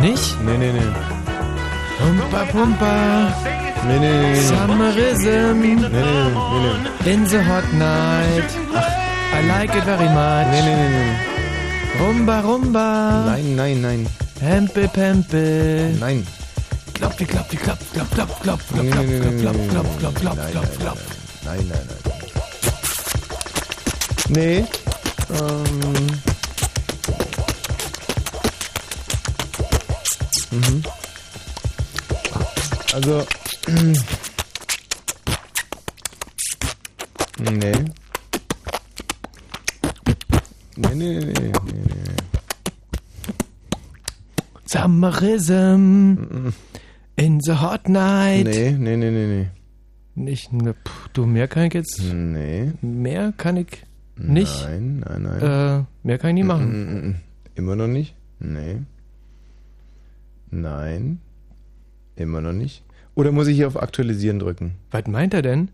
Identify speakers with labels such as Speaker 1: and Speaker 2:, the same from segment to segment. Speaker 1: Nicht?
Speaker 2: Nee, nee, nee.
Speaker 1: Humpa Pumpa,
Speaker 2: Nee, nee, nee, nee. nee.
Speaker 1: Summerism,
Speaker 2: Nee, nee, nee, nee.
Speaker 1: In the Hot Night. I like it very much.
Speaker 2: Nee, nee, nee, nee. nee.
Speaker 1: Rumba Rumba,
Speaker 2: Nein, nein, nein.
Speaker 1: Hempel Pempel.
Speaker 2: Nein.
Speaker 1: Klopp, wie klopp, wie klopp, klopp, klopp, klopp, klopp,
Speaker 2: Nee,
Speaker 1: klopp,
Speaker 2: nee, nee, nee,
Speaker 1: klopp,
Speaker 2: nee,
Speaker 1: klopp,
Speaker 2: nee,
Speaker 1: klopp,
Speaker 2: nee,
Speaker 1: klopp,
Speaker 2: nein,
Speaker 1: klopp,
Speaker 2: nein,
Speaker 1: klopp.
Speaker 2: Nein, nein, nein. Nee. Ähm. Mhm. Also. Nee. Nee, nee, nee, nee, nee, nee.
Speaker 1: Summerism, In the Hot Night.
Speaker 2: Nee, nee, nee, nee,
Speaker 1: Nicht, ne, pff, du, mehr kann ich jetzt,
Speaker 2: nee. Nee.
Speaker 1: mehr kann ich nicht,
Speaker 2: Nein, nein, nein.
Speaker 1: äh, mehr kann ich nie machen.
Speaker 2: Mm, mm, mm. Immer noch nicht? Nee. Nein. Immer noch nicht. Oder muss ich hier auf Aktualisieren drücken?
Speaker 1: Was meint er denn?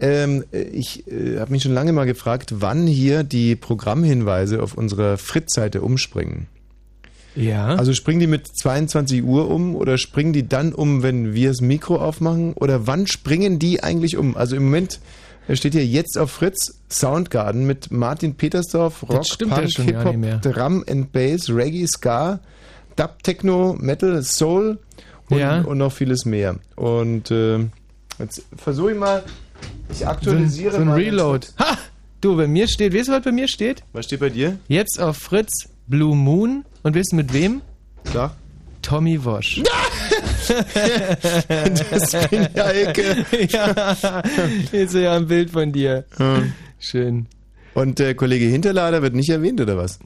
Speaker 2: Ähm, äh, ich äh, habe mich schon lange mal gefragt, wann hier die Programmhinweise auf unserer Fritz-Seite umspringen.
Speaker 1: Ja.
Speaker 2: Also springen die mit 22 Uhr um oder springen die dann um, wenn wir das Mikro aufmachen? Oder wann springen die eigentlich um? Also im Moment äh, steht hier jetzt auf Fritz Soundgarden mit Martin Petersdorf, Rock,
Speaker 1: stimmt ja
Speaker 2: Punk,
Speaker 1: schon gar nicht mehr.
Speaker 2: Hip-Hop, Drum and Bass, Reggae, Ska, Dub, Techno, Metal, Soul und,
Speaker 1: Ja.
Speaker 2: und noch vieles mehr. Und äh, jetzt versuche ich mal, ich
Speaker 1: So ein-
Speaker 2: aktualisiere
Speaker 1: so ein
Speaker 2: mal.
Speaker 1: Reload. Ha! Du, bei mir steht, weißt du, was bei mir steht?
Speaker 2: Was steht bei dir?
Speaker 1: Jetzt auf Fritz Blue Moon und weißt du mit wem?
Speaker 2: Da.
Speaker 1: Tommy Walsh.
Speaker 2: Das bin ja Ecke.
Speaker 1: ja, jetzt ja ein Bild von dir.
Speaker 2: Hm.
Speaker 1: Schön.
Speaker 2: Und der Kollege Hinterlader wird nicht erwähnt, oder was?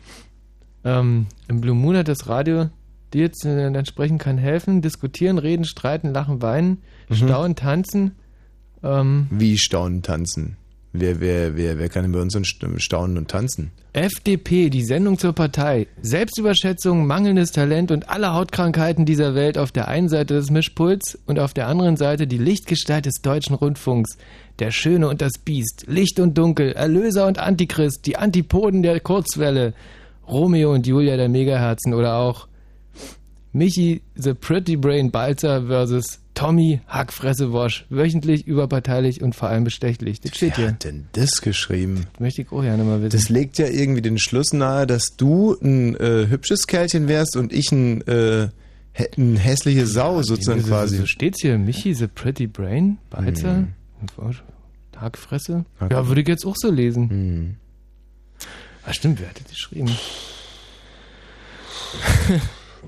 Speaker 1: Ähm, Im Blue Moon hat das Radio dir jetzt äh, entsprechend kann helfen. Diskutieren, reden, streiten, lachen, weinen,
Speaker 2: Mhm.
Speaker 1: staunen, tanzen. Ähm,
Speaker 2: Wie staunen, tanzen? Wer, wer, wer, wer kann denn bei uns so ein St- staunen und tanzen?
Speaker 1: FDP, die Sendung zur Partei. Selbstüberschätzung, mangelndes Talent und alle Hautkrankheiten dieser Welt auf der einen Seite des Mischpults und auf der anderen Seite die Lichtgestalt des deutschen Rundfunks. Der Schöne und das Biest, Licht und Dunkel, Erlöser und Antichrist, die Antipoden der Kurzwelle, Romeo und Julia der Megaherzen oder auch Michi the Pretty Brain Balzer versus Tommy Hackfresse Wosch. Wöchentlich, überparteilich und vor allem bestechlich. Das steht
Speaker 2: Wer
Speaker 1: hier.
Speaker 2: hat denn das geschrieben?
Speaker 1: Möchte ich auch gerne mal wissen.
Speaker 2: Das legt ja irgendwie den Schluss nahe, dass du ein äh, hübsches Kerlchen wärst und ich ein, äh, hä ein hässliche Sau sozusagen
Speaker 1: so, So
Speaker 2: quasi. Hm.
Speaker 1: steht's hier. Michi the Pretty Brain, Balzer, Tagfresse.
Speaker 2: Hack-
Speaker 1: Ja, würde ich jetzt auch so lesen.
Speaker 2: Hm.
Speaker 1: Ah, stimmt, wer hat das geschrieben?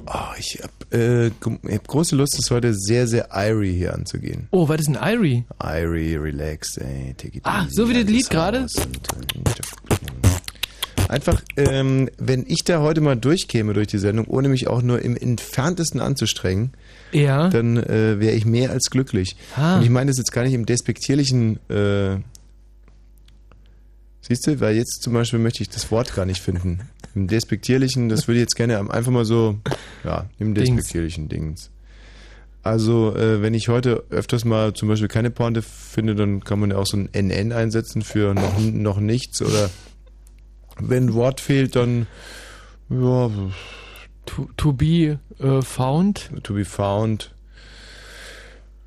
Speaker 2: Oh, ich hab, äh, gem- ich hab große Lust, das heute sehr, sehr Irie hier anzugehen.
Speaker 1: Oh, was ist ein Irie?
Speaker 2: Irie, relax, ey, take it
Speaker 1: Ah,
Speaker 2: easy,
Speaker 1: so wie das
Speaker 2: alles
Speaker 1: Lied gerade?
Speaker 2: raus. Einfach, ähm, wenn ich da heute mal durchkäme durch die Sendung, ohne mich auch nur im entferntesten anzustrengen,
Speaker 1: Ja.
Speaker 2: dann äh, wäre ich mehr als glücklich.
Speaker 1: Ah.
Speaker 2: Und ich meine das jetzt gar nicht im despektierlichen. Äh, siehst du, weil jetzt zum Beispiel möchte ich das Wort gar nicht finden. Im despektierlichen, das würde ich jetzt gerne am- einfach mal so. Ja, im
Speaker 1: Dings.
Speaker 2: despektierlichen Dings. Also, äh, wenn ich heute öfters mal zum Beispiel keine Pointe finde, dann kann man ja auch so ein NN einsetzen für noch, noch nichts oder wenn ein Wort fehlt, dann ja,
Speaker 1: To, to be äh, found.
Speaker 2: To be found.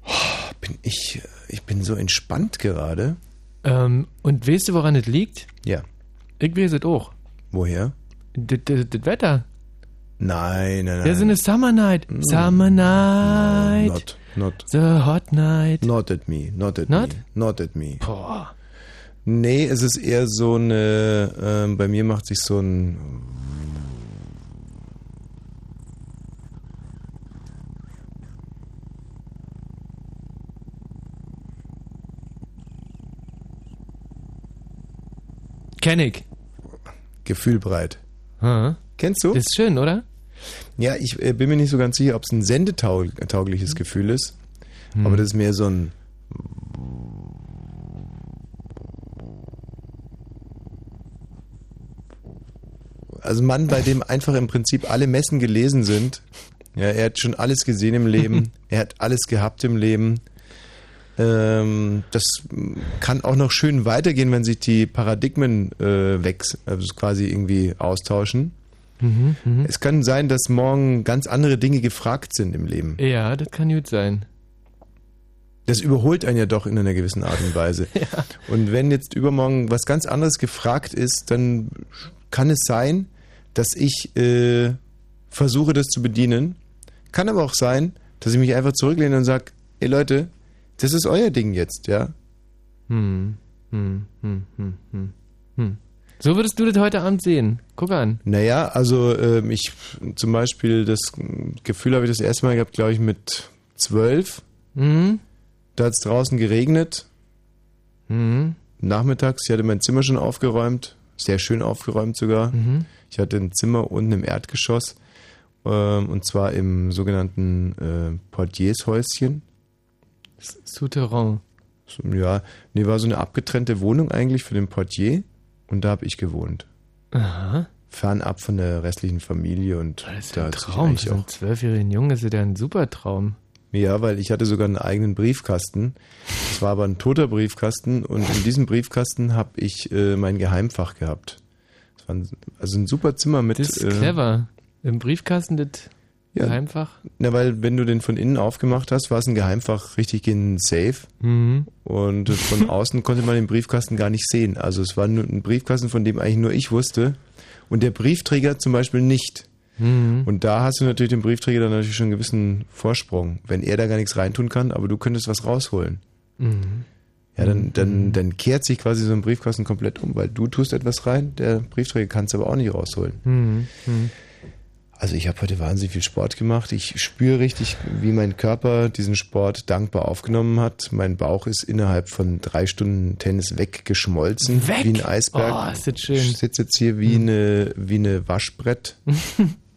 Speaker 2: Oh, Bin ich, ich bin so entspannt gerade.
Speaker 1: Ähm, und weißt du, woran das liegt?
Speaker 2: Ja.
Speaker 1: Ich weiß es auch.
Speaker 2: Woher?
Speaker 1: Das, das, das Wetter.
Speaker 2: Nein, nein, nein.
Speaker 1: Der ist eine Summer Night. Summer Night.
Speaker 2: Hm. Not, not,
Speaker 1: The Hot Night.
Speaker 2: not at me, not at
Speaker 1: Not?
Speaker 2: me, not at me.
Speaker 1: Boah.
Speaker 2: Nee, es ist eher so eine, ähm, bei mir macht sich so ein,
Speaker 1: Kenn ich.
Speaker 2: Gefühl breit.
Speaker 1: Hm.
Speaker 2: Kennst du?
Speaker 1: Das ist schön, oder?
Speaker 2: ja, ich äh, bin mir nicht so ganz sicher, ob es ein sendetaugliches Gefühl ist, aber das ist mehr so ein, also ein Mann, bei dem einfach im Prinzip alle Messen gelesen sind. Ja, er hat schon alles gesehen im Leben, er hat alles gehabt im Leben. Ähm, das mm, kann auch noch schön weitergehen, wenn sich die Paradigmen äh, wechseln, also quasi irgendwie austauschen.
Speaker 1: Mhm,
Speaker 2: Es kann sein, dass morgen ganz andere Dinge gefragt sind im Leben.
Speaker 1: Ja, das kann gut sein.
Speaker 2: Das überholt einen ja doch in einer gewissen Art und Weise. Und wenn jetzt übermorgen was ganz anderes gefragt ist, dann kann es sein, dass ich äh, versuche, das zu bedienen. Kann aber auch sein, dass ich mich einfach zurücklehne und sage, ey Leute, das ist euer Ding jetzt, ja.
Speaker 1: Hm, hm, hm, hm, hm, hm. So würdest du das heute Abend sehen. Guck an.
Speaker 2: Naja, also ähm, ich zum Beispiel das Gefühl habe ich das erste Mal gehabt, glaube ich, mit zwölf.
Speaker 1: Mhm.
Speaker 2: Da hat es draußen geregnet.
Speaker 1: Mhm.
Speaker 2: Nachmittags, ich hatte mein Zimmer schon aufgeräumt, sehr schön aufgeräumt sogar.
Speaker 1: Mhm.
Speaker 2: Ich hatte ein Zimmer unten im Erdgeschoss ähm, und zwar im sogenannten äh, Portiershäuschen.
Speaker 1: S- Souterrain.
Speaker 2: So, Ja, nee, war so eine abgetrennte Wohnung eigentlich für den Portier und da habe ich gewohnt.
Speaker 1: Aha.
Speaker 2: Fernab von der restlichen Familie und
Speaker 1: Das ist
Speaker 2: da
Speaker 1: ein
Speaker 2: hat sich
Speaker 1: Traum.
Speaker 2: eigentlich
Speaker 1: Für einen zwölfjährigen Jungen ist das ja ein super Traum.
Speaker 2: Ja, weil ich hatte sogar einen eigenen Briefkasten. Es war aber ein toter Briefkasten und in diesem Briefkasten habe ich äh, mein Geheimfach gehabt. Das war ein, also ein super Zimmer mit.
Speaker 1: Das ist
Speaker 2: äh,
Speaker 1: clever. Im Briefkasten das
Speaker 2: Ja.
Speaker 1: Geheimfach.
Speaker 2: Na, weil wenn du den von innen aufgemacht hast, war es ein Geheimfach richtig in Safe
Speaker 1: Mhm.
Speaker 2: und von außen konnte man den Briefkasten gar nicht sehen. Also es war nur ein Briefkasten, von dem eigentlich nur ich wusste und der Briefträger zum Beispiel nicht.
Speaker 1: Mhm.
Speaker 2: Und da hast du natürlich den Briefträger dann natürlich schon einen gewissen Vorsprung, wenn er da gar nichts reintun kann, aber du könntest was rausholen.
Speaker 1: Mhm.
Speaker 2: Ja, dann, dann, dann kehrt sich quasi so ein Briefkasten komplett um, weil du tust etwas rein, der Briefträger kann es aber auch nicht rausholen.
Speaker 1: Mhm. Mhm.
Speaker 2: Also ich habe heute wahnsinnig viel Sport gemacht. Ich spüre richtig, wie mein Körper diesen Sport dankbar aufgenommen hat. Mein Bauch ist innerhalb von drei Stunden Tennis weggeschmolzen,
Speaker 1: Weg?
Speaker 2: wie ein Eisberg.
Speaker 1: Oh, ist das schön. Hm.
Speaker 2: Ich sitze jetzt hier wie eine wie eine Waschbrett.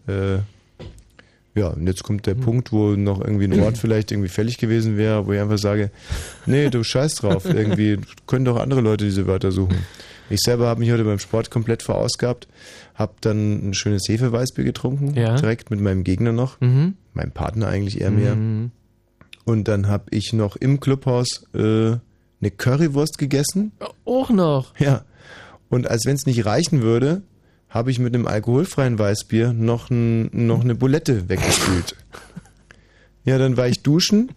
Speaker 2: äh, ja, und jetzt kommt
Speaker 1: Hm.
Speaker 2: der Punkt, wo noch irgendwie ein Wort vielleicht irgendwie fällig gewesen wäre, wo ich einfach sage, nee, du scheiß drauf, irgendwie können doch andere Leute diese Wörter suchen.
Speaker 1: Hm.
Speaker 2: Ich selber habe mich heute beim Sport komplett verausgabt, habe dann ein schönes Hefeweißbier getrunken,
Speaker 1: Ja.
Speaker 2: direkt mit meinem Gegner noch,
Speaker 1: Mhm.
Speaker 2: meinem Partner eigentlich eher mehr.
Speaker 1: Mhm.
Speaker 2: Und dann habe ich noch im Clubhaus äh, eine Currywurst gegessen.
Speaker 1: Auch noch.
Speaker 2: Ja. Und als wenn es nicht reichen würde, habe ich mit einem alkoholfreien Weißbier noch, n, noch eine Bulette weggespült. ja, dann war ich duschen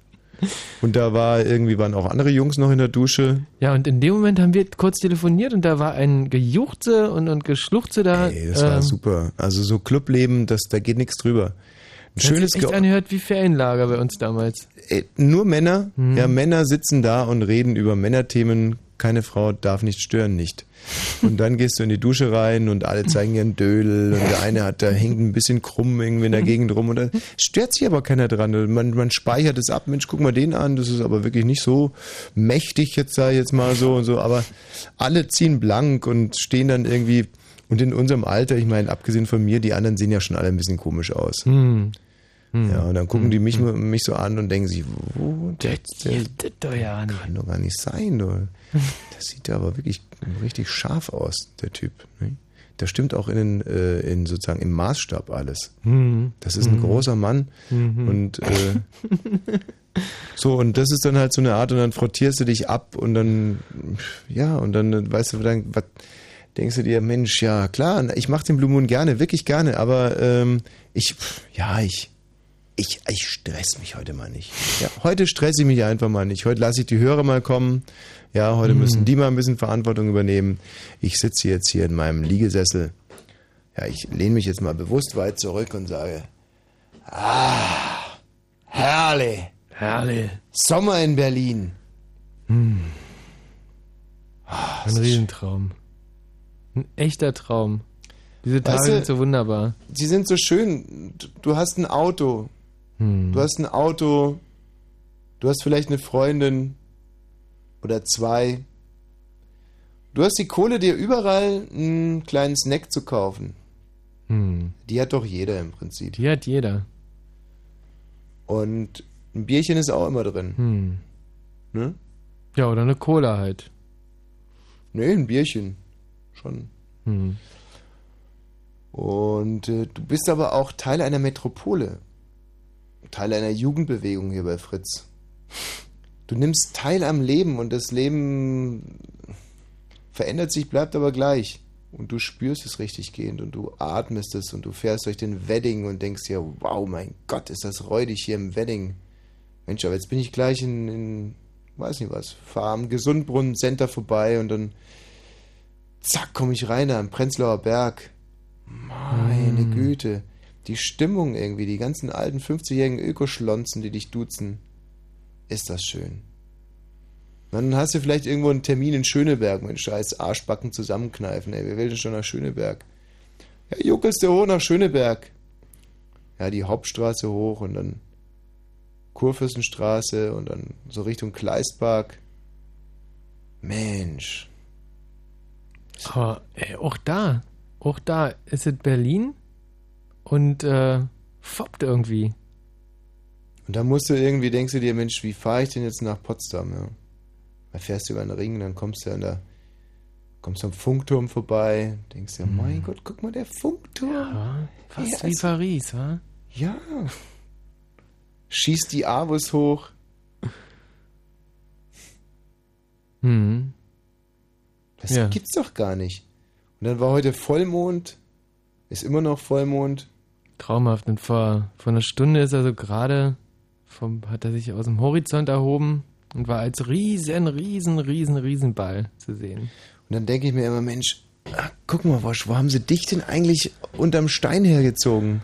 Speaker 2: und da war irgendwie waren auch andere Jungs noch in der Dusche.
Speaker 1: Ja, und in dem Moment haben wir kurz telefoniert und da war ein Gejuchze und, und Geschluchze da.
Speaker 2: Ey, das war
Speaker 1: ähm,
Speaker 2: super. Also so Clubleben, das, da geht nichts drüber. Ein
Speaker 1: das hat
Speaker 2: schönes
Speaker 1: sich echt
Speaker 2: Ge-
Speaker 1: angehört wie Ferienlager bei uns damals. Mhm.
Speaker 2: Ey, nur Männer, ja, Männer sitzen da und reden über Männerthemen. Keine Frau darf nicht stören, nicht. Und dann gehst du in die Dusche rein und alle zeigen ihren Dödel und der eine hat da hängt ein bisschen krumm irgendwie in der Gegend rum und dann stört sich aber keiner dran. Und Man, man speichert es ab. Mensch, guck mal den an. Das ist aber wirklich nicht so mächtig jetzt da jetzt mal so und so. Aber alle ziehen blank und stehen dann irgendwie und in unserem Alter, ich meine, abgesehen von mir, die anderen sehen ja schon alle ein bisschen komisch aus.
Speaker 1: Hm.
Speaker 2: Ja, und dann gucken die mich, mich so an und denken sich, wo der, der
Speaker 1: Das doch ja nicht.
Speaker 2: kann doch gar nicht sein, du. Das sieht ja aber wirklich richtig scharf aus, der Typ. ne? Das stimmt auch in, den, äh, in sozusagen im Maßstab alles.
Speaker 1: Hm.
Speaker 2: Das ist ein großer Mann
Speaker 1: Mhm.
Speaker 2: und äh, so und das ist dann halt so eine Art und dann frottierst du dich ab und dann ja und dann äh, weißt du dann was denkst du dir Mensch ja klar ich mache den Blue Moon gerne wirklich gerne aber ähm, ich pff, ja ich ich, ich stress mich heute mal nicht. Ja, heute stress ich mich einfach mal nicht. Heute lasse ich die Hörer mal kommen. Ja, heute müssen die mal ein bisschen Verantwortung übernehmen. Ich sitze jetzt hier in meinem Liegesessel. Ja, ich lehne mich jetzt mal bewusst weit zurück und sage, ah, herrlich,
Speaker 1: Herrlich.
Speaker 2: Sommer in Berlin.
Speaker 1: Hm.
Speaker 2: Ah,
Speaker 1: Ein Riesentraum. Ein echter Traum. Diese Tage
Speaker 2: Weißt du-
Speaker 1: sind so wunderbar.
Speaker 2: Sie sind so schön. Du- Du hast ein Auto.
Speaker 1: Hm.
Speaker 2: Du hast ein Auto. Du hast vielleicht eine Freundin oder zwei. Du hast die Kohle, dir überall einen kleinen Snack zu kaufen.
Speaker 1: Hm.
Speaker 2: Die hat doch jeder im Prinzip.
Speaker 1: Die hat jeder.
Speaker 2: Und ein Bierchen ist auch immer drin.
Speaker 1: Hm.
Speaker 2: Ne?
Speaker 1: Ja, oder eine Cola halt.
Speaker 2: Nee, ein Bierchen. Schon.
Speaker 1: Hm.
Speaker 2: Und äh, du bist aber auch Teil einer Metropole. Teil einer Jugendbewegung hier bei Fritz. Du nimmst teil am Leben und das Leben verändert sich, bleibt aber gleich. und du spürst es richtig gehend und du atmest es und du fährst durch den Wedding und denkst dir, wow, mein Gott, ist das räudig hier im Wedding. Mensch, aber jetzt bin ich gleich in, in weiß nicht was, fahre am Gesundbrunnen Center vorbei und dann zack, komme ich rein da am Prenzlauer Berg. Meine Güte. Die Stimmung irgendwie, die ganzen alten 50-jährigen Ökoschlonzen, die dich duzen. Ist das schön. Dann hast du vielleicht irgendwo einen Termin in Schöneberg, mein scheiß Arschbacken zusammenkneifen, ey, wir will denn schon nach Schöneberg? Ja, juckelst du hoch nach Schöneberg. Ja, die Hauptstraße hoch und dann Kurfürstenstraße und dann so Richtung Kleistpark. Mensch.
Speaker 1: Aber Oh, ey, auch da, auch da ist es Berlin und äh, foppt irgendwie.
Speaker 2: Und da musst du irgendwie, denkst du dir, Mensch, wie fahre ich denn jetzt nach Potsdam? Ja? Da fährst du über den Ring, dann kommst du an der, kommst am Funkturm vorbei, denkst dir, mein Gott, guck mal, der Funkturm.
Speaker 1: Mhm. Ja, fast
Speaker 2: Ja,
Speaker 1: wie
Speaker 2: es-
Speaker 1: Paris, wa?
Speaker 2: Ja. Schießt die Avus hoch.
Speaker 1: Hm.
Speaker 2: Das
Speaker 1: Ja.
Speaker 2: gibt's doch gar nicht. Und dann war heute Vollmond, ist immer noch Vollmond.
Speaker 1: Traumhaft. Und vor, vor einer Stunde ist er so gerade, vom, hat er sich aus dem Horizont erhoben und war als riesen, riesen, riesen, riesen Ball zu sehen.
Speaker 2: Und dann denke ich mir immer, Mensch, ah, guck mal, Wosch, wo haben sie dich denn eigentlich unterm Stein hergezogen?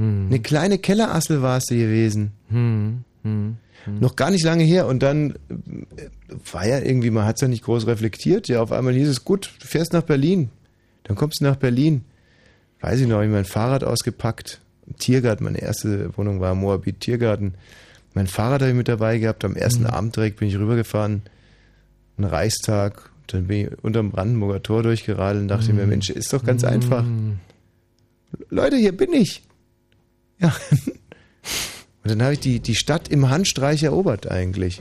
Speaker 2: Eine kleine Kellerassel warst du gewesen.
Speaker 1: Hm, hm.
Speaker 2: Noch gar nicht lange her. Und dann äh, war ja irgendwie, man hat's ja nicht groß reflektiert. Ja, auf einmal hieß es, gut, du fährst nach Berlin. Dann kommst du nach Berlin. Weiß ich noch, hab ich mein Fahrrad ausgepackt. Im Tiergarten, meine erste Wohnung war im Moabit Tiergarten. Mein Fahrrad habe ich mit dabei gehabt. Am ersten
Speaker 1: Hm.
Speaker 2: Abend direkt bin ich rübergefahren. Ein Reichstag. Dann bin ich unterm Brandenburger Tor durchgeradelt und dachte mir,
Speaker 1: Hm.
Speaker 2: Mensch, ist doch ganz einfach. Leute, hier bin ich. Ja. Und dann habe ich die, die Stadt im Handstreich erobert eigentlich.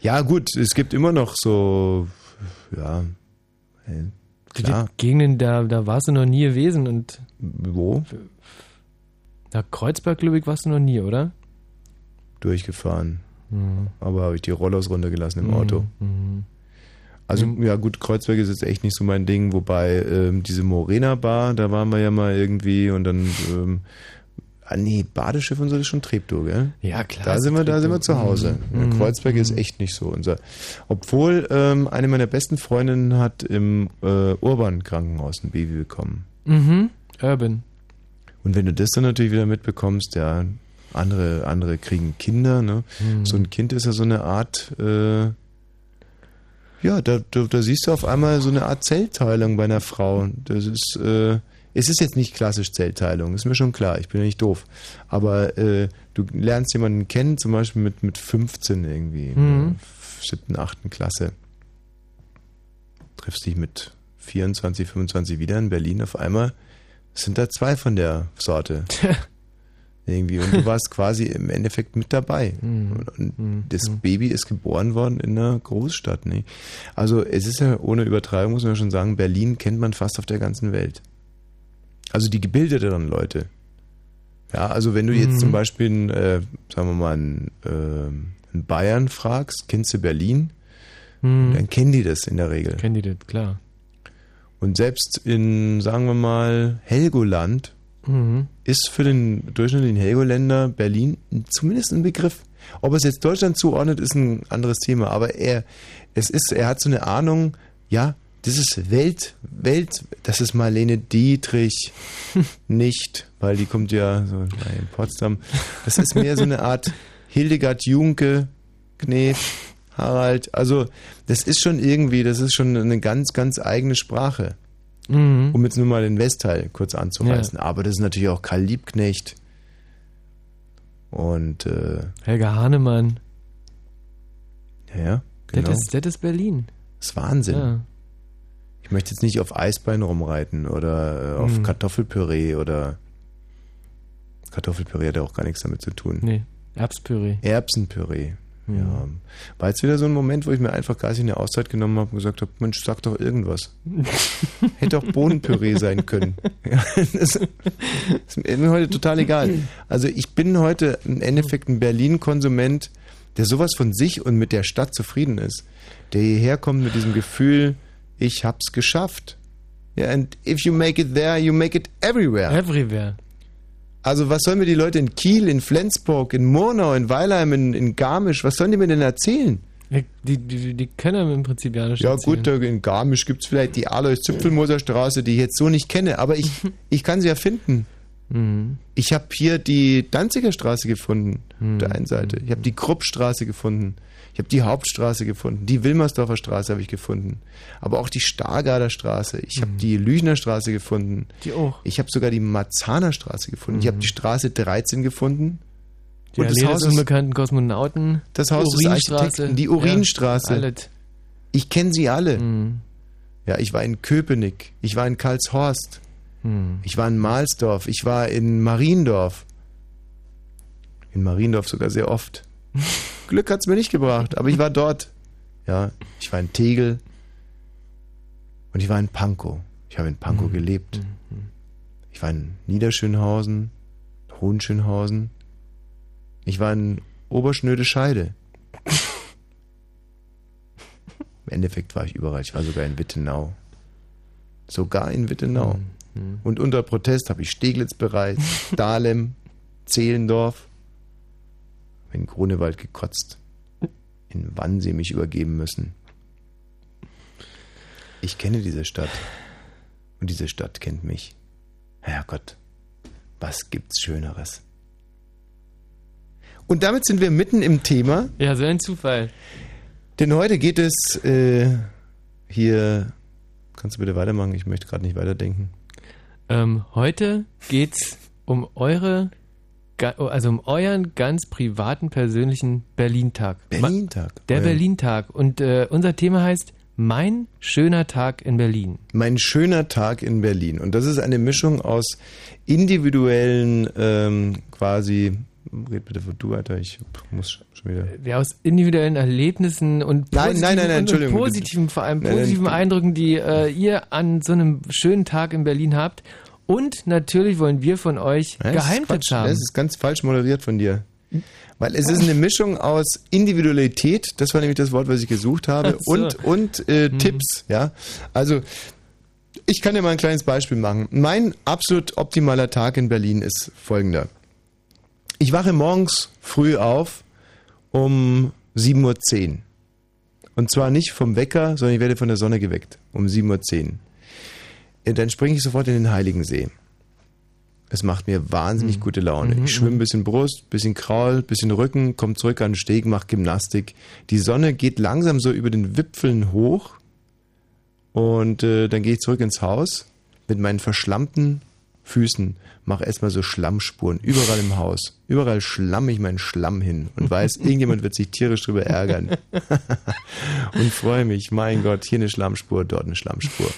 Speaker 2: Ja, gut, es gibt immer noch so, ja, äh, klar,
Speaker 1: Die Gegenden, da, da warst du noch nie gewesen und
Speaker 2: wo?
Speaker 1: nach Kreuzberg, glaube ich, warst du noch nie, oder?
Speaker 2: Durchgefahren. Aber habe ich die Rollos runtergelassen im Auto.
Speaker 1: Mhm.
Speaker 2: Also, ja, gut, Kreuzberg ist jetzt echt nicht so mein Ding, wobei ähm, diese Morena-Bar, da waren wir ja mal irgendwie und dann, ähm, ah, nee, Badeschiff und so das ist schon Treptow, gell?
Speaker 1: Ja, klar.
Speaker 2: Da sind wir, da sind wir zu Hause.
Speaker 1: Mhm.
Speaker 2: Kreuzberg ist echt nicht so unser. Obwohl ähm, eine meiner besten Freundinnen hat im äh, Urban Krankenhaus ein Baby bekommen.
Speaker 1: Mhm. Urban.
Speaker 2: Und wenn du das dann natürlich wieder mitbekommst, ja, andere, andere kriegen Kinder, ne?
Speaker 1: Mhm.
Speaker 2: So ein Kind ist ja so eine Art, äh, ja, da, da, da siehst du auf einmal so eine Art Zellteilung bei einer Frau. Das ist, äh, es ist jetzt nicht klassisch Zellteilung, ist mir schon klar, ich bin ja nicht doof. Aber äh, du lernst jemanden kennen, zum Beispiel mit, mit 15 irgendwie,
Speaker 1: Mhm.
Speaker 2: ne? siebten, achten Klasse. Triffst dich mit 24, 25 wieder in Berlin auf einmal sind da zwei von der Sorte. Irgendwie. Und du warst quasi im Endeffekt mit dabei. Und, und das Baby ist geboren worden in einer Großstadt. Ne? Also es ist ja ohne Übertreibung, muss man schon sagen, Berlin kennt man fast auf der ganzen Welt. Also die gebildeteren Leute. Ja, also wenn du jetzt
Speaker 1: Mhm.
Speaker 2: zum Beispiel, einen, äh, sagen wir mal, einen, ähm, einen Bayern fragst, kennst du Berlin?
Speaker 1: Mhm.
Speaker 2: Dann kennen die das in der Regel.
Speaker 1: Kennen die das, klar.
Speaker 2: Und selbst in, sagen wir mal, Helgoland
Speaker 1: Mhm.
Speaker 2: ist für den durchschnittlichen Helgoländer Berlin zumindest ein Begriff. Ob er es jetzt Deutschland zuordnet, ist ein anderes Thema. Aber er, es ist, er hat so eine Ahnung, ja, das ist Welt, Welt, das ist Marlene Dietrich nicht, weil die kommt ja so naja, in Potsdam. Das ist mehr so eine Art Hildegard Junke, Knef, Harald. Also, das ist schon irgendwie, das ist schon eine ganz, ganz eigene Sprache
Speaker 1: Mhm.
Speaker 2: um jetzt nur mal den Westteil kurz anzureißen. Aber das ist natürlich auch Karl Liebknecht und äh,
Speaker 1: Helga Hahnemann.
Speaker 2: ja, ja, genau.
Speaker 1: Das, ist, das ist Berlin.
Speaker 2: Das ist Wahnsinn.
Speaker 1: Ja.
Speaker 2: Ich möchte jetzt nicht auf Eisbein rumreiten oder äh, auf
Speaker 1: Mhm.
Speaker 2: Kartoffelpüree oder Kartoffelpüree hat ja auch gar nichts damit zu tun.
Speaker 1: Nee, Erbspüree.
Speaker 2: Erbsenpüree.
Speaker 1: Mhm.
Speaker 2: Ja. War jetzt wieder so ein Moment, wo ich mir einfach gar nicht eine Auszeit genommen habe und gesagt habe, Mensch, sag doch irgendwas. Hätte auch Bohnenpüree sein können. Ja, das ist mir heute total egal. Also ich bin heute im Endeffekt ein Berlin-Konsument, der sowas von sich und mit der Stadt zufrieden ist. Der hierher kommt mit diesem Gefühl, ich hab's geschafft. Ja, and if you make it there, you make it everywhere.
Speaker 1: Everywhere.
Speaker 2: Also was sollen mir die Leute in Kiel, in Flensburg, in Murnau, in Weilheim, in, in Garmisch, was sollen die mir denn erzählen?
Speaker 1: Die, die, die, die können im Prinzip ja nicht
Speaker 2: Ja gut, da in Garmisch gibt es vielleicht die Alois-Zipfelmoser Straße, die ich jetzt so nicht kenne, aber ich, ich kann sie ja finden.
Speaker 1: Mhm.
Speaker 2: Ich habe hier die Danziger Straße gefunden, auf der
Speaker 1: Mhm.
Speaker 2: einen Seite. Ich habe die Kruppstraße gefunden. Ich habe die Hauptstraße gefunden. Die Wilmersdorfer Straße habe ich gefunden. Aber auch die Stargarder Straße. Ich habe die Lüchner Straße gefunden.
Speaker 1: Mhm. Die auch. Mhm.
Speaker 2: Ich habe sogar die Marzahner Straße gefunden. Ich habe die Straße 13 gefunden.
Speaker 1: Die Allee des unbekannten Kosmonauten.
Speaker 2: Das
Speaker 1: die
Speaker 2: Haus des Architekten, die Urinstraße.
Speaker 1: Ja, alles.
Speaker 2: Ich kenne sie alle.
Speaker 1: Mhm.
Speaker 2: Ja, ich war in Köpenick, ich war in Karlshorst,
Speaker 1: Mhm.
Speaker 2: ich war in Mahlsdorf, ich war in Mariendorf. In Mariendorf sogar sehr oft. Glück hat's mir nicht gebracht, aber ich war dort. Ja, ich war in Tegel und ich war in Pankow. Ich habe in Pankow gelebt. Ich war in Niederschönhausen, Hohenschönhausen. Ich war in Oberschnöde Scheide. Im Endeffekt war ich überall. Ich war sogar in Wittenau. Sogar in Wittenau. Und unter Protest habe ich Steglitz bereist, Dahlem, Zehlendorf. In Grunewald gekotzt. In Wannsee mich übergeben müssen. Ich kenne diese Stadt. Und diese Stadt kennt mich. Herrgott, was gibt's Schöneres? Und damit sind wir mitten im Thema.
Speaker 1: Ja, so ein Zufall.
Speaker 2: Denn heute geht es äh, hier. Kannst du bitte weitermachen? Ich möchte gerade nicht weiterdenken.
Speaker 1: Ähm, heute geht's um eure, ga- also um euren ganz privaten, persönlichen Berlin-Tag. Ma-
Speaker 2: Berlin-Tag. Äh.
Speaker 1: Der
Speaker 2: Euer-
Speaker 1: Berlin-Tag. Und äh, unser Thema heißt Mein schöner Tag in Berlin.
Speaker 2: Mein schöner Tag in Berlin. Und das ist eine Mischung aus individuellen, ähm, quasi. Red bitte von du weiter, ich muss schon wieder.
Speaker 1: Ja, aus individuellen Erlebnissen und
Speaker 2: Nein, nein, nein, nein,
Speaker 1: positiven-
Speaker 2: Entschuldigung.
Speaker 1: und positiven, vor allem
Speaker 2: Nein, nein.
Speaker 1: positiven Eindrücken, die äh, ihr an so einem schönen Tag in Berlin habt. Und natürlich wollen wir von euch
Speaker 2: Ja, das ist
Speaker 1: Geheimtipps
Speaker 2: Quatsch. Ja,
Speaker 1: haben.
Speaker 2: Das ist ganz falsch moderiert von dir. Weil es ist eine Mischung aus Individualität, das war nämlich das Wort, was ich gesucht habe,
Speaker 1: Ach so. Hm.
Speaker 2: und, und äh, Tipps. Ja? Also, ich kann dir mal ein kleines Beispiel machen. Mein absolut optimaler Tag in Berlin ist folgender. Ich wache morgens früh auf um 7.10 Uhr. Und zwar nicht vom Wecker, sondern ich werde von der Sonne geweckt um 7.10 Uhr. Dann springe ich sofort in den Heiligensee. Es macht mir wahnsinnig gute Laune. Ich schwimme ein bisschen Brust, bisschen Kraul, bisschen Rücken, komme zurück an den Steg, mache Gymnastik. Die Sonne geht langsam so über den Wipfeln hoch und äh, dann gehe ich zurück ins Haus mit meinen verschlammten Füßen, mache erstmal so Schlammspuren überall im Haus. Überall schlamme ich meinen Schlamm hin und weiß, irgendjemand wird sich tierisch drüber ärgern. und freue mich, mein Gott, hier eine Schlammspur, dort eine Schlammspur.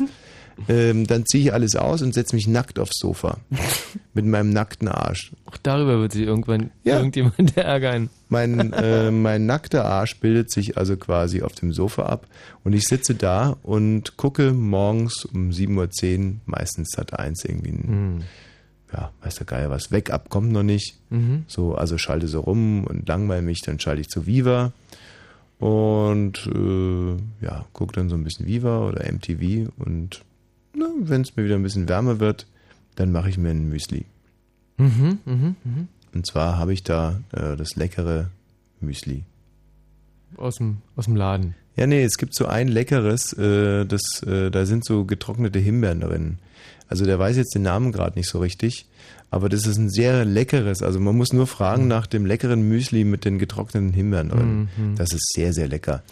Speaker 2: Ähm, dann ziehe ich alles aus und setze mich nackt aufs Sofa. Mit meinem nackten Arsch.
Speaker 1: Auch darüber wird sich irgendwann
Speaker 2: Ja.
Speaker 1: irgendjemand ärgern.
Speaker 2: Mein, äh, mein nackter Arsch bildet sich also quasi auf dem Sofa ab und ich sitze da und gucke morgens um 7.10 Uhr, meistens hat eins irgendwie ein, ja, weiß der Geier was, weg ab, kommt noch nicht. So, also schalte so rum und langweil mich, dann schalte ich zu Viva und äh, ja, gucke dann so ein bisschen Viva oder MTV und wenn es mir wieder ein bisschen wärmer wird, dann mache ich mir ein Müsli.
Speaker 1: Mhm, mhm.
Speaker 2: Und zwar habe ich da äh, das leckere Müsli.
Speaker 1: Aus dem, aus dem Laden.
Speaker 2: Ja, nee, es gibt so ein leckeres, äh, das, äh, da sind so getrocknete Himbeeren drin. Also der weiß jetzt den Namen gerade nicht so richtig, aber das ist ein sehr leckeres. Also man muss nur
Speaker 1: Mhm.
Speaker 2: fragen nach dem leckeren Müsli mit den getrockneten Himbeeren drin.
Speaker 1: Mhm.
Speaker 2: Das ist sehr, sehr lecker.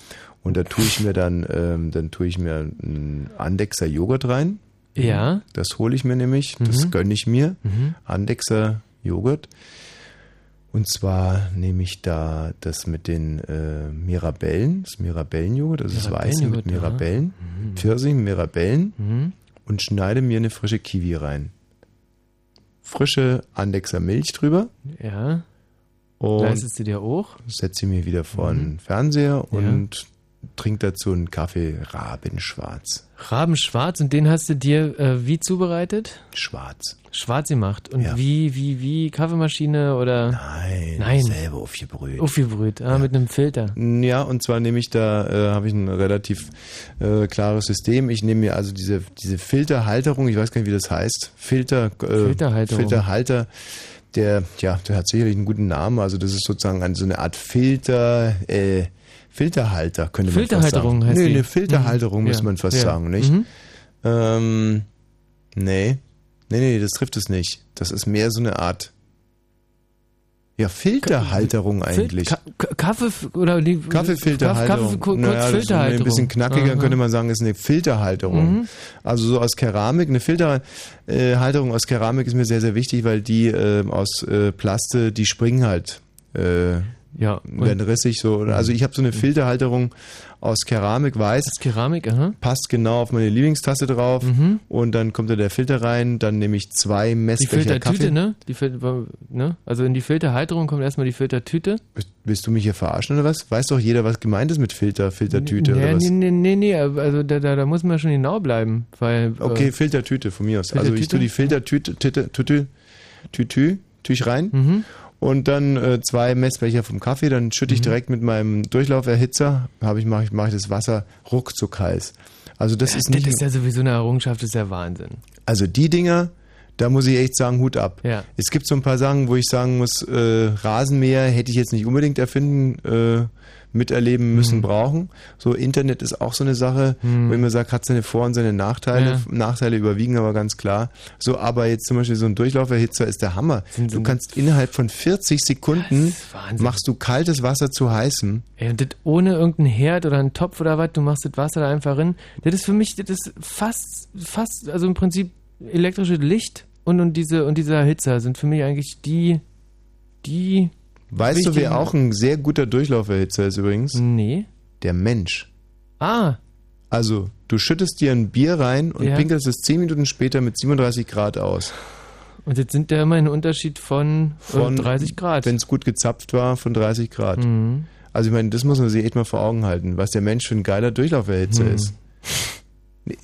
Speaker 2: Und da tue ich mir dann, ähm, dann tue ich mir einen Andexer Joghurt rein.
Speaker 1: Ja. Mhm.
Speaker 2: Das hole ich mir nämlich, das gönne ich mir. Andexer Joghurt. Und zwar nehme ich da das mit den äh, Mirabellen, das Mirabellenjoghurt, also das Weiße mit
Speaker 1: Mirabellenjoghurt, ja.
Speaker 2: Mirabellen, Pfirsich, Mirabellen
Speaker 1: Mhm.
Speaker 2: und schneide mir eine frische Kiwi rein. Frische Andexer Milch drüber
Speaker 1: Ja.
Speaker 2: und
Speaker 1: Leistest du dir auch? Mhm.
Speaker 2: setze sie mir wieder vor den Fernseher und trinkt dazu einen Kaffee Rabenschwarz.
Speaker 1: Rabenschwarz und den hast du dir äh, wie zubereitet?
Speaker 2: Schwarz.
Speaker 1: Schwarz gemacht. Und
Speaker 2: Ja.
Speaker 1: wie, wie, wie? Kaffeemaschine oder?
Speaker 2: Nein,
Speaker 1: Nein.
Speaker 2: selber aufgebrüht.
Speaker 1: Aufgebrüht, ah, mit einem Filter.
Speaker 2: Ja, und zwar nehme ich da, äh, habe ich ein relativ äh, klares System. Ich nehme mir also diese, diese Filterhalterung, ich weiß gar nicht, wie das heißt. Filter, äh,
Speaker 1: Filterhalterung.
Speaker 2: Filterhalter, der, ja, der hat sicherlich einen guten Namen. Also das ist sozusagen ein, so eine Art Filter, äh, Filterhalter, könnte man fast sagen.
Speaker 1: Filterhalterung heißt
Speaker 2: nee,
Speaker 1: die.
Speaker 2: eine Filterhalterung
Speaker 1: Mhm.
Speaker 2: muss
Speaker 1: Ja.
Speaker 2: man fast
Speaker 1: Ja.
Speaker 2: sagen, nicht?
Speaker 1: Mhm.
Speaker 2: Ähm, nee. Nee, nee, das trifft es nicht. Das ist mehr so eine Art, ja, Filterhalterung eigentlich.
Speaker 1: Ka Ka- Kaffee oder die
Speaker 2: Kaffeefilterhalterung.
Speaker 1: Kaffee, kurz
Speaker 2: Naja, das ist
Speaker 1: Filterhalterung.
Speaker 2: Ein bisschen knackiger
Speaker 1: Aha.
Speaker 2: könnte man sagen, ist eine Filterhalterung.
Speaker 1: Mhm.
Speaker 2: Also so aus Keramik. Eine Filterhalterung aus Keramik ist mir sehr, sehr wichtig, weil die ähm, aus äh, Plaste, die springen halt. Äh,
Speaker 1: Ja, und- Mhm.
Speaker 2: werden rissig so. Also ich habe so eine Filterhalterung aus Keramik, weiß.
Speaker 1: Aus Keramik, aha.
Speaker 2: Passt genau auf meine Lieblingstasse drauf
Speaker 1: Mhm.
Speaker 2: und dann kommt da der Filter rein. Dann nehme ich zwei
Speaker 1: Die
Speaker 2: Messbecher Kaffee.
Speaker 1: Filtertüte, ne? Die Filter, ne? Also in die Filterhalterung kommt erstmal die Filtertüte.
Speaker 2: Bist- Willst du mich hier verarschen oder was? Weiß doch jeder, was gemeint ist mit Filter, Filtertüte
Speaker 1: nee,
Speaker 2: oder was?
Speaker 1: nee, nee, nee, nee, also da, da, da muss man schon genau bleiben, weil
Speaker 2: Okay,
Speaker 1: äh,
Speaker 2: Filtertüte von mir aus. Also ich
Speaker 1: Filtertüte?
Speaker 2: tue die Filtertüte, Tüte, Tüte, Tütü, Tüch rein
Speaker 1: Mhm.
Speaker 2: und dann äh, zwei Messbecher vom Kaffee. Dann schütte ich direkt mit meinem Durchlauferhitzer, habe ich, mache ich, mache ich das Wasser ruckzuck heiß. Also das ist
Speaker 1: das
Speaker 2: nicht,
Speaker 1: ist ja sowieso eine Errungenschaft, das ist ja Wahnsinn.
Speaker 2: also die Dinger, da muss ich echt sagen, Hut ab.
Speaker 1: Ja.
Speaker 2: Es gibt so ein paar Sachen, wo ich sagen muss, äh, Rasenmäher hätte ich jetzt nicht unbedingt erfinden, äh, miterleben müssen,
Speaker 1: Mhm.
Speaker 2: brauchen. So Internet ist auch so eine Sache, wo ich immer sage, hat seine Vor- und seine Nachteile.
Speaker 1: Ja.
Speaker 2: Nachteile überwiegen aber ganz klar. So, aber jetzt zum Beispiel so ein Durchlauferhitzer ist der Hammer.
Speaker 1: Sind-
Speaker 2: Du
Speaker 1: sind-
Speaker 2: kannst innerhalb von 40 Sekunden
Speaker 1: Wahnsinn.
Speaker 2: machst du kaltes Wasser zu heißem.
Speaker 1: Ey, und das ohne irgendeinen Herd oder einen Topf oder was, du machst das Wasser da einfach hin. Das ist für mich, das ist fast, fast, also im Prinzip elektrisches Licht und, und diese und dieser Hitzer sind für mich eigentlich die, die,
Speaker 2: Weißt du,
Speaker 1: Wichtig.
Speaker 2: wer auch ein sehr guter Durchlauferhitzer ist übrigens?
Speaker 1: nee.
Speaker 2: Der Mensch.
Speaker 1: Ah,
Speaker 2: Also, du schüttest dir ein Bier rein und
Speaker 1: Ja.
Speaker 2: pinkelst es 10 Minuten später mit 37 Grad aus.
Speaker 1: und jetzt sind da immer ein Unterschied von, äh,
Speaker 2: Von-
Speaker 1: von 30 Grad.
Speaker 2: Wenn es gut gezapft war, von 30 Grad.
Speaker 1: Mhm.
Speaker 2: Also, ich meine, das muss man sich echt mal vor Augen halten, was der Mensch für ein geiler Durchlauferhitzer
Speaker 1: Mhm.
Speaker 2: ist.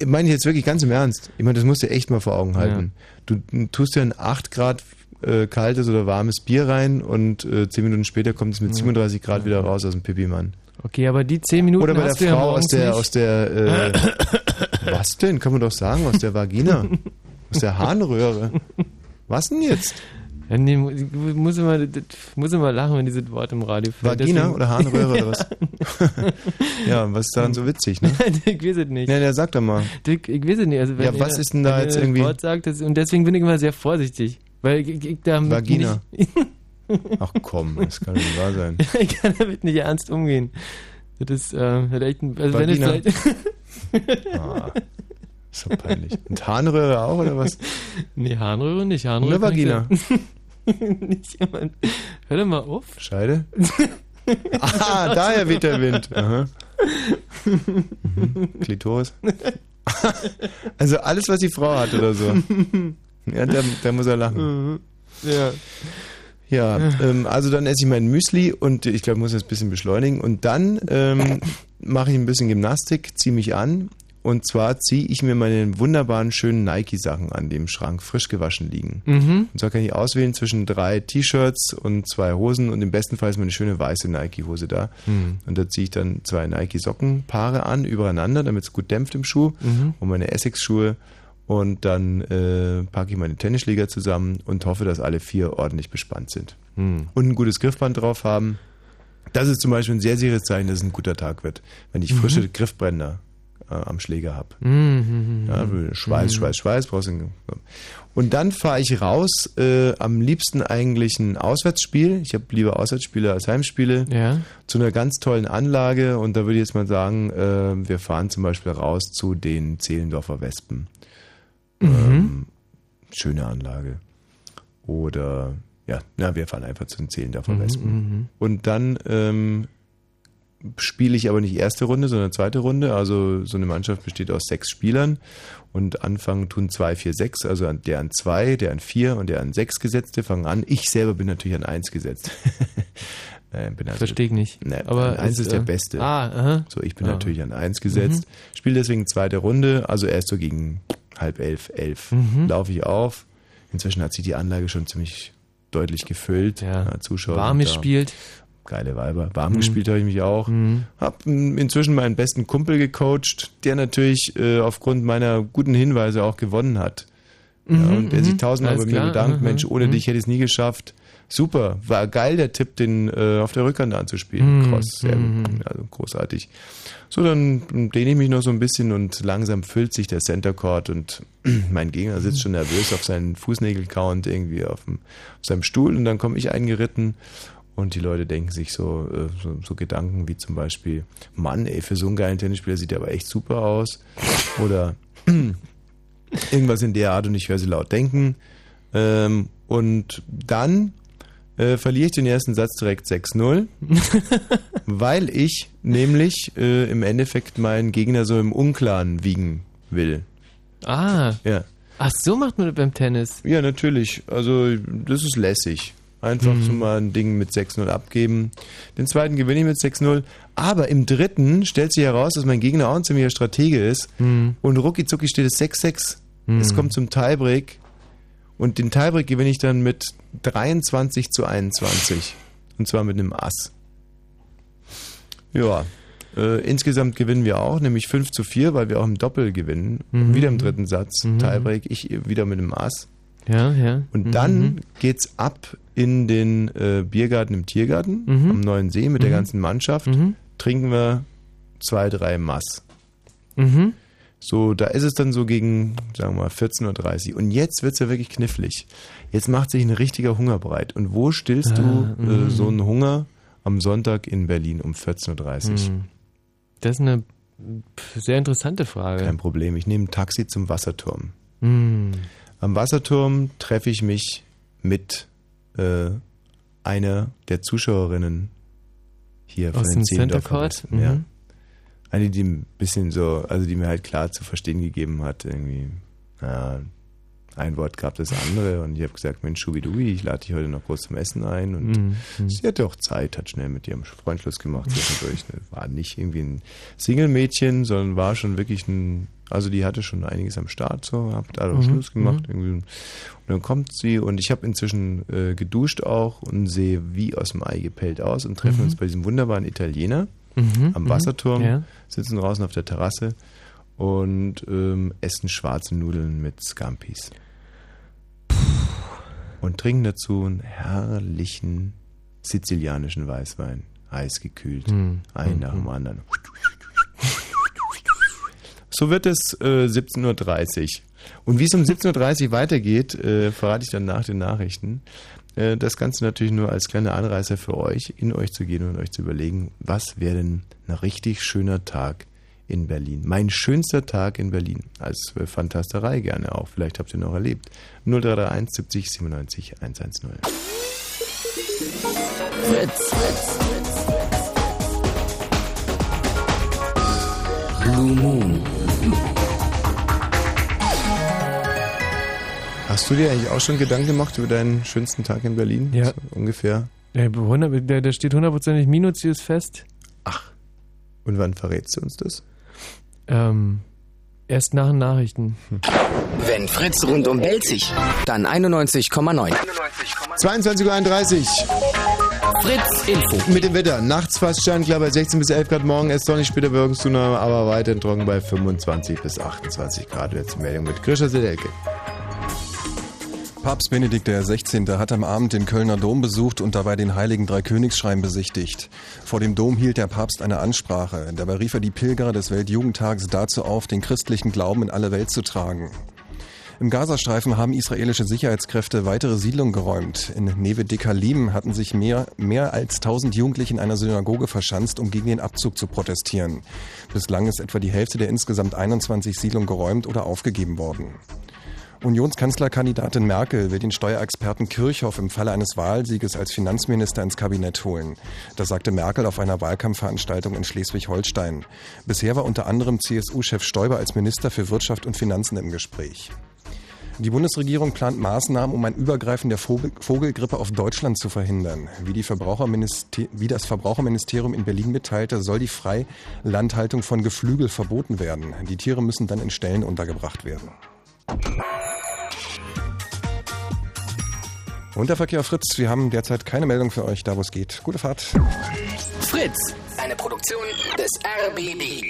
Speaker 2: Ich meine ich jetzt wirklich ganz im Ernst. Ich meine, das musst du echt mal vor Augen halten. Du tust dir ein 8 Grad äh, kaltes oder warmes Bier rein und äh, 10 Minuten später kommt es mit
Speaker 1: Mhm.
Speaker 2: 37 Grad wieder raus aus dem Pipi-Mann.
Speaker 1: Okay, aber die 10 Minuten
Speaker 2: Oder bei der
Speaker 1: hast du ja
Speaker 2: Frau aus
Speaker 1: morgens
Speaker 2: der,
Speaker 1: nicht.
Speaker 2: aus der, äh, was denn? Kann man doch sagen, aus der Vagina. aus der Harnröhre. Was denn jetzt?
Speaker 1: Ja, nee, mu- muss immer, das- muss immer lachen, wenn dieses Wort im Radio fällt.
Speaker 2: Vagina
Speaker 1: Deswegen-
Speaker 2: oder Harnröhre oder was? ja, was ist daran so witzig, ne?
Speaker 1: ich weiß es nicht.
Speaker 2: Ja, der sagt doch mal.
Speaker 1: Ich, ich weiß es nicht. Also, wenn
Speaker 2: Ja, was
Speaker 1: ihr-
Speaker 2: ist denn da
Speaker 1: wenn ihr
Speaker 2: jetzt
Speaker 1: das
Speaker 2: irgendwie-
Speaker 1: Wort sagt, das, und deswegen bin ich immer sehr vorsichtig. Weil ich, ich damit
Speaker 2: Vagina.
Speaker 1: Nicht,
Speaker 2: Ach komm, das kann doch nicht wahr sein.
Speaker 1: ich kann damit nicht ernst umgehen. Das ist äh, hat echt ein, also wenn es
Speaker 2: Vagina.
Speaker 1: vielleicht,
Speaker 2: Ah, ist so peinlich. Und Harnröhre auch oder was?
Speaker 1: Nee, Harnröhre nicht. Harnröhre
Speaker 2: Oder Vagina?
Speaker 1: nicht jemand. Hör doch mal auf.
Speaker 2: Scheide? Ah, daher weht der Wind. Aha. Mhm. Klitoris. Also alles, was die Frau hat oder so. Ja, da, da muss er lachen.
Speaker 1: Ja.
Speaker 2: Ja, ähm, also dann esse ich mein Müsli und ich glaube, muss das ein bisschen beschleunigen. Und dann ähm, mache ich ein bisschen Gymnastik, ziehe mich an. Und zwar ziehe ich mir meine wunderbaren, schönen Nike-Sachen an, die im Schrank frisch gewaschen liegen.
Speaker 1: Mhm.
Speaker 2: Und zwar kann ich auswählen zwischen drei T-Shirts und zwei Hosen und im besten Fall ist meine schöne weiße Nike-Hose da. Und da ziehe ich dann zwei Nike-Sockenpaare an, übereinander, damit es gut dämpft im Schuh
Speaker 1: Mhm.
Speaker 2: und meine Essex-Schuhe. Und dann äh, packe ich meine Tennisschläger zusammen und hoffe, dass alle vier ordentlich bespannt sind. Und ein gutes Griffband drauf haben. Das ist zum Beispiel ein sehr sicheres Zeichen, dass es ein guter Tag wird, wenn ich frische Griffbränder äh, am Schläger habe.
Speaker 1: Mhm.
Speaker 2: Ja, Schweiß, Schweiß, Schweiß, brauchst du einen- Und dann fahre ich raus, äh, am liebsten eigentlich ein Auswärtsspiel. Ich habe lieber Auswärtsspiele als Heimspiele.
Speaker 1: Ja.
Speaker 2: Zu einer ganz tollen Anlage. Und da würde ich jetzt mal sagen, äh, wir fahren zum Beispiel raus zu den Zehlendorfer Wespen.
Speaker 1: Mhm.
Speaker 2: Ähm, schöne Anlage. Oder, ja, na, wir fahren einfach zu den Zehlendorfer Wespen.
Speaker 1: Mhm.
Speaker 2: Und dann ähm, spiele ich aber nicht erste Runde, sondern zweite Runde. Also so eine Mannschaft besteht aus sechs Spielern und anfangen tun zwei, vier, sechs. Also an- der an zwei, der an vier und der an sechs Gesetzte fangen an. Ich selber bin natürlich an eins gesetzt. Äh, Nein, bin also-
Speaker 1: Verstehe ich nicht.
Speaker 2: Nein,
Speaker 1: Aber
Speaker 2: Eins ist der
Speaker 1: äh,
Speaker 2: Beste.
Speaker 1: Ah, aha.
Speaker 2: So, ich bin
Speaker 1: Ah.
Speaker 2: natürlich an eins gesetzt,
Speaker 1: Mhm.
Speaker 2: spiele deswegen zweite Runde, also erst so gegen halb elf, elf
Speaker 1: Mhm.
Speaker 2: laufe ich auf. Inzwischen hat sich die Anlage schon ziemlich deutlich gefüllt.
Speaker 1: Ja.
Speaker 2: Zuschauer.
Speaker 1: Warm
Speaker 2: sind da.
Speaker 1: gespielt.
Speaker 2: Geile Weiber. Warm
Speaker 1: Mhm.
Speaker 2: gespielt habe ich mich auch. Hab m, inzwischen meinen besten Kumpel gecoacht, der natürlich äh, aufgrund meiner guten Hinweise auch gewonnen hat. Ja,
Speaker 1: Mhm,
Speaker 2: und der sich
Speaker 1: mhm.
Speaker 2: tausendmal
Speaker 1: Alles
Speaker 2: bei mir
Speaker 1: klar,
Speaker 2: bedankt,
Speaker 1: mhm,
Speaker 2: Mensch, ohne
Speaker 1: mhm.
Speaker 2: dich hätte ich es nie geschafft. Super, war geil der Tipp, den äh, auf der Rückhand anzuspielen.
Speaker 1: Mhm,
Speaker 2: Cross, sehr,
Speaker 1: mhm.
Speaker 2: also großartig. So, dann dehne ich mich noch so ein bisschen und langsam füllt sich der Center Court und mein Gegner sitzt schon nervös auf seinen Fußnägel-Count irgendwie auf, dem, auf seinem Stuhl und dann komme ich eingeritten und die Leute denken sich so, äh, so, so Gedanken wie zum Beispiel, Mann, ey, für so einen geilen Tennisspieler sieht er aber echt super aus. Oder irgendwas in der Art und ich höre sie laut denken. Ähm, und dann äh, verliere ich den ersten Satz direkt 6-0, weil ich nämlich äh, im Endeffekt meinen Gegner so im Unklaren wiegen will.
Speaker 1: Ah.
Speaker 2: Ja.
Speaker 1: Ach, so macht man das beim Tennis.
Speaker 2: Ja, natürlich. Also, das ist lässig. Einfach
Speaker 1: Mhm.
Speaker 2: so mal ein Ding mit 6-0 abgeben. Den zweiten gewinne ich mit 6-0. Aber im dritten stellt sich heraus, dass mein Gegner auch ein ziemlicher Stratege ist.
Speaker 1: Mhm.
Speaker 2: Und rucki zucki steht es 6-6. Es kommt zum Tiebreak. Und den Tiebreak gewinne ich dann mit 23 zu 21. Und zwar mit einem Ass. Ja. Äh, insgesamt gewinnen wir auch, nämlich 5 zu 4, weil wir auch im Doppel gewinnen.
Speaker 1: Mhm.
Speaker 2: Wieder im dritten Satz, Tiebreak, ich wieder mit einem Ass.
Speaker 1: Ja, ja. Mhm.
Speaker 2: Und dann geht's ab in den äh, Biergarten im Tiergarten
Speaker 1: Mhm.
Speaker 2: am Neuen See mit der ganzen Mannschaft. Trinken wir zwei, drei Mass. Ähm,
Speaker 1: Mhm.
Speaker 2: So, da ist es dann so gegen, sagen wir mal, 14.30 Uhr. Und jetzt wird's ja wirklich knifflig. Jetzt macht sich ein richtiger Hunger breit. Und wo stillst
Speaker 1: Ah,
Speaker 2: du äh, so einen Hunger am Sonntag in Berlin um 14.30 Uhr?
Speaker 1: Mhm. Das ist eine pf, sehr interessante Frage.
Speaker 2: Kein Problem. Ich nehme ein Taxi zum Wasserturm.
Speaker 1: Mhm.
Speaker 2: Am Wasserturm treffe ich mich mit äh, einer der Zuschauerinnen hier
Speaker 1: Aus
Speaker 2: von
Speaker 1: dem
Speaker 2: den 10
Speaker 1: Center
Speaker 2: Dockers.
Speaker 1: Court?
Speaker 2: Ja.
Speaker 1: Mhm.
Speaker 2: Eine, die ein bisschen so, also die mir halt klar zu verstehen gegeben hat, irgendwie, ja, ein Wort gab das andere und ich habe gesagt, Mensch, Schubidubi, ich lade dich heute noch groß zum Essen ein und
Speaker 1: Mhm.
Speaker 2: Sie hatte auch Zeit, hat schnell mit ihrem Freund Schluss gemacht zwischendurch. ne. War nicht irgendwie ein Single-Mädchen, sondern war schon wirklich ein, also die hatte schon einiges am Start, so, hat also
Speaker 1: Mhm,
Speaker 2: Schluss gemacht. Irgendwie. Und dann kommt sie und ich habe inzwischen äh, geduscht auch und sehe wie aus dem Ei gepellt aus und treffen uns bei diesem wunderbaren Italiener
Speaker 1: Mhm.
Speaker 2: am
Speaker 1: Mhm.
Speaker 2: Wasserturm,
Speaker 1: Ja.
Speaker 2: sitzen draußen auf der Terrasse und ähm, essen schwarze Nudeln mit Scampis. Und trinken dazu einen herrlichen sizilianischen Weißwein, eisgekühlt,
Speaker 1: Mhm.
Speaker 2: einen nach dem anderen. So wird es äh, 17.30 Uhr. Und wie es um 17.30 Uhr weitergeht, äh, verrate ich dann nach den Nachrichten. Äh, das Ganze natürlich nur als kleiner Anreißer für euch, in euch zu gehen und euch zu überlegen, was wäre denn ein richtig schöner Tag in Berlin. Mein schönster Tag in Berlin. Als äh, Fantasterei gerne auch. Vielleicht habt ihr noch erlebt. 0331 70 97 110.
Speaker 3: Fritz. Blue Moon.
Speaker 2: Hast du dir eigentlich auch schon Gedanken gemacht über deinen schönsten Tag in Berlin?
Speaker 1: Ja.
Speaker 2: So ungefähr.
Speaker 1: Der, be- 100 der, der steht hundertprozentig minus hier ist fest.
Speaker 2: Und wann verrätst du uns das?
Speaker 1: Ähm, erst nach den Nachrichten.
Speaker 2: Hm.
Speaker 3: Wenn Fritz rundum hält sich, dann 91,9.
Speaker 2: 22.31 Uhr.
Speaker 3: Fritz Info.
Speaker 2: Mit dem Wetter. Nachts fast sternklar bei 16 bis 11 Grad. Morgen ist sonnig, später Wirkungszunahme, aber weiterhin trocken bei 25 bis 28 Grad. Letzte Meldung mit Grisha Sedelke.
Speaker 4: Papst Benedikt XVI. hat am Abend den Kölner Dom besucht und dabei den Heiligen Dreikönigsschrein besichtigt. Vor dem Dom hielt der Papst eine Ansprache. Dabei rief er die Pilger des Weltjugendtags dazu auf, den christlichen Glauben in alle Welt zu tragen. Im Gazastreifen haben israelische Sicherheitskräfte weitere Siedlungen geräumt. In Neve Dekalim hatten sich mehr, mehr als 1000 Jugendliche in einer Synagoge verschanzt, um gegen den Abzug zu protestieren. Bislang ist etwa die Hälfte der insgesamt 21 Siedlungen geräumt oder aufgegeben worden. Unionskanzlerkandidatin Merkel will den Steuerexperten Kirchhoff im Falle eines Wahlsieges als Finanzminister ins Kabinett holen. Das sagte Merkel auf einer Wahlkampfveranstaltung in Schleswig-Holstein. Bisher war unter anderem CSU-Chef Stoiber als Minister für Wirtschaft und Finanzen im Gespräch. Die Bundesregierung plant Maßnahmen, um ein Übergreifen der Vogel Vogelgrippe auf Deutschland zu verhindern. Wie, die Verbraucherminister wie das Verbraucherministerium in Berlin mitteilte, soll die Freilandhaltung von Geflügel verboten werden. Die Tiere müssen dann in Ställen untergebracht werden. Unterverkehr Fritz, wir haben derzeit keine Meldung für euch, da wo es geht. Gute Fahrt.
Speaker 3: Fritz, eine Produktion des RBB.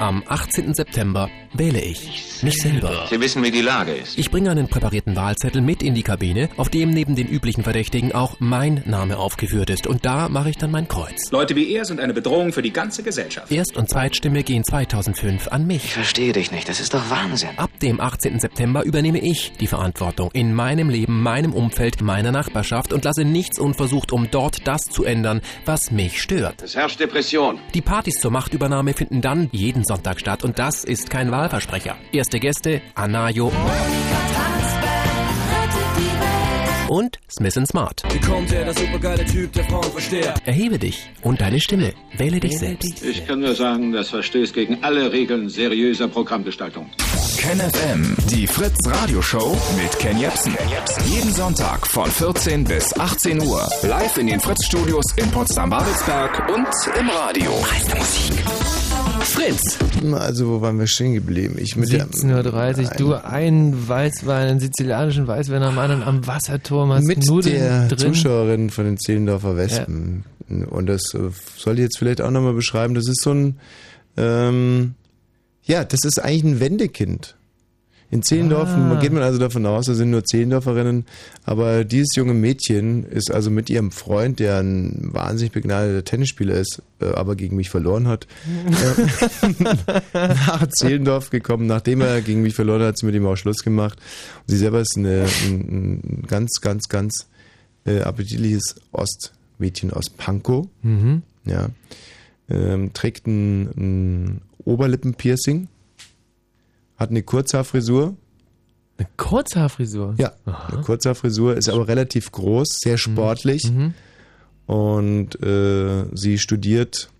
Speaker 5: Am 18. September wähle ich mich selber.
Speaker 6: Sie wissen, wie die Lage ist.
Speaker 5: Ich bringe einen präparierten Wahlzettel mit in die Kabine, auf dem neben den üblichen Verdächtigen auch mein Name aufgeführt ist. Und da mache ich dann mein Kreuz.
Speaker 7: Leute wie er sind eine Bedrohung für die ganze Gesellschaft.
Speaker 5: Erst- und Zweitstimme gehen 2005 an mich.
Speaker 3: Verstehe dich nicht, das ist doch Wahnsinn.
Speaker 5: Ab dem 18. September übernehme ich die Verantwortung in meinem Leben, meinem Umfeld, meiner Nachbarschaft und lasse nichts unversucht, um dort das zu ändern, was mich stört.
Speaker 6: Es herrscht Depression.
Speaker 5: Die Partys zur Machtübernahme finden dann jeden Sonntag statt und das ist kein Wahlversprecher. Erste Gäste Anayo und Smith Smart.
Speaker 8: Hier kommt er, der supergeile Typ, der Frauen versteht.
Speaker 5: Erhebe dich und deine Stimme. Wähle dich selbst.
Speaker 6: Ich kann nur sagen, das verstößt gegen alle Regeln seriöser Programmgestaltung.
Speaker 9: Ken FM, die Fritz Radio Show mit Ken Jepsen. Jeden Sonntag von 14 bis 18 Uhr. Live in den Fritz Studios in Potsdam-Babelsberg und im Radio.
Speaker 3: Fritz,
Speaker 2: Also, wo waren wir stehen geblieben? Ich mit der,
Speaker 1: 17.30 Uhr, du einen Weißwein, einen sizilianischen Weißwein am anderen am Wasserturm hast
Speaker 2: mit
Speaker 1: Nudeln
Speaker 2: der
Speaker 1: drin.
Speaker 2: Zuschauerin von den Zehlendorfer Wespen. Und das äh, soll ich jetzt vielleicht auch nochmal beschreiben. Das ist so ein, ähm, ja, das ist eigentlich ein Wendekind. In Zehlendorf
Speaker 1: Ah.
Speaker 2: geht man also davon aus, da sind nur Zehlendorferinnen, aber dieses junge Mädchen ist also mit ihrem Freund, der ein wahnsinnig begnadeter Tennisspieler ist, äh, aber gegen mich verloren hat,
Speaker 1: Hm.
Speaker 2: nach Zehlendorf gekommen, nachdem er gegen mich verloren hat, hat sie mit ihm auch Schluss gemacht. Und sie selber ist eine, ein, ein ganz, ganz, ganz äh, appetitliches Ostmädchen aus Pankow.
Speaker 1: Mhm.
Speaker 2: Ja. Ähm, trägt ein, ein Oberlippenpiercing, hat eine Kurzhaarfrisur.
Speaker 1: Eine Kurzhaarfrisur.
Speaker 2: Ja, eine Kurzhaarfrisur, ist aber relativ groß,
Speaker 1: Mhm.
Speaker 2: sehr sportlich. Und äh, sie studiert,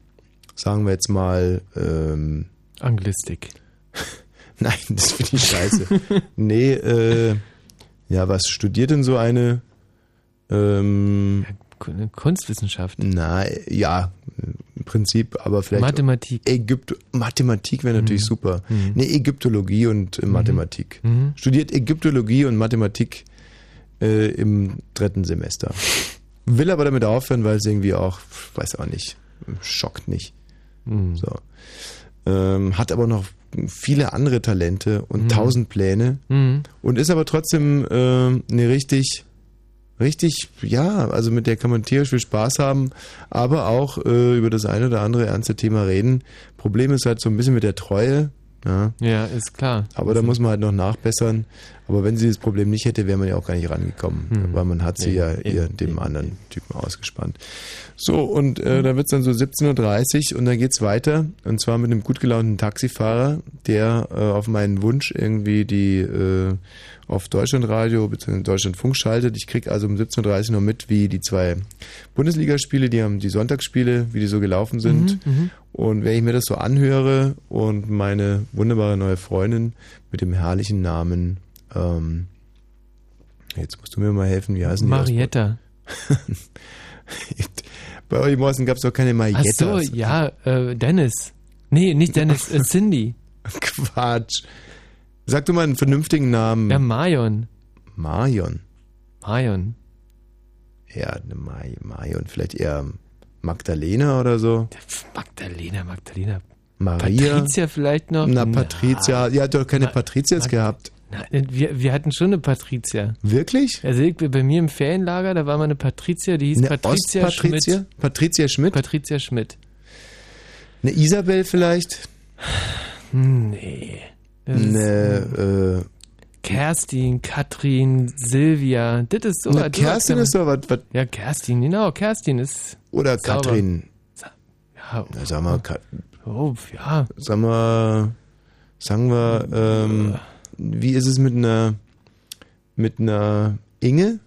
Speaker 2: sagen wir jetzt mal, ähm,
Speaker 1: Anglistik.
Speaker 2: Nein, das finde ich scheiße. nee, äh, ja, was studiert denn so eine? Ähm,
Speaker 1: Eine Kunstwissenschaft.
Speaker 2: na, ja, im Prinzip, aber vielleicht.
Speaker 1: Mathematik. Mhm.
Speaker 2: Ägypt Mathematik wäre natürlich super. Nee, Ägyptologie und äh, Mathematik. Studiert Ägyptologie und Mathematik äh, im dritten Semester. Will aber damit aufhören, weil es irgendwie auch, weiß auch nicht, schockt nicht.
Speaker 1: Mhm.
Speaker 2: So. Ähm, hat aber noch viele andere Talente und tausend Pläne
Speaker 1: Mhm.
Speaker 2: und ist aber trotzdem äh, eine richtig, richtig, ja, also mit der kann man tierisch viel Spaß haben, aber auch äh, über das eine oder andere ernste Thema reden. Problem ist halt so ein bisschen mit der Treue, ja,
Speaker 1: Ja, ist klar.
Speaker 2: aber da muss man halt noch nachbessern. Aber wenn sie das Problem nicht hätte, wäre man ja auch gar nicht rangekommen, weil man hat sie ja eher dem anderen Typen ausgespannt. So, und äh, da wird es dann so 17.30 Uhr und dann geht's weiter. Und zwar mit einem gut gelaunten Taxifahrer, der äh, auf meinen Wunsch irgendwie die äh, auf Deutschlandradio bzw. Deutschlandfunk schaltet. Ich krieg also um 17.30 Uhr noch mit, wie die zwei Bundesligaspiele, die haben die Sonntagsspiele, wie die so gelaufen sind.
Speaker 1: Mhm,
Speaker 2: Und wenn ich mir das so anhöre und meine wunderbare neue Freundin mit dem herrlichen Namen, ähm, jetzt musst du mir mal helfen, wie heißen die? aus-
Speaker 1: Marietta.
Speaker 2: Bei Olli Morrison gab es doch keine
Speaker 1: Ach
Speaker 2: Mariettas.
Speaker 1: so, ja, äh, Dennis. Nee, nicht Dennis, äh, Cindy.
Speaker 2: Quatsch. Sag du mal einen vernünftigen Namen.
Speaker 1: Ja, Marion.
Speaker 2: Marion.
Speaker 1: Marion.
Speaker 2: Ja, eine Mai- Marion. Vielleicht eher Magdalena oder so.
Speaker 1: Magdalena, Magdalena.
Speaker 2: Maria.
Speaker 1: Patricia vielleicht noch?
Speaker 2: Na, Patricia. Ja, hat doch keine
Speaker 1: Ma-
Speaker 2: Patrizias
Speaker 1: Mag-
Speaker 2: gehabt.
Speaker 1: Na, äh, wir, wir hatten schon eine Patricia.
Speaker 2: Wirklich?
Speaker 1: Also ich, bei mir im Ferienlager, da war mal eine Patricia, die hieß
Speaker 2: Eine
Speaker 1: Patricia Schmidt.
Speaker 2: Ostpatrizia? Patricia Schmidt?
Speaker 1: Patricia Schmidt.
Speaker 2: Eine Isabel vielleicht?
Speaker 1: Nee. Das ist
Speaker 2: Ne,
Speaker 1: äh,
Speaker 2: Eine,
Speaker 1: Kerstin, Katrin, Silvia. Das ist
Speaker 2: äh,
Speaker 1: so.
Speaker 2: eine Kerstin ist doch was. was-
Speaker 1: Ja, Kerstin, genau. Kerstin ist.
Speaker 2: Oder
Speaker 1: Sauber.
Speaker 2: Katrin.
Speaker 1: Ja,
Speaker 2: Na, sag mal, Ka-
Speaker 1: oh, ja.
Speaker 2: sag mal, sagen wir, ähm, wie ist es mit einer, mit einer Inge?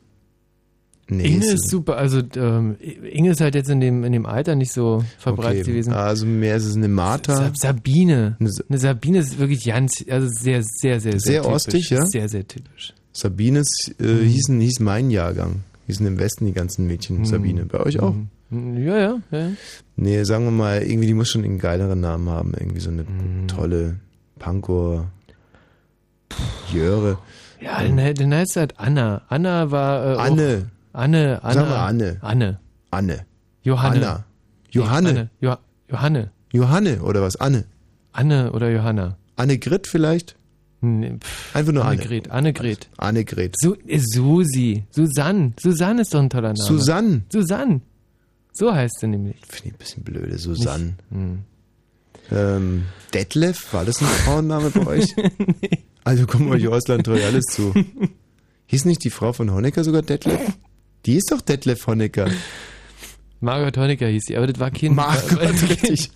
Speaker 2: Nee,
Speaker 1: Inge
Speaker 2: ist-
Speaker 1: ist super, also ähm, Inge ist halt jetzt in dem, in dem Alter nicht so verbreitet gewesen.
Speaker 2: Also mehr ist es eine Martha.
Speaker 1: Sa Sabine.
Speaker 2: Eine Sa-
Speaker 1: Eine Sabine ist wirklich ganz, also sehr, sehr, sehr, sehr,
Speaker 2: Sehr
Speaker 1: typisch.
Speaker 2: ostig, ja?
Speaker 1: Sehr, sehr typisch.
Speaker 2: Sabines äh,
Speaker 1: Mhm.
Speaker 2: hießen, hieß mein Jahrgang. Hießen im Westen die ganzen Mädchen Sabine. Bei euch auch?
Speaker 1: Mhm. Ja, ja, ja.
Speaker 2: Nee, sagen wir mal, irgendwie die muss schon einen geileren Namen haben. Irgendwie so eine
Speaker 1: Mhm.
Speaker 2: tolle Pankow, Jöre.
Speaker 1: Ja, dann, he- dann heißt sie halt Anna. Anna war. Äh,
Speaker 2: Anne.
Speaker 1: Auch, Anne, Anna.
Speaker 2: Sag mal Anne.
Speaker 1: Anne.
Speaker 2: Anne.
Speaker 1: Johanne.
Speaker 2: Anna. Johanne.
Speaker 1: Anne. Jo Johanne.
Speaker 2: Johanne oder was? Anne.
Speaker 1: Anne oder Johanna.
Speaker 2: Annegret vielleicht?
Speaker 1: Nee, pff,
Speaker 2: Einfach nur Anne.
Speaker 1: Annegret. Annegret.
Speaker 2: Annegret.
Speaker 1: Su äh, Susi. Susanne. Susanne ist doch ein toller Name.
Speaker 2: Susanne.
Speaker 1: Susanne. So heißt sie nämlich.
Speaker 2: Finde ich ein bisschen blöde. Susanne. Ähm, Detlef, war das ein Frauenname bei euch? Also kommen euch Ausland treu alles zu. Hieß nicht die Frau von Honecker sogar Detlef? Die ist doch Detlef Honecker.
Speaker 1: Margot Honecker hieß sie, aber das war kein,
Speaker 2: Margot,
Speaker 1: war, war,
Speaker 2: richtig.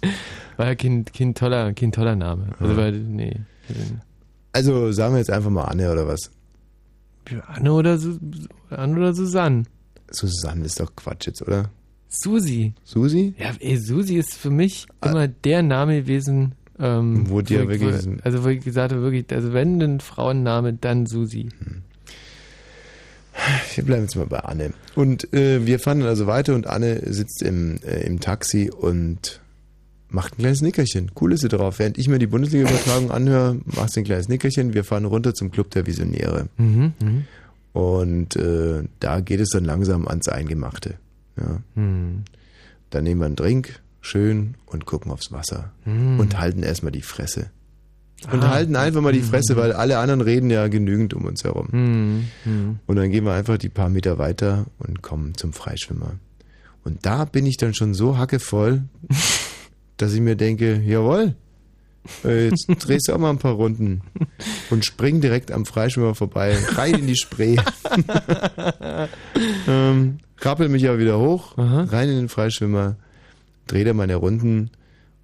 Speaker 1: war ja kein, kein, toller, kein toller Name. Also, weil, nee.
Speaker 2: Also sagen wir jetzt einfach mal Anne oder was?
Speaker 1: Anne oder, Su Anne oder Susanne.
Speaker 2: Susanne ist doch Quatsch jetzt, oder?
Speaker 1: Susi.
Speaker 2: Susi?
Speaker 1: Ja, ey, Susi ist für mich immer der Name gewesen, ähm,
Speaker 2: Ah. Wo dir
Speaker 1: ich-
Speaker 2: wirklich-
Speaker 1: wo- also wo ich gesagt habe, wirklich, also wenn ein Frauenname, dann Susi.
Speaker 2: Wir bleiben jetzt mal bei Anne. Und äh, wir fahren dann also weiter und Anne sitzt im, äh, im Taxi und macht ein kleines Nickerchen. Cool ist sie drauf. Während ich mir die Bundesliga-Übertragung anhöre, macht sie ein kleines Nickerchen. Wir fahren runter zum Club der Visionäre.
Speaker 1: Mhm,
Speaker 2: Hmm.
Speaker 1: mhm.
Speaker 2: Und äh, da geht es dann langsam ans Eingemachte. Ja. Dann nehmen wir einen Drink, schön, und gucken aufs Wasser. Und halten erstmal die Fresse. Und
Speaker 1: Ah.
Speaker 2: halten einfach mal die Fresse, weil alle anderen reden ja genügend um uns herum. Und dann gehen wir einfach die paar Meter weiter und kommen zum Freischwimmer. Und da bin ich dann schon so hackevoll, dass ich mir denke, jawohl, äh, jetzt drehst du auch mal ein paar Runden und spring direkt am Freischwimmer vorbei, rein in die Spree. ähm, krabbel mich ja wieder hoch, rein in den Freischwimmer, drehe da meine Runden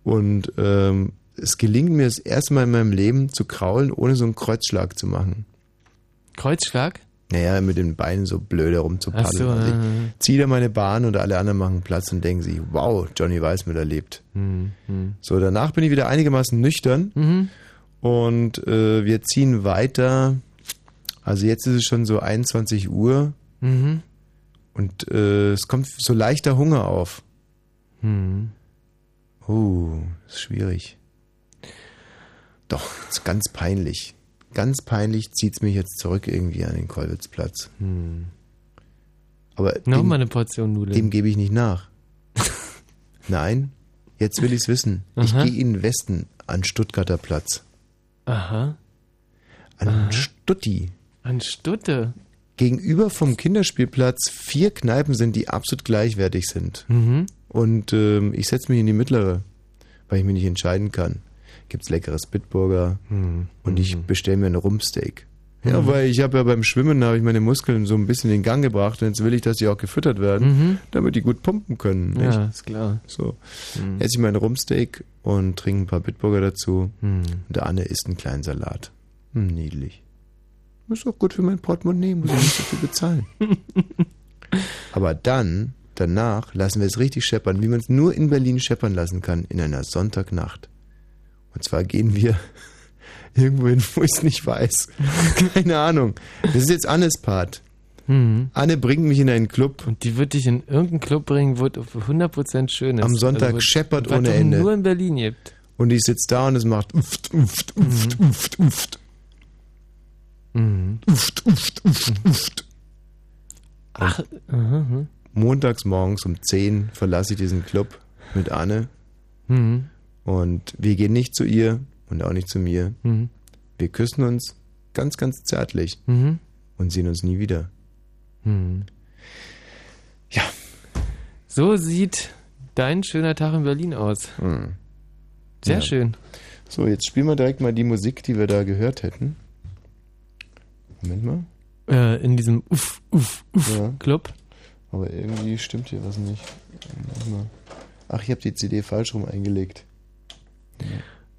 Speaker 2: und ähm, es gelingt mir das erste Mal in meinem Leben zu kraulen, ohne so einen Kreuzschlag zu machen.
Speaker 1: Kreuzschlag?
Speaker 2: Naja, mit den Beinen so blöd
Speaker 1: Ach
Speaker 2: herumzupaddeln.
Speaker 1: so,
Speaker 2: also
Speaker 1: ja, ja, ja.
Speaker 2: ich ziehe da meine Bahn und alle anderen machen Platz und denken sich, wow, Johnny Weissmüller lebt. So, danach bin ich wieder einigermaßen nüchtern
Speaker 1: Mhm.
Speaker 2: und äh, wir ziehen weiter. Also jetzt ist es schon so 21 Uhr
Speaker 1: Mhm.
Speaker 2: und äh, es kommt so leichter Hunger auf.
Speaker 1: Mhm.
Speaker 2: Oh, ist schwierig. Doch, ist ganz peinlich. Ganz peinlich zieht's mich jetzt zurück irgendwie an den Kollwitzplatz. Aber dem,
Speaker 1: Nochmal Mhm. eine Portion Nudeln.
Speaker 2: dem gebe ich nicht nach. Nein, jetzt will ich's wissen. Ich
Speaker 1: Aha.
Speaker 2: gehe in den Westen an Stuttgarter Platz.
Speaker 1: Aha.
Speaker 2: An Stutti.
Speaker 1: An Stutte.
Speaker 2: Gegenüber vom Kinderspielplatz vier Kneipen sind, die absolut gleichwertig sind.
Speaker 1: Mhm.
Speaker 2: Und ähm, ich setze mich in die mittlere, weil ich mich nicht entscheiden kann. Gibt's leckeres Bitburger
Speaker 1: Hm.
Speaker 2: und ich bestelle mir ein Rumpsteak. Ja,
Speaker 1: Mhm.
Speaker 2: weil ich habe ja beim Schwimmen habe ich meine Muskeln so ein bisschen in Gang gebracht und jetzt will ich, dass die auch gefüttert werden, damit die gut pumpen können. Nicht?
Speaker 1: Mhm. Ja, ist klar. Mhm.
Speaker 2: So, esse ich mein Rumpsteak und trinke ein paar Bitburger dazu.
Speaker 1: Mhm.
Speaker 2: Und der Anne isst einen kleinen Salat. Hm, niedlich. Ist auch gut für mein Portemonnaie, muss ich nicht so viel bezahlen. Aber dann, danach, lassen wir es richtig scheppern, wie man es nur in Berlin scheppern lassen kann, in einer Sonntagnacht. Und zwar gehen wir irgendwo hin, wo ich es nicht weiß. Keine Ahnung. Das ist jetzt Annes Part.
Speaker 1: Mhm.
Speaker 2: Anne bringt mich in einen Club.
Speaker 1: Und die wird dich in irgendeinen Club bringen, wo es auf 100% schön ist.
Speaker 2: Am Sonntag
Speaker 1: Also, wo-
Speaker 2: scheppert
Speaker 1: was
Speaker 2: ohne
Speaker 1: es
Speaker 2: Ende.
Speaker 1: nur in Berlin gibt.
Speaker 2: Und ich sitze da und es macht uft, uft, uft,
Speaker 1: Mhm.
Speaker 2: uft, uft. Uft, uft, uft, uft.
Speaker 1: Ach, mhm.
Speaker 2: Montags morgens um 10 verlasse ich diesen Club mit Anne
Speaker 1: Mhm.
Speaker 2: und wir gehen nicht zu ihr und auch nicht zu mir.
Speaker 1: Mhm.
Speaker 2: Wir küssen uns ganz, ganz zärtlich
Speaker 1: Mhm.
Speaker 2: und sehen uns nie wieder.
Speaker 1: Mhm.
Speaker 2: Ja.
Speaker 1: So sieht dein schöner Tag in Berlin aus. Sehr
Speaker 2: Mhm. Ja.
Speaker 1: schön.
Speaker 2: So, jetzt spielen wir direkt mal die Musik, die wir da gehört hätten. Moment mal.
Speaker 1: Äh, in diesem Uff, Uff, Uff
Speaker 2: Ja.
Speaker 1: Club.
Speaker 2: Aber irgendwie stimmt hier was nicht. Moment mal. Ach, ich habe die CD falsch rum eingelegt.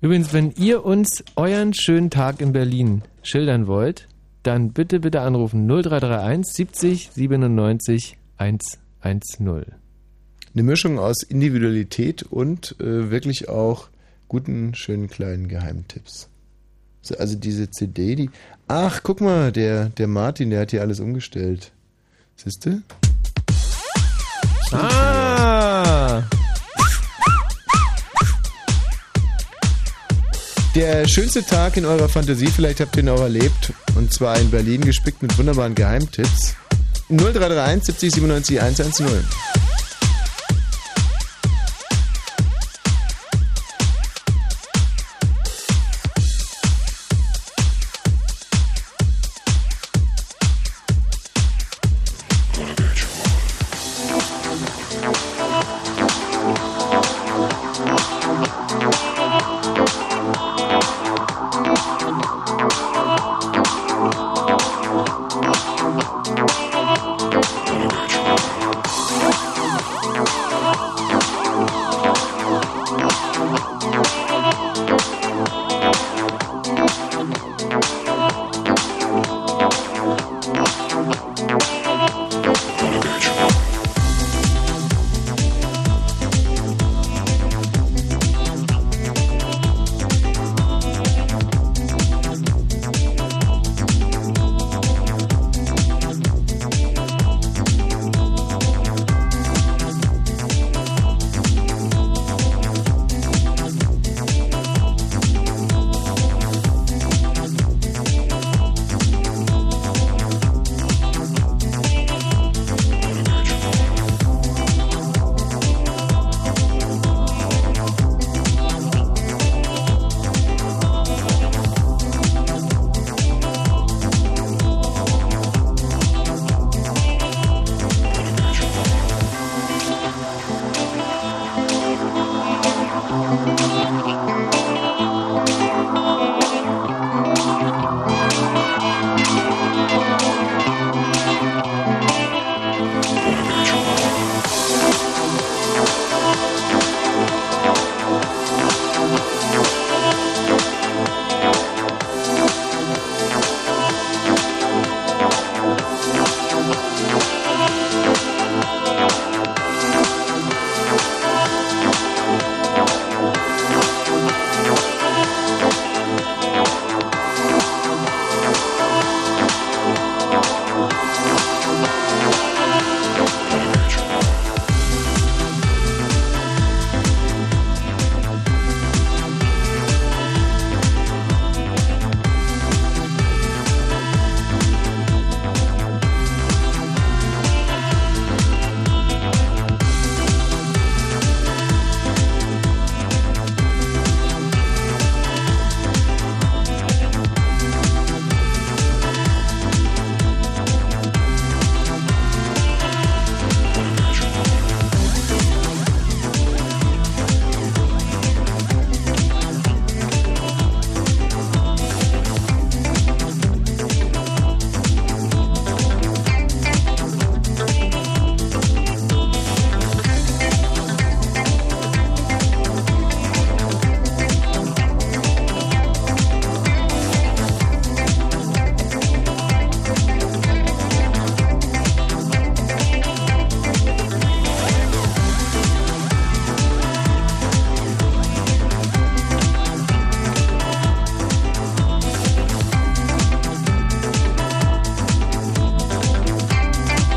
Speaker 1: Übrigens, wenn ihr uns euren schönen Tag in Berlin schildern wollt, dann bitte, bitte anrufen 0331 70 97 110.
Speaker 2: Eine Mischung aus Individualität und äh, wirklich auch guten, schönen kleinen Geheimtipps. So, also diese CD, die. Ach, guck mal, der, der Martin, der hat hier alles umgestellt. Siehst du?
Speaker 1: Ah!
Speaker 2: Der schönste Tag in eurer Fantasie, vielleicht habt ihr ihn auch erlebt. Und zwar in Berlin, gespickt mit wunderbaren Geheimtipps. 0331 70 97 110.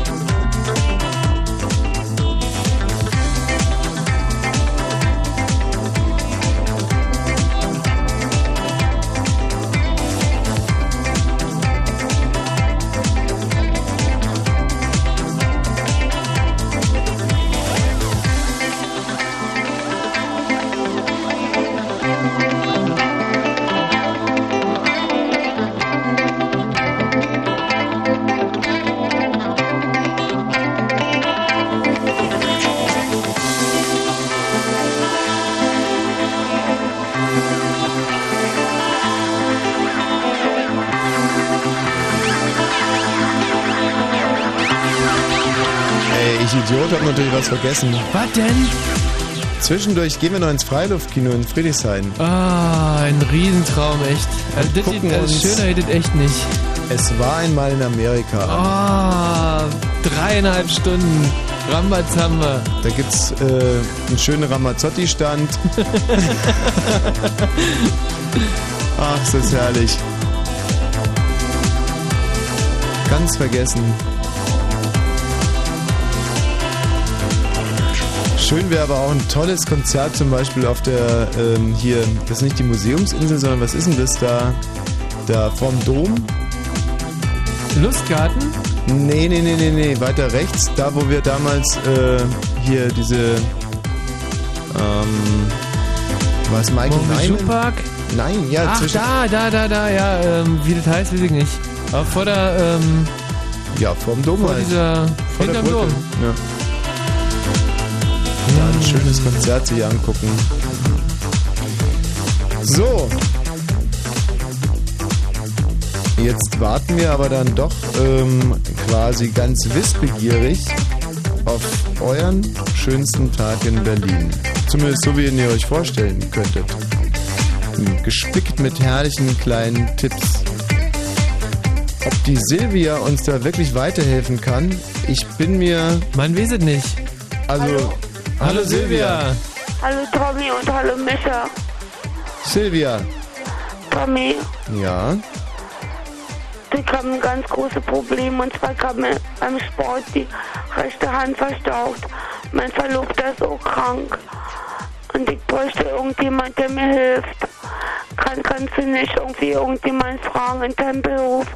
Speaker 2: Ey, ich Idiot, hab natürlich was vergessen.
Speaker 1: Was denn?
Speaker 2: Zwischendurch gehen wir noch ins Freiluftkino in Friedrichshain.
Speaker 1: Ah, ein Riesentraum, echt. Also, das,
Speaker 2: gucken
Speaker 1: das
Speaker 2: uns-
Speaker 1: schöner hättet echt nicht.
Speaker 2: Es war einmal in Amerika.
Speaker 1: Ah, dreieinhalb Stunden. Rambazamba.
Speaker 2: Da gibt's äh, einen schönen Ramazzotti-Stand. Ach, ist das herrlich. Ganz vergessen. Schön wäre aber auch ein tolles Konzert zum Beispiel auf der, ähm, hier, das ist nicht die Museumsinsel, sondern was ist denn das da? Da vorm Dom?
Speaker 1: Lustgarten?
Speaker 2: Nee, nee, nee, nee, nee, weiter rechts, da wo wir damals äh, hier diese. Ähm, was, Michael
Speaker 1: Montmichu
Speaker 2: Nyman?
Speaker 1: Park?
Speaker 2: Nein, ja,
Speaker 1: Ach,
Speaker 2: zwischen.
Speaker 1: da, da, da, da, ja. Ähm, wie das heißt, weiß ich nicht. Aber vor der, ähm,
Speaker 2: Ja, vorm Dom
Speaker 1: vor
Speaker 2: halt.
Speaker 1: dieser,
Speaker 2: Vor der
Speaker 1: hinterm
Speaker 2: Brücke.
Speaker 1: Dom.
Speaker 2: Ja. Da ein schönes Konzert sich angucken. So. Jetzt warten wir aber dann doch ähm, quasi ganz wissbegierig auf euren schönsten Tag in Berlin. Zumindest so, wie ihr ihn euch vorstellen könntet. Hm, Gespickt mit herrlichen kleinen Tipps. Ob die Silvia uns da wirklich weiterhelfen kann, ich bin mir...
Speaker 1: Man weiß es nicht.
Speaker 2: Also, hallo,
Speaker 1: Silvia.
Speaker 10: Hallo Tommy und hallo Micha.
Speaker 2: Silvia,
Speaker 10: hein. Tommy,
Speaker 2: ja,
Speaker 10: wir haben ganz große Probleme und zwar kam mir beim Sport die rechte Hand verstaucht. Mein Verlobter ist auch krank und ich bräuchte irgendjemand, der mir hilft. Kann, kannst du nicht irgendwie irgendjemand fragen in deinem Beruf,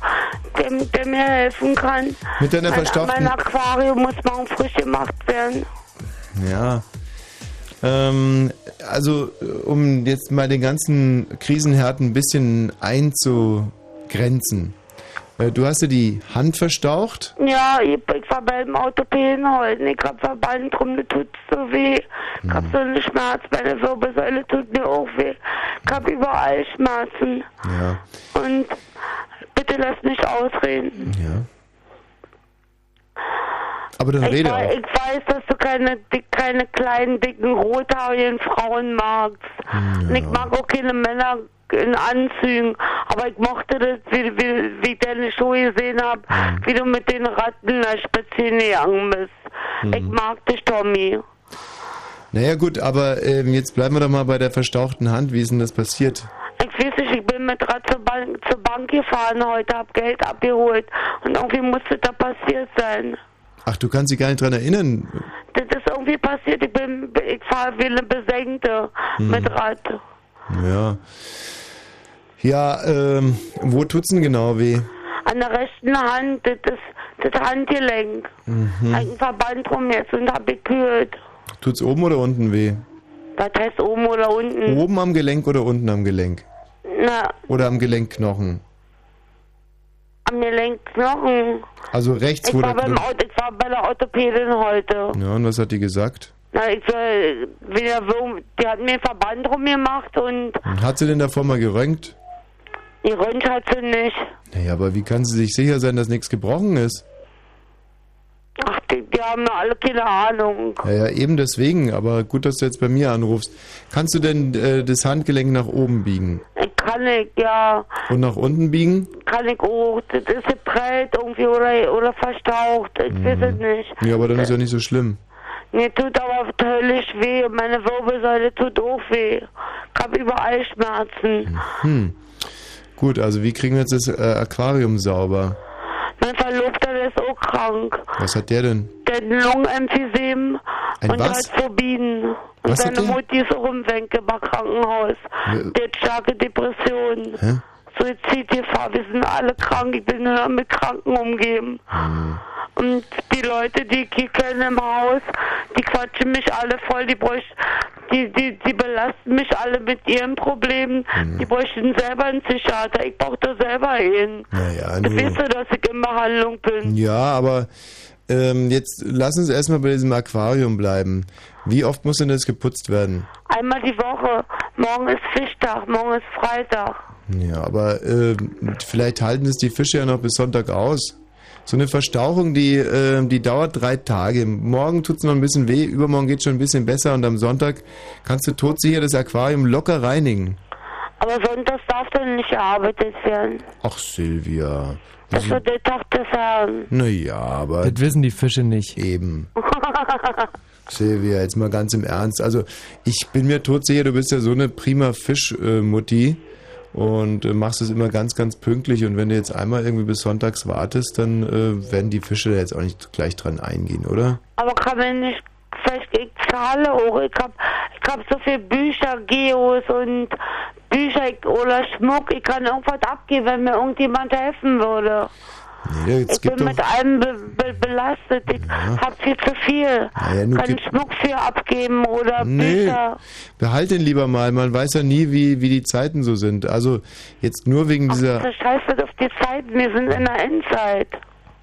Speaker 10: der, der mir helfen kann?
Speaker 2: mit deiner
Speaker 10: Mein, mein
Speaker 2: verstopften...
Speaker 10: Aquarium muss morgen frisch gemacht werden.
Speaker 2: Ja. Ähm, also, äh, um jetzt mal den ganzen Krisenherd ein bisschen einzugrenzen. Äh, Du hast dir die Hand verstaucht.
Speaker 10: Ja, ich, ich war beim Orthopäden heute. Ich hab Verband drum, das tut so weh. Ich
Speaker 2: Mhm.
Speaker 10: hab so einen Schmerz, meine Wirbelsäule tut mir auch weh. Ich hab überall Schmerzen.
Speaker 2: Ja.
Speaker 10: Und bitte lass mich ausreden.
Speaker 2: ja. Aber dann
Speaker 10: Ich,
Speaker 2: rede
Speaker 10: wei-
Speaker 2: auch.
Speaker 10: ich weiß, dass du keine, dick, keine kleinen, dicken, rothaarigen Frauen magst.
Speaker 2: Hm,
Speaker 10: Und ich mag auch keine Männer in Anzügen. Aber ich mochte das, wie, wie, wie ich deine Schuhe gesehen hab,
Speaker 2: Hm.
Speaker 10: wie du mit den Ratten da spazieren gegangen bist.
Speaker 2: Hm.
Speaker 10: Ich mag dich, Tommy.
Speaker 2: Naja, gut, aber ähm, jetzt bleiben wir doch mal bei der verstauchten Hand. Wie ist denn das passiert?
Speaker 10: Ich weiß nicht, ich bin mit Rad zur Bank, zur Bank gefahren heute, hab Geld abgeholt. Und irgendwie musste da passiert sein.
Speaker 2: Ach, du kannst dich gar nicht dran erinnern.
Speaker 10: Das ist irgendwie passiert. Ich bin, ich fahre wie eine Besenkte
Speaker 2: Hm.
Speaker 10: mit Rad.
Speaker 2: Ja. Ja, ähm, wo tut's denn genau weh?
Speaker 10: An der rechten Hand, das ist das Handgelenk.
Speaker 2: Hm.
Speaker 10: Ein Verband rum jetzt und hab gekühlt.
Speaker 2: Mhm. Tut's oben oder unten weh?
Speaker 10: Was heißt oben oder unten?
Speaker 2: Oben am Gelenk oder unten am Gelenk?
Speaker 10: Na,
Speaker 2: Oder am Gelenkknochen?
Speaker 10: am Gelenkknochen.
Speaker 2: Also rechts,
Speaker 10: Ich
Speaker 2: wo
Speaker 10: war,
Speaker 2: der
Speaker 10: beim,
Speaker 2: Knochen...
Speaker 10: Auto- ich war bei der Orthopädin heute.
Speaker 2: Ja, und was hat die gesagt?
Speaker 10: Na, ich soll wieder so, die hat mir einen Verband rumgemacht und
Speaker 2: Hat sie denn davor mal geröntgt?
Speaker 10: die Röntgen hat sie nicht.
Speaker 2: Naja, aber wie kann sie sich sicher sein, dass nichts gebrochen ist?
Speaker 10: Ach, die, die haben ja alle keine Ahnung.
Speaker 2: Naja, eben deswegen, aber gut, dass du jetzt bei mir anrufst. Kannst du denn äh, das Handgelenk nach oben biegen?
Speaker 10: Ich Kann ich, ja,
Speaker 2: Und nach unten biegen?
Speaker 10: kann ich auch. Das ist geprellt irgendwie oder, oder verstaucht. Ich weiß
Speaker 2: Mhm.
Speaker 10: es nicht.
Speaker 2: Ja, aber dann ist ja nicht so schlimm.
Speaker 10: Mir tut aber höllisch weh und meine Wirbelsäule tut auch weh. Ich habe überall Schmerzen.
Speaker 2: Mhm. Hm. Gut, also wie kriegen wir jetzt das äh, Aquarium sauber?
Speaker 10: Mein Verlobter der ist auch krank.
Speaker 2: Was hat der denn?
Speaker 10: Der hat ein Lungenemphysem
Speaker 2: Ein
Speaker 10: und der
Speaker 2: was?
Speaker 10: hat Phobien. Und
Speaker 2: Was hat
Speaker 10: seine
Speaker 2: der?
Speaker 10: Mutti ist auch im Wenkeber Krankenhaus.
Speaker 2: Äh.
Speaker 10: Der hat starke Depressionen.
Speaker 2: Hä?
Speaker 10: Suizidgefahr, wir sind alle krank, ich bin nur mit Kranken umgeben. Und die Leute, die kickeln im Haus, die quatschen mich alle voll, die bräuchten, die, die, die belasten mich alle mit ihren Problemen, die bräuchten selber einen Psychiater, ich brauche da selber einen.
Speaker 2: Naja,
Speaker 10: Du
Speaker 2: nur...
Speaker 10: weißt du, dass ich in Behandlung bin.
Speaker 2: Ja, aber ähm, jetzt lass uns erstmal bei diesem Aquarium bleiben. Wie oft muss denn das geputzt werden?
Speaker 10: Einmal die Woche, morgen ist Fischtag, morgen ist Freitag.
Speaker 2: Ja, aber ähm, vielleicht halten es die Fische ja noch bis Sonntag aus. So eine Verstauchung, die, äh, die dauert drei Tage. Morgen tut's noch ein bisschen weh, übermorgen geht's schon ein bisschen besser und am Sonntag kannst du todsicher das Aquarium locker reinigen.
Speaker 10: Aber sonntags darf dann nicht gearbeitet werden.
Speaker 2: Ach, Silvia.
Speaker 10: Das ist so der Tag des Herrn.
Speaker 2: Naja, aber.
Speaker 1: Das wissen die Fische nicht.
Speaker 2: Eben. Silvia, jetzt mal ganz im Ernst. Also, ich bin mir todsicher, du bist ja so eine prima Fischmutti und äh, machst es immer ganz, ganz pünktlich. Und wenn du jetzt einmal irgendwie bis sonntags wartest, dann äh, werden die Fische da jetzt auch nicht gleich dran eingehen, oder?
Speaker 10: Aber kann man nicht, vielleicht ich zahle auch. Ich hab, ich hab so viel Bücher, Geos und Bücher ich, oder Schmuck. Ich kann irgendwas abgeben, wenn mir irgendjemand helfen würde.
Speaker 2: Nee,
Speaker 10: Ich
Speaker 2: jetzt gibt
Speaker 10: bin
Speaker 2: doch.
Speaker 10: mit allem be be belastet. Ich hab viel zu viel.
Speaker 2: Naja, nun
Speaker 10: kann
Speaker 2: gibt-
Speaker 10: Schmuck viel abgeben oder
Speaker 2: Nee,
Speaker 10: Bücher.
Speaker 2: behalt den lieber mal. Man weiß ja nie, wie, wie die Zeiten so sind. Also, jetzt nur wegen dieser.
Speaker 10: Das scheißt auf die Zeit. Wir sind in der Endzeit.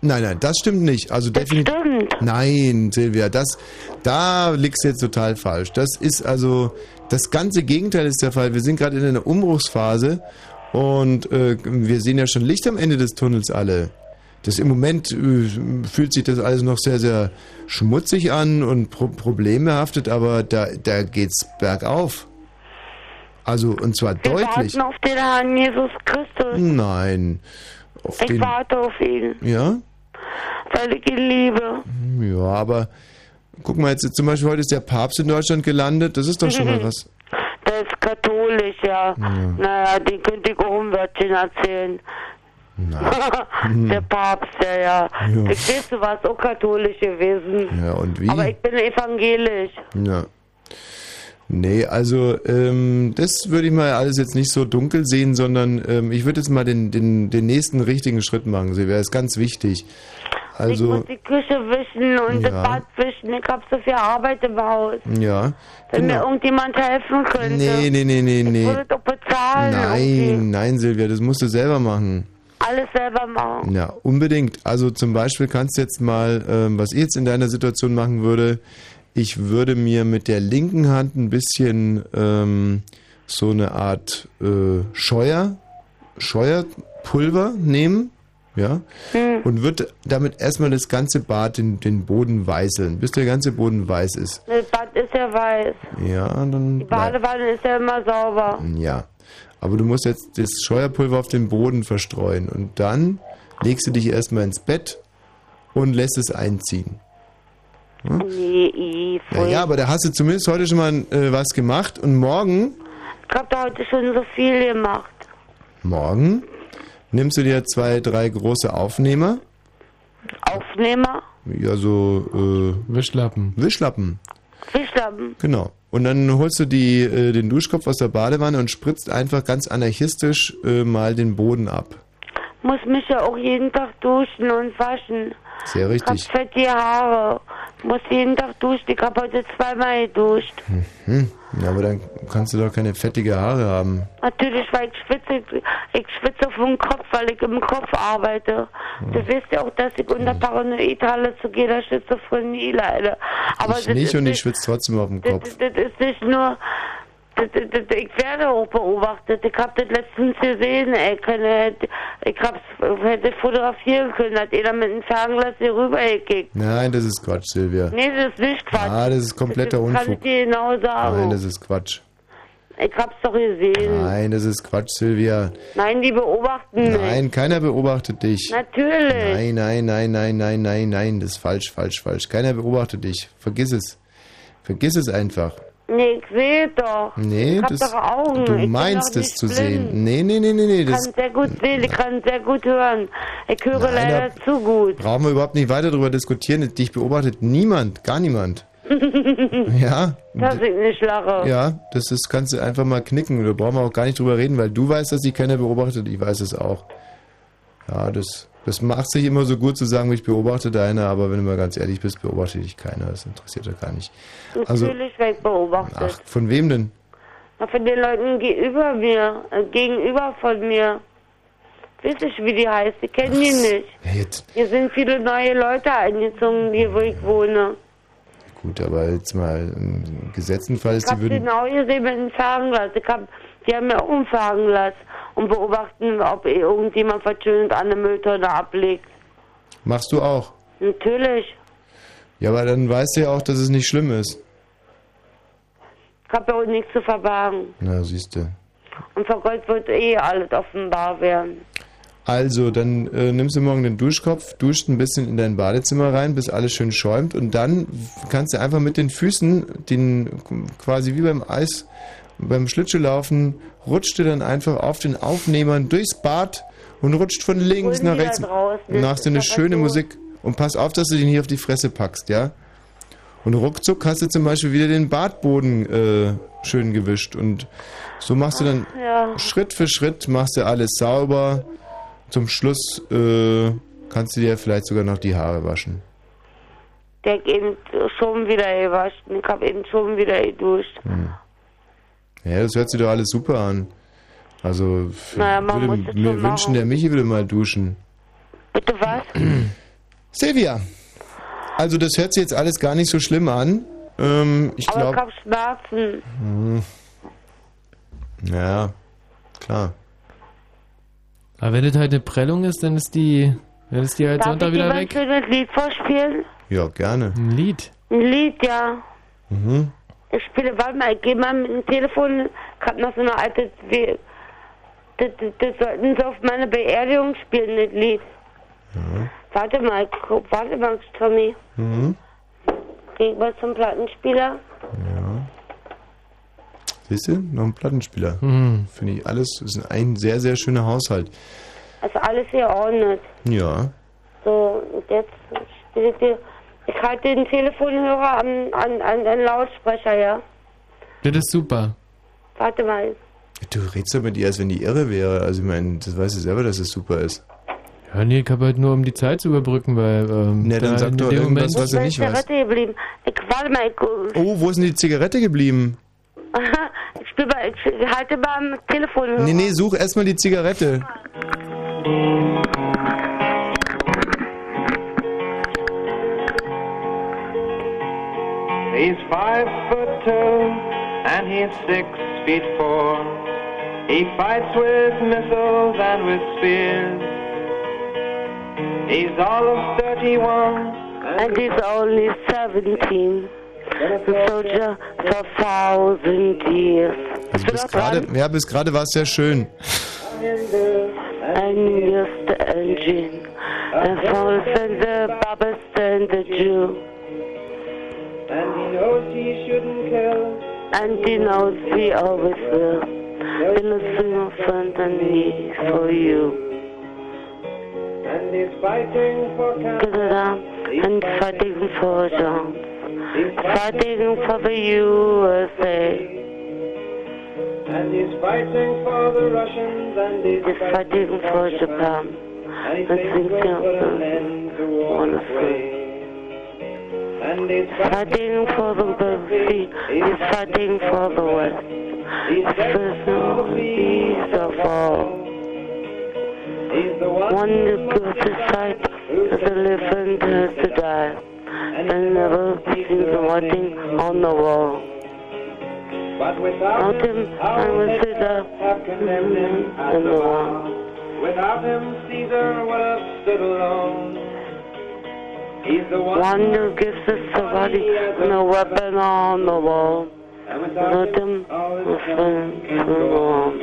Speaker 2: Nein, nein, das stimmt nicht. Also definitiv. Nein, Silvia, das, da liegst du jetzt total falsch. Das ist also, das ganze Gegenteil ist der Fall. Wir sind gerade in einer Umbruchsphase und äh, wir sehen ja schon Licht am Ende des Tunnels alle. Das im Moment äh, fühlt sich das alles noch sehr, sehr schmutzig an und pro problembehaftet, aber da, da geht's bergauf. Also, und zwar
Speaker 10: Wir
Speaker 2: deutlich. Hm.
Speaker 10: warten auf den Herrn Jesus Christus.
Speaker 2: Nein. Auf
Speaker 10: ich
Speaker 2: den,
Speaker 10: warte auf ihn,
Speaker 2: ja?
Speaker 10: weil ich ihn liebe.
Speaker 2: Ja, aber guck mal, jetzt zum Beispiel heute ist der Papst in Deutschland gelandet. Das ist doch schon
Speaker 10: Mhm.
Speaker 2: mal was.
Speaker 10: Der ist katholisch, ja.
Speaker 2: Ja.
Speaker 10: Naja, den könnte ich auch ein Wörtchen erzählen. der Papst, ja, ja.
Speaker 2: Ja.
Speaker 10: Ich weiß, du warst auch katholisch gewesen.
Speaker 2: Ja, und wie?
Speaker 10: Aber ich bin evangelisch.
Speaker 2: Ja. Nee, also ähm, das würde ich mal alles jetzt nicht so dunkel sehen, sondern ähm, ich würde jetzt mal den, den, den nächsten richtigen Schritt machen. Sie wäre es ganz wichtig.
Speaker 10: ich
Speaker 2: Also
Speaker 10: muss die Küche wischen und
Speaker 2: Ja.
Speaker 10: das Bad wischen. Ich hab so viel Arbeit im Haus.
Speaker 2: ja.
Speaker 10: Wenn mir
Speaker 2: Genau.
Speaker 10: irgendjemand helfen könnte.
Speaker 2: Nee, nee, nee, nee,
Speaker 10: Ich
Speaker 2: nee.
Speaker 10: würde doch bezahlen. irgendwie.
Speaker 2: Nein, nein, Silvia, das musst du selber machen.
Speaker 10: Alles selber machen.
Speaker 2: Ja, unbedingt. Also zum Beispiel kannst du jetzt mal, ähm, was ich jetzt in deiner Situation machen würde, ich würde mir mit der linken Hand ein bisschen ähm, so eine Art äh, Scheuer, Scheuerpulver nehmen, ja, und würde damit erstmal das ganze Bad, den, den Boden weißeln, bis der ganze Boden weiß ist.
Speaker 10: Das Bad ist ja weiß.
Speaker 2: Ja, dann
Speaker 10: Die Badewanne ist ja immer sauber.
Speaker 2: ja. Aber du musst jetzt das Scheuerpulver auf den Boden verstreuen und dann legst du dich erstmal ins Bett und lässt es einziehen.
Speaker 10: Nee, i,
Speaker 2: Ja,
Speaker 10: voll.
Speaker 2: ja, aber da hast du zumindest heute schon mal äh, was gemacht und morgen,
Speaker 10: Ich hab da heute schon so viel gemacht.
Speaker 2: morgen nimmst du dir zwei, drei große Aufnehmer.
Speaker 10: Aufnehmer,
Speaker 2: Ja, so äh,
Speaker 1: Wischlappen.
Speaker 2: Wischlappen,
Speaker 10: Fischlappen.
Speaker 2: genau. Und dann holst du die, äh, den Duschkopf aus der Badewanne und spritzt einfach ganz anarchistisch äh, mal den Boden ab.
Speaker 10: Muss mich ja auch jeden Tag duschen und waschen.
Speaker 2: Sehr
Speaker 10: Ich hab
Speaker 2: richtig.
Speaker 10: fettige Haare. Muss jeden Tag duschen. Ich hab heute zweimal geduscht.
Speaker 2: Hm. Ja, aber dann kannst du doch keine fettige Haare haben.
Speaker 10: Natürlich, weil ich schwitze. Ich schwitze auf dem Kopf, weil ich im Kopf arbeite.
Speaker 2: Hm.
Speaker 10: Du weißt ja auch, dass ich unter paranoidaler zu jeder Schizophrenie leide. Aber
Speaker 2: ich
Speaker 10: das
Speaker 2: nicht
Speaker 10: ist
Speaker 2: und ich schwitze trotzdem auf dem
Speaker 10: Das,
Speaker 2: Kopf.
Speaker 10: das, das ist nicht nur. Das, das, das, ich werde auch beobachtet. Ich habe das letztens gesehen. Ey, keine, ich hab's, hätte fotografieren können. Hat jeder mit einem Fernglas hier rübergekickt.
Speaker 2: Nein, das ist Quatsch, Silvia.
Speaker 10: Nee, das ist nicht Quatsch.
Speaker 2: Ah, das ist kompletter
Speaker 10: das kann ich
Speaker 2: Unfug.
Speaker 10: dir genau sagen.
Speaker 2: Nein, das ist Quatsch.
Speaker 10: ich hab's doch gesehen. Nein,
Speaker 2: Nein, das ist Quatsch, Silvia.
Speaker 10: die beobachten mich.
Speaker 2: Nein, keiner beobachtet dich.
Speaker 10: Natürlich.
Speaker 2: Nein, nein, nein, nein, nein, nein, nein, das ist falsch, falsch, falsch. Keiner beobachtet dich. Vergiss es. Vergiss es einfach.
Speaker 10: Nee, ich sehe doch.
Speaker 2: Nee,
Speaker 10: ich hab
Speaker 2: das,
Speaker 10: doch Augen.
Speaker 2: du
Speaker 10: ich bin
Speaker 2: meinst
Speaker 10: doch
Speaker 2: es
Speaker 10: nicht
Speaker 2: zu
Speaker 10: blind.
Speaker 2: sehen. Nee, nee, nee, nee, nee.
Speaker 10: Ich
Speaker 2: Das
Speaker 10: kann sehr gut sehen, ich kann sehr gut hören. Ich höre
Speaker 2: Nein,
Speaker 10: leider
Speaker 2: da-
Speaker 10: zu gut.
Speaker 2: brauchen wir überhaupt nicht weiter darüber diskutieren. Dich beobachtet niemand, gar niemand. Ja,
Speaker 10: Dass ich nicht lache.
Speaker 2: Ja, das ist, kannst du einfach mal knicken. Da brauchen wir auch gar nicht drüber reden, weil du weißt, dass dich keiner beobachtet. Ich weiß es auch. Ja, das, das macht sich immer so gut zu sagen, ich beobachte deiner, aber wenn du mal ganz ehrlich bist, beobachte dich keiner. Das interessiert ja gar nicht. Also-
Speaker 10: Natürlich werde ich beobachtet.
Speaker 2: Ach, von wem denn?
Speaker 10: Na, Von den Leuten gegenüber mir, äh, gegenüber von mir. Weiß ich, wie die heißt, ich kenne die nicht.
Speaker 2: Jetzt.
Speaker 10: Hier sind viele neue Leute eingezogen, hier wo ich wohne.
Speaker 2: Gut, aber jetzt mal im gesetzten Fall ist,
Speaker 10: Ich
Speaker 2: die
Speaker 10: habe
Speaker 2: würden.
Speaker 10: genau gesehen mit dem Fernglas. Ich hab, die haben mir umfahren lassen und beobachten, ob irgendjemand was Schönes an der Mülltonne ablegt.
Speaker 2: Machst du auch?
Speaker 10: Natürlich.
Speaker 2: Ja, aber dann weißt du ja auch, dass es nicht schlimm ist.
Speaker 10: Ich habe ja auch nichts zu verbergen.
Speaker 2: Na, siehst du.
Speaker 10: Und vor Gott wird eh alles offenbar werden.
Speaker 2: Also, dann äh, nimmst du morgen den Duschkopf, duscht ein bisschen in dein Badezimmer rein, bis alles schön schäumt und dann kannst du einfach mit den Füßen, den quasi wie beim Eis, beim Schlittschuhlaufen, rutscht du dann einfach auf den Aufnehmern durchs Bad und rutscht von links
Speaker 10: Hol
Speaker 2: nach
Speaker 10: wieder
Speaker 2: rechts.
Speaker 10: draus, ne?
Speaker 2: Machst du eine
Speaker 10: Ist aber
Speaker 2: schöne
Speaker 10: so.
Speaker 2: Musik und pass auf, dass du den hier auf die Fresse packst, ja? Und ruckzuck hast du zum Beispiel wieder den Badboden äh, schön gewischt. Und so machst du dann
Speaker 10: Ja.
Speaker 2: Schritt für Schritt, machst du alles sauber. Zum Schluss äh, kannst du dir vielleicht sogar noch die Haare waschen.
Speaker 10: Der hat eben schon wieder gewascht. Ich habe eben schon wieder geduscht.
Speaker 2: Hm. Ja, das hört sich doch alles super an. Also, f-
Speaker 10: Naja, man muss
Speaker 2: würde
Speaker 10: das
Speaker 2: mir
Speaker 10: schon
Speaker 2: wünschen,
Speaker 10: machen.
Speaker 2: der Michi würde mal duschen.
Speaker 10: Bitte was?
Speaker 2: Silvia, also das hört sich jetzt alles gar nicht so schlimm an. Ähm, ich
Speaker 10: Aber ich
Speaker 2: glaube...
Speaker 10: habe Schmerzen.
Speaker 2: Hm. Ja, klar.
Speaker 1: Aber wenn das heute eine Prellung ist, dann ist die, dann ist die halt
Speaker 10: Darf
Speaker 1: Sonntag
Speaker 10: ich dir
Speaker 1: wieder
Speaker 10: mal
Speaker 1: weg.
Speaker 10: ein schönes Lied vorspielen?
Speaker 2: Ja, gerne.
Speaker 1: Ein Lied.
Speaker 10: Ein Lied, ja.
Speaker 2: Mhm.
Speaker 10: Ich spiele, warte mal, ich gehe mal mit dem Telefon. Ich habe noch so eine alte... We- Das, das, das sollten sie auf meine Beerdigung spielen, das Lied. Warte mal, ich guck- warte mal, Tommy.
Speaker 2: Mhm.
Speaker 10: Geh ich mal zum Plattenspieler.
Speaker 2: Ja. Siehst du, noch ein Plattenspieler.
Speaker 1: Mhm.
Speaker 2: Finde ich alles, ist ein sehr, sehr schöner Haushalt.
Speaker 10: Also alles geordnet.
Speaker 2: Ja.
Speaker 10: So, und jetzt spielt ihr. Ich halte den Telefonhörer an, an, an den Lautsprecher, ja.
Speaker 2: Das ist super.
Speaker 10: Warte mal.
Speaker 2: Du redest ja mit ihr, als wenn die irre wäre. Also ich meine, das weißt du selber, dass es super ist.
Speaker 1: Ja, nee, ich habe halt nur um die Zeit zu überbrücken, weil. Ähm,
Speaker 2: Ne, dann
Speaker 1: da
Speaker 2: sag
Speaker 1: in
Speaker 2: doch
Speaker 1: dem
Speaker 2: irgendwas,
Speaker 1: Moment-
Speaker 2: was er nicht
Speaker 10: Ich bin
Speaker 2: weiß.
Speaker 10: Zigarette geblieben. Ich warte mal, ich,
Speaker 2: Oh, wo ist denn die Zigarette geblieben?
Speaker 10: ich, spiel mal, ich halte mal am Telefonhörer.
Speaker 2: Nee, nee, such erstmal die Zigarette.
Speaker 11: He's five foot two and he's six feet four. He fights with missiles and with spears. He's all of 31.
Speaker 10: And he's only 17. The soldier for thousand years.
Speaker 2: Also bis gerade, ja, bis gerade war es sehr schön.
Speaker 10: And used the engine.
Speaker 11: Uh,
Speaker 10: And falls and the bubbles and the Jew.
Speaker 11: And he knows he shouldn't kill.
Speaker 10: And he knows he always will. Innocent friend and he for you.
Speaker 11: And he's fighting for
Speaker 10: Da-da-da. And fighting for John. Fighting for the USA.
Speaker 11: And he's fighting for the Russians and he's
Speaker 10: He's fighting for Japan.
Speaker 11: And he
Speaker 10: And
Speaker 11: thinks we'll
Speaker 10: thinking
Speaker 11: put an
Speaker 10: of
Speaker 11: end to all this way. And he's
Speaker 10: fighting for the Gulf Sea. He's fighting for the West. The first one is of all. One who goes to fight to live and has to die. And never sees the writing on the wall.
Speaker 11: But without
Speaker 10: Without
Speaker 11: him,
Speaker 10: him, I
Speaker 11: our
Speaker 10: would
Speaker 11: nations
Speaker 10: sit up
Speaker 11: have condemned him as
Speaker 10: in the
Speaker 11: a
Speaker 10: wall.
Speaker 11: Without him, Caesar would have stood alone. He's the one,
Speaker 10: One who gives us somebody no weapon on the wall.
Speaker 11: and without
Speaker 10: Not
Speaker 11: him,
Speaker 10: him, friend can go on.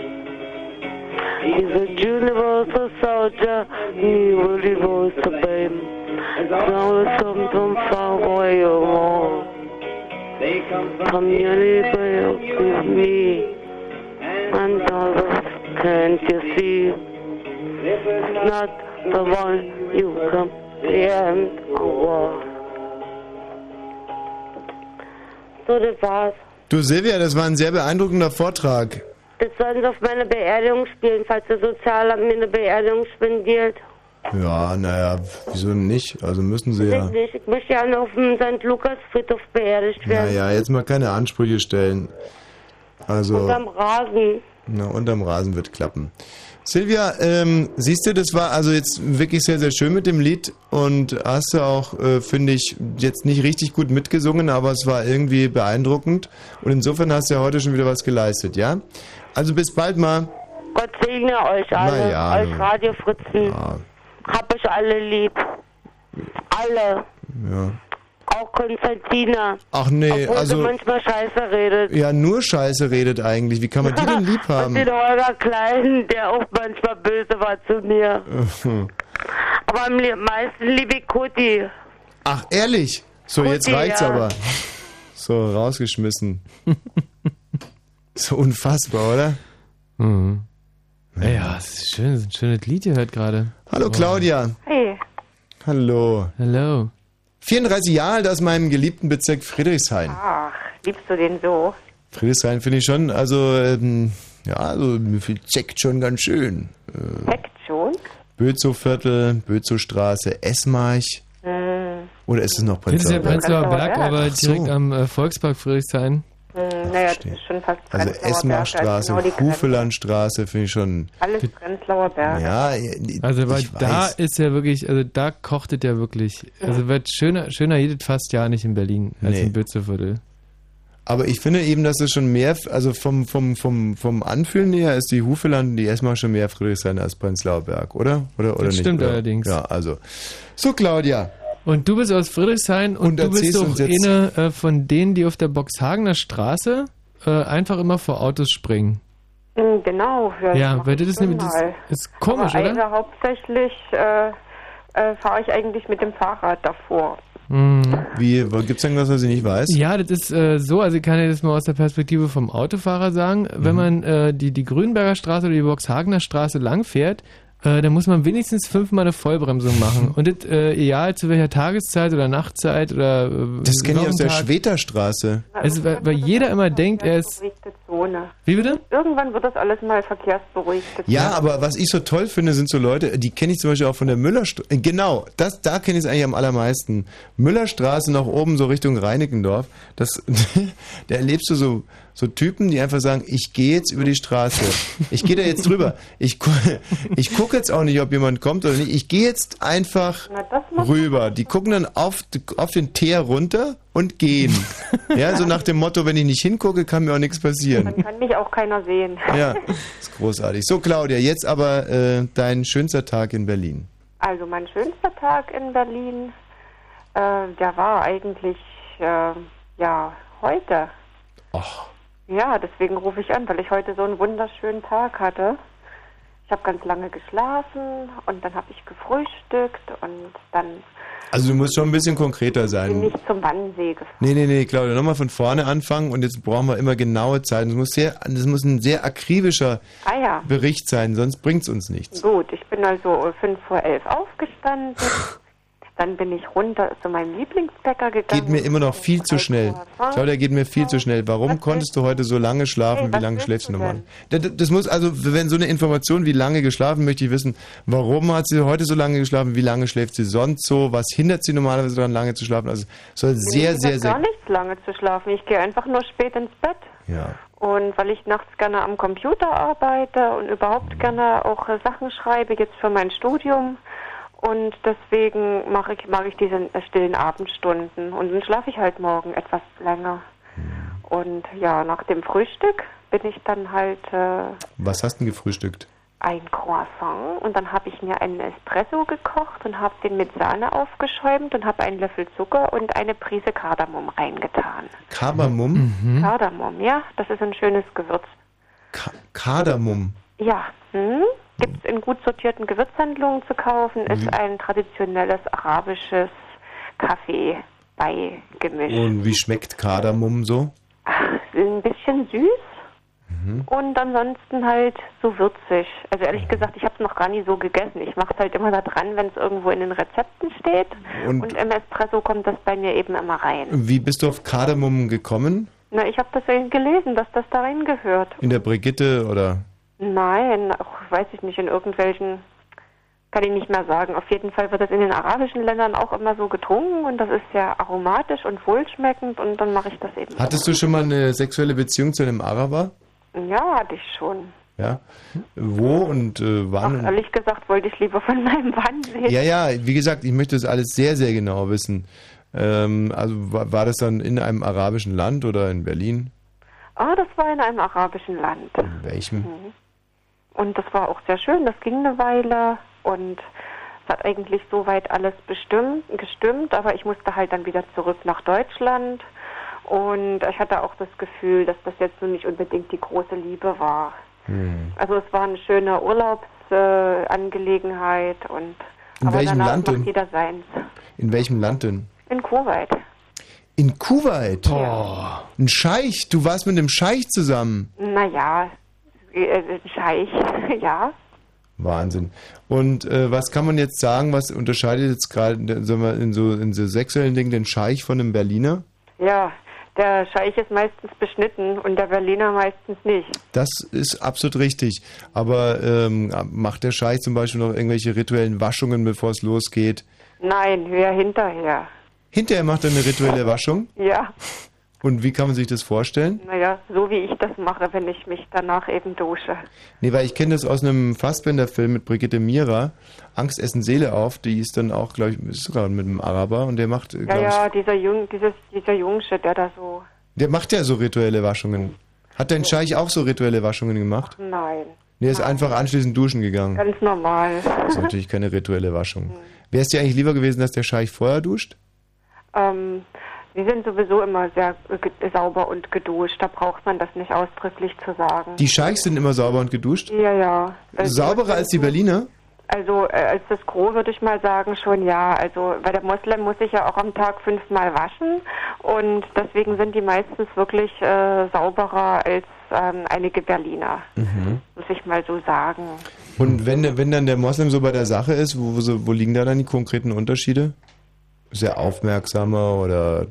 Speaker 10: He's a universal soldier, he really goes to blame. Now it's come from far away or more.
Speaker 11: they come from
Speaker 10: Come
Speaker 11: him,
Speaker 10: anywhere with me, and others can't you see?
Speaker 11: This is
Speaker 10: Not the one you come the end of war. So, das war's.
Speaker 2: Du Silvia, das war ein sehr beeindruckender Vortrag.
Speaker 10: Das sollen sie auf meine Beerdigung spielen, falls der Sozialamt mir eine Beerdigung spendiert.
Speaker 2: Ja, naja, wieso denn nicht? Also müssen sie ja.
Speaker 10: Ich, ich möchte gerne auf dem St. Lukas Friedhof beerdigt werden.
Speaker 2: Naja, jetzt mal keine Ansprüche stellen. Also.
Speaker 10: Unterm Rasen.
Speaker 2: Na, unterm Rasen wird klappen. Silvia, ähm, siehst du, das war also jetzt wirklich sehr, sehr schön mit dem Lied und hast du auch, äh, finde ich, jetzt nicht richtig gut mitgesungen, aber es war irgendwie beeindruckend und insofern hast du ja heute schon wieder was geleistet, ja? Also bis bald mal.
Speaker 10: Gott segne euch alle,
Speaker 2: Na ja, also.
Speaker 10: euch
Speaker 2: nun.
Speaker 10: Radiofritzen. Hab euch alle lieb. Alle.
Speaker 2: Ja.
Speaker 10: Auch Konstantina.
Speaker 2: Ach nee,
Speaker 10: obwohl sie
Speaker 2: also
Speaker 10: manchmal scheiße redet.
Speaker 2: ja nur Scheiße redet eigentlich. Wie kann man die denn lieb
Speaker 10: Und den
Speaker 2: haben?
Speaker 10: Holger Klein, der auch manchmal böse war zu mir. Aber am lie- meisten liebe ich Kuti.
Speaker 2: Ach ehrlich? So jetzt
Speaker 10: Kuti,
Speaker 2: reicht's
Speaker 10: ja.
Speaker 2: aber. So rausgeschmissen. so unfassbar, oder?
Speaker 1: Mhm. Ja, Ja, es ist schön, es ist ein schönes Lied, ihr hört gerade. Oh.
Speaker 2: Hallo Claudia.
Speaker 10: Hey.
Speaker 2: Hallo.
Speaker 1: Hallo.
Speaker 2: 34 Jahre alt aus meinem geliebten Bezirk Friedrichshain.
Speaker 12: Ach, liebst du den so?
Speaker 2: Friedrichshain finde ich schon, also ähm, ja, also checkt schon ganz schön. Äh,
Speaker 12: Checkt schon?
Speaker 2: Bözowviertel, Bözowstraße, Esmarch.
Speaker 12: Hm,
Speaker 2: Oder ist es noch
Speaker 1: Das ist ja
Speaker 2: Prenzlauer Berg?
Speaker 1: Prenzlauer Berg,
Speaker 12: Prenzlauer Berg.
Speaker 1: aber
Speaker 2: Ach so.
Speaker 1: direkt am äh, Volkspark Friedrichshain.
Speaker 12: hm, naja, das ist schon fast
Speaker 2: Also
Speaker 12: Prenzlauer Berg, da ist
Speaker 2: Esmarstraße,
Speaker 12: genau die Grenze.
Speaker 2: Hufelandstraße finde ich schon.
Speaker 12: Alles Prenzlauer Berg.
Speaker 2: Ja,
Speaker 1: Also weil
Speaker 2: ich
Speaker 1: da
Speaker 2: weiß.
Speaker 1: ist ja wirklich, also da kochtet ja wirklich. Also wird schöner, schöner jedes fast ja nicht in Berlin als
Speaker 2: Nee.
Speaker 1: im Bützeviertel.
Speaker 2: Aber ich finde eben, dass es schon mehr, also vom, vom, vom, vom Anfühlen her ist die Hufeland und die Esmar schon mehr Friedrichshain als Prenzlauer Berg, oder? Oder, oder
Speaker 1: Das
Speaker 2: nicht?
Speaker 1: stimmt
Speaker 2: oder?
Speaker 1: allerdings.
Speaker 2: Ja, also. So, Claudia.
Speaker 1: Und du bist aus Friedrichshain und,
Speaker 2: Und
Speaker 1: du bist
Speaker 2: erzählst
Speaker 1: doch
Speaker 2: uns jetzt-
Speaker 1: eine äh, von denen, die auf der Boxhagener Straße äh, einfach immer vor Autos springen.
Speaker 12: Hm, genau. Ja, das
Speaker 1: ja,
Speaker 12: mach
Speaker 1: weil
Speaker 12: ich
Speaker 1: das ist
Speaker 12: schon
Speaker 1: nämlich das
Speaker 12: mal.
Speaker 1: ist komisch,
Speaker 12: Aber
Speaker 1: oder?
Speaker 12: Also hauptsächlich äh, äh, fahre ich eigentlich mit dem Fahrrad davor.
Speaker 1: Mhm.
Speaker 2: Wie, gibt's irgendwas, was ich nicht weiß?
Speaker 1: Ja, das ist äh, so, also ich kann dir das mal aus der Perspektive vom Autofahrer sagen, wenn
Speaker 2: Mhm.
Speaker 1: man äh, die, die Grünberger Straße oder die Boxhagener Straße lang fährt, äh, dann muss man wenigstens fünfmal eine Vollbremsung machen. Und das, äh, egal zu welcher Tageszeit oder Nachtzeit oder äh,
Speaker 2: Das kenne ich aus der
Speaker 1: Wochentag.
Speaker 2: Schweterstraße.
Speaker 1: Also, weil, weil jeder immer denkt, er ist...
Speaker 12: Verkehrsberuhigte Zone.
Speaker 1: Wie bitte?
Speaker 12: Irgendwann wird das alles mal verkehrsberuhigte Zone.
Speaker 2: Ja, aber was ich so toll finde, sind so Leute, die kenne ich zum Beispiel auch von der Müllerstraße. Genau, das, da kenne ich es eigentlich am allermeisten. Müllerstraße nach oben, so Richtung Reinickendorf. Das, da erlebst du so, so Typen, die einfach sagen, ich gehe jetzt über die Straße. Ich gehe da jetzt drüber. Ich, gu- ich gucke jetzt auch nicht, ob jemand kommt oder nicht. Ich gehe jetzt einfach rüber. Die gucken dann auf, auf den Teer runter und gehen. Ja, so nach dem Motto, wenn ich nicht hingucke, kann mir auch nichts passieren.
Speaker 12: Dann kann mich auch keiner sehen.
Speaker 2: Ja, ist großartig. So, Claudia, jetzt aber äh, dein schönster Tag in Berlin.
Speaker 12: Also mein schönster Tag in Berlin, äh, der war eigentlich äh, ja heute.
Speaker 2: Ach.
Speaker 12: Ja, deswegen rufe ich an, weil ich heute so einen wunderschönen Tag hatte. Ich habe ganz lange geschlafen und dann habe ich gefrühstückt und dann
Speaker 2: Also du musst schon ein bisschen konkreter
Speaker 12: bin
Speaker 2: sein.
Speaker 12: ich zum Wannsee gefahren.
Speaker 2: Nee, nee, nee, Claudia, nochmal von vorne anfangen und jetzt brauchen wir immer genaue Zeiten. Es muss, sehr, es muss ein sehr akribischer
Speaker 12: Ah ja,
Speaker 2: Bericht sein, sonst bringt es uns nichts.
Speaker 12: gut, ich bin also fünf vor elf aufgestanden. Dann bin ich runter zu meinem Lieblingsbäcker gegangen.
Speaker 2: Geht mir immer noch viel zu schnell. Claudia, geht mir viel zu schnell. Warum konntest du heute so lange
Speaker 12: Hey,
Speaker 2: schlafen? Wie
Speaker 12: was
Speaker 2: lange
Speaker 12: willst
Speaker 2: schläfst du
Speaker 12: du
Speaker 2: nochmal? Das, das muss also, wenn so eine Information wie lange geschlafen, möchte ich wissen, warum hat sie heute so lange geschlafen? Wie lange schläft sie sonst so? Was hindert sie normalerweise daran, lange zu schlafen? Also es soll sehr,
Speaker 12: ich
Speaker 2: sehr,
Speaker 12: hab gar
Speaker 2: sehr.
Speaker 12: nichts lange zu schlafen. Ich gehe einfach nur spät ins Bett.
Speaker 2: Ja.
Speaker 12: Und weil ich nachts gerne am Computer arbeite und
Speaker 2: Mhm.
Speaker 12: überhaupt gerne auch äh, Sachen schreibe, jetzt für mein Studium. Und deswegen mache ich, mache ich diese äh, stillen Abendstunden. Und dann schlafe ich halt morgen etwas länger.
Speaker 2: Mhm.
Speaker 12: Und ja, nach dem Frühstück bin ich dann halt äh,
Speaker 2: Was hast du denn gefrühstückt?
Speaker 12: ein Croissant und dann habe ich mir einen Espresso gekocht und habe den mit Sahne aufgeschäumt und habe einen Löffel Zucker und eine Prise Kardamom reingetan.
Speaker 2: Kardamom?
Speaker 12: Mhm. Kardamom, ja, das ist ein schönes Gewürz.
Speaker 2: Kardamom.
Speaker 12: Ja, hm? gibt es in gut sortierten Gewürzhandlungen zu kaufen, ist ein traditionelles arabisches Kaffee beigemisch.
Speaker 2: Und wie schmeckt Kardamom so?
Speaker 12: Ein bisschen süß
Speaker 2: Mhm.
Speaker 12: und ansonsten halt so würzig. Also ehrlich gesagt, ich habe es noch gar nie so gegessen. Ich mache es halt immer da dran, wenn es irgendwo in den Rezepten steht. Und,
Speaker 2: Und-
Speaker 12: im Espresso kommt das bei mir eben immer rein.
Speaker 2: Wie bist du auf Kardamom gekommen?
Speaker 12: Na, ich habe das eben gelesen, dass das da reingehört.
Speaker 2: In der Brigitte oder?
Speaker 12: Nein, ach, weiß ich nicht, in irgendwelchen, kann ich nicht mehr sagen. Auf jeden Fall wird das in den arabischen Ländern auch immer so getrunken und das ist sehr aromatisch und wohlschmeckend und dann mache ich das eben.
Speaker 2: Hattest du schon mal eine sexuelle Beziehung zu einem Araber?
Speaker 12: Ja, hatte ich schon.
Speaker 2: Ja. Wo und äh, wann? und
Speaker 12: Ehrlich gesagt wollte ich lieber von meinem Wannsee.
Speaker 2: Ja, ja, wie gesagt, ich möchte das alles sehr, sehr genau wissen. Ähm, also war, war das dann in einem arabischen Land oder in Berlin?
Speaker 12: Ah, das war in einem arabischen Land.
Speaker 2: Hm. In welchem?
Speaker 12: Und das war auch sehr schön, das ging eine Weile und es hat eigentlich soweit alles bestimmt, gestimmt, aber ich musste halt dann wieder zurück nach Deutschland und ich hatte auch das Gefühl, dass das jetzt nun nicht unbedingt die große Liebe war. Also es war eine schöne Urlaubsangelegenheit und
Speaker 2: In
Speaker 12: aber
Speaker 2: welchem
Speaker 12: danach
Speaker 2: Land
Speaker 12: macht
Speaker 2: denn?
Speaker 12: jeder seins.
Speaker 2: In welchem Land denn?
Speaker 12: In Kuwait.
Speaker 2: In Kuwait. Ein Scheich. Du warst mit einem Scheich zusammen.
Speaker 12: Naja, äh, Scheich, ja.
Speaker 2: Wahnsinn. Und äh, was kann man jetzt sagen, was unterscheidet jetzt gerade sagen wir, in, so, in so sexuellen Dingen den Scheich von einem Berliner?
Speaker 12: Ja, der Scheich ist meistens beschnitten und der Berliner meistens nicht.
Speaker 2: Das ist absolut richtig. Aber ähm, macht der Scheich zum Beispiel noch irgendwelche rituellen Waschungen, bevor es losgeht?
Speaker 12: Nein, wer hinterher?
Speaker 2: Hinterher macht er eine rituelle Waschung.
Speaker 12: Ja,
Speaker 2: Und wie kann man sich das vorstellen?
Speaker 12: naja, so wie ich das mache, wenn ich mich danach eben dusche.
Speaker 2: Nee, weil ich kenne das aus einem Fassbender-Film mit Brigitte Mira. Angst essen Seele auf. Die ist dann auch, glaube ich, ist sogar mit einem Araber und der macht,
Speaker 12: Ja,
Speaker 2: glaube ich,
Speaker 12: ja, dieser, Jung, dieses, dieser Jungsche, der da so...
Speaker 2: der macht ja so rituelle Waschungen. Hat dein Scheich auch so rituelle Waschungen gemacht?
Speaker 12: Nein,
Speaker 2: Nee, ist einfach anschließend duschen gegangen.
Speaker 12: ganz normal.
Speaker 2: Das ist natürlich keine rituelle Waschung. Wäre es dir eigentlich lieber gewesen, dass der Scheich vorher duscht?
Speaker 12: Ähm, wir sind sowieso immer sehr äh, ge- sauber und geduscht. Da braucht man das nicht ausdrücklich zu sagen.
Speaker 2: Die Scheichs sind immer sauber und geduscht.
Speaker 12: ja, ja. Also,
Speaker 2: Sauberer als die Berliner?
Speaker 12: Also äh, als das Gros würde ich mal sagen, schon ja. Also bei der Moslem muss ich ja auch am Tag fünfmal waschen. Und deswegen sind die meistens wirklich äh, sauberer als ähm, einige Berliner, muss ich mal so sagen.
Speaker 2: Und wenn, der- wenn dann der Moslem so bei der Sache ist, wo, wo, so- wo liegen da dann die konkreten Unterschiede? Sehr aufmerksamer oder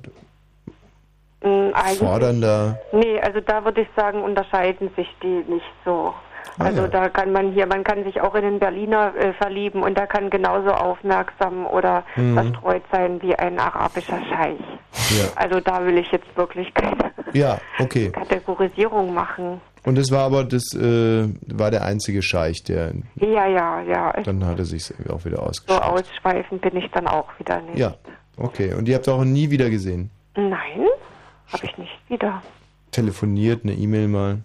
Speaker 12: Mm, eigentlich-
Speaker 2: fordernder?
Speaker 12: Nee, also da würde ich sagen, unterscheiden sich die nicht so.
Speaker 2: Ah,
Speaker 12: Also
Speaker 2: ja.
Speaker 12: da kann man hier, man kann sich auch in den Berliner äh, verlieben und da kann genauso aufmerksam oder
Speaker 2: Mhm.
Speaker 12: verstreut sein wie ein arabischer Scheich.
Speaker 2: Ja.
Speaker 12: Also da will ich jetzt wirklich keine
Speaker 2: ja, okay.
Speaker 12: Kategorisierung machen.
Speaker 2: Und das war aber das äh, war der einzige Scheich, der
Speaker 12: Ja, ja, ja.
Speaker 2: dann hat er sich auch wieder
Speaker 12: So
Speaker 2: ausgeschlossen.
Speaker 12: ausschweifend bin ich dann auch wieder nicht.
Speaker 2: Ja, okay. Und ihr habt auch nie wieder gesehen.
Speaker 12: Nein, habe ich nicht wieder.
Speaker 2: Telefoniert, eine E-Mail mal.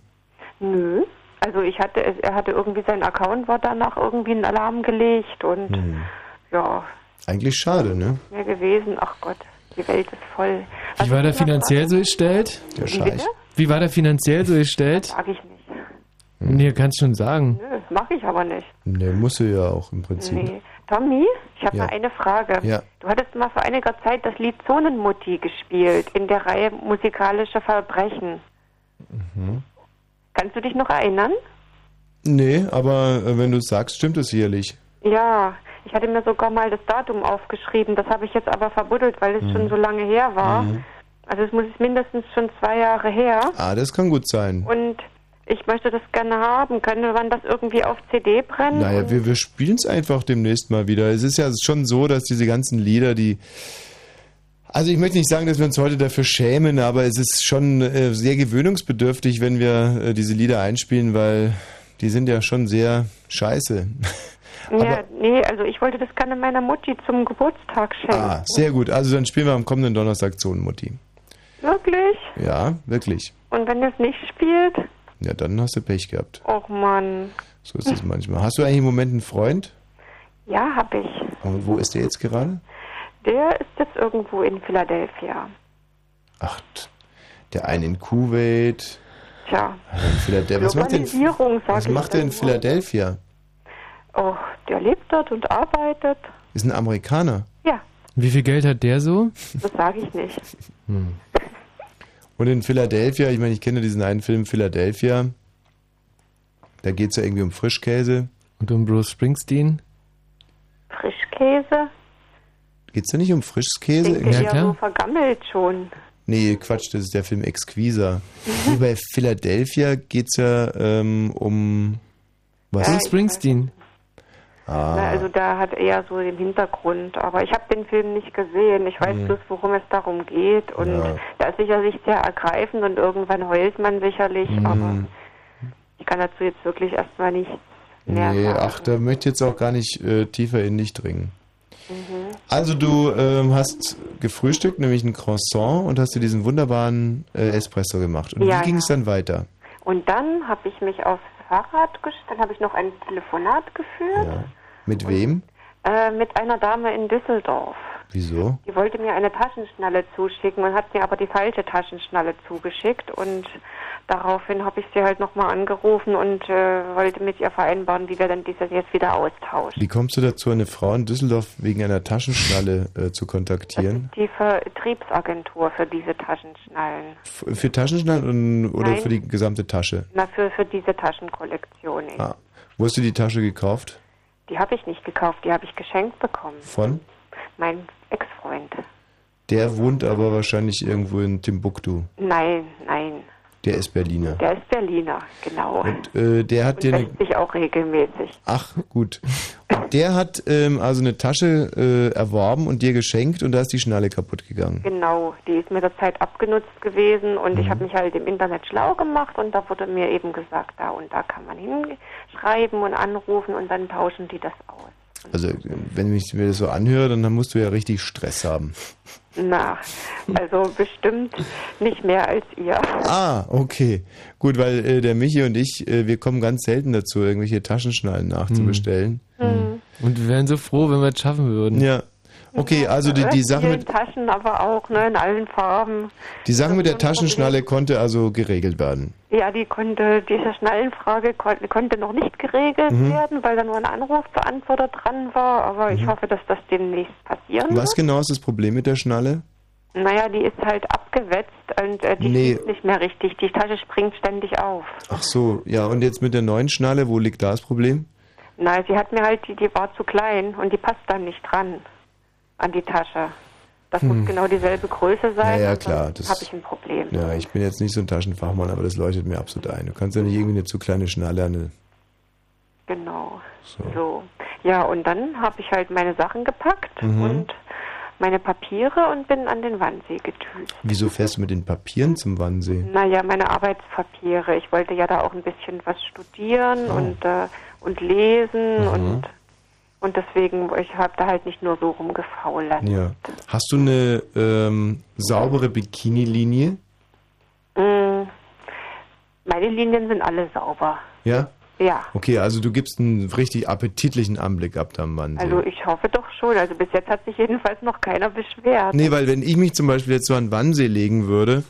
Speaker 12: Nö. Also ich hatte, es- er hatte irgendwie sein Account war danach irgendwie einen Alarm gelegt und
Speaker 2: Hm.
Speaker 12: ja,
Speaker 2: Eigentlich schade, ne?
Speaker 12: mehr gewesen. Ach Gott, die Welt ist voll.
Speaker 1: Wie war der finanziell so gestellt?
Speaker 2: Der
Speaker 12: Scheich. Wie bitte?
Speaker 1: Wie war der finanziell so gestellt?
Speaker 12: Sag ich nicht.
Speaker 1: Nee, kannst schon sagen.
Speaker 12: Nö, mache ich aber nicht.
Speaker 2: Ne, Hm. muss sie ja auch im Prinzip.
Speaker 12: Nee. Tommy, ich habe
Speaker 2: Ja.
Speaker 12: mal eine Frage.
Speaker 2: Ja.
Speaker 12: Du hattest mal vor einiger Zeit das Lied Zonenmutti gespielt in der Reihe Musikalische Verbrechen.
Speaker 2: Mhm.
Speaker 12: Kannst du dich noch erinnern?
Speaker 2: Nee, aber äh, wenn du es sagst, stimmt es sicherlich.
Speaker 12: Ja, ich hatte mir sogar mal das Datum aufgeschrieben. Das habe ich jetzt aber verbuddelt, weil es
Speaker 2: Mhm.
Speaker 12: schon so lange her war.
Speaker 2: Mhm.
Speaker 12: Also es muss mindestens schon zwei Jahre her.
Speaker 2: Ah, das kann gut sein.
Speaker 12: Und ich möchte das gerne haben. Könnte man das irgendwie auf CD brennen?
Speaker 2: Naja, wir, wir spielen es einfach demnächst mal wieder. Es ist ja schon so, dass diese ganzen Lieder, die. Also ich möchte nicht sagen, dass wir uns heute dafür schämen, aber es ist schon äh, sehr gewöhnungsbedürftig, wenn wir äh, diese Lieder einspielen, weil die sind ja schon sehr scheiße.
Speaker 12: ja, nee, also ich wollte das gerne meiner Mutti zum Geburtstag schenken.
Speaker 2: Ah, sehr gut. Also dann spielen wir am kommenden Donnerstag Zonen, Mutti.
Speaker 12: Wirklich?
Speaker 2: Ja, wirklich.
Speaker 12: Und wenn ihr es nicht spielt?
Speaker 2: Ja, dann hast du Pech gehabt.
Speaker 12: Och Mann.
Speaker 2: So ist es manchmal. Hast du eigentlich im Moment einen Freund?
Speaker 12: Ja, hab ich.
Speaker 2: Und wo ist der jetzt gerade?
Speaker 12: Der ist jetzt irgendwo in Philadelphia.
Speaker 2: Der eine in Kuwait.
Speaker 12: Tja.
Speaker 2: einer In Philadelphia. Was macht der in,
Speaker 12: Globalisierung, sag
Speaker 2: was
Speaker 12: ich
Speaker 2: macht der in
Speaker 12: immer.
Speaker 2: Philadelphia?
Speaker 12: Oh, der lebt dort und arbeitet.
Speaker 2: Ist ein Amerikaner.
Speaker 12: Ja,
Speaker 1: Wie viel Geld hat der so?
Speaker 12: das sage ich nicht.
Speaker 2: Hm. Und in Philadelphia, ich meine, ich kenne diesen einen Film Philadelphia. Da geht es ja irgendwie um Frischkäse.
Speaker 1: Und um Bruce Springsteen?
Speaker 12: Frischkäse?
Speaker 2: Geht es da nicht um Frischkäse?
Speaker 12: Denkt ihr ja so vergammelt schon. ne?
Speaker 2: Nee, Quatsch, das ist der Film Exquisa. Nee, bei Philadelphia geht es ja ähm, um. Was?
Speaker 12: Ja, ich weiß.
Speaker 1: Springsteen.
Speaker 2: Ah.
Speaker 12: Na, also da hat eher so den Hintergrund. Aber ich habe den Film nicht gesehen. Ich weiß
Speaker 2: Mhm.
Speaker 12: bloß, worum es darum geht. Und
Speaker 2: Ja.
Speaker 12: da ist sicherlich sehr ergreifend und irgendwann heult man sicherlich. Aber
Speaker 2: Hm.
Speaker 12: ich kann dazu jetzt wirklich erstmal nicht.
Speaker 2: Nee, ach, da möchte ich jetzt auch gar nicht äh, tiefer in dich dringen.
Speaker 12: Mhm.
Speaker 2: Also du ähm, hast gefrühstückt, nämlich ein Croissant und hast dir diesen wunderbaren äh, Espresso gemacht. Und
Speaker 12: Ja,
Speaker 2: wie ging
Speaker 12: ja.
Speaker 2: es dann weiter?
Speaker 12: Und dann habe ich mich aufs Fahrrad gestellt. Dann habe ich noch ein Telefonat geführt.
Speaker 2: Mit wem?
Speaker 12: Äh, mit einer Dame in Düsseldorf.
Speaker 2: Wieso?
Speaker 12: Die wollte mir eine Taschenschnalle zuschicken und hat mir aber die falsche Taschenschnalle zugeschickt. Und daraufhin habe ich sie halt nochmal angerufen und äh, wollte mit ihr vereinbaren, wie wir dann diese jetzt wieder austauschen.
Speaker 2: Wie kommst du dazu, eine Frau in Düsseldorf wegen einer Taschenschnalle äh, zu kontaktieren?
Speaker 12: Die Vertriebsagentur für diese Taschenschnallen.
Speaker 2: F- Für Taschenschnallen und- oder
Speaker 12: Nein.
Speaker 2: für die gesamte Tasche?
Speaker 12: Na, für, für diese Taschenkollektion. eben.
Speaker 2: Ah. Wo hast du die Tasche gekauft?
Speaker 12: Die habe ich nicht gekauft, die habe ich geschenkt bekommen.
Speaker 2: Von?
Speaker 12: Mein Ex-Freund.
Speaker 2: Der wohnt aber wahrscheinlich irgendwo in Timbuktu.
Speaker 12: Nein, nein.
Speaker 2: Der ist Berliner.
Speaker 12: Der ist Berliner, genau.
Speaker 2: Und äh, der hat dir eine
Speaker 12: Lässt sich auch regelmäßig.
Speaker 2: Ach, gut. Und der hat ähm, also eine Tasche äh, erworben und dir geschenkt und da ist die Schnalle kaputt gegangen.
Speaker 12: Genau, die ist mit der Zeit abgenutzt gewesen und ich
Speaker 2: Mhm.
Speaker 12: habe mich halt im Internet schlau gemacht und da wurde mir eben gesagt, da und da kann man hinschreiben und anrufen und dann tauschen die das aus.
Speaker 2: Also, äh, wenn ich mir das so anhöre, dann musst du ja richtig Stress haben.
Speaker 12: Na, also bestimmt nicht mehr als ihr.
Speaker 2: Ah, okay. Gut, weil äh, der Michi und ich, äh, wir kommen ganz selten dazu, irgendwelche Taschenschnallen nachzubestellen. Mhm.
Speaker 1: Hm. Und wir wären so froh, wenn wir es schaffen würden.
Speaker 2: Ja. Okay, also die, die Sache
Speaker 12: in
Speaker 2: mit,
Speaker 12: vielen Taschen, aber auch ne, in allen Farben.
Speaker 2: die Sache mit der Taschenschnalle konnte also geregelt werden.
Speaker 12: Ja, die konnte, diese Schnallenfrage kon konnte noch nicht geregelt
Speaker 2: Mhm.
Speaker 12: werden, weil da nur ein Anrufbeantworter dran war, aber ich hoffe, dass das demnächst passieren
Speaker 2: Was
Speaker 12: wird.
Speaker 2: genau ist das Problem mit der Schnalle?
Speaker 12: Naja, die ist halt abgewetzt und äh, die
Speaker 2: Nee.
Speaker 12: schließt nicht mehr richtig. Die Tasche springt ständig auf.
Speaker 2: Ach so, ja, und jetzt mit der neuen Schnalle, wo liegt da das Problem?
Speaker 12: Nein, sie hat mir halt, die, die war zu klein und die passt dann nicht dran an die Tasche. Das
Speaker 2: Hm.
Speaker 12: muss genau dieselbe Größe sein.
Speaker 2: Naja,
Speaker 12: ansonsten
Speaker 2: klar. Das,
Speaker 12: habe ich ein Problem.
Speaker 2: Ja, ich bin jetzt nicht so ein Taschenfachmann, aber das leuchtet mir absolut ein. Du kannst ja nicht irgendwie eine zu kleine Schnalle an eine.
Speaker 12: Genau. So. Ja, und dann habe ich halt meine Sachen gepackt,
Speaker 2: Mhm.
Speaker 12: meine Papiere und bin an den Wannsee getüst.
Speaker 2: Wieso fährst du mit den Papieren zum Wannsee?
Speaker 12: Naja, meine Arbeitspapiere. Ich wollte ja da auch ein bisschen was studieren
Speaker 2: Oh.
Speaker 12: und, äh, und lesen
Speaker 2: Mhm.
Speaker 12: und, und deswegen, ich habe da halt nicht nur so rumgefaulert.
Speaker 2: Ja. Hast du eine ähm, saubere Bikini-Linie?
Speaker 12: Mm, Meine Linien sind alle sauber.
Speaker 2: Ja?
Speaker 12: Ja.
Speaker 2: Okay, also du gibst einen richtig appetitlichen Anblick ab da am Wannsee.
Speaker 12: Also ich hoffe doch schon. Also bis jetzt hat sich jedenfalls noch keiner beschwert.
Speaker 2: Nee, weil wenn ich mich zum Beispiel jetzt so an den Wannsee legen würde,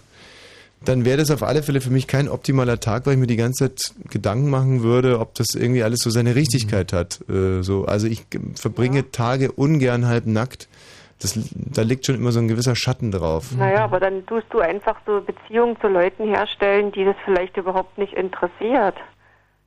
Speaker 2: dann wäre das auf alle Fälle für mich kein optimaler Tag, weil ich mir die ganze Zeit Gedanken machen würde, ob das irgendwie alles so seine Richtigkeit hat. Äh, so. Also ich g- verbringe Tage ungern halb nackt. Das, da liegt schon immer so ein gewisser Schatten drauf.
Speaker 12: Naja, aber dann tust du einfach so Beziehungen zu Leuten herstellen, die das vielleicht überhaupt nicht interessiert.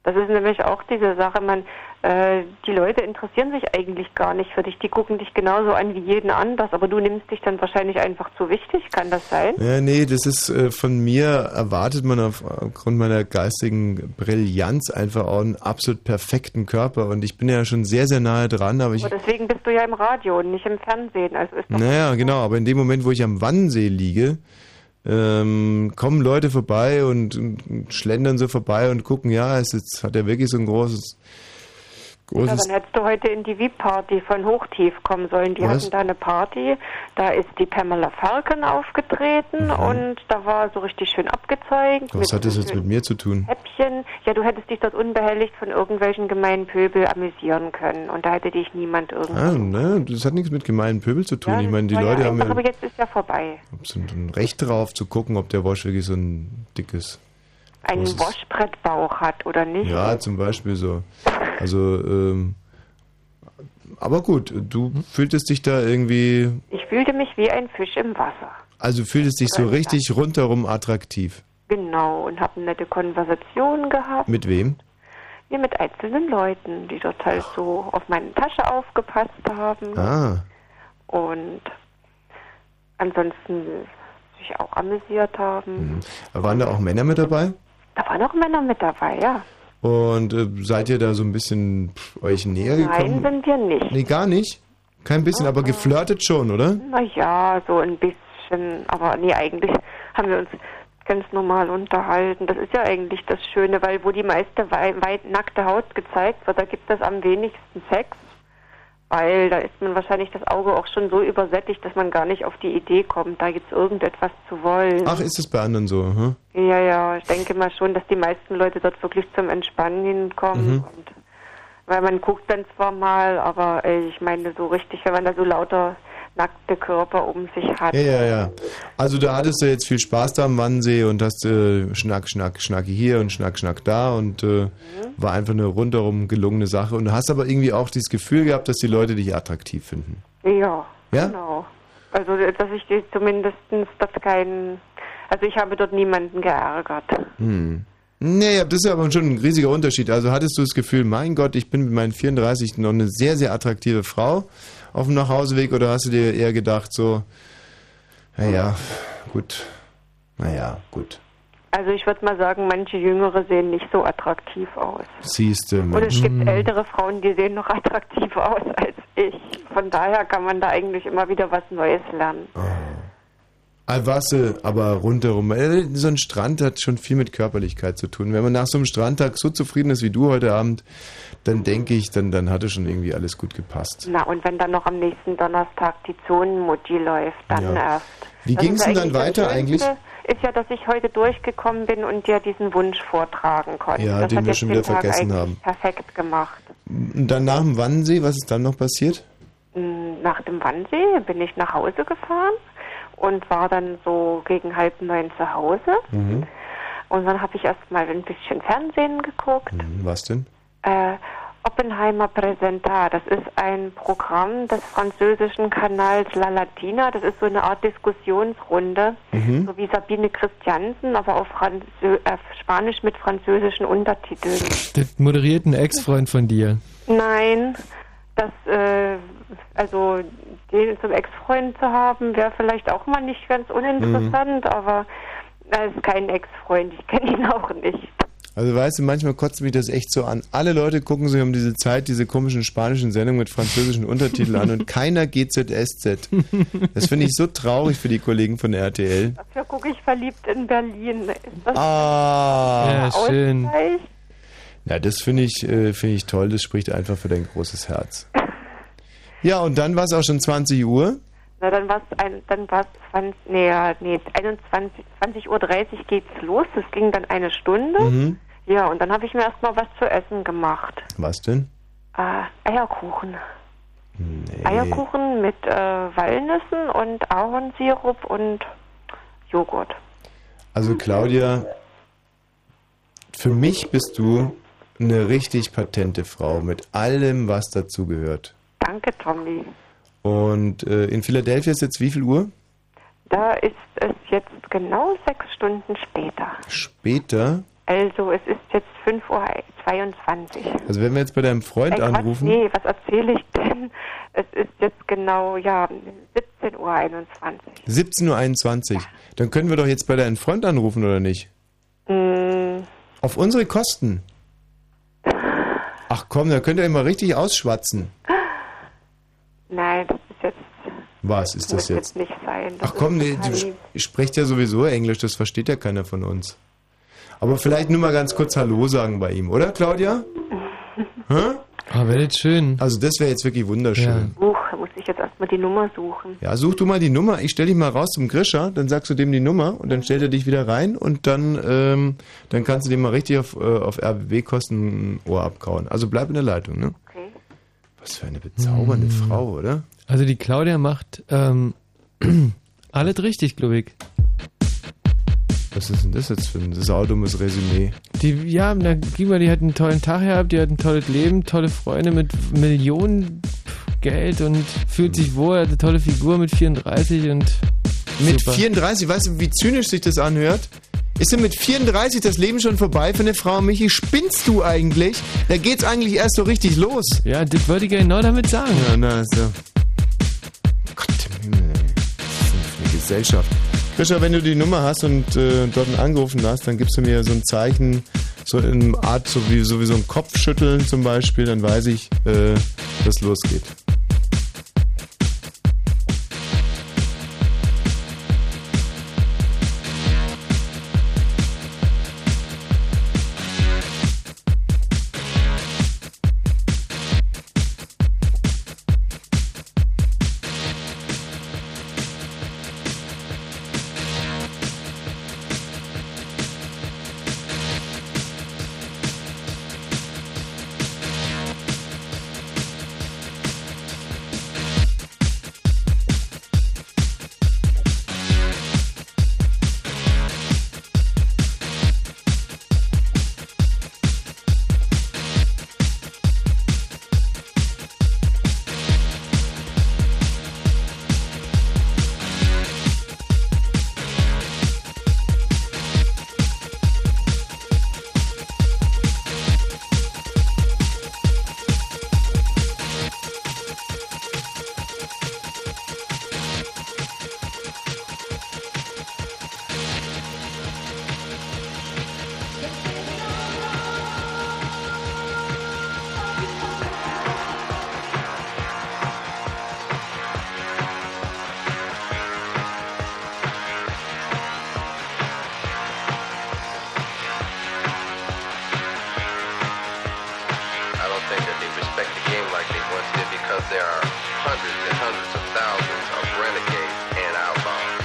Speaker 12: Das ist nämlich auch diese Sache, man, äh, die Leute interessieren sich eigentlich gar nicht für dich. Die gucken dich genauso an wie jeden anders, aber du nimmst dich dann wahrscheinlich einfach zu wichtig, kann das sein?
Speaker 2: Ja, nee, das ist äh, von mir erwartet man auf- aufgrund meiner geistigen Brillanz einfach auch einen absolut perfekten Körper und ich bin ja schon sehr, sehr nahe dran, aber ich
Speaker 12: Aber deswegen bist du ja im Radio und nicht im Fernsehen. Also ist doch
Speaker 2: Naja, genau, aber in dem Moment, wo ich am Wannsee liege, ähm, kommen Leute vorbei und, und schlendern so vorbei und gucken, ja, es ist, hat er wirklich so ein großes,
Speaker 12: Ja,
Speaker 2: großes
Speaker 12: dann hättest du heute in die VIP-Party von Hochtief kommen sollen. Die
Speaker 2: Was?
Speaker 12: hatten da eine Party, da ist die Pamela Falcon aufgetreten und da war so richtig schön abgezeugt.
Speaker 2: Mhm. was hat das jetzt mit mir zu tun?
Speaker 12: Häppchen. Ja, du hättest dich dort unbehelligt von irgendwelchen gemeinen Pöbel amüsieren können und da hätte dich niemand irgendwie...
Speaker 2: Ah, ne, das hat nichts mit gemeinen Pöbel zu tun. ich meine, die
Speaker 12: War ja
Speaker 2: Leute haben
Speaker 12: einfach, aber
Speaker 2: ja
Speaker 12: jetzt ist ja vorbei.
Speaker 2: so ein Recht darauf zu gucken, ob der Wosch wirklich so ein dickes.
Speaker 12: Einen
Speaker 2: großes-
Speaker 12: Waschbrettbauch hat, oder nicht?
Speaker 2: Ja, zum Beispiel so. Also, ähm, aber gut, du fühltest dich da irgendwie,
Speaker 12: Ich fühlte mich wie ein Fisch im Wasser.
Speaker 2: also fühltest dich so richtig rundherum attraktiv.
Speaker 12: Genau, und habe eine nette Konversation gehabt.
Speaker 2: Mit wem?
Speaker 12: Ja, mit einzelnen Leuten, die dort halt so auf meine Tasche aufgepasst haben
Speaker 2: Ah,
Speaker 12: und ansonsten sich auch amüsiert
Speaker 2: Mhm.
Speaker 12: haben.
Speaker 2: waren da auch Männer mit dabei?
Speaker 12: Da waren auch Männer mit dabei, ja.
Speaker 2: Und äh, seid ihr da so ein bisschen pff, euch näher
Speaker 12: Nein,
Speaker 2: gekommen?
Speaker 12: sind wir nicht. Mhm.
Speaker 2: nee, gar nicht. Kein bisschen, aber geflirtet schon, oder?
Speaker 12: Naja, so ein bisschen, aber nee, eigentlich haben wir uns ganz normal unterhalten. Das ist ja eigentlich das Schöne, weil wo die meiste wei- weit nackte Haut gezeigt wird, da gibt es am wenigsten Sex. Weil da ist man wahrscheinlich das Auge auch schon so übersättigt, dass man gar nicht auf die Idee kommt, da jetzt irgendetwas zu wollen.
Speaker 2: Ach, ist es bei anderen so? Hm?
Speaker 12: Ähm, Ja, ja, ich denke mal schon, dass die meisten Leute dort wirklich zum Entspannen hinkommen
Speaker 2: Mhm.
Speaker 12: und Weil man guckt dann zwar mal, aber äh, ich meine, so richtig, wenn man da so lauter nackte Körper um sich hat.
Speaker 2: Ja, ja, ja. Also da hattest du jetzt viel Spaß da am Wannsee und hast äh, Schnack, Schnack, Schnacki hier und Schnack, Schnack da und
Speaker 12: Mhm.
Speaker 2: äh, war einfach eine rundherum gelungene Sache. Und du hast aber irgendwie auch dieses Gefühl gehabt, dass die Leute dich attraktiv finden.
Speaker 12: Ja,
Speaker 2: Ja?
Speaker 12: genau. Also, dass ich die zumindest dort keinen. Also, ich habe dort niemanden geärgert.
Speaker 2: Hm. Nee, das ist aber schon ein riesiger Unterschied. Also hattest du das Gefühl, mein Gott, ich bin mit meinen 34 noch eine sehr, sehr attraktive Frau auf dem Nachhauseweg oder hast du dir eher gedacht so, naja, gut, naja, gut,
Speaker 12: Also, ich würde mal sagen, manche Jüngere sehen nicht so attraktiv aus.
Speaker 2: siehste, Hm.
Speaker 12: Und es gibt
Speaker 2: Mensch.
Speaker 12: ältere Frauen, die sehen noch attraktiver aus als ich. Von daher kann man da eigentlich immer wieder was Neues lernen.
Speaker 2: Ah, warst du aber rundherum. Äh, So ein Strand hat schon viel mit Körperlichkeit zu tun. Wenn man nach so einem Strandtag so zufrieden ist wie du heute Abend, dann denke ich, dann, dann hatte schon irgendwie alles gut gepasst.
Speaker 12: Na, und wenn dann noch am nächsten Donnerstag die Zonenmutti läuft, dann
Speaker 2: Ja.
Speaker 12: erst.
Speaker 2: Wie
Speaker 12: Das ist
Speaker 2: ging's denn dann
Speaker 12: eigentlich das
Speaker 2: weiter eigentlich?
Speaker 12: Schönste, Ist ja, dass ich heute durchgekommen bin und dir diesen Wunsch vortragen konnte.
Speaker 2: Ja,
Speaker 12: das
Speaker 2: den
Speaker 12: hat
Speaker 2: wir
Speaker 12: jetzt
Speaker 2: schon wieder
Speaker 12: Tag
Speaker 2: vergessen
Speaker 12: eigentlich
Speaker 2: haben.
Speaker 12: Perfekt gemacht.
Speaker 2: Und dann nach dem Wannsee, was ist dann noch passiert?
Speaker 12: Mm, Nach dem Wannsee bin ich nach Hause gefahren und war dann so gegen halb neun zu Hause.
Speaker 2: Mhm.
Speaker 12: Und dann habe ich erst mal ein bisschen Fernsehen geguckt.
Speaker 2: Hm, Was denn?
Speaker 12: Äh, Oppenheimer Präsentar, das ist ein Programm des französischen Kanals La Latina. Das ist so eine Art Diskussionsrunde,
Speaker 13: Mhm.
Speaker 12: so wie Sabine Christiansen, aber auf, Franzö äh, Spanisch mit französischen Untertiteln.
Speaker 1: Das moderiert ein Ex-Freund von dir.
Speaker 12: Nein, das, äh, also den zum Ex-Freund zu haben, wäre vielleicht auch mal nicht ganz uninteressant, aber er ist kein Ex-Freund, ich kenne ihn auch nicht.
Speaker 2: Also weißt du, manchmal kotzt mich das echt so an. Alle Leute gucken sich um diese Zeit diese komischen spanischen Sendungen mit französischen Untertiteln an und keiner GZSZ. Das finde ich so traurig für die Kollegen von RTL.
Speaker 12: Dafür gucke ich verliebt in Berlin. Ist das
Speaker 2: Ah,
Speaker 12: ein Ausgleich?
Speaker 2: Na, das finde ich, äh, finde ich toll. Das spricht einfach für dein großes Herz. Ja, und dann war es auch schon 20 Uhr.
Speaker 12: Na, dann war es ein, dann war es 20, nee, ja, nee, 21, 20.30 Uhr geht's los. Das ging dann eine Stunde.
Speaker 2: Mhm.
Speaker 12: Ja, und dann habe ich mir erstmal was zu essen gemacht.
Speaker 2: Was denn?
Speaker 12: Äh, Eierkuchen. Ah Eierkuchen mit äh, Walnüssen und Ahornsirup und Joghurt.
Speaker 2: Also Claudia, für mich bist du eine richtig patente Frau mit allem, was dazugehört.
Speaker 12: Danke, Tommy.
Speaker 2: Und äh, in Philadelphia ist jetzt wie viel Uhr?
Speaker 12: Da ist es jetzt genau sechs Stunden später.
Speaker 2: Später.
Speaker 12: Also es ist jetzt 5.22 Uhr.
Speaker 2: Also wenn wir jetzt bei deinem Freund
Speaker 12: Ey, Quatsch,
Speaker 2: anrufen.
Speaker 12: Nee, was erzähle ich denn? Es ist jetzt genau, ja, 17.21 Uhr.
Speaker 2: 17.21 Uhr. Dann können wir doch jetzt bei deinem Freund anrufen, oder nicht?
Speaker 12: Hm,
Speaker 2: Auf unsere Kosten. Ach komm, da könnt ihr immer richtig ausschwatzen.
Speaker 12: nein, das ist jetzt,
Speaker 2: Was ist das
Speaker 12: muss
Speaker 2: jetzt?
Speaker 12: jetzt nicht sein. Das
Speaker 2: Ach komm,
Speaker 12: ist
Speaker 2: nee,
Speaker 12: total
Speaker 2: du
Speaker 12: lieb.
Speaker 2: sp- sprecht ja sowieso Englisch, das versteht ja keiner von uns. Aber vielleicht nur mal ganz kurz Hallo sagen bei ihm, oder Claudia? Hä?
Speaker 1: Ah, wäre das schön.
Speaker 2: Also das wäre jetzt wirklich wunderschön.
Speaker 12: Huch, da muss ich jetzt erstmal die Nummer suchen.
Speaker 2: Ja. such du mal die Nummer. Ich stell dich mal raus zum Grischer, dann sagst du dem die Nummer und dann stellt er dich wieder rein und dann, ähm, dann kannst du dem mal richtig auf, äh, auf RBW-Kosten ein Ohr abkauen. Also bleib in der Leitung, ne?
Speaker 12: Okay.
Speaker 2: Was für eine bezaubernde
Speaker 1: Mm.
Speaker 2: Frau, oder?
Speaker 1: Also die Claudia macht ähm, alles richtig, glaube ich.
Speaker 2: Was ist denn das jetzt für ein saudummes Resümee?
Speaker 1: Die, ja, na, guck mal, die hat einen tollen Tag gehabt, die hat ein tolles Leben, tolle Freunde mit Millionen Geld und fühlt sich wohl, hat eine tolle Figur mit 34 und
Speaker 2: Mit
Speaker 1: super.
Speaker 2: 34, weißt du, wie zynisch sich das anhört? Ist denn mit 34 das Leben schon vorbei für eine Frau, Michi? Spinnst du eigentlich? Da geht's eigentlich erst so richtig los.
Speaker 1: Ja, das wollte ich ja genau damit sagen.
Speaker 2: Ja, na, ist ja. Gott im Himmel, ey. Was ist denn für eine Gesellschaft. Grisha, wenn du die Nummer hast und äh, dort einen angerufen hast, dann gibst du mir so ein Zeichen, so in Art, so wie, so wie so ein Kopfschütteln zum Beispiel, dann weiß ich, äh, dass losgeht.
Speaker 13: hundreds and hundreds of thousands of renegades and outlaws.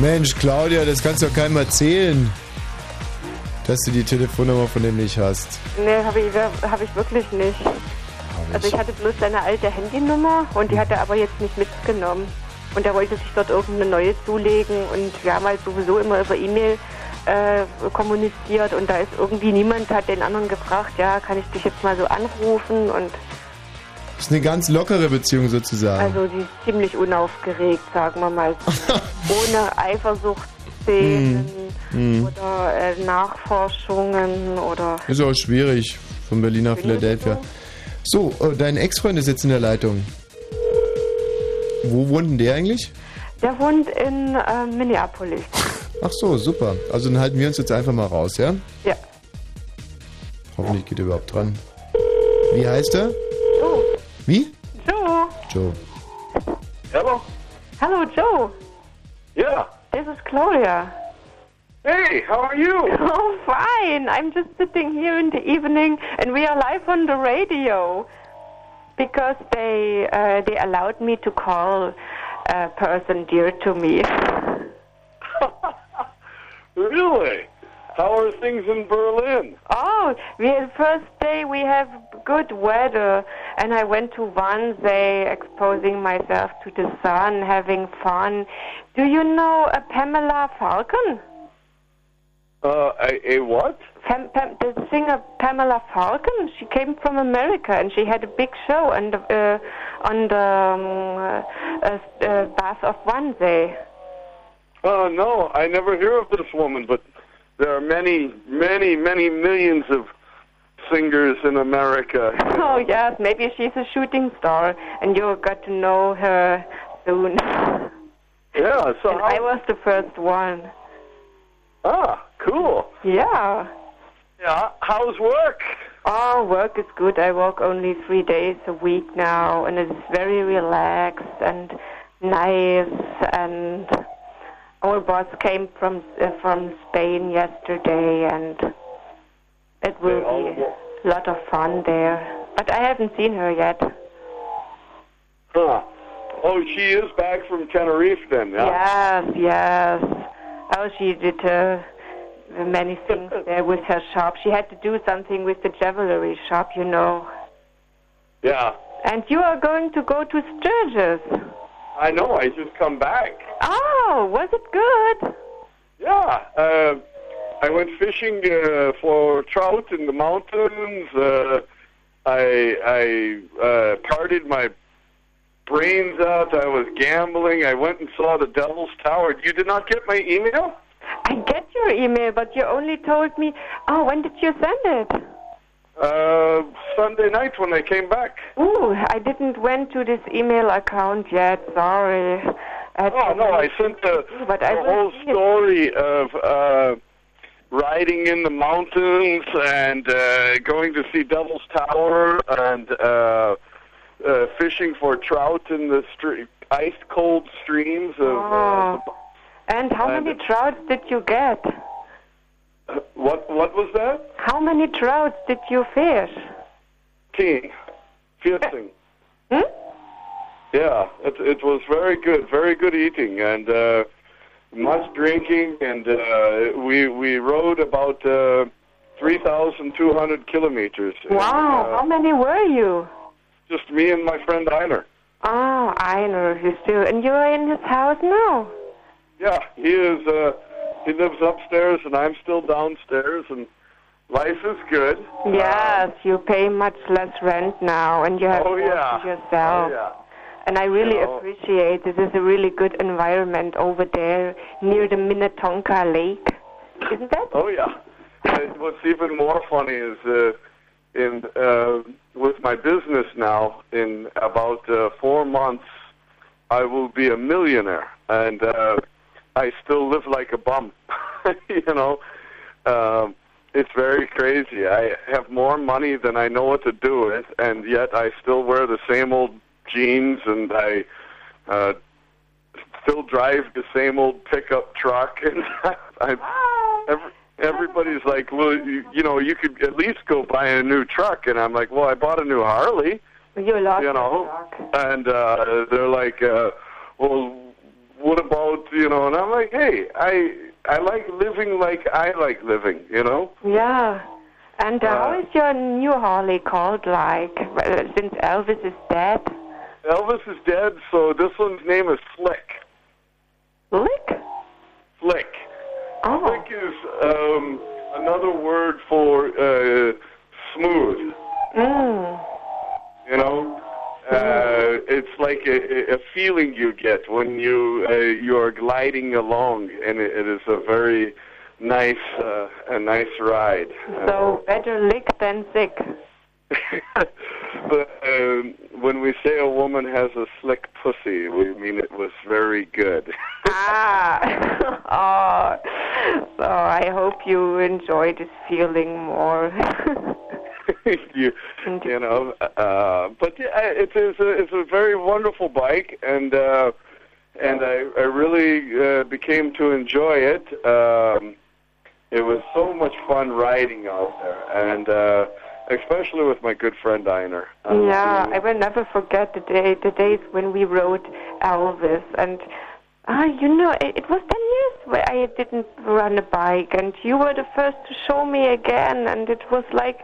Speaker 2: Mensch, Claudia, das kannst du doch keinem erzählen, dass du die Telefonnummer von dem nicht hast.
Speaker 12: Nee, habe ich, hab ich wirklich nicht. Also ich Hm. hatte bloß seine alte Handynummer und die hat er aber jetzt nicht mitgenommen. Und er wollte sich dort irgendeine neue zulegen und wir haben halt sowieso immer über E-Mail äh, kommuniziert und da ist irgendwie niemand hat den anderen gefragt, ja, kann ich dich jetzt mal so anrufen und
Speaker 2: Das ist eine ganz lockere Beziehung sozusagen.
Speaker 12: also die ist ziemlich unaufgeregt, sagen wir mal so. Ohne Eifersuchtsszenen
Speaker 2: Hm.
Speaker 12: oder äh, Nachforschungen oder
Speaker 2: Ist auch schwierig von Berlin nach Philadelphia. So, äh, dein Ex-Freund ist jetzt in der Leitung. Wo wohnt denn der eigentlich?
Speaker 12: Der wohnt in äh, Minneapolis.
Speaker 2: Ach so, super. Also dann halten wir uns jetzt einfach mal raus, ja?
Speaker 12: Ja.
Speaker 2: Hoffentlich geht er überhaupt dran. Wie heißt er? Wie?
Speaker 12: Joe.
Speaker 2: Joe.
Speaker 13: Hallo?
Speaker 12: Hallo Joe.
Speaker 13: Yeah.
Speaker 12: This is Claudia.
Speaker 13: Hey, how are you?
Speaker 12: Oh, fine. I'm just sitting here in the evening, and we are live on the radio because they uh, they allowed me to call a person dear to me.
Speaker 13: Really? How are things in Berlin?
Speaker 12: Oh, we the first day we have good weather, and I went to Wannsee, exposing myself to the sun, having fun. Do you know uh, Pamela Falcon?
Speaker 13: Uh, a, a what?
Speaker 12: Pam, Pam, the singer Pamela Falcon, she came from America and she had a big show on the uh, on the um, uh, uh, uh, Bath of Wannsee.
Speaker 13: Oh, no, I never hear of this woman, but there are many, many, many millions of singers in America.
Speaker 12: Oh yes, maybe she's a shooting star, and you got to know her soon.
Speaker 13: Yeah, so
Speaker 12: and I was the first one.
Speaker 13: Ah, cool.
Speaker 12: Yeah.
Speaker 13: Yeah, how's work?
Speaker 12: Oh, work is good. I work only three days a week now, and it's very relaxed and nice. And our boss came from uh, from Spain yesterday, and it will be a lot of fun there. But I haven't seen her yet.
Speaker 13: Huh. Oh, she is back from Tenerife then, yeah?
Speaker 12: Yes, yes. Oh, she did uh, many things there with her shop. She had to do something with the jewelry shop, you know.
Speaker 13: Yeah.
Speaker 12: And you are going to go to Sturgis.
Speaker 13: I know, I just come back.
Speaker 12: Oh, was it good?
Speaker 13: Yeah, uh, I went fishing uh, for trout in the mountains. Uh, I I uh, partied my brains out. I was gambling. I went and saw the Devil's Tower. You did not get my email?
Speaker 12: I get your email, but you only told me. Oh, when did you send it?
Speaker 13: Uh, Sunday night when I came back.
Speaker 12: Ooh, I didn't went to this email account yet. Sorry. I
Speaker 13: Oh no, I sent the,
Speaker 12: But I
Speaker 13: the whole
Speaker 12: will see it.
Speaker 13: story of uh, riding in the mountains and uh, going to see Devil's Tower and uh, uh, fishing for trout in the stre- ice cold streams of. uh,
Speaker 12: Oh. And how
Speaker 13: And-
Speaker 12: many trouts did you get?
Speaker 13: Uh, what what was that?
Speaker 12: How many trouts did you fish?
Speaker 13: King, piercing.
Speaker 12: Hmm?
Speaker 13: Yeah, it it was very good, very good eating and uh much drinking and uh we we rode about uh 3200 kilometers. And,
Speaker 12: Wow,
Speaker 13: uh,
Speaker 12: how many were you?
Speaker 13: just me and my friend Einar.
Speaker 12: Oh, I know you still. And you're in his house now?
Speaker 13: Yeah, he is uh he lives upstairs and I'm still downstairs and life is good. Uh,
Speaker 12: Yes, you pay much less rent now, and you have
Speaker 13: Oh,
Speaker 12: more
Speaker 13: yeah.
Speaker 12: to
Speaker 13: Oh,
Speaker 12: yourself.
Speaker 13: yeah.
Speaker 12: And I really
Speaker 13: You know.
Speaker 12: appreciate this is a really good environment over there near the Minnetonka Lake. Isn't that?
Speaker 13: Oh yeah. And what's even more funny is uh, and uh, with my business now, in about uh, four months, I will be a millionaire, and uh, I still live like a bum. you know, um, it's very crazy. I have more money than I know what to do with, and yet I still wear the same old jeans, and I uh, still drive the same old pickup truck, and I, every, everybody's like, well, you, you know, you could at least go buy a new truck, and I'm like, well, I bought a new Harley,
Speaker 12: You lost
Speaker 13: you
Speaker 14: Genau.
Speaker 13: know, and uh, they're like, uh, well, what about you know? And I'm like, hey, I I like living like I like living, you know.
Speaker 12: Yeah. And uh,
Speaker 13: Uh,
Speaker 12: how is your new Harley called like? uh, Since Elvis is dead?
Speaker 13: Elvis is dead, so this one's name is Slick.
Speaker 12: Lick?
Speaker 13: Flick. Flick is um, another word for uh, smooth.
Speaker 12: Mm.
Speaker 13: You know, uh, it's like a, a feeling you get when you uh, you are gliding along, and it, it is a very nice uh, a nice ride.
Speaker 12: So better lick than sick.
Speaker 13: But um, when we say a woman has a slick pussy, we mean it was very good.
Speaker 12: Ah. oh. So I hope you enjoy this feeling more.
Speaker 13: you, you know, uh, but yeah, it's it's a, it's a very wonderful bike, and uh, and I I really uh, became to enjoy it. Um, it was so much fun riding out there, and uh, especially with my good friend Einar. Um,
Speaker 12: yeah, I will never forget the day, the days when we rode Elvis, and ah, you know, it, it was ten years where I didn't run a bike, and you were the first to show me again, and it was like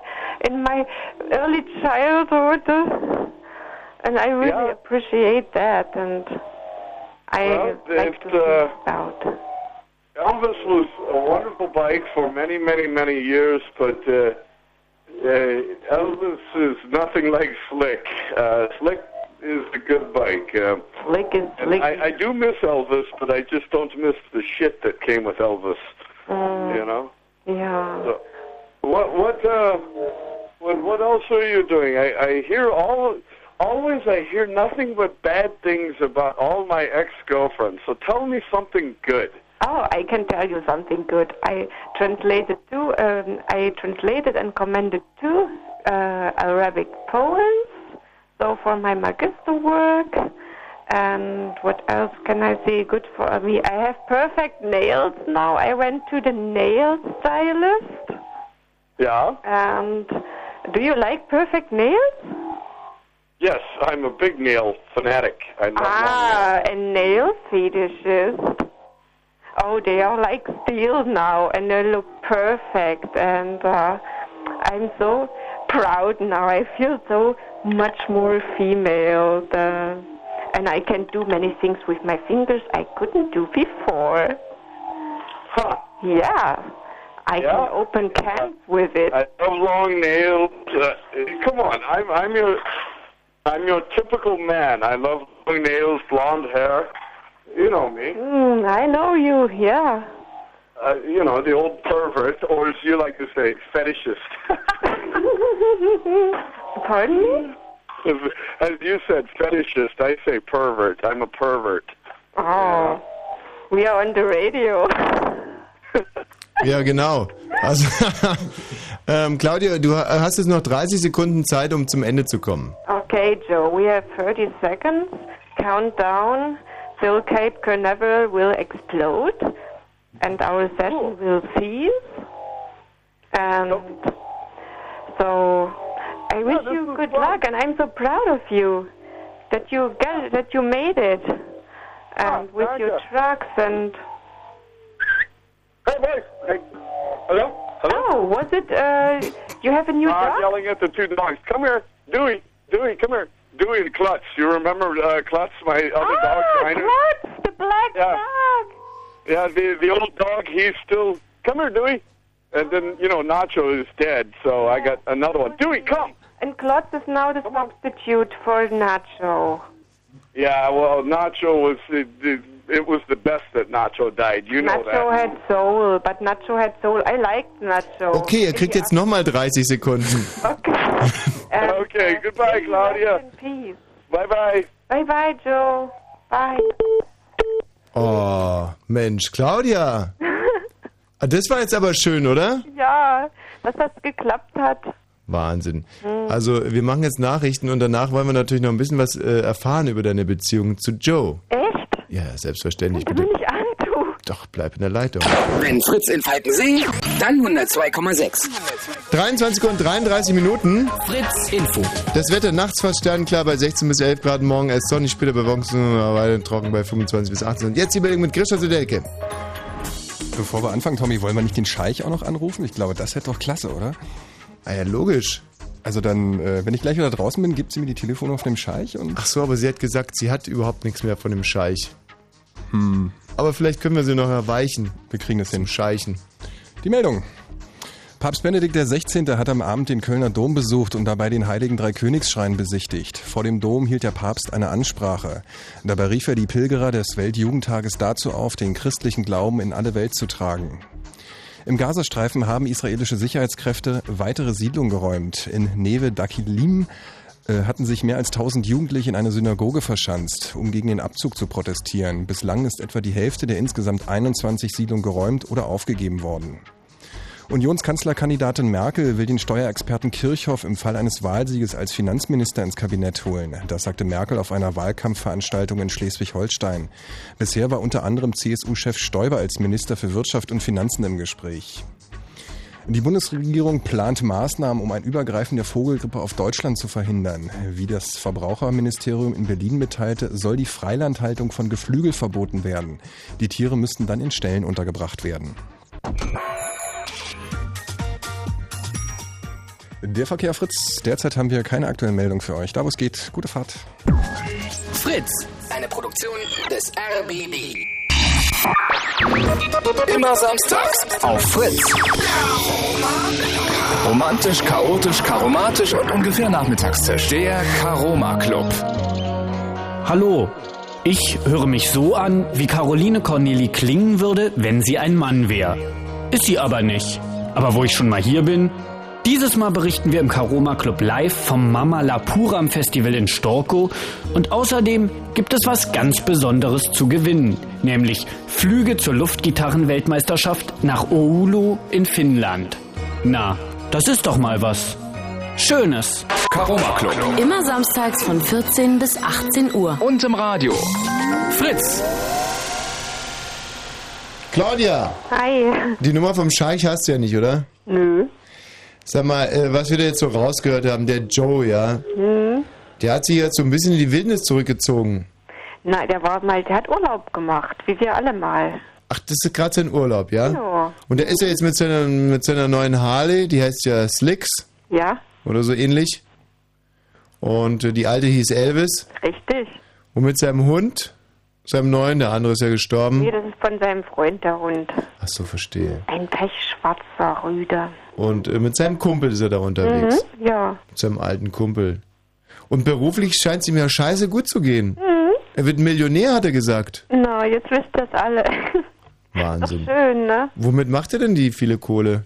Speaker 12: in my early childhood, uh, and I really
Speaker 13: Yeah.
Speaker 12: appreciate that, and I
Speaker 13: Well,
Speaker 12: like
Speaker 13: it,
Speaker 12: to think
Speaker 13: uh,
Speaker 12: about.
Speaker 13: Elvis was a wonderful bike for many, many, many years, but uh, uh, Elvis is nothing like Slick. Uh, Slick is a good bike. Uh,
Speaker 12: Slick is
Speaker 13: Slick. I, I do miss Elvis, but I just don't miss the shit that came with Elvis.
Speaker 12: Mm,
Speaker 14: Genau.
Speaker 13: You know.
Speaker 12: yeah.
Speaker 13: So, what what uh, what what else are you doing? I, I hear all always I hear nothing but bad things about all my ex girlfriends. So tell me something good.
Speaker 12: Oh, I can tell you something good. I translated two. Um, I translated and commended two uh, Arabic poems. So for my magister work, and what else can I say good for me? I have perfect nails now. I went to the nail stylist.
Speaker 13: Yeah.
Speaker 12: And do you like perfect nails?
Speaker 13: Yes, I'm a big nail fanatic. I love
Speaker 12: Ah, and nail fetishes. Oh, they are like steel now, and they look perfect. And uh, I'm so proud now. I feel so much more female. The, and I can do many things with my fingers I couldn't do before. Yeah, I can open cans with it.
Speaker 13: I love long nails. Uh, come on, I'm I'm your I'm your typical man. I love long nails, blonde hair. You know me.
Speaker 12: Mm, I know you. Yeah.
Speaker 13: Uh, you know the old pervert, or as you like to say, fetishist.
Speaker 12: Pardon me?
Speaker 13: as you said, fetishist. I say pervert. I'm a pervert.
Speaker 12: Oh, we are on the radio.
Speaker 2: Ja, genau. Also, ähm, Claudia, du ha- hast jetzt noch 30 Sekunden Zeit, um zum Ende zu kommen.
Speaker 12: Okay, Joe, we have 30 seconds. Countdown till Cape Canaveral will explode and our session will cease. And so I wish you good luck and I'm so proud of you that you get it, that you made it. And with your trucks and
Speaker 13: Hey, boys. Hey. Hello. Hello.
Speaker 12: Oh, was it? Uh, you have a new
Speaker 13: Ah,
Speaker 12: dog?
Speaker 13: yelling at the two dogs. Come here, Dewey. Dewey, come here. Dewey and Klutz. You remember uh, Klutz, my other dog? Kleiner?
Speaker 12: Ah, Klutz, the black
Speaker 13: yeah.
Speaker 12: dog.
Speaker 13: Yeah, the the old dog. He's still. Come here, Dewey. And then you know Nacho is dead, so I got another one. Dewey, come.
Speaker 12: And Klotz is now the substitute for Nacho.
Speaker 13: Yeah, well, Nacho was uh, the, the, it was the best that Nacho died. You know
Speaker 12: Nacho
Speaker 13: that.
Speaker 12: had soul, but Nacho had soul. I liked Nacho.
Speaker 2: Okay, ihr kriegt jetzt nochmal 30 Sekunden.
Speaker 13: okay, goodbye, Claudia.
Speaker 12: Peace.
Speaker 13: Bye bye.
Speaker 12: Bye bye, Joe. Bye.
Speaker 2: Oh, Mensch, Claudia. Ah, Das war jetzt aber schön, oder?
Speaker 12: Ja, dass das geklappt hat.
Speaker 2: Wahnsinn.
Speaker 12: Hm.
Speaker 2: Also, wir machen jetzt Nachrichten und danach wollen wir natürlich noch ein bisschen was äh, erfahren über deine Beziehung zu Joe.
Speaker 12: Echt?
Speaker 2: Ja, selbstverständlich.
Speaker 12: Will
Speaker 2: Bitte
Speaker 12: ich an, du.
Speaker 2: doch, bleib in der Leitung.
Speaker 3: Wenn Fritz in Falkensee, dann 102,6.
Speaker 2: 23 und 33 Minuten.
Speaker 3: Fritz Info.
Speaker 2: Das Wetter nachts fast sternklar bei 16 bis 11 Grad, morgen erst sonnig, später bei Wonsen, weiter trocken bei 25 bis 18. Und jetzt die Meldung mit Grisha Sedelke.
Speaker 4: Bevor wir anfangen, Tommy, wollen wir nicht den Scheich auch noch anrufen? Ich glaube, das wäre doch klasse, oder?
Speaker 2: Ah ja, logisch.
Speaker 4: Also dann, äh, wenn ich gleich wieder draußen bin, gibt sie mir die Telefone auf dem Scheich und...
Speaker 2: Ach so, aber sie hat gesagt, sie hat überhaupt nichts mehr von dem Scheich. Hm. Aber vielleicht können wir sie noch erweichen.
Speaker 4: Wir kriegen das hin.
Speaker 2: Scheichen.
Speaker 4: Die Meldung. Papst Benedikt XVI. hat am Abend den Kölner Dom besucht und dabei den Heiligen Dreikönigsschrein besichtigt. Vor dem Dom hielt der Papst eine Ansprache. Dabei rief er die Pilgerer des Weltjugendtages dazu auf, den christlichen Glauben in alle Welt zu tragen. Im Gazastreifen haben israelische Sicherheitskräfte weitere Siedlungen geräumt. In Neve Dakilim äh, hatten sich mehr als 1000 Jugendliche in eine Synagoge verschanzt, um gegen den Abzug zu protestieren. Bislang ist etwa die Hälfte der insgesamt 21 Siedlungen geräumt oder aufgegeben worden. Unionskanzlerkandidatin Merkel will den Steuerexperten Kirchhoff im Fall eines Wahlsieges als Finanzminister ins Kabinett holen. Das sagte Merkel auf einer Wahlkampfveranstaltung in Schleswig-Holstein. Bisher war unter anderem CSU-Chef Stoiber als Minister für Wirtschaft und Finanzen im Gespräch. Die Bundesregierung plant Maßnahmen, um ein Übergreifen der Vogelgrippe auf Deutschland zu verhindern. Wie das Verbraucherministerium in Berlin mitteilte, soll die Freilandhaltung von Geflügel verboten werden. Die Tiere müssten dann in Ställen untergebracht werden. Der Verkehr, Fritz. Derzeit haben wir keine aktuellen Meldungen für euch. Da, wo es geht, gute Fahrt.
Speaker 3: Fritz, eine Produktion des RBB. Immer samstags
Speaker 9: Auf Fritz. Romantisch, chaotisch, karomatisch und ungefähr Nachmittagstisch. Der Karoma Club.
Speaker 15: Hallo, ich höre mich so an, wie Caroline Corneli klingen würde, wenn sie ein Mann wäre. Ist sie aber nicht. Aber wo ich schon mal hier bin, dieses Mal berichten wir im Karoma Club live vom Mama La Puram Festival in Storkow und außerdem gibt es was ganz Besonderes zu gewinnen, nämlich Flüge zur Luftgitarrenweltmeisterschaft nach Oulu in Finnland. Na, das ist doch mal was. Schönes.
Speaker 9: Karoma Club.
Speaker 16: Immer samstags von 14 bis 18 Uhr.
Speaker 9: Und im Radio. Fritz.
Speaker 2: Claudia,
Speaker 12: Hi.
Speaker 2: die Nummer vom Scheich hast du ja nicht, oder?
Speaker 12: Nö.
Speaker 2: Sag mal, äh, was wir da jetzt so rausgehört haben, der Joe, ja,
Speaker 12: Hm.
Speaker 2: der hat sich jetzt so ein bisschen in die Wildnis zurückgezogen.
Speaker 12: Na, der war mal, der hat Urlaub gemacht, wie wir alle mal.
Speaker 2: Ach, das ist gerade sein Urlaub, ja?
Speaker 12: Ja.
Speaker 2: Und der ist ja jetzt mit seiner, mit seiner neuen Harley, die heißt ja Slicks
Speaker 12: Ja,
Speaker 2: oder so ähnlich. Und äh, die alte hieß Elvis.
Speaker 12: richtig.
Speaker 2: Und mit seinem Hund, seinem neuen, der andere ist ja gestorben.
Speaker 12: Nee, das ist von seinem Freund, der Hund.
Speaker 2: Ach so, verstehe.
Speaker 12: Ein pechschwarzer Rüde.
Speaker 2: Und äh, mit seinem Kumpel ist er da unterwegs.
Speaker 12: Mhm, ja.
Speaker 2: Mit seinem alten Kumpel. Und beruflich scheint es ihm ja scheiße gut zu gehen. Er wird Millionär, hat er gesagt.
Speaker 12: Mhm. Na, jetzt wisst das alle.
Speaker 2: Wahnsinn.
Speaker 12: Schön, ne?
Speaker 2: Womit macht er denn die viele Kohle?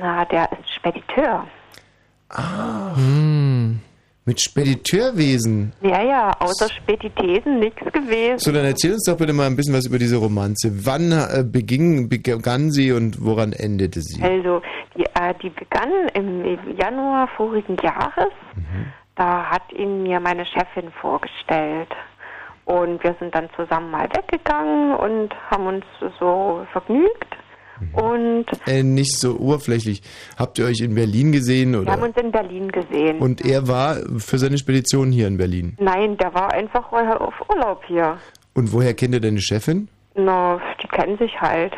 Speaker 12: Na, der ist Spediteur.
Speaker 2: Hm. Mit Spediteurwesen.
Speaker 12: Ja, ja, außer Speditesen nichts gewesen.
Speaker 2: So, dann erzähl uns doch bitte mal ein bisschen was über diese Romanze. Wann äh, beging, begann sie und woran endete sie?
Speaker 12: Also, die, äh, die begann im Januar vorigen Jahres.
Speaker 2: Mhm.
Speaker 12: Da hat ihn mir meine Chefin vorgestellt. Und wir sind dann zusammen mal weggegangen und haben uns so vergnügt. Und
Speaker 2: Äh, nicht so oberflächlich. Habt ihr euch in Berlin gesehen?
Speaker 12: wir haben
Speaker 2: Oder?
Speaker 12: uns in Berlin gesehen.
Speaker 2: Und er war für seine Spedition hier in Berlin.
Speaker 12: Nein, der war einfach auf Urlaub hier.
Speaker 2: Und woher kennt ihr deine Chefin?
Speaker 12: Na, die kennen sich halt.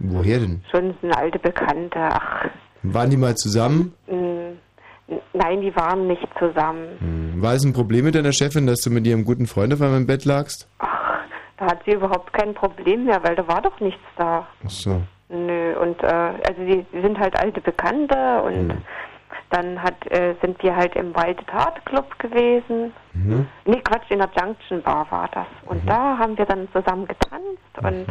Speaker 2: Woher denn?
Speaker 12: Schon eine alte Bekannte. Ach,
Speaker 2: Waren die mal zusammen?
Speaker 12: mh, nein, die waren nicht zusammen.
Speaker 2: Hm. War es ein Problem mit deiner Chefin, dass du mit ihrem guten Freund auf einmal im Bett lagst?
Speaker 12: Da hat sie überhaupt kein Problem mehr, weil da war doch nichts da.
Speaker 2: Ach so. Hm.
Speaker 12: Nö, und äh, also die, die sind halt alte Bekannte und Dann hat, äh, sind wir halt im Wild Heart Club gewesen.
Speaker 2: Mhm.
Speaker 12: Nee, Quatsch, in der Junction Bar war das. Und da haben wir dann zusammen getanzt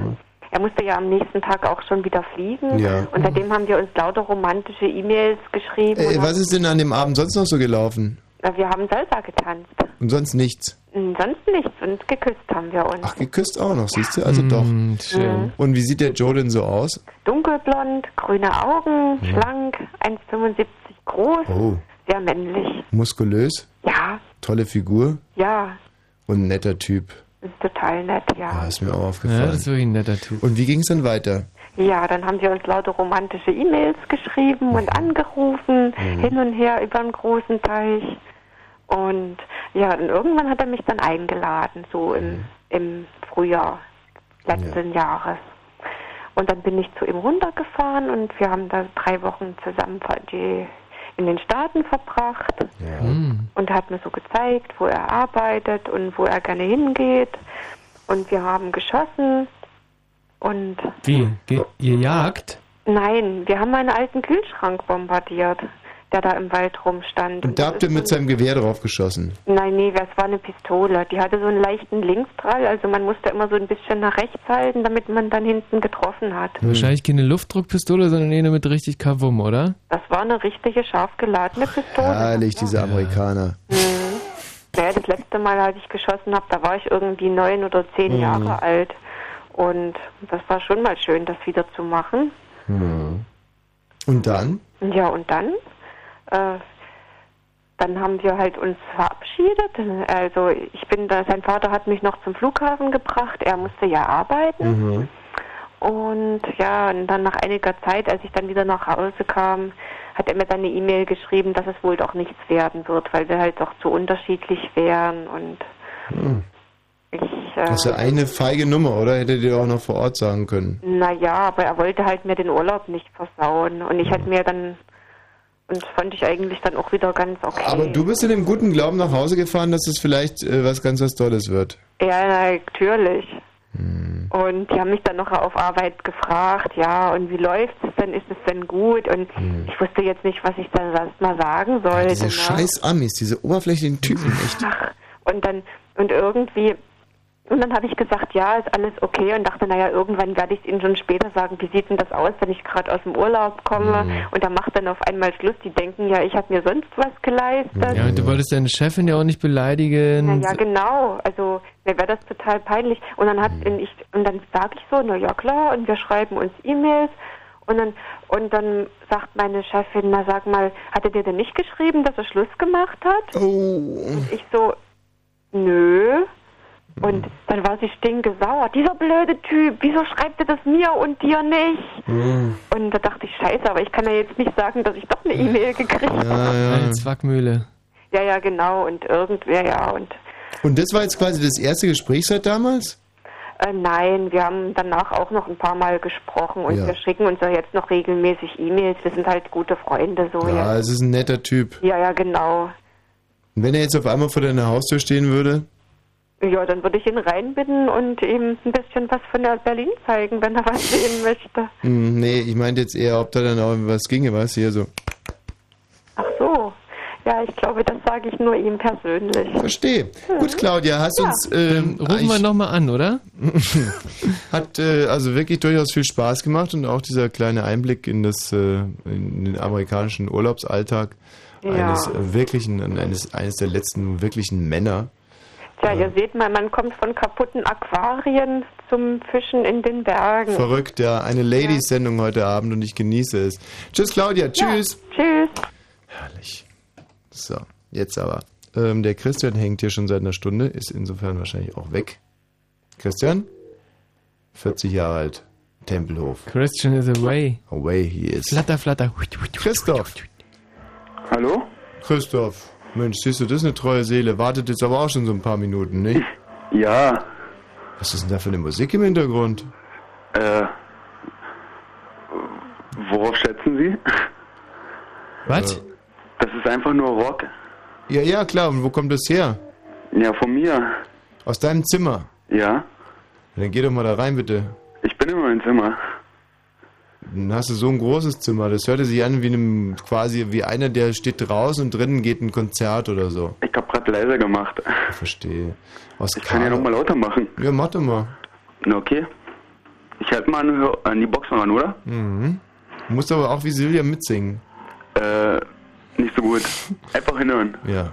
Speaker 12: und er musste ja am nächsten Tag auch schon wieder fliegen.
Speaker 2: Mhm. Ja.
Speaker 12: Und seitdem haben wir uns lauter romantische E-Mails geschrieben.
Speaker 2: Äh,
Speaker 12: und
Speaker 2: was ist denn an dem Abend sonst noch so gelaufen?
Speaker 12: haben, wir haben Salsa getanzt.
Speaker 2: Und sonst nichts.
Speaker 12: Und Sonst nichts und geküsst haben wir uns.
Speaker 2: Ach, geküsst auch noch, siehst du? Also doch.
Speaker 12: schön.
Speaker 2: Und wie sieht der Joe denn so aus?
Speaker 12: Dunkelblond, grüne Augen,
Speaker 2: Ja.
Speaker 12: schlank, 1,75 groß,
Speaker 2: Hm. Oh,
Speaker 12: sehr männlich.
Speaker 2: muskulös,
Speaker 12: Ja,
Speaker 2: tolle Figur
Speaker 12: ja,
Speaker 2: und ein netter Typ.
Speaker 12: ist total nett, ja.
Speaker 2: Ah, ist mir auch aufgefallen.
Speaker 1: Ja, das
Speaker 2: ist wirklich ein netter Typ. Und wie ging es dann weiter?
Speaker 12: Ja, dann haben wir uns lauter romantische E-Mails geschrieben und angerufen, hin und her über den großen Teich. Und ja, und irgendwann hat er mich dann eingeladen, so im, im Frühjahr letzten Jahres. Und dann bin ich zu ihm runtergefahren und wir haben da drei Wochen zusammen ver- die in den Staaten verbracht und er hat mir so gezeigt, wo er arbeitet und wo er gerne hingeht. Und wir haben geschossen und
Speaker 1: Wie? Ge ihr jagt?
Speaker 12: Nein, wir haben einen alten Kühlschrank bombardiert, der da im Wald rumstand.
Speaker 2: Und da
Speaker 12: das
Speaker 2: habt ihr
Speaker 12: ist
Speaker 2: mit
Speaker 12: so ein-
Speaker 2: seinem Gewehr drauf geschossen.
Speaker 12: Nein, nee, das war eine Pistole. Die hatte so einen leichten Linksdrall, also man musste immer so ein bisschen nach rechts halten, damit man dann hinten getroffen hat.
Speaker 1: Hm.
Speaker 2: Hm.
Speaker 1: Wahrscheinlich keine Luftdruckpistole, sondern eine mit richtig Kavum, oder?
Speaker 12: Das war eine richtige scharf geladene Pistole.
Speaker 2: Herrlich, diese Amerikaner.
Speaker 12: Mhm. Naja, das letzte Mal, als ich geschossen habe, da war ich irgendwie neun oder zehn
Speaker 2: Mhm.
Speaker 12: Jahre alt. Und das war schon mal schön, das wieder zu machen.
Speaker 2: Hmm. Und dann?
Speaker 12: Ja, und dann? Äh, dann haben wir halt uns verabschiedet. Also ich bin da, sein Vater hat mich noch zum Flughafen gebracht. Er musste ja arbeiten.
Speaker 2: Mhm.
Speaker 12: Und ja, und dann nach einiger Zeit, als ich dann wieder nach Hause kam, hat er mir dann eine E-Mail geschrieben, dass es wohl doch nichts werden wird, weil wir halt doch zu unterschiedlich wären. Und
Speaker 2: Hm.
Speaker 12: ich, äh,
Speaker 2: Das ist ja eine feige Nummer, oder? Hättet ihr auch noch vor Ort sagen können.
Speaker 12: naja, aber er wollte halt mir den Urlaub nicht versauen. Und ich hatte mir dann, und das fand ich eigentlich dann auch wieder ganz okay.
Speaker 2: Aber du bist in dem guten Glauben nach Hause gefahren, dass es vielleicht äh, was ganz was Tolles wird.
Speaker 12: Ja, natürlich.
Speaker 1: Hm.
Speaker 12: Und die haben mich dann noch auf Arbeit gefragt, ja, und wie läuft's denn? Ist es denn gut? Und
Speaker 1: Hm.
Speaker 12: ich wusste jetzt nicht, was ich dann sonst mal sagen sollte.
Speaker 2: Diese
Speaker 12: ne?
Speaker 2: scheiß Amis, diese oberflächlichen Typen, echt.
Speaker 12: Ach, und dann, und irgendwie, und dann habe ich gesagt, ja, ist alles okay und dachte, naja, irgendwann werde ich es ihnen schon später sagen, wie sieht denn das aus, wenn ich gerade aus dem Urlaub komme
Speaker 1: Hm.
Speaker 12: und da macht dann auf einmal Schluss, die denken, ja, ich habe mir sonst was geleistet.
Speaker 1: Ja, und du wolltest deine Chefin ja auch nicht beleidigen.
Speaker 12: Na ja, genau. Also mir wäre das total peinlich. Und dann hat und ich und dann sage ich so, na ja klar, und wir schreiben uns E-Mails und dann und dann sagt meine Chefin, na sag mal, hat er dir denn nicht geschrieben, dass er Schluss gemacht hat? Und ich so, nö. Und dann war sie stinkgesauer. Dieser blöde Typ, wieso schreibt er das mir und dir nicht? Und da dachte ich, scheiße, aber ich kann ja jetzt nicht sagen, dass ich doch eine E-Mail gekriegt habe.
Speaker 1: Eine Zwackmühle.
Speaker 12: Ja, ja, genau. Und irgendwer, ja. Und
Speaker 2: Und das war jetzt quasi das erste Gespräch seit damals?
Speaker 12: Äh, nein, wir haben danach auch noch ein paar Mal gesprochen und
Speaker 2: Ja.
Speaker 12: wir schicken uns ja jetzt noch regelmäßig E-Mails. Wir sind halt gute Freunde, so ja.
Speaker 2: Ja, Ah, es ist ein netter Typ.
Speaker 12: Ja, ja, genau.
Speaker 2: Und wenn er jetzt auf einmal vor deiner Haustür stehen würde,
Speaker 12: Ja, dann würde ich ihn reinbitten und ihm ein bisschen was von der Berlin zeigen, wenn er was sehen möchte.
Speaker 2: Hm, nee, ich meinte jetzt eher, ob da dann auch was ginge, was hier so.
Speaker 12: Ach so. Ja, ich glaube, das sage ich nur ihm persönlich.
Speaker 2: Verstehe. Gut, Claudia, hast
Speaker 12: Ja.
Speaker 2: uns. Ähm,
Speaker 1: Rufen wir nochmal an, oder?
Speaker 2: Hat äh, also wirklich durchaus viel Spaß gemacht und auch dieser kleine Einblick in, das, äh, in den amerikanischen Urlaubsalltag
Speaker 12: Ja.
Speaker 2: eines äh, wirklichen, und eines, eines der letzten wirklichen Männer.
Speaker 12: Tja, ihr seht mal, man kommt von kaputten Aquarien zum Fischen in den Bergen.
Speaker 2: Verrückt, ja. Eine Ladies-Sendung heute Abend und ich genieße es. Tschüss, Claudia. Tschüss.
Speaker 12: Tschüss.
Speaker 2: Herrlich. So, jetzt aber. Ähm, der Christian hängt hier schon seit einer Stunde, ist insofern wahrscheinlich auch weg. Christian? 40 Jahre alt. Tempelhof.
Speaker 1: Christian is away.
Speaker 2: Away he is.
Speaker 1: Flatter, flatter.
Speaker 2: Christoph.
Speaker 14: Hallo?
Speaker 2: Christoph. Mensch, siehst du, das ist eine treue Seele. Wartet jetzt aber auch schon so ein paar Minuten, nicht?
Speaker 14: Ja.
Speaker 2: Was ist denn da für eine Musik im Hintergrund?
Speaker 14: Äh, worauf schätzen Sie? Äh,
Speaker 1: Was?
Speaker 14: Das ist einfach nur Rock.
Speaker 2: Ja, ja, klar. Und wo kommt das her?
Speaker 14: Ja, von mir.
Speaker 2: Aus deinem Zimmer.
Speaker 14: Ja,
Speaker 2: Dann geh doch mal da rein, bitte.
Speaker 14: ich bin in meinem Zimmer.
Speaker 2: Dann hast du so ein großes Zimmer. Das hörte sich an wie einem, quasi wie einer, der steht draußen und drinnen geht ein Konzert oder so.
Speaker 14: Ich hab grad leiser gemacht.
Speaker 2: Ich verstehe. Aus
Speaker 14: Ich kann ja nochmal lauter machen.
Speaker 2: Ja, mach doch mal.
Speaker 14: Na, okay. Ich halte mal an, an die Box ran, oder?
Speaker 2: Mhm. Du musst aber auch wie Silvia mitsingen.
Speaker 14: Äh, nicht so gut. Einfach hinhören.
Speaker 2: Ja.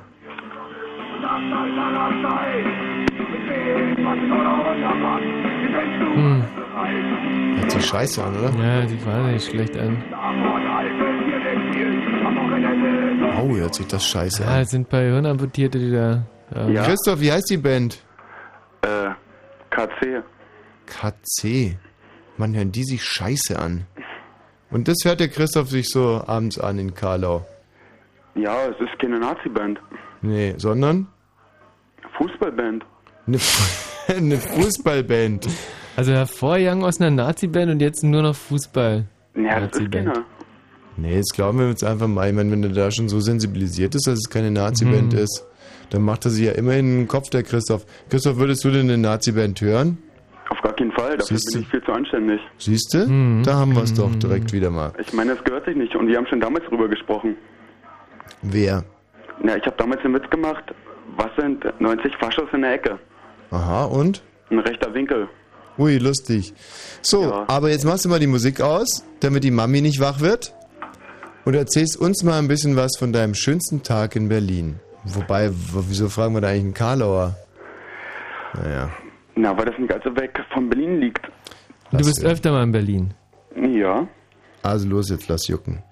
Speaker 1: Hm.
Speaker 2: Hört sich scheiße an, oder?
Speaker 1: Ja, sieht wahnsinnig schlecht an.
Speaker 2: Au, hört sich das scheiße
Speaker 1: Ja,
Speaker 2: an.
Speaker 1: es sind ein paar Hirnamputierte, die da. ähm,
Speaker 2: Ja. Christoph, wie heißt die Band?
Speaker 14: Äh, KC.
Speaker 2: KC. Mann, hören die sich scheiße an. Und das hört der Christoph sich so abends an in Karlau.
Speaker 14: Ja, es ist keine Nazi-Band.
Speaker 2: Nee, sondern
Speaker 14: Fußballband.
Speaker 2: eine, eine Fußballband.
Speaker 1: Also hervorgegangen aus einer Nazi-Band und jetzt nur noch Fußball.
Speaker 14: Ja, das ist
Speaker 1: Nazi-Band.
Speaker 14: genau. keiner.
Speaker 2: Nee, das glauben wir jetzt einfach mal. Ich meine, wenn du da schon so sensibilisiert ist, dass es keine Nazi-Band
Speaker 1: Mhm.
Speaker 2: ist, dann macht er sich ja immerhin einen Kopf, der Christoph. Christoph, würdest du denn eine Nazi-Band hören?
Speaker 14: Auf gar keinen Fall. Dafür
Speaker 2: Siehste.
Speaker 14: bin ich viel zu anständig.
Speaker 2: Siehst du? Da haben wir es doch direkt wieder mal.
Speaker 14: Ich meine, das gehört sich nicht. Und wir haben schon damals drüber gesprochen.
Speaker 2: Wer?
Speaker 14: Na, ich habe damals den Witz gemacht. Was sind 90 Faschos in der Ecke?
Speaker 2: Aha, und?
Speaker 14: Ein rechter Winkel.
Speaker 2: Ui, lustig. So, aber jetzt machst du mal die Musik aus, damit die Mami nicht wach wird. Und erzählst uns mal ein bisschen was von deinem schönsten Tag in Berlin. Wobei, w- wieso fragen wir da eigentlich einen Karlauer? Naja.
Speaker 14: Na, weil das nicht allzu weg von Berlin liegt.
Speaker 1: Du bist öfter mal in Berlin.
Speaker 14: Ja.
Speaker 2: Also los jetzt, lass jucken.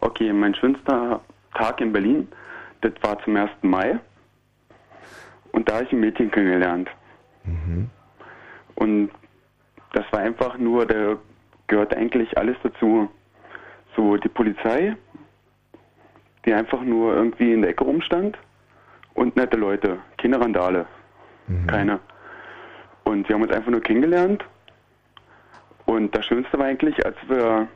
Speaker 14: Okay, mein schönster Tag in Berlin, das war zum 1. Mai. Und da habe ich ein Mädchen kennengelernt. Und das war einfach nur, da gehört eigentlich alles dazu. So die Polizei, die einfach nur irgendwie in der Ecke rumstand und nette Leute, keine Randale, keine. Und wir haben uns einfach nur kennengelernt. Und das Schönste war eigentlich, als wir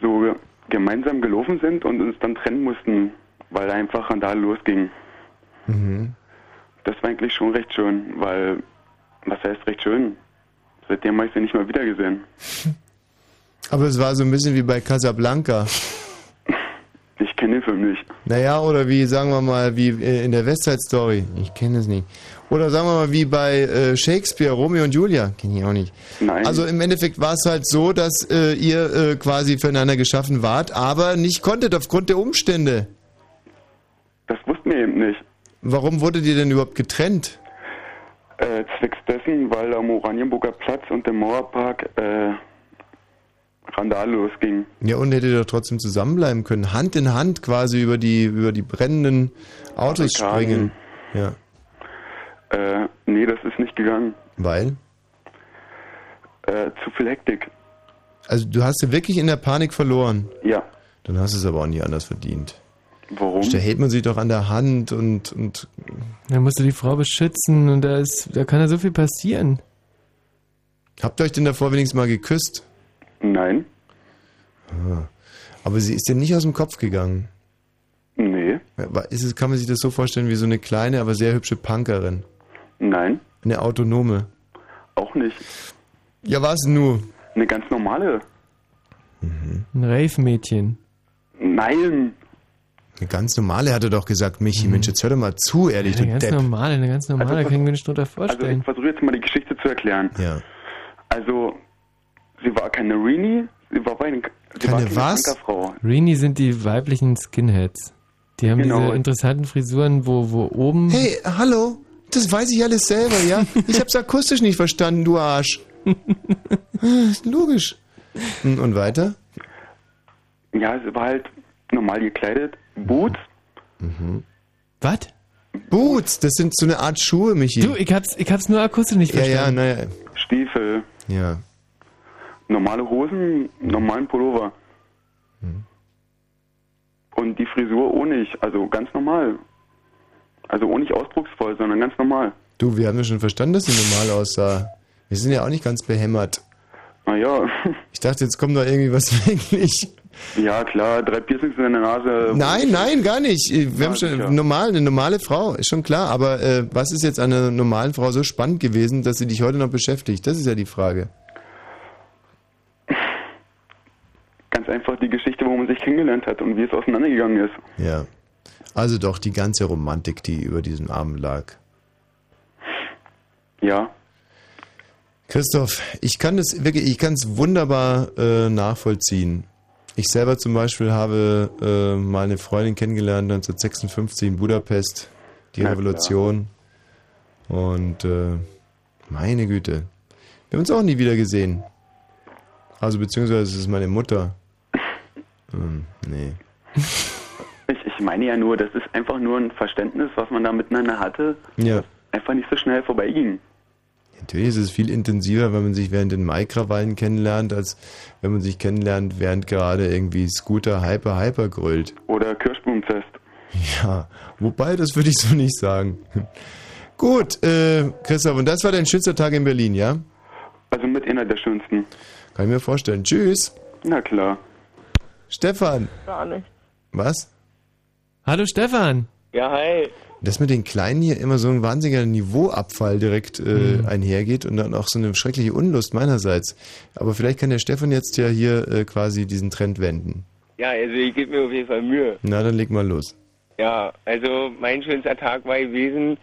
Speaker 14: so ge- gemeinsam gelaufen sind und uns dann trennen mussten, weil einfach Randale losging.
Speaker 2: Mhm.
Speaker 14: Das war eigentlich schon recht schön, weil, was heißt recht schön? Seitdem habe ich sie nicht mehr wiedergesehen.
Speaker 2: Aber es war so ein bisschen wie bei Casablanca.
Speaker 14: Ich kenne den Film nicht.
Speaker 2: Naja, oder wie, sagen wir mal, wie äh, in der Westside Story. Ich kenne es nicht. Oder sagen wir mal, wie bei äh, Shakespeare, Romeo und Julia. Kenne ich auch nicht.
Speaker 14: Nein.
Speaker 2: Also im Endeffekt war es halt so, dass äh, ihr äh, quasi füreinander geschaffen wart, aber nicht konntet aufgrund der Umstände.
Speaker 14: Das wussten wir eben nicht.
Speaker 2: Warum wurdet ihr denn überhaupt getrennt?
Speaker 14: Äh, zwecks dessen, weil am Oranienburger Platz und im Mauerpark äh, Randale losging.
Speaker 2: Ja, und hättet ihr doch trotzdem zusammenbleiben können. Hand in Hand quasi über die, über die brennenden Autos springen.
Speaker 14: Barrikaden.
Speaker 2: Ja.
Speaker 14: Äh, nee, das ist nicht gegangen.
Speaker 2: Weil?
Speaker 14: Äh, zu viel Hektik.
Speaker 2: Also du hast sie wirklich in der Panik verloren.
Speaker 14: Ja.
Speaker 2: Dann hast du es aber auch nie anders verdient.
Speaker 14: Warum?
Speaker 2: Da hält man sich doch an der Hand und, und
Speaker 1: Da musst du die Frau beschützen und da ist, da kann ja so viel passieren.
Speaker 2: habt ihr euch denn davor wenigstens mal geküsst?
Speaker 14: Nein.
Speaker 2: Ah. Aber sie ist dir nicht aus dem Kopf gegangen.
Speaker 14: Nee.
Speaker 2: Aber Ist es, kann man sich das so vorstellen wie so eine kleine, aber sehr hübsche Punkerin?
Speaker 14: Nein.
Speaker 2: Eine Autonome.
Speaker 14: Auch nicht.
Speaker 2: Ja, was nur?
Speaker 14: Eine ganz normale.
Speaker 2: Hm?
Speaker 1: Ein Rave-Mädchen.
Speaker 14: Nein.
Speaker 2: Eine ganz normale hatte doch gesagt, Michi, Mensch, jetzt hör doch mal zu, ehrlich,
Speaker 1: Eine
Speaker 2: du
Speaker 1: Hm. ganz
Speaker 2: Depp.
Speaker 1: normale, eine ganz normale,
Speaker 14: Also,
Speaker 1: kann ich mir nicht drunter
Speaker 14: Also
Speaker 1: vorstellen.
Speaker 14: ich versuche jetzt mal die Geschichte zu erklären.
Speaker 2: Ja.
Speaker 14: Also, sie war keine Rini, sie war keine, sie war keine Bankerfrau.
Speaker 1: Rini sind die weiblichen Skinheads. Die haben
Speaker 14: Genau.
Speaker 1: diese interessanten Frisuren, wo, wo oben.
Speaker 2: Hey, hallo, das weiß ich alles selber, ja? Ich hab's akustisch nicht verstanden, du Arsch. Ah, ist Logisch. Hm, Und weiter?
Speaker 14: Ja, sie war halt normal gekleidet, Boots.
Speaker 1: Was?
Speaker 2: Boots, das sind so eine Art Schuhe, Michi.
Speaker 1: Du, ich hab's, ich hab's nur akustisch nicht
Speaker 2: ja, ja,
Speaker 1: verstanden.
Speaker 2: naja.
Speaker 14: Stiefel,
Speaker 2: Ja.
Speaker 14: normale Hosen, normalen Pullover.
Speaker 2: Hm.
Speaker 14: Und die Frisur ohne ich, also ganz normal. Also ohne ich ausdrucksvoll, sondern ganz normal.
Speaker 2: Du, wir haben ja schon verstanden, dass sie normal aussah. Wir sind ja auch nicht ganz behämmert.
Speaker 14: Naja,
Speaker 2: Ich dachte, jetzt kommt doch irgendwie was wirklich.
Speaker 14: ja klar, drei Piercings in der Nase.
Speaker 2: Nein, nein, gar nicht. Wir haben
Speaker 14: sicher.
Speaker 2: schon normal, eine normale Frau, ist schon klar. Aber äh, was ist jetzt an einer normalen Frau so spannend gewesen, dass sie dich heute noch beschäftigt? Das ist ja die Frage.
Speaker 14: ganz einfach die Geschichte, wo man sich kennengelernt hat und wie es auseinandergegangen ist.
Speaker 2: Ja. Also doch die ganze Romantik, die über diesem Abend lag.
Speaker 14: Ja.
Speaker 2: Christoph, ich kann das wirklich, ich kann es wunderbar äh, nachvollziehen. Ich selber zum Beispiel habe äh, mal eine Freundin kennengelernt 1956 in Budapest, die
Speaker 14: Na klar.
Speaker 2: Revolution. Und äh, meine Güte, wir haben uns auch nie wieder gesehen. Also beziehungsweise es ist meine Mutter. Hm, nee.
Speaker 14: Ich, ich meine ja nur, das ist einfach nur ein Verständnis, was man da miteinander hatte,
Speaker 2: Ja,
Speaker 14: einfach nicht so schnell vorbeiging.
Speaker 2: natürlich ist es viel intensiver, wenn man sich während den Maikrawallen kennenlernt, als wenn man sich kennenlernt, während gerade irgendwie Scooter Hyper Hyper grölt.
Speaker 14: Oder Kirschblumenzest.
Speaker 2: Ja, wobei, das würde ich so nicht sagen. Gut, äh, Christoph, und das war dein schönster Tag in Berlin, ja?
Speaker 14: Also mit einer der schönsten.
Speaker 2: Kann ich mir vorstellen. Tschüss.
Speaker 14: Na klar.
Speaker 2: Stefan.
Speaker 17: Gar nicht.
Speaker 2: Was? Hallo, Stefan.
Speaker 17: Ja, hi.
Speaker 2: Dass mit den Kleinen hier immer so ein wahnsinniger Niveauabfall direkt äh, einhergeht und dann auch so eine schreckliche Unlust meinerseits. Aber vielleicht kann der Stefan jetzt ja hier äh, quasi diesen Trend wenden.
Speaker 18: Ja, also ich gebe mir auf jeden Fall Mühe.
Speaker 2: Na, dann leg mal los.
Speaker 18: Ja, also mein schönster Tag war gewesen,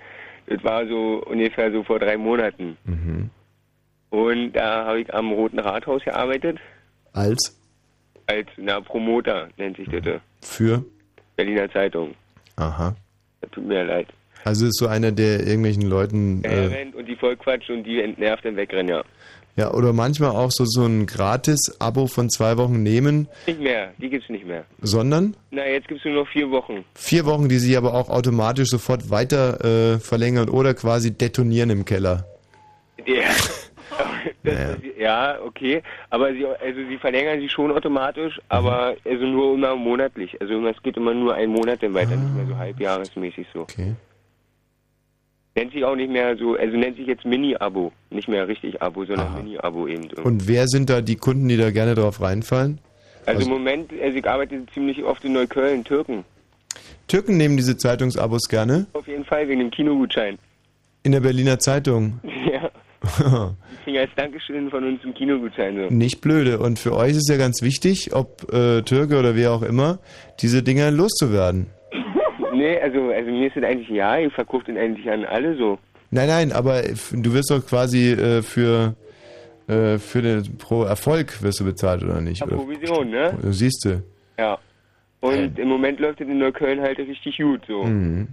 Speaker 18: das war so ungefähr so vor drei Monaten. Und da habe ich am Roten Rathaus gearbeitet,
Speaker 2: Als
Speaker 18: als na, Promoter nennt sich das.
Speaker 2: für.
Speaker 18: Berliner Zeitung.
Speaker 2: Aha.
Speaker 18: Das tut mir leid.
Speaker 2: Also ist so einer, der irgendwelchen Leuten.
Speaker 18: Der
Speaker 2: äh,
Speaker 18: rennt und die voll quatscht und die entnervt und wegrennen, ja.
Speaker 2: Ja, oder manchmal auch so, so ein Gratis-Abo von zwei Wochen nehmen,
Speaker 18: Nicht mehr, die gibt's nicht mehr.
Speaker 2: sondern
Speaker 18: Na, jetzt gibt's nur noch vier Wochen.
Speaker 2: vier Wochen, die sich aber auch automatisch sofort weiter äh, verlängern oder quasi detonieren im Keller.
Speaker 18: Ja. Das, ist- ja, okay. Aber sie, also sie verlängern sie schon automatisch, aber also nur immer monatlich. Also es geht immer nur einen Monat dann weiter, nicht mehr so halbjahresmäßig so.
Speaker 2: Okay.
Speaker 18: Nennt sich auch nicht mehr so, also nennt sich jetzt Mini-Abo. Nicht mehr richtig Abo, sondern Mini-Abo eben. so.
Speaker 2: Und wer sind da die Kunden, die da gerne drauf reinfallen?
Speaker 18: also im Moment, also ich arbeite ziemlich oft in Neukölln, Türken.
Speaker 2: Türken nehmen diese Zeitungsabos gerne.
Speaker 18: Auf jeden Fall wegen dem Kinogutschein.
Speaker 2: In der Berliner Zeitung.
Speaker 18: ja. Die kriegen als Dankeschön von uns einen Kinogutschein so.
Speaker 2: Nicht blöde. Und für euch ist ja ganz wichtig, ob äh, Türke oder wer auch immer, diese Dinger loszuwerden.
Speaker 18: nee, also, also mir ist das eigentlich ja, ich verkaufe den eigentlich an alle so.
Speaker 2: Nein, nein, aber f- du wirst doch quasi äh, für, äh, für den pro Erfolg wirst du bezahlt, oder nicht? Oder,
Speaker 18: Provision, ne?
Speaker 2: siehst du.
Speaker 18: Ja. Und im Moment läuft es in Neukölln halt richtig gut, so.
Speaker 2: Mhm.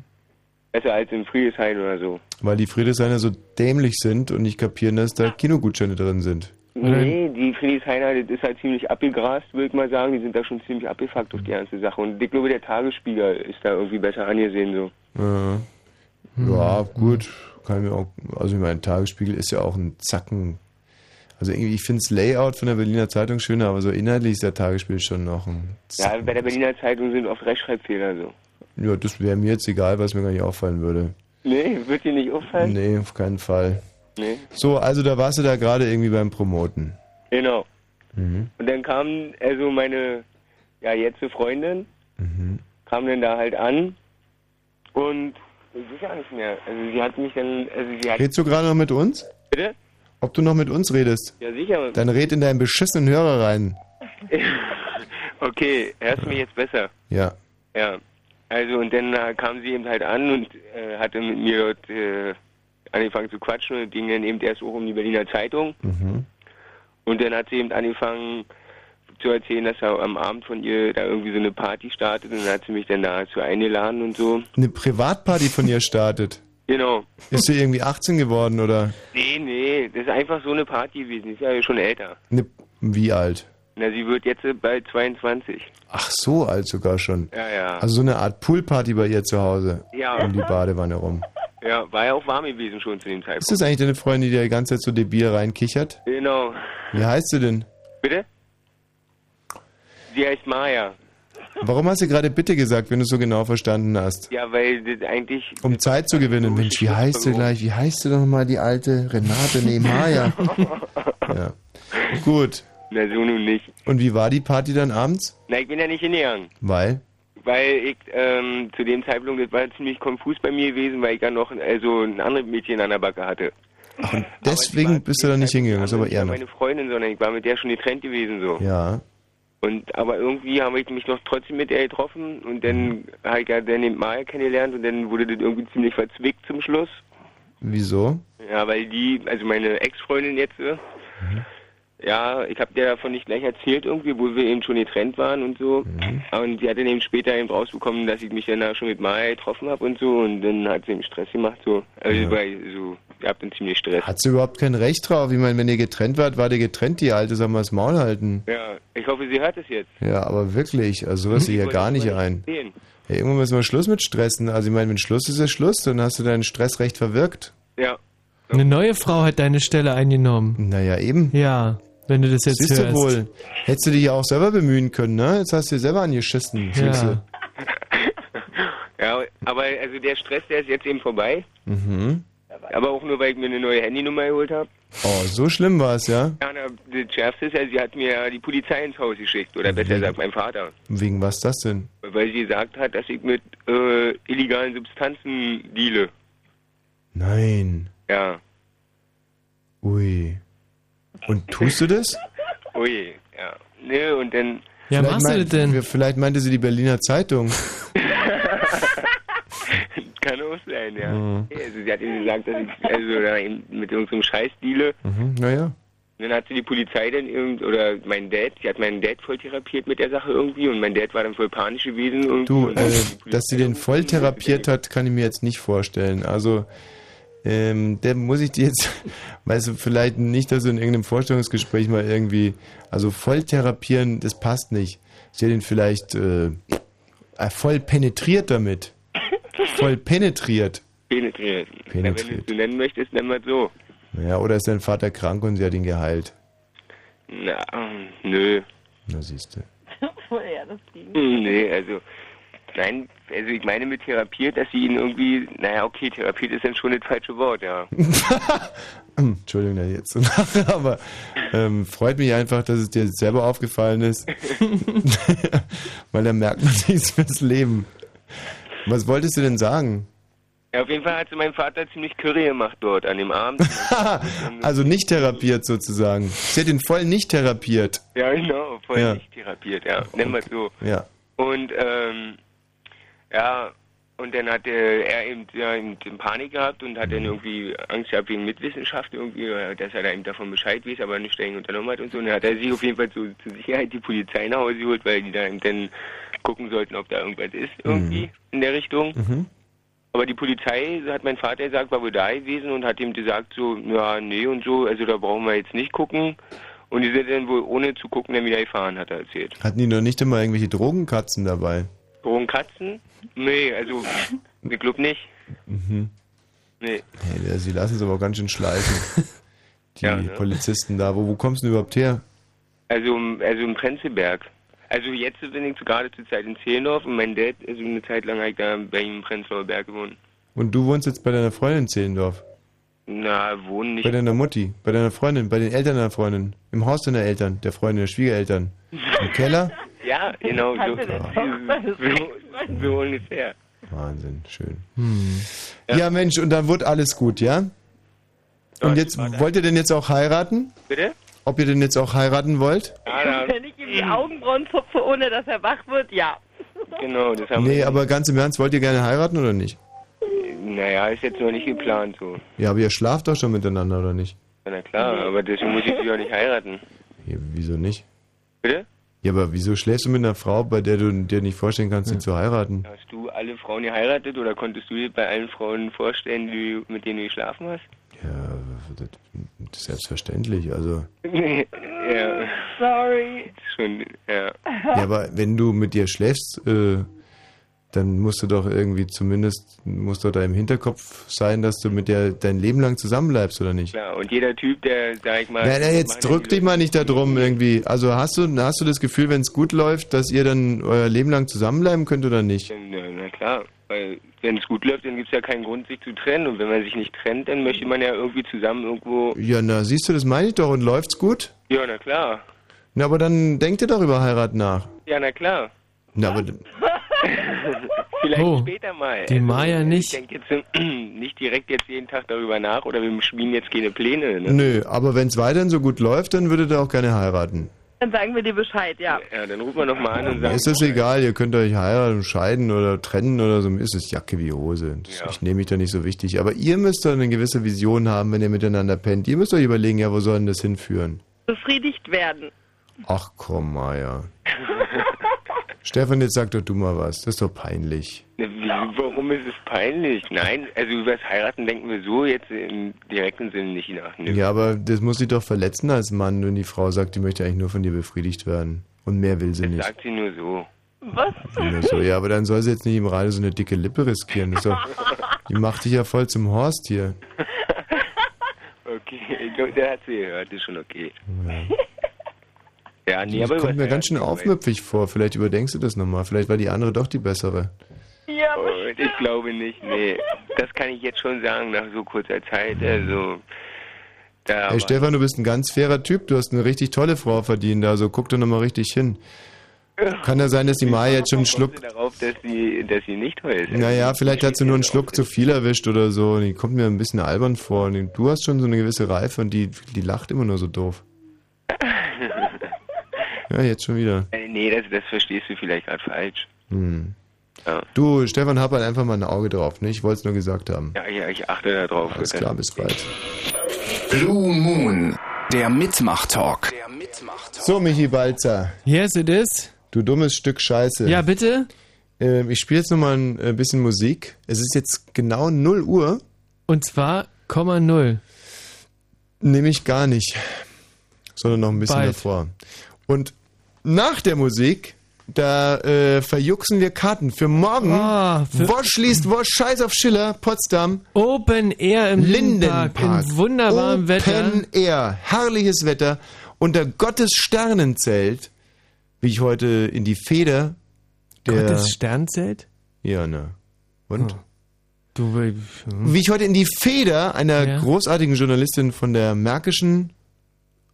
Speaker 18: Besser als in Friedrichshain oder so.
Speaker 2: Weil die Friedrichshainer so dämlich sind und nicht kapieren, dass da Kinogutscheine drin sind.
Speaker 18: Nee, die Friedrichshainer, das ist halt ziemlich abgegrast, würde ich mal sagen. Die sind da schon ziemlich abgefuckt auf die ganze Sache. Und ich glaube, der Tagesspiegel ist da irgendwie besser angesehen, so.
Speaker 2: Ja,
Speaker 18: Hm.
Speaker 2: ja gut. Kann ich mir auch, also ich meine, Tagesspiegel ist ja auch ein Zacken. Also irgendwie, ich finde das Layout von der Berliner Zeitung schöner, aber so inhaltlich ist der Tagesspiegel schon noch ein
Speaker 18: Ja, bei der Berliner Zeitung sind oft Rechtschreibfehler, so.
Speaker 2: Ja, das wäre mir jetzt egal, weil es mir gar nicht auffallen würde.
Speaker 18: Nee, wird dir nicht auffallen?
Speaker 2: Nee, auf keinen Fall.
Speaker 18: Nee.
Speaker 2: So, also da warst du da gerade irgendwie beim Promoten.
Speaker 18: Genau.
Speaker 2: Mhm.
Speaker 18: Und dann kamen also meine, ja, jetzige Freundin, kam dann da halt an und ich weiß gar nicht mehr. Also sie hat mich dann, also sie hat...
Speaker 2: Redst du gerade noch mit uns?
Speaker 18: Bitte?
Speaker 2: Ob du noch mit uns redest?
Speaker 18: Ja, sicher.
Speaker 2: Dann red in deinen beschissenen Hörer rein.
Speaker 18: okay, hörst du mich jetzt besser?
Speaker 2: Ja.
Speaker 18: Ja. Also und dann äh, kam sie eben halt an und äh, hatte mit mir dort äh, angefangen zu quatschen und ging dann eben erst auch um die Berliner Zeitung.
Speaker 2: Mhm.
Speaker 18: Und dann hat sie eben angefangen zu erzählen, dass er am Abend von ihr da irgendwie so eine Party startet und dann hat sie mich dann dazu eingeladen und so.
Speaker 2: Eine Privatparty von ihr startet.
Speaker 18: Genau.
Speaker 2: Ist sie irgendwie 18 geworden oder
Speaker 18: Nee, nee, das ist einfach so eine Party gewesen. Die ist ja schon älter.
Speaker 2: eine, Ne, wie alt?
Speaker 18: Na, sie wird jetzt bald 22.
Speaker 2: Ach, so alt sogar schon.
Speaker 18: Ja, ja.
Speaker 2: Also so eine Art Poolparty bei ihr zu Hause.
Speaker 18: Ja.
Speaker 2: Um die Badewanne rum.
Speaker 18: Ja, war ja auch warm gewesen schon zu dem Zeitpunkt.
Speaker 2: Ist das eigentlich deine Freundin, die dir die ganze Zeit so debil reinkichert?
Speaker 18: Genau.
Speaker 2: Wie heißt sie denn?
Speaker 18: Bitte? Sie heißt Maya.
Speaker 2: Warum hast du gerade bitte gesagt, wenn du es so genau verstanden hast?
Speaker 18: Ja, weil das eigentlich.
Speaker 2: Um Zeit zu gewinnen. Mensch, wie heißt du gleich? Wie heißt du doch mal die alte Renate? Nee, Maya. ja. Gut.
Speaker 18: Na, so nun nicht.
Speaker 2: Und wie war die Party dann abends?
Speaker 18: Na, ich bin ja nicht hingegangen.
Speaker 2: Weil?
Speaker 18: Weil ich ähm, zu dem Zeitpunkt, das war ziemlich konfus bei mir gewesen, weil ich ja noch also ein anderes Mädchen an der Backe hatte.
Speaker 2: Deswegen bist du da nicht hingegangen, ist aber eher noch.
Speaker 18: Meine Freundin, sondern ich war mit der schon getrennt gewesen so.
Speaker 2: ne. Ja.
Speaker 18: Und aber irgendwie habe ich mich doch trotzdem mit ihr getroffen und dann habe ich ja dann den Maya kennengelernt und dann wurde das irgendwie ziemlich verzwickt zum Schluss.
Speaker 2: Wieso?
Speaker 18: Ja, weil die, also meine Ex-Freundin jetzt, äh, ja, ich habe dir davon nicht gleich erzählt irgendwie, wo wir eben schon getrennt waren und so. Und sie hat dann eben später eben rausbekommen, dass ich mich dann da schon mit Maya getroffen habe und so und dann hat sie eben Stress gemacht so. Also
Speaker 2: Ja.
Speaker 18: weil so, ihr habt dann ziemlich Stress.
Speaker 2: Hat sie überhaupt kein Recht drauf? Ich meine, wenn ihr getrennt wart, wart ihr getrennt, die Alte, soll mal das Maul halten.
Speaker 18: Ja, ich hoffe, sie hört es jetzt.
Speaker 2: Ja, aber wirklich, also sowas sehe ich ja gar nicht ein.
Speaker 18: Sehen.
Speaker 2: Hey, irgendwann müssen wir Schluss mit Stressen. Also ich meine, wenn Schluss ist, ist Schluss, dann hast du dein Stressrecht verwirkt.
Speaker 18: Ja.
Speaker 1: Eine neue Frau hat deine Stelle eingenommen.
Speaker 2: Naja, eben.
Speaker 1: Ja, wenn du das jetzt
Speaker 2: Siehst
Speaker 1: hörst.
Speaker 2: du wohl. Hättest du dich ja auch selber bemühen können, ne? Jetzt hast du dir selber angeschissen. Füchse.
Speaker 18: Ja, aber also der Stress, der ist jetzt eben vorbei.
Speaker 2: Mhm.
Speaker 18: Aber auch nur, weil ich mir eine neue Handynummer geholt habe.
Speaker 2: Oh, so schlimm war es, ja?
Speaker 18: Ja, na, das Schärfste ist ja, sie hat mir die Polizei ins Haus geschickt, oder besser gesagt mein Vater.
Speaker 2: Wegen was das denn?
Speaker 18: Weil sie gesagt hat, dass ich mit äh, illegalen Substanzen deale.
Speaker 2: Nein.
Speaker 18: Ja.
Speaker 2: Ui. Und tust du das?
Speaker 18: Ui, Oh ja. Ne, und dann.
Speaker 2: Vielleicht mein- wir- Vielleicht meinte sie die Berliner Zeitung.
Speaker 18: Kann auch sein, ja.
Speaker 2: Mhm.
Speaker 18: Also sie hat eben gesagt, dass ich also da eben mit irgendeinem Scheiß deale.
Speaker 2: Mhm, naja.
Speaker 18: Und dann hat sie die Polizei dann irgend oder mein Dad, sie hat meinen Dad voll therapiert mit der Sache irgendwie und mein Dad war dann voll panisch gewesen und
Speaker 2: Du,
Speaker 18: und
Speaker 2: äh, dass sie den voll therapiert hat, kann ich mir jetzt nicht vorstellen. Also, ähm, der muss ich dir jetzt, weißt du, vielleicht nicht, dass du in irgendeinem Vorstellungsgespräch mal irgendwie, also voll therapieren, das passt nicht. Sie hat ihn vielleicht äh, äh, voll penetriert damit. Voll penetriert.
Speaker 18: penetriert.
Speaker 2: Penetriert.
Speaker 18: Na, wenn du es so nennen möchtest, nenn mal so.
Speaker 2: Ja, oder ist dein Vater krank und sie hat ihn geheilt?
Speaker 18: Na, ähm, nö.
Speaker 2: Na, siehst du.
Speaker 17: ja, das ging.
Speaker 18: Hm, Nee, also nein, also ich meine mit therapiert, dass sie ihn irgendwie, naja okay, therapiert ist dann schon das falsche Wort, ja.
Speaker 2: Hm, Entschuldigung, dass ich jetzt so lache, aber ähm, freut mich einfach, dass es dir selber aufgefallen ist. Weil da merkt man nichts fürs Leben. Was wolltest du denn sagen?
Speaker 18: ja. Auf jeden Fall hat sie meinen Vater ziemlich Curry gemacht dort an dem Abend.
Speaker 2: also nicht therapiert sozusagen. Sie hat ihn voll nicht therapiert.
Speaker 18: ja genau, voll
Speaker 2: Ja.
Speaker 18: nicht therapiert, ja. Nennen wir es so.
Speaker 2: Ja.
Speaker 18: Und ähm, ja, und dann hat äh, er eben, ja, eben Panik gehabt und hat dann irgendwie Angst gehabt wegen Mitwissenschaft irgendwie, äh, dass er da eben davon Bescheid weiß, aber nicht streng unternommen hat und so. Und dann hat er sich auf jeden Fall so, zur Sicherheit die Polizei nach Hause geholt, weil die da eben dann gucken sollten, ob da irgendwas ist irgendwie in der Richtung.
Speaker 2: Mhm.
Speaker 18: Aber die Polizei, so hat mein Vater gesagt, war wohl da gewesen und hat ihm gesagt so, ja, nee und so, also da brauchen wir jetzt nicht gucken. Und die sind dann wohl ohne zu gucken dann wieder gefahren, hat er erzählt.
Speaker 2: Hatten die noch nicht immer irgendwelche Drogenkatzen dabei?
Speaker 18: Drogen Katzen? Nee, also ich glaube nicht.
Speaker 2: Mhm.
Speaker 18: Nee.
Speaker 2: Hey, der- sie lassen es aber auch ganz schön schleifen. Die
Speaker 18: Ja, ne?
Speaker 2: Polizisten da. Wo, wo kommst du denn überhaupt her?
Speaker 18: Also, also im Prenzlberg. Also jetzt bin ich gerade zur Zeit in Zehlendorf und mein Dad, also eine Zeit lang habe ich da bei ihm im Prenzlauer Berg gewohnt.
Speaker 2: Und du wohnst jetzt bei deiner Freundin in Zehlendorf?
Speaker 18: Na, wohnen nicht.
Speaker 2: Bei deiner Mutti, bei deiner Freundin, bei den Eltern deiner Freundin, im Haus deiner Eltern, der Freundin, der Schwiegereltern, im Keller?
Speaker 18: ja, genau, so,
Speaker 2: Kannte das
Speaker 18: so, so ungefähr.
Speaker 2: Wahnsinn, schön. Ja. Mensch, und dann wird alles gut, ja? Und jetzt, wollt ihr denn jetzt auch heiraten?
Speaker 18: Bitte?
Speaker 2: Ob ihr denn jetzt auch heiraten wollt?
Speaker 17: Wenn ich ihm die Augenbrauen zupfe, ohne dass er wach wird, ja.
Speaker 18: Genau, das haben
Speaker 2: Nee,
Speaker 18: wir.
Speaker 2: aber ganz im Ernst, wollt ihr gerne heiraten oder nicht?
Speaker 18: Naja, ist jetzt noch nicht geplant so.
Speaker 2: Ja, aber ihr schlaft doch schon miteinander, oder nicht?
Speaker 18: Na klar, aber deswegen muss ich sie auch nicht heiraten.
Speaker 2: Ja, wieso nicht?
Speaker 18: Bitte?
Speaker 2: Ja, aber wieso schläfst du mit einer Frau, bei der du dir nicht vorstellen kannst,
Speaker 18: Hm.
Speaker 2: sie zu heiraten?
Speaker 18: Hast du alle Frauen geheiratet oder konntest du dir bei allen Frauen vorstellen, die, du- mit denen du geschlafen hast?
Speaker 2: Ja, das das ist selbstverständlich, also...
Speaker 18: Nee, ja.
Speaker 17: Sorry.
Speaker 18: Schon, ja.
Speaker 2: Ja, aber wenn du mit ihr schläfst, äh, dann musst du doch irgendwie zumindest, musst doch da im Hinterkopf sein, dass du mit der dein Leben lang zusammenbleibst, oder nicht?
Speaker 18: Klar, und jeder Typ, der, sag ich mal.
Speaker 2: Nein, nein, jetzt drück dich mal nicht da drum irgendwie. Also hast du, hast du das Gefühl, wenn es gut läuft, dass ihr dann euer Leben lang zusammenbleiben könnt oder nicht?
Speaker 18: Na, na klar, weil wenn es gut läuft, dann gibt es ja keinen Grund, sich zu trennen. Und wenn man sich nicht trennt, dann möchte man ja irgendwie zusammen irgendwo.
Speaker 2: Ja, na, siehst du, das meine ich doch und läuft's gut?
Speaker 18: Ja, na klar.
Speaker 2: Na, aber dann denk dir doch über Heirat nach.
Speaker 18: Ja, na klar.
Speaker 2: Na, aber
Speaker 18: Vielleicht
Speaker 1: Oh,
Speaker 18: später mal. Also,
Speaker 1: die Maya nicht.
Speaker 18: Ich denke jetzt äh, nicht direkt jetzt jeden Tag darüber nach oder wir schmieden jetzt keine Pläne. Ne?
Speaker 2: nö, aber wenn's weiterhin so gut läuft, dann würdet ihr auch gerne heiraten.
Speaker 17: Dann sagen wir dir Bescheid, ja.
Speaker 18: Ja, dann rufen wir nochmal an und
Speaker 2: Mir
Speaker 18: sagen,
Speaker 2: ist das egal, ihr könnt euch heiraten, scheiden oder trennen oder so. Mir ist es Jacke wie Hose. Das, Ich nehme mich da nicht so wichtig. Aber ihr müsst dann eine gewisse Vision haben, wenn ihr miteinander pennt. Ihr müsst euch überlegen, ja, wo soll denn das hinführen?
Speaker 17: Befriedigt werden.
Speaker 2: Ach komm, Meier. Stefan, jetzt sag doch du mal was. Das ist doch peinlich.
Speaker 18: Ne, wie- Warum ist es peinlich? Nein, also über das Heiraten denken wir so jetzt im direkten Sinne nicht nach. Ne?
Speaker 2: Ja, aber das muss dich doch verletzen als Mann, wenn die Frau sagt, die möchte eigentlich nur von dir befriedigt werden. Und mehr will sie nicht.
Speaker 18: Sagt sie nur so.
Speaker 17: Was?
Speaker 2: Nur so, ja, aber dann soll sie jetzt nicht im Radio so eine dicke Lippe riskieren. Das ist doch, die macht dich ja voll zum Horst hier.
Speaker 18: Okay, ich glaub, der hat sie gehört, ist schon okay. Ja, nee,
Speaker 2: das
Speaker 18: aber
Speaker 2: kommt
Speaker 18: über
Speaker 2: mir ganz schön aufmüpfig vor. Vielleicht überdenkst du das nochmal. Vielleicht war die andere doch die bessere.
Speaker 17: Ja,
Speaker 18: oh, ich glaube nicht, nee. Das kann ich jetzt schon sagen, nach so kurzer Zeit. Also, da
Speaker 2: Hey Stefan, du bist ein ganz fairer Typ. Du hast eine richtig tolle Frau verdient. Also guck doch nochmal richtig hin. Kann ja sein, dass die Maya jetzt schon einen Schluck.
Speaker 18: war darauf, dass sie, dass sie nicht heult.
Speaker 2: Naja, vielleicht hat sie nur einen Schluck zu viel erwischt oder so. Die kommt mir ein bisschen albern vor. Und Du hast schon so eine gewisse Reife und die, die lacht immer nur so doof. Ja, jetzt schon wieder.
Speaker 18: Äh, nee, das, das verstehst du vielleicht gerade falsch.
Speaker 2: Hm.
Speaker 18: Ja.
Speaker 2: Du, Stefan, hab halt einfach mal ein Auge drauf. Ne? Ich wollte es nur gesagt haben.
Speaker 18: Ja, ja, ich achte da drauf.
Speaker 2: Alles klar, bis bald.
Speaker 9: Blue Moon, der Mitmach-Talk.
Speaker 2: So, Michi Balzer.
Speaker 1: Yes, it is.
Speaker 2: Du dummes Stück Scheiße.
Speaker 1: Ja, bitte.
Speaker 2: Ähm, ich spiele jetzt nochmal ein äh, bisschen Musik. Es ist jetzt genau 0 Uhr.
Speaker 1: Und zwar 0,0.
Speaker 2: Nehme ich gar nicht, sondern noch ein bisschen
Speaker 1: Bald.
Speaker 2: davor. Und nach der Musik, da äh, verjuchsen wir Karten für morgen.
Speaker 1: Ah,
Speaker 2: Wosch schließt Wosch, Scheiß auf Schiller, Potsdam.
Speaker 1: Open Air im
Speaker 2: Lindenpark.
Speaker 1: Lindenpark, in wunderbarem
Speaker 2: Open
Speaker 1: Wetter.
Speaker 2: Open Air, herrliches Wetter. Unter Gottes Sternenzelt, wie ich heute in die Feder der...
Speaker 1: Gottes Sternzelt? Hm.
Speaker 2: Ja, ne. Und?
Speaker 1: Du, äh,
Speaker 2: Wie ich heute in die Feder einer großartigen Journalistin von der Märkischen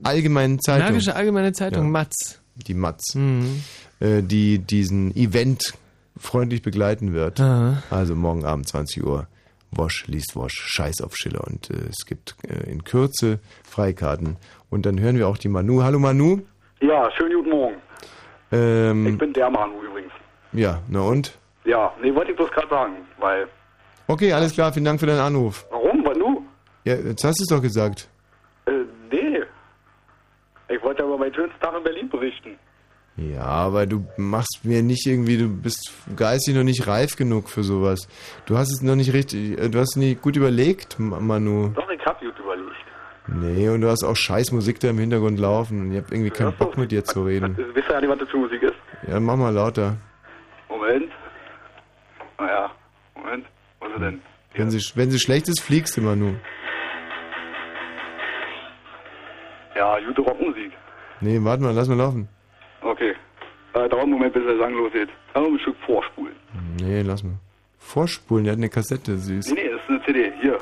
Speaker 2: Allgemeinen Zeitung.
Speaker 1: Magische Allgemeine Zeitung, Matz. Mhm.
Speaker 2: Die Matz. Äh, die diesen Event freundlich begleiten wird.
Speaker 1: Aha.
Speaker 2: Also morgen Abend 20 Uhr. Wosch liest Wosch, Scheiß auf Schiller. Und äh, es gibt äh, in Kürze Freikarten. Und dann hören wir auch die Manu. Hallo Manu.
Speaker 19: Ja, schönen guten Morgen.
Speaker 2: Ähm,
Speaker 19: Ich bin der Manu übrigens.
Speaker 2: ja, na und?
Speaker 19: Ja, nee, wollte ich bloß gerade sagen, weil.
Speaker 2: Okay, alles klar. Vielen Dank für deinen Anruf.
Speaker 19: Warum? Weil du?
Speaker 2: Ja, jetzt hast du es doch gesagt.
Speaker 19: Äh, nee. Ich wollte aber meinen schönsten Tag in Berlin berichten.
Speaker 2: Ja, aber du machst mir nicht irgendwie, du bist geistig noch nicht reif genug für sowas. Du hast es noch nicht richtig, äh, du hast es nicht gut überlegt, Ma- Manu.
Speaker 19: Doch, ich hab gut überlegt.
Speaker 2: Nee, und du hast auch scheiß Musik da im Hintergrund laufen und ich hab irgendwie keinen Bock mit dir zu reden.
Speaker 19: Wisst ihr ja nicht, was das für Musik ist?
Speaker 2: Ja, mach mal lauter.
Speaker 19: Moment.
Speaker 13: Ah
Speaker 19: Naja, Moment. Was ist denn?
Speaker 2: Wenn sie, wenn sie schlecht ist, fliegst du, Manu.
Speaker 19: Ja, gute Rockmusik.
Speaker 2: Nee, warte mal, lass mal laufen.
Speaker 19: Okay. Äh, dauert einen Moment, bis der Sang losgeht. Dann noch ein Stück vorspulen.
Speaker 2: Nee, lass mal. Vorspulen, der hat eine Kassette, süß.
Speaker 19: Nee, nee, das ist eine CD. Hier.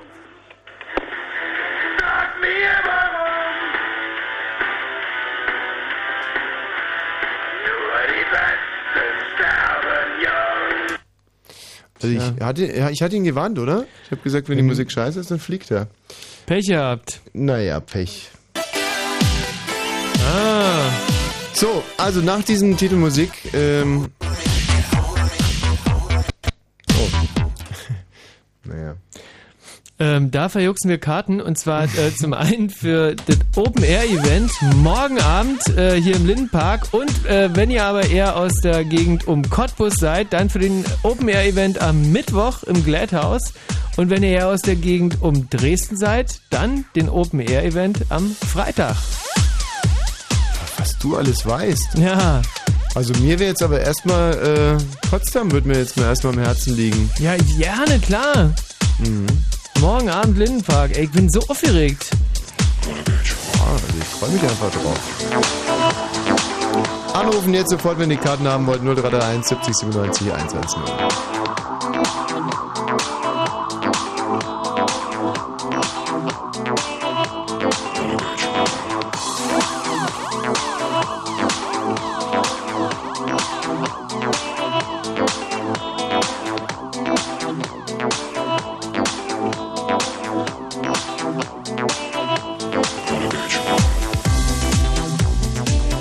Speaker 2: Also ich hatte, ja, ich hatte ihn gewarnt, oder? Ich habe gesagt, wenn die Musik scheiße ist, dann fliegt er.
Speaker 1: Pech gehabt.
Speaker 2: Naja, Pech.
Speaker 1: Ah.
Speaker 2: So, also nach diesem Titel Musik, ähm. Oh. naja.
Speaker 1: Ähm, da verjuchsen wir Karten und zwar äh, zum einen für das Open Air Event morgen Abend äh, hier im Lindenpark und äh, wenn ihr aber eher aus der Gegend um Cottbus seid, dann für den Open Air Event am Mittwoch im Glätthaus und wenn ihr eher aus der Gegend um Dresden seid, dann den Open Air Event am Freitag.
Speaker 2: Was du alles weißt.
Speaker 1: Ja.
Speaker 2: Also mir wäre jetzt aber erstmal, äh, Potsdam wird mir jetzt mal erstmal am Herzen liegen.
Speaker 1: Ja, gerne, klar.
Speaker 2: Mhm.
Speaker 1: Morgen Abend Lindenpark. Ey, ich bin so aufgeregt.
Speaker 2: Ja, also ich freue mich einfach drauf. Anrufen jetzt sofort, wenn ihr die Karten haben wollt, 0331 70 97 110.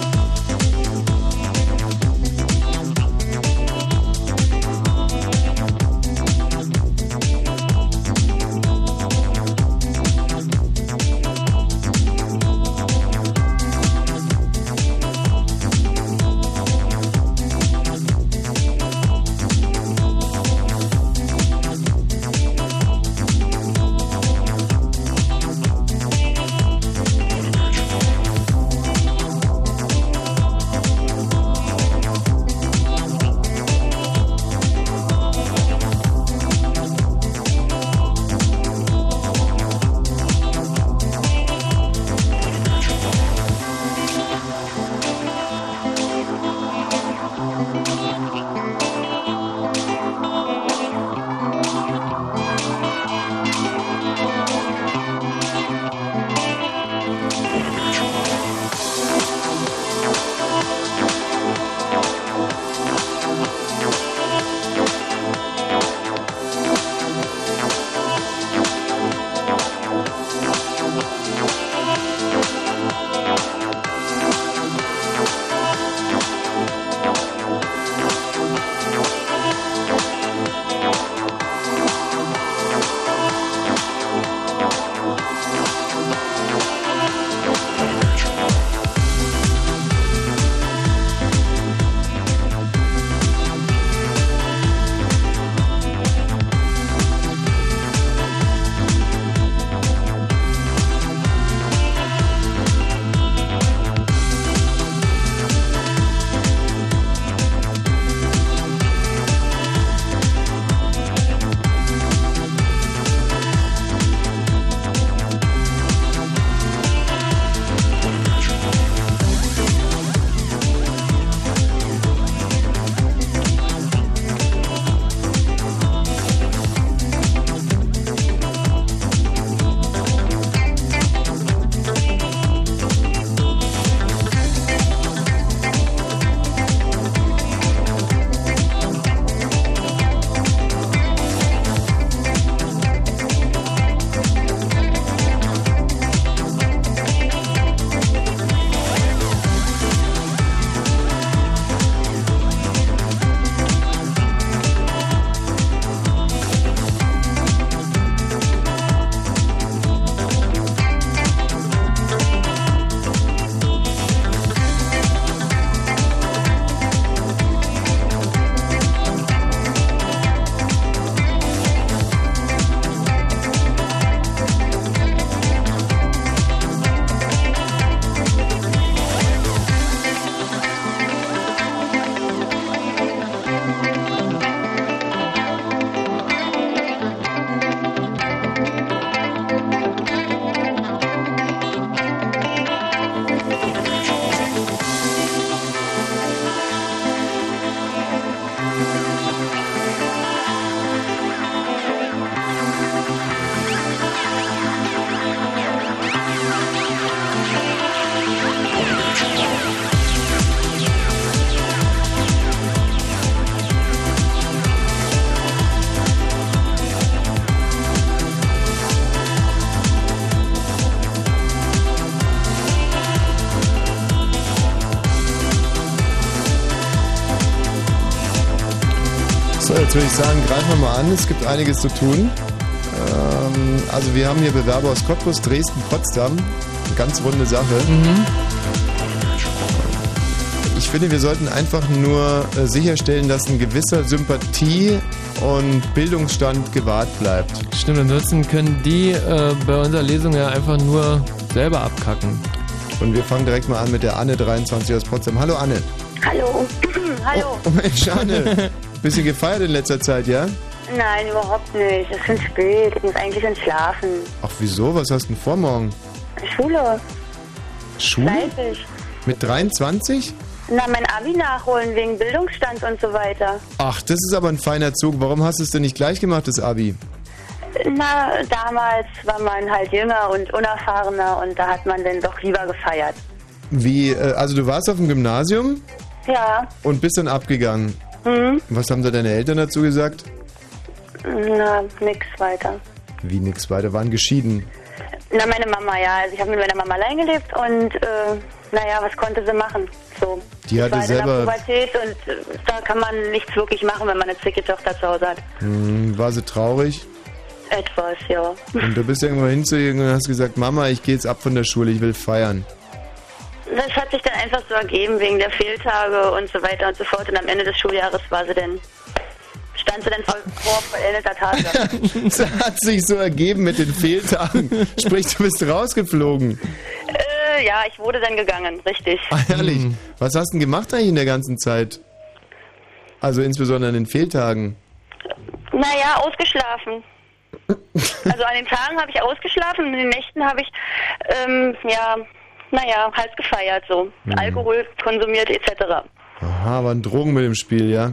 Speaker 11: Thank you.
Speaker 2: Jetzt würde ich sagen, greifen wir mal an. Es gibt einiges zu tun. Ähm, also wir haben hier Bewerber aus Cottbus, Dresden, Potsdam. Eine ganz runde Sache. Mhm. Ich finde, wir sollten einfach nur äh, sicherstellen, dass ein gewisser Sympathie und Bildungsstand gewahrt bleibt.
Speaker 1: Stimmt, ansonsten können die äh, bei unserer Lesung ja einfach nur selber abkacken.
Speaker 2: Und wir fangen direkt mal an mit der Anne 23 aus Potsdam. Hallo Anne.
Speaker 20: Hallo. Hallo.
Speaker 2: Oh Mensch, Anne. Bisschen gefeiert in letzter Zeit, ja?
Speaker 20: Nein, überhaupt nicht. Es ist schon spät. Ich muss eigentlich schon schlafen.
Speaker 2: Ach wieso? Was hast du denn vor morgen?
Speaker 20: Schule.
Speaker 2: Schule?
Speaker 20: Fleißig.
Speaker 2: Mit 23?
Speaker 20: Na, mein Abi nachholen wegen Bildungsstand und so weiter.
Speaker 2: Ach, das ist aber ein feiner Zug. Warum hast du es denn nicht gleich gemacht, das Abi?
Speaker 20: Na, damals war man halt jünger und unerfahrener und da hat man dann doch lieber gefeiert.
Speaker 2: Wie, äh, also du warst auf dem Gymnasium
Speaker 20: Ja.
Speaker 2: und bist dann abgegangen.
Speaker 20: Hm?
Speaker 2: Was haben da deine Eltern dazu gesagt?
Speaker 20: Na, nix weiter.
Speaker 2: Wie nix weiter, waren geschieden.
Speaker 20: Na, meine Mama, ja. Also ich habe mit meiner Mama allein gelebt und äh, naja, was konnte sie machen? So.
Speaker 2: Die hatte
Speaker 20: war in der
Speaker 2: selber,
Speaker 20: Pubertät und äh, da kann man nichts wirklich machen, wenn man eine zicke Tochter zu Hause hat.
Speaker 2: hm, war sie traurig.
Speaker 20: Etwas, ja.
Speaker 2: Und du bist irgendwo hinzugegangen und hast gesagt, Mama, ich gehe jetzt ab von der Schule, ich will feiern.
Speaker 20: Das hat sich dann einfach so ergeben wegen der Fehltage und so weiter und so fort. Und am Ende des Schuljahres war sie dann, stand sie dann voll vor vollendeter Tatsache.
Speaker 2: Das hat sich so ergeben mit den Fehltagen. Sprich, du bist rausgeflogen. Ah,
Speaker 20: äh, ja, ich wurde dann gegangen, richtig.
Speaker 2: Herrlich. Was hast du denn gemacht eigentlich in der ganzen Zeit? Also insbesondere an den Fehltagen.
Speaker 20: Naja, ausgeschlafen. Also an den Tagen habe ich ausgeschlafen und in den Nächten habe ich, ähm, ja, naja, halt gefeiert so.
Speaker 2: Mhm.
Speaker 20: Alkohol konsumiert etc.
Speaker 2: Aha, waren Drogen mit im Spiel, ja?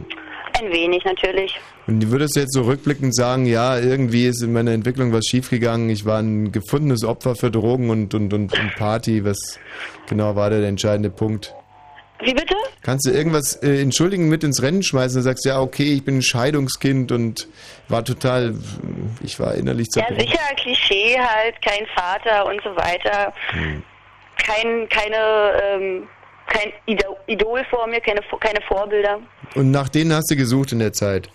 Speaker 20: Ein wenig natürlich.
Speaker 2: Und würdest du jetzt so rückblickend sagen, ja, irgendwie ist in meiner Entwicklung was schiefgegangen, ich war ein gefundenes Opfer für Drogen und, und, und, und Party, was genau war da der entscheidende Punkt?
Speaker 20: Wie bitte?
Speaker 2: Kannst du irgendwas äh, entschuldigen mit ins Rennen schmeißen und sagst, ja, okay, ich bin ein Scheidungskind und war total, ich war innerlich
Speaker 20: Ja,
Speaker 2: zerbrochen.
Speaker 20: sicher, Klischee halt, kein Vater und so weiter.
Speaker 2: Hm.
Speaker 20: Kein, keine, ähm, kein Ido- Idol vor mir, keine, Vor- keine Vorbilder.
Speaker 2: Und nach denen hast du gesucht in der Zeit.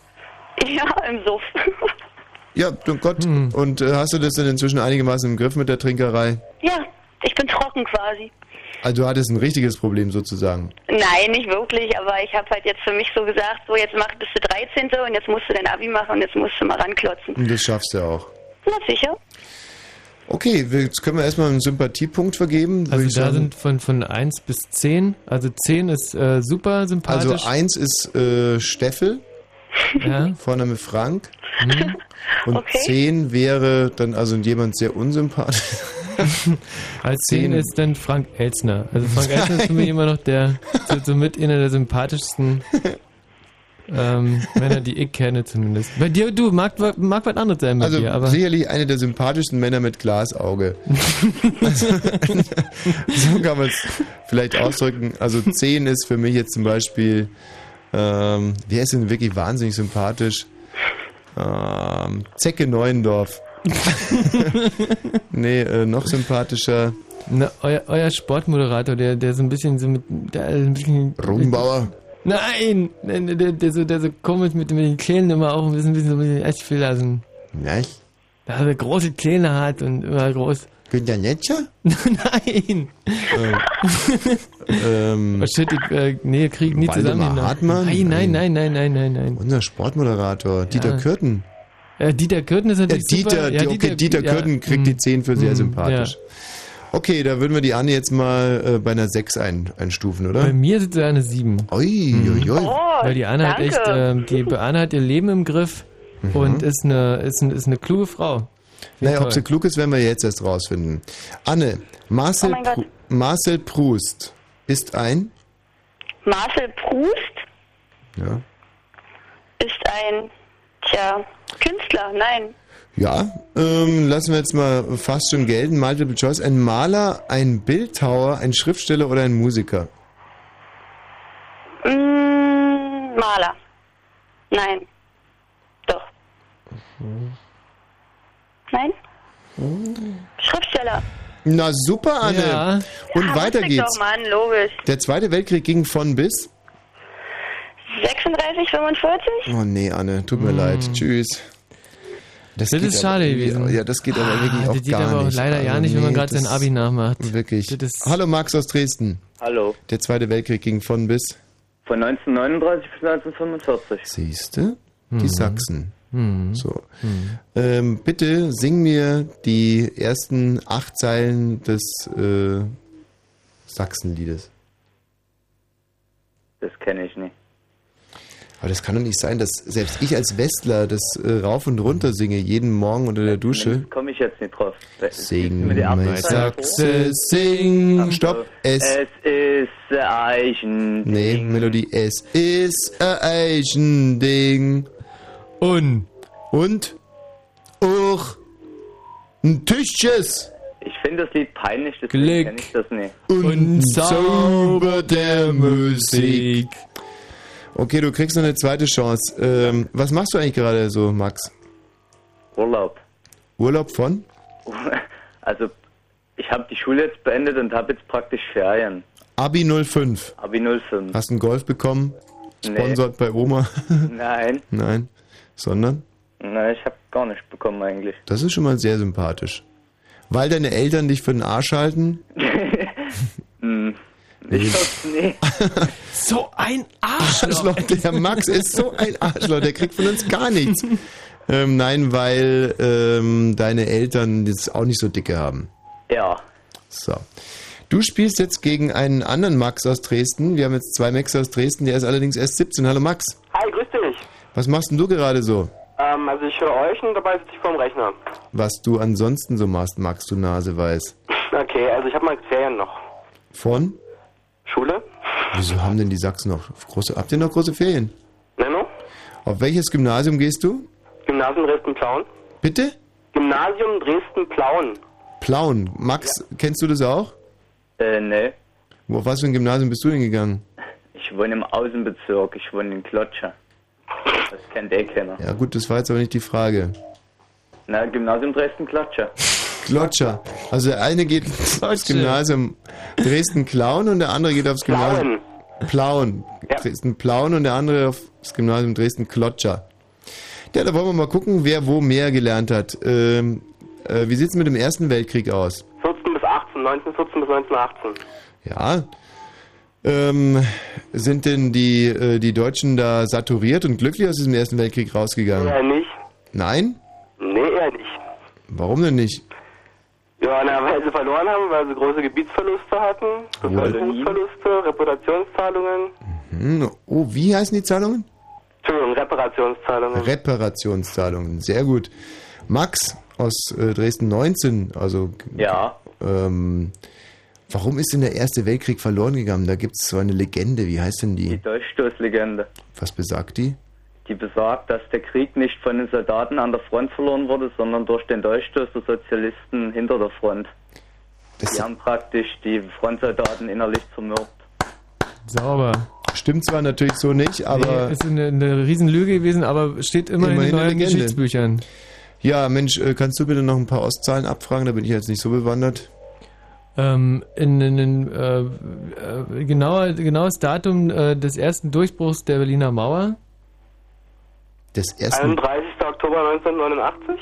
Speaker 20: Ja, im Suff.
Speaker 2: Ja, du Gott. Und äh, hast du das denn inzwischen einigermaßen im Griff mit der Trinkerei?
Speaker 20: Ja, ich bin trocken quasi.
Speaker 2: Also du hattest ein richtiges Problem sozusagen.
Speaker 20: Nein, nicht wirklich, aber ich habe halt jetzt für mich so gesagt, so jetzt mach, bist du 13. und jetzt musst du dein Abi machen und jetzt musst du mal ranklotzen.
Speaker 2: Und das schaffst du auch.
Speaker 20: Na sicher.
Speaker 2: Okay, wir, jetzt können wir erstmal einen Sympathiepunkt vergeben. würde ich
Speaker 1: Also da
Speaker 2: sagen.
Speaker 1: sind von, von 1 bis 10. Also 10 ist äh, super sympathisch.
Speaker 2: also eins ist äh, Steffel, Vorname Frank.
Speaker 1: Mhm.
Speaker 2: Und zehn wäre dann also jemand sehr unsympathisch.
Speaker 1: Als 10
Speaker 2: Zehn.
Speaker 1: ist dann Frank Elsner. Also Frank Elsner ist für mich immer noch der, so, so mit einer der sympathischsten ähm, Männer, die ich kenne zumindest. Bei dir, du, mag, wa- mag was anderes sein bei
Speaker 2: Also
Speaker 1: dir, aber...
Speaker 2: sicherlich einer der sympathischsten Männer mit Glasauge. Also, so kann man es vielleicht ausdrücken. Also 10 ist für mich jetzt zum Beispiel, ähm, wer ist denn wirklich wahnsinnig sympathisch? Ähm, Zecke Neuendorf. nee, äh, noch sympathischer.
Speaker 1: Na, euer, euer Sportmoderator, der, der so ein bisschen so mit... Der ein bisschen,
Speaker 2: Rumbauer.
Speaker 1: Nein! Nein, Der, der, der, so, der so komisch mit, mit den Kehlen immer auch ein bisschen, bisschen, so ein bisschen echt viel lassen.
Speaker 2: Nein.
Speaker 1: Dass er große Zähne hat und immer groß.
Speaker 2: Günter Netscher? Ähm,
Speaker 1: Nein! Oh shit, ich äh, nee, krieg nie zusammen. die
Speaker 2: Waldemar
Speaker 1: Namen.
Speaker 2: Hartmann?
Speaker 1: Nein, nein, nein, nein, nein, nein, nein.
Speaker 2: Unser Sportmoderator, Dieter Kürten.
Speaker 1: Äh, Dieter Kürten ist natürlich
Speaker 2: Dieter,
Speaker 1: super. Ja,
Speaker 2: die- okay, Dieter
Speaker 1: ja,
Speaker 2: Kürten kriegt
Speaker 1: mm,
Speaker 2: die 10 für sehr
Speaker 1: mm,
Speaker 2: sympathisch. Okay, da würden wir die Anne jetzt mal äh, bei einer 6 ein, einstufen, oder?
Speaker 1: Bei mir sitzt er eine 7.
Speaker 2: Ui, ui, ui.
Speaker 20: Oh,
Speaker 1: Weil die Anne hat echt, ähm, die Anne hat ihr Leben im Griff und ist eine, ist, ein, ist eine kluge Frau.
Speaker 2: Mhm. Naja, ob
Speaker 1: toll.
Speaker 2: sie klug ist, werden wir jetzt erst rausfinden. Anne, Marcel,
Speaker 20: Oh mein Gott.
Speaker 2: Pru- Marcel Proust ist ein,
Speaker 20: Marcel Proust
Speaker 2: ja,
Speaker 20: ist ein, tja, Künstler, nein.
Speaker 2: ja ähm, lassen wir jetzt mal fast schon gelten, Multiple Choice, ein Maler, ein Bildhauer, ein Schriftsteller oder ein Musiker?
Speaker 20: Mm, Maler. Nein. Doch. Nein? Schriftsteller.
Speaker 2: Na super, Anne.
Speaker 20: Ja.
Speaker 2: Ah, Und
Speaker 20: Ja,
Speaker 2: weiter
Speaker 20: wusste ich
Speaker 2: geht's.
Speaker 20: Doch, Mann, logisch.
Speaker 2: Der Zweite Weltkrieg ging von bis?
Speaker 20: 36, 45?
Speaker 2: Oh nee, Anne, tut mir leid. Tschüss.
Speaker 1: Mm. Das
Speaker 2: geht
Speaker 1: ist
Speaker 2: aber
Speaker 1: schade
Speaker 2: irgendwie-
Speaker 1: gewesen.
Speaker 2: Ja, das geht aber
Speaker 1: Ah,
Speaker 2: wirklich
Speaker 1: das
Speaker 2: auch
Speaker 1: geht
Speaker 2: gar
Speaker 1: aber auch
Speaker 2: nicht.
Speaker 1: leider ja nicht, wenn man gerade sein
Speaker 2: das-
Speaker 1: Abi nachmacht.
Speaker 2: Wirklich. Hallo Max aus Dresden.
Speaker 21: Hallo.
Speaker 2: Der Zweite Weltkrieg ging von bis.
Speaker 21: Von 1939 bis 1945.
Speaker 2: Siehste? Die Sachsen. So. Ähm, bitte sing mir die ersten acht Zeilen des äh, Sachsenliedes.
Speaker 21: Das kenne ich nicht.
Speaker 2: Aber das kann doch nicht sein, dass selbst ich als Westler das äh, rauf und runter singe, jeden Morgen unter der Dusche.
Speaker 21: Komme ich jetzt nicht drauf.
Speaker 2: Sing,
Speaker 21: Mit der
Speaker 2: mein
Speaker 21: Abzeichen-
Speaker 2: Sachse, sing. Stopp, es.
Speaker 21: Es ist äh, Eichen.
Speaker 2: Nee, Melodie. Es ist ein Eichending. Und. Und. Och. Ein Tischches.
Speaker 21: Ich finde das Lied peinlich, deswegen
Speaker 2: Glück.
Speaker 21: kenne ich das nicht.
Speaker 2: Und Zauber der Musik. Okay, du kriegst noch eine zweite Chance. Ähm, was machst du eigentlich gerade so, Max?
Speaker 21: Urlaub.
Speaker 2: Urlaub von?
Speaker 21: Also, ich habe die Schule jetzt beendet und habe jetzt praktisch Ferien.
Speaker 2: Abi 05.
Speaker 21: Abi 05.
Speaker 2: Hast einen Golf bekommen?
Speaker 21: Nee.
Speaker 2: Sponsort bei Oma?
Speaker 21: Nein.
Speaker 2: Nein. Sondern?
Speaker 21: Nein, ich habe gar nicht bekommen eigentlich.
Speaker 2: Das ist schon mal sehr sympathisch. Weil deine Eltern dich für den Arsch halten?
Speaker 21: Hm.
Speaker 2: Nee.
Speaker 21: Ich glaub's nie.
Speaker 1: So ein
Speaker 2: Arschloch. Der Max ist so ein Arschloch, der kriegt von uns gar nichts. Ähm, nein, weil ähm, deine Eltern jetzt auch nicht so dicke haben.
Speaker 21: Ja.
Speaker 2: So. Du spielst jetzt gegen einen anderen Max aus Dresden. Wir haben jetzt zwei Max aus Dresden, der ist allerdings erst 17. Hallo Max,
Speaker 22: Hi, grüß dich.
Speaker 2: was machst denn du gerade so?
Speaker 22: Ähm, also ich höre euch und dabei sitze ich vorm Rechner.
Speaker 2: Was du ansonsten so machst, Max, du Naseweiß.
Speaker 22: Okay, also ich habe mal Ferien noch.
Speaker 2: Von?
Speaker 22: Schule?
Speaker 2: Wieso haben denn die Sachsen noch große, habt ihr noch große Ferien?
Speaker 22: Nenno?
Speaker 2: Auf welches Gymnasium gehst du?
Speaker 22: Gymnasium Dresden-Plauen?
Speaker 2: Bitte?
Speaker 22: Gymnasium Dresden-Plauen.
Speaker 2: Plauen. Max, kennst du das auch?
Speaker 21: Äh, nee.
Speaker 2: Wo- Auf was für ein Gymnasium bist du denn gegangen?
Speaker 21: Ich wohne im Außenbezirk, ich wohne in Klotscher. Das kennt eh keiner.
Speaker 2: Ja gut, das war jetzt aber nicht die Frage.
Speaker 21: Na, Gymnasium Dresden-Klotscher.
Speaker 2: Klotscher. Also der eine geht aufs Gymnasium Dresden Klauen und der andere geht aufs Gymnasium Plauen. Dresden Plauen und der andere aufs Gymnasium Dresden Klotscher. Ja, da wollen wir mal gucken, wer wo mehr gelernt hat. Ähm, äh, wie sieht's mit dem Ersten Weltkrieg aus?
Speaker 22: 14 bis 18, 1914 bis 1918.
Speaker 2: Ja. Ähm, sind denn die, äh, die Deutschen da saturiert und glücklich aus diesem Ersten Weltkrieg rausgegangen?
Speaker 22: Eher nicht.
Speaker 2: Nein?
Speaker 22: Nee, eher nicht.
Speaker 2: Warum denn nicht?
Speaker 22: Ja, na, weil sie verloren haben, weil sie große Gebietsverluste hatten, Bevölkerungsverluste, Reputationszahlungen,
Speaker 2: Hm, oh, wie heißen die Zahlungen?
Speaker 22: Entschuldigung, Reparationszahlungen.
Speaker 2: Reparationszahlungen, sehr gut. Max aus äh, Dresden 19, also.
Speaker 21: Ja.
Speaker 2: Ähm, warum ist denn der Erste Weltkrieg verloren gegangen? Da gibt es so eine Legende, wie heißt denn die?
Speaker 21: Die Dolchstoßlegende.
Speaker 2: Was besagt die?
Speaker 21: Die besagt, dass der Krieg nicht von den Soldaten an der Front verloren wurde, sondern durch den Dolchstoß der Sozialisten hinter der Front. die haben praktisch die Frontsoldaten innerlich zermürbt.
Speaker 1: Sauber.
Speaker 2: Stimmt zwar natürlich so nicht, aber.
Speaker 1: nee, ist eine, eine Riesenlüge gewesen, aber steht immerhin,
Speaker 2: Immerhin
Speaker 1: in
Speaker 2: eine
Speaker 1: euren
Speaker 2: Legende.
Speaker 1: Geschichtsbüchern.
Speaker 2: Ja, Mensch, äh, kannst du bitte noch ein paar Ostzahlen abfragen? Da bin ich jetzt nicht so bewandert.
Speaker 1: Ähm, in, in, in, äh, äh, genauer, genaues Datum äh, des ersten Durchbruchs der Berliner Mauer.
Speaker 2: Des ersten,
Speaker 22: 31. Oktober 1989?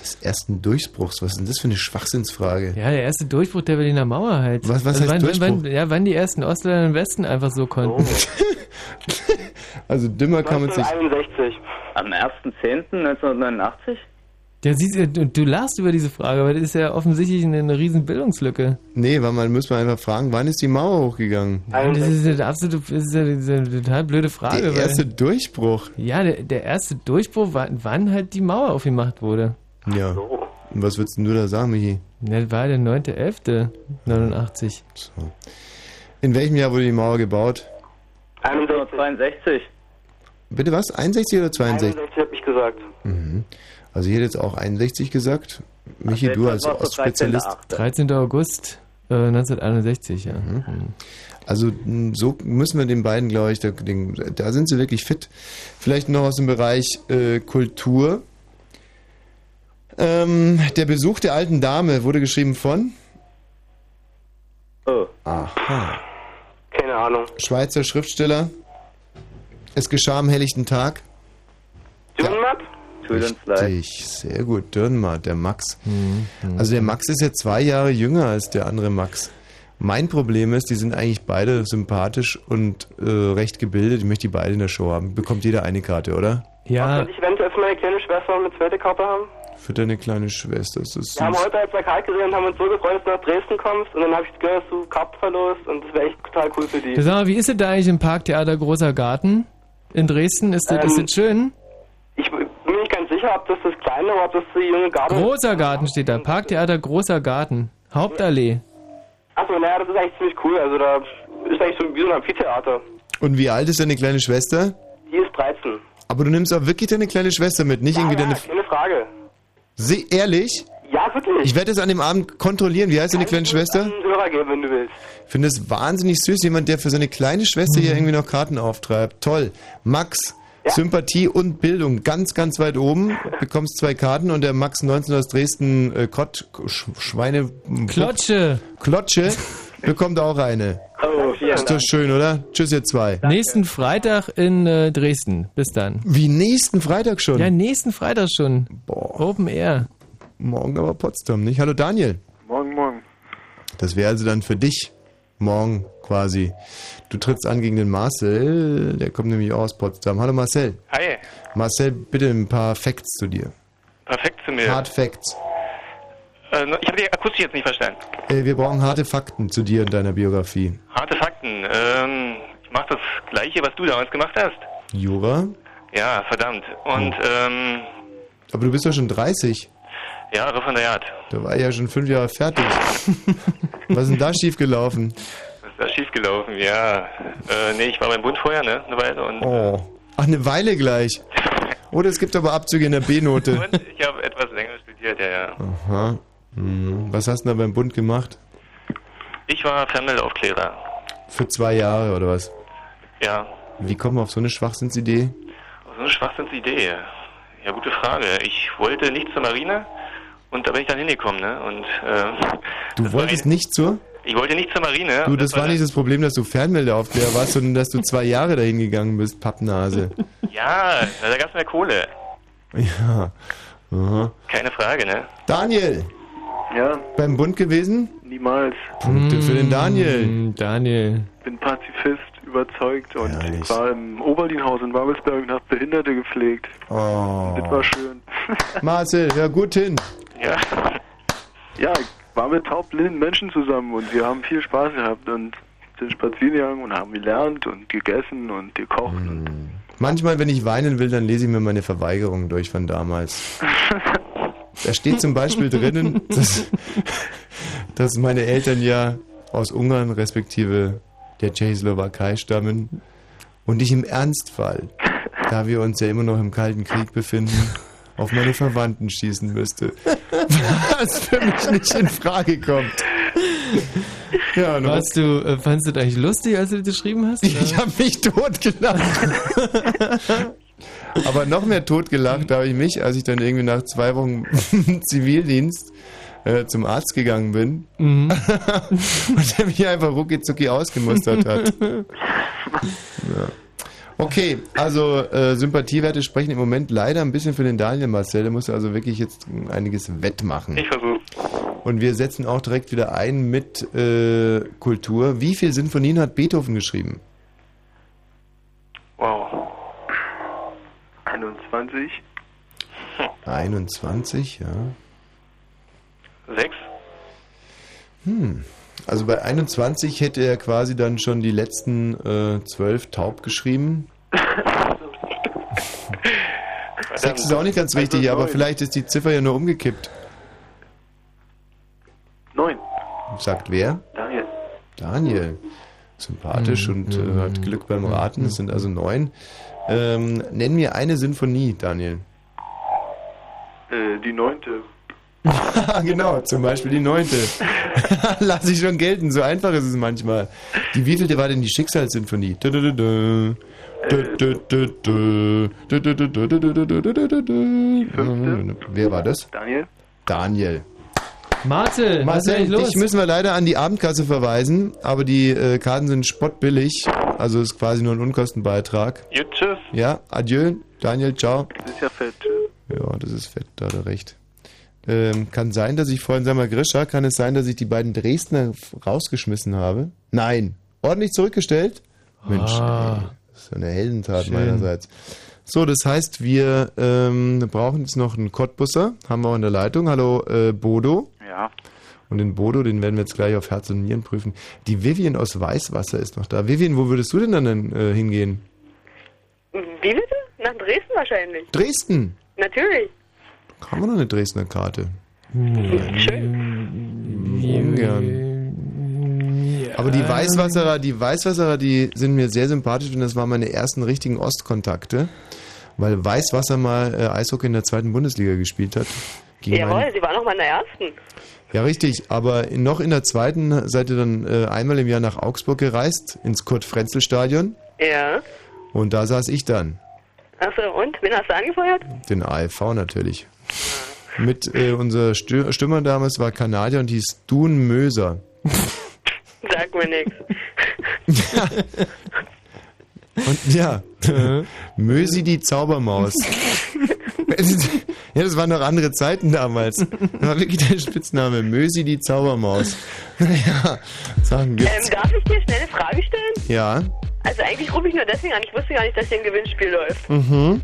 Speaker 2: des ersten Durchbruchs. Was ist denn das für eine Schwachsinnsfrage?
Speaker 1: Ja, der erste Durchbruch der Berliner Mauer halt.
Speaker 2: Was- was heißt
Speaker 1: wann, Wann, wann,
Speaker 2: Durchbruch?
Speaker 1: ja, wann die ersten Ostländer im Westen einfach so konnten.
Speaker 2: Oh. Also dümmer
Speaker 1: kann man sich-
Speaker 21: 1961. Am 1.10.1989?
Speaker 1: Ja, siehst du, du, du lachst über diese Frage, aber das ist ja offensichtlich eine, eine riesen Bildungslücke.
Speaker 2: Nee, weil man muss man einfach fragen, wann ist die Mauer hochgegangen?
Speaker 1: Ja, das ist eine absolute, das ist eine, das ist eine total blöde Frage.
Speaker 2: Der
Speaker 1: weil-
Speaker 2: erste Durchbruch.
Speaker 1: Ah, ja, der, der erste Durchbruch, war, wann halt die Mauer aufgemacht wurde.
Speaker 2: Ja. Und was würdest denn du da sagen, Michi?
Speaker 1: Ja, Das war der 9.11.89.
Speaker 2: So. In welchem Jahr wurde die Mauer gebaut?
Speaker 21: 1962.
Speaker 2: Bitte was? 61 oder 62?
Speaker 22: 61 hab ich gesagt.
Speaker 2: Mhm. Also hier hat jetzt auch 61 gesagt. Michi,
Speaker 1: Also
Speaker 2: du als Ostspezialist.
Speaker 1: 13. August äh, 1961, ja.
Speaker 2: Mhm.
Speaker 1: Mhm.
Speaker 2: Also mh, so müssen wir den beiden, glaube ich, da, den, da sind sie wirklich fit. Vielleicht noch aus dem Bereich äh, Kultur. Ähm, der Besuch der alten Dame wurde geschrieben von?
Speaker 21: Oh.
Speaker 2: Aha.
Speaker 22: Keine Ahnung.
Speaker 2: Schweizer Schriftsteller. Es geschah am helllichten Tag.
Speaker 22: Dürrenmatt?
Speaker 2: Richtig, sehr gut. Dürrenmatt, der Max. Also der Max ist ja zwei Jahre jünger als der andere Max. Mein Problem ist, die sind eigentlich beide sympathisch und äh, recht gebildet. Ich möchte die beide in der Show haben. Bekommt jeder eine Karte, oder?
Speaker 1: Ja.
Speaker 22: Soll ich eventuell für meine kleine Schwester noch eine zweite Karte haben?
Speaker 2: Für deine kleine Schwester. Das ist
Speaker 22: Wir haben
Speaker 2: süß.
Speaker 22: heute ein Plakat gesehen und haben uns so gefreut, dass du nach Dresden kommst. Und dann habe ich gehört, dass du Karten verlost. Und das wäre echt total cool für die.
Speaker 1: Sag mal, wie ist es da eigentlich im Parktheater Großer Garten? In Dresden ist das, ist
Speaker 22: Ähm,
Speaker 1: das schön?
Speaker 22: Bin mir nicht ganz sicher, ob das das kleine oder ob das die junge Garde ist.
Speaker 1: Großer Garten steht da. Parktheater Großer Garten. Hauptallee.
Speaker 22: Achso, naja, das ist eigentlich ziemlich cool. Also da ist eigentlich so wie so ein Amphitheater.
Speaker 2: Und wie alt ist deine kleine Schwester?
Speaker 22: Die ist 13.
Speaker 2: Aber du nimmst auch wirklich deine kleine Schwester mit, nicht irgendwie deine.
Speaker 22: Keine Frage.
Speaker 2: Sie, ehrlich?
Speaker 22: Ja, wirklich.
Speaker 2: Ich werde das an dem Abend kontrollieren. Wie heißt deine kleine Schwester?
Speaker 22: Einen Hörer geben, wenn du willst.
Speaker 2: Ich finde es wahnsinnig süß, jemand, der für seine kleine Schwester hier irgendwie noch Karten auftreibt. Toll. Max, Sympathie und Bildung ganz, ganz weit oben. Bekommst zwei Karten und der Max 19 aus Dresden, äh, Kott, Sch Schweine.
Speaker 1: Klotsche.
Speaker 2: Klotsche bekommt auch eine.
Speaker 22: Oh,
Speaker 2: Ist doch schön, oder? Tschüss, ihr zwei.
Speaker 1: Nächsten Freitag in äh, Dresden. Bis dann.
Speaker 2: Wie nächsten Freitag schon?
Speaker 1: Ja, nächsten Freitag schon. Open Air.
Speaker 2: Morgen aber Potsdam, nicht? Hallo Daniel.
Speaker 7: Morgen, morgen.
Speaker 2: Das wäre also dann für dich morgen quasi. Du trittst an gegen den Marcel, der kommt nämlich auch aus Potsdam. Hallo Marcel.
Speaker 7: Hi,
Speaker 2: Marcel, bitte ein paar Facts zu dir.
Speaker 7: perfekt zu mir.
Speaker 2: Hard Facts.
Speaker 7: Äh, ich habe die Akustik jetzt nicht verstanden.
Speaker 2: Äh, wir brauchen harte Fakten zu dir und deiner Biografie.
Speaker 7: Harte Fakten. Ähm, ich mache das Gleiche, was du damals gemacht hast.
Speaker 2: Jura?
Speaker 7: Ja, verdammt. Und, ähm,
Speaker 2: Aber du bist doch schon 30.
Speaker 7: ja, Referendariat.
Speaker 2: Da war ich ja schon fünf Jahre fertig. Was ist denn da schiefgelaufen?
Speaker 7: Das ist ja schiefgelaufen, ja. Äh, nee, ich war beim Bund vorher, ne, eine Weile. Und
Speaker 2: Oh. Ach, eine Weile gleich. Oder es gibt aber Abzüge in der B-Note.
Speaker 7: ich habe etwas länger studiert, ja, ja.
Speaker 2: Aha. Hm. Was hast du denn da beim Bund gemacht?
Speaker 7: Ich war Fernmeldeaufklärer.
Speaker 2: Für zwei Jahre oder was?
Speaker 7: Ja.
Speaker 2: Wie kommen wir auf so eine Schwachsinnsidee?
Speaker 7: So eine Schwachsinnsidee. Ja, gute Frage. Ich wollte nicht zur Marine und da bin ich dann hingekommen, ne? Und,
Speaker 18: äh,
Speaker 7: ähm,
Speaker 2: Du wolltest nicht zur?
Speaker 7: ich wollte nicht zur Marine.
Speaker 2: Du, das war nicht das Problem, dass du Fernmeldeaufklärer warst, sondern dass du zwei Jahre dahin gegangen bist, Pappnase.
Speaker 7: Ja, na, da gab's mehr Kohle.
Speaker 2: Ja. Aha.
Speaker 7: Keine Frage, ne?
Speaker 2: Daniel!
Speaker 7: Ja.
Speaker 2: Beim Bund gewesen?
Speaker 7: Niemals.
Speaker 2: Punkte für
Speaker 1: Hm.
Speaker 2: den Daniel.
Speaker 1: Mm, Daniel.
Speaker 7: Bin
Speaker 19: Pazifist, überzeugt und war im Oberlinhaus in Babelsberg und habe Behinderte gepflegt. Das
Speaker 2: Oh.
Speaker 19: war schön.
Speaker 2: Marcel, hör gut hin.
Speaker 19: Ja. Ja, ich war mit taubblinden Menschen zusammen und wir haben viel Spaß gehabt und sind spazieren gegangen und haben gelernt und gegessen und gekocht.
Speaker 2: Manchmal, wenn ich weinen will, dann lese ich mir meine Verweigerung durch von damals. Da steht zum Beispiel drinnen, dass, dass meine Eltern ja aus Ungarn respektive der Tschechoslowakei stammen und ich im Ernstfall, da wir uns ja immer noch im Kalten Krieg befinden, auf meine Verwandten schießen müsste. Was für mich nicht in Frage kommt. Ja, und
Speaker 1: Warst du, äh, fandst du das eigentlich lustig, als du das geschrieben hast?
Speaker 2: Ich habe mich totgelacht. Aber noch mehr totgelacht habe ich mich, als ich dann irgendwie nach zwei Wochen Zivildienst äh, zum Arzt gegangen bin und der mich einfach rucki-zucki ausgemustert hat. Ja. Okay, also äh, Sympathiewerte sprechen im Moment leider ein bisschen für den Daniel Marcel. Der muss also wirklich jetzt einiges wettmachen.
Speaker 7: Ich versuche.
Speaker 2: Und wir setzen auch direkt wieder ein mit äh, Kultur. Wie viel Sinfonien hat Beethoven geschrieben?
Speaker 7: Wow.
Speaker 19: 21.
Speaker 7: Hm,
Speaker 2: 21, ja.
Speaker 7: Sechs?
Speaker 2: Hm. Also bei 21 hätte er quasi dann schon die letzten äh, 12 taub geschrieben. Sechs ist auch nicht ganz richtig,
Speaker 19: Also
Speaker 2: aber vielleicht ist die Ziffer ja nur umgekippt.
Speaker 19: Neun.
Speaker 2: Sagt wer?
Speaker 19: Daniel.
Speaker 2: Daniel. Sympathisch und äh, hat Glück beim Raten. Es sind also neun. Ähm, nenn mir eine Sinfonie, Daniel.
Speaker 19: Äh, die neunte.
Speaker 2: Ah, genau, zum Beispiel die neunte. Lass ich schon gelten, so einfach ist es manchmal. Die wievielte war denn die Schicksalssinfonie? Dö, dö, dö, dö. Dö, dö, dö, dö. Dö, dö, dö, dö, dö, dö, dö, dö, dö, dö, dö. Hm, Wer war das?
Speaker 19: Daniel.
Speaker 2: Daniel.
Speaker 1: Marcel, was ist
Speaker 2: Marcel,
Speaker 1: eigentlich los?
Speaker 2: dich müssen wir leider an die Abendkasse verweisen, aber die äh, Karten sind spottbillig, also ist quasi nur ein Unkostenbeitrag.
Speaker 19: Gut, tschüss.
Speaker 2: Ja, adieu, Daniel, ciao.
Speaker 19: Das ist ja fett.
Speaker 2: Ja, das ist fett, da hat er recht. Ähm, kann sein, dass ich vorhin, sag mal, Grisha, kann es sein, dass ich die beiden Dresdner f- rausgeschmissen habe? Nein, ordentlich zurückgestellt? Mensch,
Speaker 1: Ah.
Speaker 2: ey, das ist eine Heldentat
Speaker 1: Schön.
Speaker 2: meinerseits. So, das heißt, wir ähm, brauchen jetzt noch einen Cottbusser, haben wir auch in der Leitung. Hallo, äh, Bodo.
Speaker 19: Ja.
Speaker 2: Und den Bodo, den werden wir jetzt gleich auf Herz und Nieren prüfen. Die Vivian aus Weißwasser ist noch da. Vivian, wo würdest du denn dann äh, hingehen?
Speaker 17: Wie bitte? Nach Dresden wahrscheinlich.
Speaker 2: Dresden.
Speaker 17: Natürlich.
Speaker 2: Haben wir noch eine Dresdner Karte?
Speaker 1: Hm.
Speaker 2: Ungern. Aber
Speaker 1: Äh.
Speaker 2: die Weißwasserer, die Weißwasserer, die sind mir sehr sympathisch und das waren meine ersten richtigen Ostkontakte, weil Weißwasser mal äh, Eishockey in der zweiten Bundesliga gespielt hat. Gegen
Speaker 17: Jawohl,
Speaker 2: meine-
Speaker 17: sie war noch mal in der ersten.
Speaker 2: ja, richtig, aber in, noch in der zweiten seid ihr dann äh, einmal im Jahr nach Augsburg gereist, ins Kurt-Frenzel-Stadion
Speaker 17: Ja.
Speaker 2: und da saß ich dann,
Speaker 17: Achso, und? Wen hast du angefeuert?
Speaker 2: den AFV natürlich. Mit äh, unser Stür Stürmer damals war Kanadier und hieß Dun Möser.
Speaker 17: Sag mir nichts.
Speaker 2: Und ja, Mösi die Zaubermaus. ja, das waren noch andere Zeiten damals. Da war wirklich der Spitzname Mösi die Zaubermaus. Naja, Sachen
Speaker 17: Ähm,
Speaker 2: gibt's.
Speaker 17: darf ich dir schnell eine Frage stellen?
Speaker 2: Ja.
Speaker 17: Also eigentlich rufe ich nur deswegen an, ich wusste gar nicht, dass hier ein Gewinnspiel läuft.
Speaker 2: Mhm.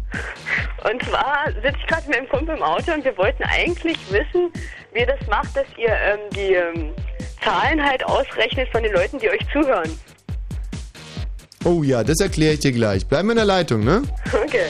Speaker 17: Und zwar sitze ich gerade mit meinem Kumpel im Auto und wir wollten eigentlich wissen, wie ihr das macht, dass ihr ähm, die ähm, Zahlen halt ausrechnet von den Leuten, die euch zuhören.
Speaker 2: Oh ja, das erkläre ich dir gleich. Bleib mal in der Leitung, ne?
Speaker 17: Okay.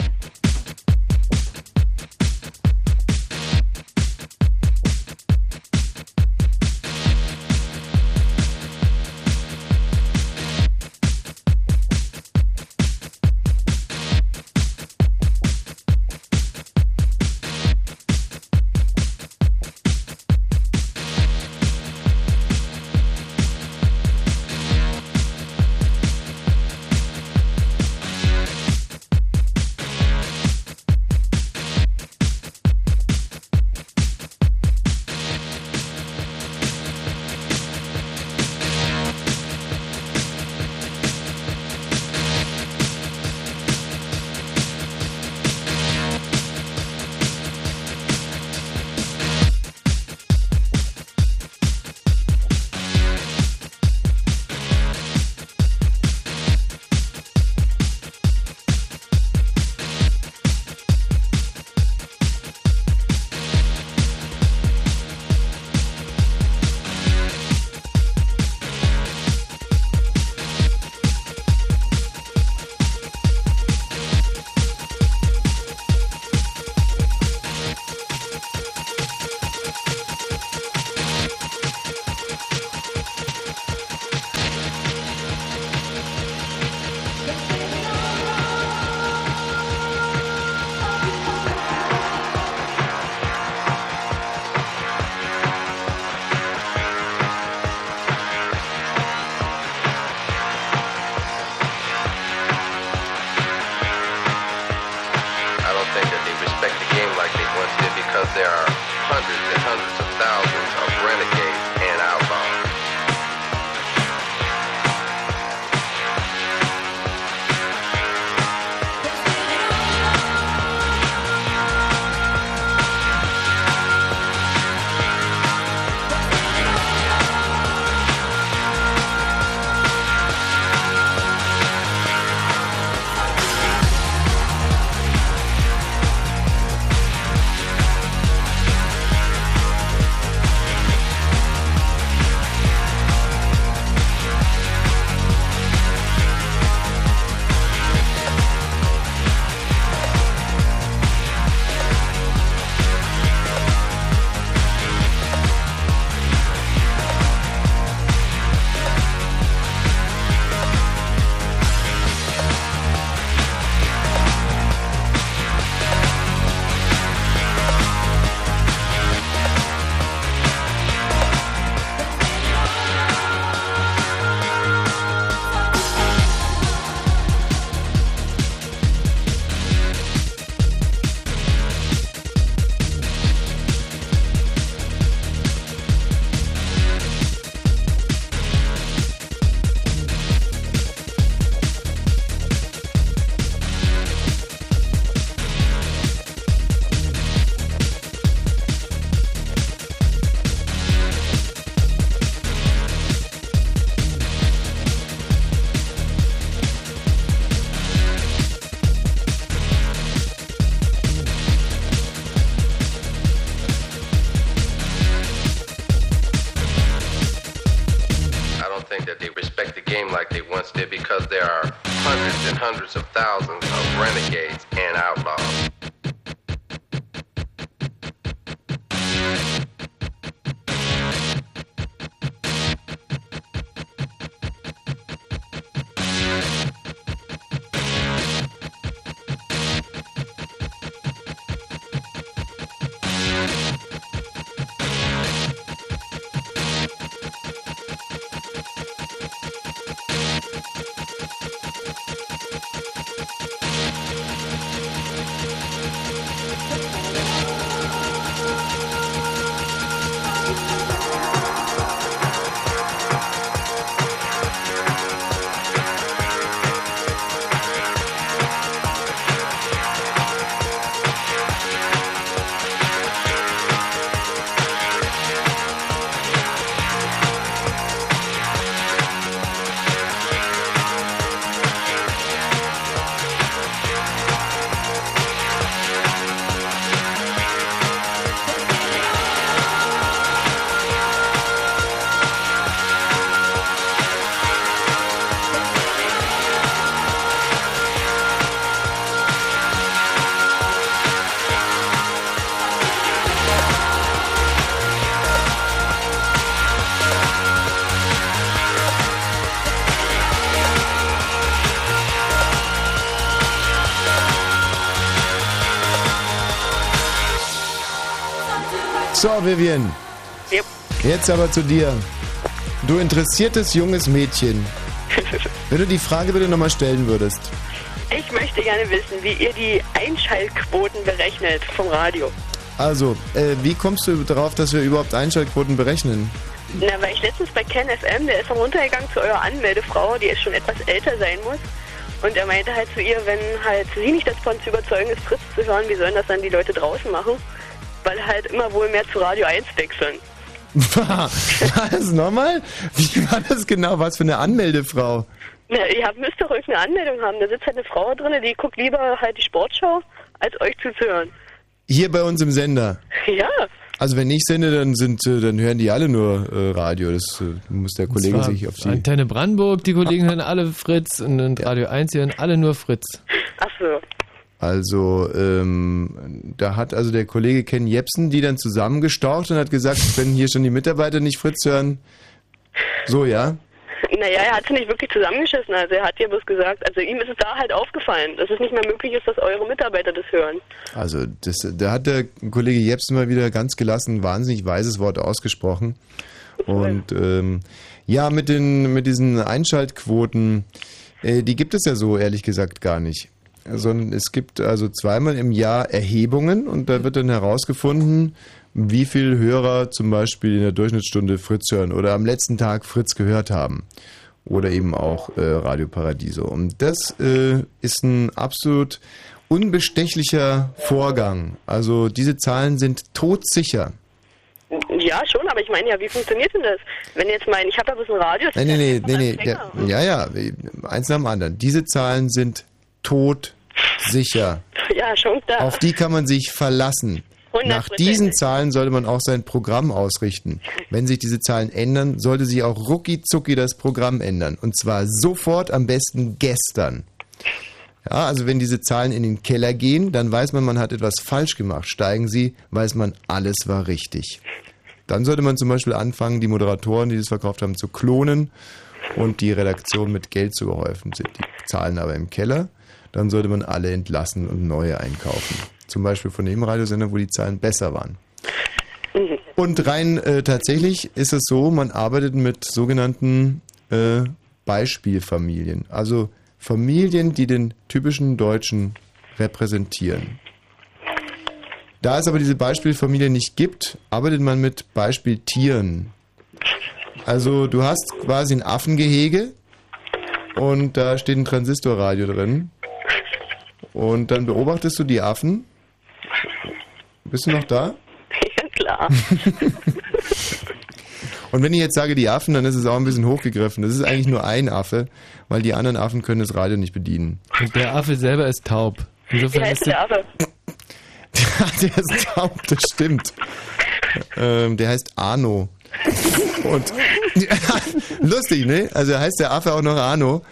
Speaker 5: I don't think that they respect the game like they once did because there are hundreds and hundreds of thousands of renegades and outlaws. once did because there are hundreds and hundreds of thousands of renegades and outlaws.
Speaker 2: So, Vivian.
Speaker 17: Yep.
Speaker 2: Jetzt aber zu dir. Du interessiertes junges Mädchen. Wenn du die Frage bitte nochmal stellen würdest.
Speaker 17: Ich möchte gerne wissen, wie ihr die Einschaltquoten berechnet vom Radio.
Speaker 2: Also, äh, wie kommst du darauf, dass wir überhaupt Einschaltquoten berechnen?
Speaker 17: Na, weil ich letztens bei Ken FM, der ist dann runtergegangen zu eurer Anmeldefrau, die jetzt schon etwas älter sein muss. Und er meinte halt zu ihr, wenn halt sie nicht davon zu überzeugen ist, Fritz zu hören, wie sollen das dann die Leute draußen machen? Weil halt immer wohl mehr zu Radio 1 wechseln.
Speaker 2: Was? Also Nochmal? Wie war das genau? Was für eine Anmeldefrau?
Speaker 17: Na, ihr habt, müsst doch irgendeine Anmeldung haben. Da sitzt halt eine Frau drin, die guckt lieber halt die Sportschau, als euch zuzuhören.
Speaker 2: Hier bei uns im Sender.
Speaker 17: Ja,
Speaker 2: Also wenn ich sende, dann sind, äh, dann hören die alle nur äh, Radio. Das äh, muss der Kollege
Speaker 1: Zwar
Speaker 2: sich auf die.
Speaker 1: Antenne Brandenburg, die Kollegen hören alle Fritz und, und Radio 1, die hören alle nur Fritz.
Speaker 17: ach so.
Speaker 2: Also ähm, da hat also der Kollege Ken Jepsen die dann zusammengestaucht und hat gesagt, wenn hier schon die Mitarbeiter nicht Fritz hören, so ja.
Speaker 17: Naja, er hat sie nicht wirklich zusammengeschissen. Also er hat ja bloß gesagt, also ihm ist es da halt aufgefallen, dass es nicht mehr möglich ist, dass eure Mitarbeiter das hören.
Speaker 2: Also das, da hat der Kollege Jepsen mal wieder ganz gelassen ein wahnsinnig weises Wort ausgesprochen. Und ähm, ja, mit den mit diesen Einschaltquoten, äh, die gibt es ja so ehrlich gesagt gar nicht. Sondern es gibt also zweimal im Jahr Erhebungen und da wird dann herausgefunden, wie viel Hörer zum Beispiel in der Durchschnittsstunde Fritz hören oder am letzten Tag Fritz gehört haben. Oder eben auch äh, Radio Paradiso. Und das äh, ist ein absolut unbestechlicher Vorgang. Also diese Zahlen sind todsicher.
Speaker 17: Ja, schon, aber ich meine ja, wie funktioniert denn das? Wenn jetzt mein, ich habe da bloß ein Radio.
Speaker 2: Nein, nein, nein, nein, nee, der, ja, ja, eins nach dem anderen. Diese Zahlen sind todsicher.
Speaker 17: Ja, schon klar.
Speaker 2: Auf die kann man sich verlassen. Nach diesen Zahlen sollte man auch sein Programm ausrichten. Wenn sich diese Zahlen ändern, sollte sich auch rucki zucki das Programm ändern. Und zwar sofort, am besten gestern. Ja, also wenn diese Zahlen in den Keller gehen, dann weiß man, man hat etwas falsch gemacht. Steigen sie, weiß man, alles war richtig. Dann sollte man zum Beispiel anfangen, die Moderatoren, die das verkauft haben, zu klonen und die Redaktion mit Geld zu überhäufen. Sind die Zahlen aber im Keller, dann sollte man alle entlassen und neue einkaufen. Zum Beispiel von dem Radiosender, wo die Zahlen besser waren. Und rein äh, tatsächlich ist es so, man arbeitet mit sogenannten äh, Beispielfamilien. Also Familien, die den typischen Deutschen repräsentieren. Da es aber diese Beispielfamilie nicht gibt, arbeitet man mit Beispieltieren. Also du hast quasi ein Affengehege und da steht ein Transistorradio drin. Und dann beobachtest du die Affen. Bist du noch da?
Speaker 17: Ja, klar.
Speaker 2: Und wenn ich jetzt sage die Affen, dann ist es auch ein bisschen hochgegriffen. Das ist eigentlich nur ein Affe, weil die anderen Affen können das Radio nicht bedienen.
Speaker 1: Und der Affe selber ist taub.
Speaker 17: Wie
Speaker 1: Insofern
Speaker 17: heißt
Speaker 1: ist
Speaker 17: der
Speaker 1: der,
Speaker 17: aber?
Speaker 2: der ist taub, das stimmt. Ähm, der heißt Arno. Und lustig, ne? Also heißt der Affe auch noch Arno.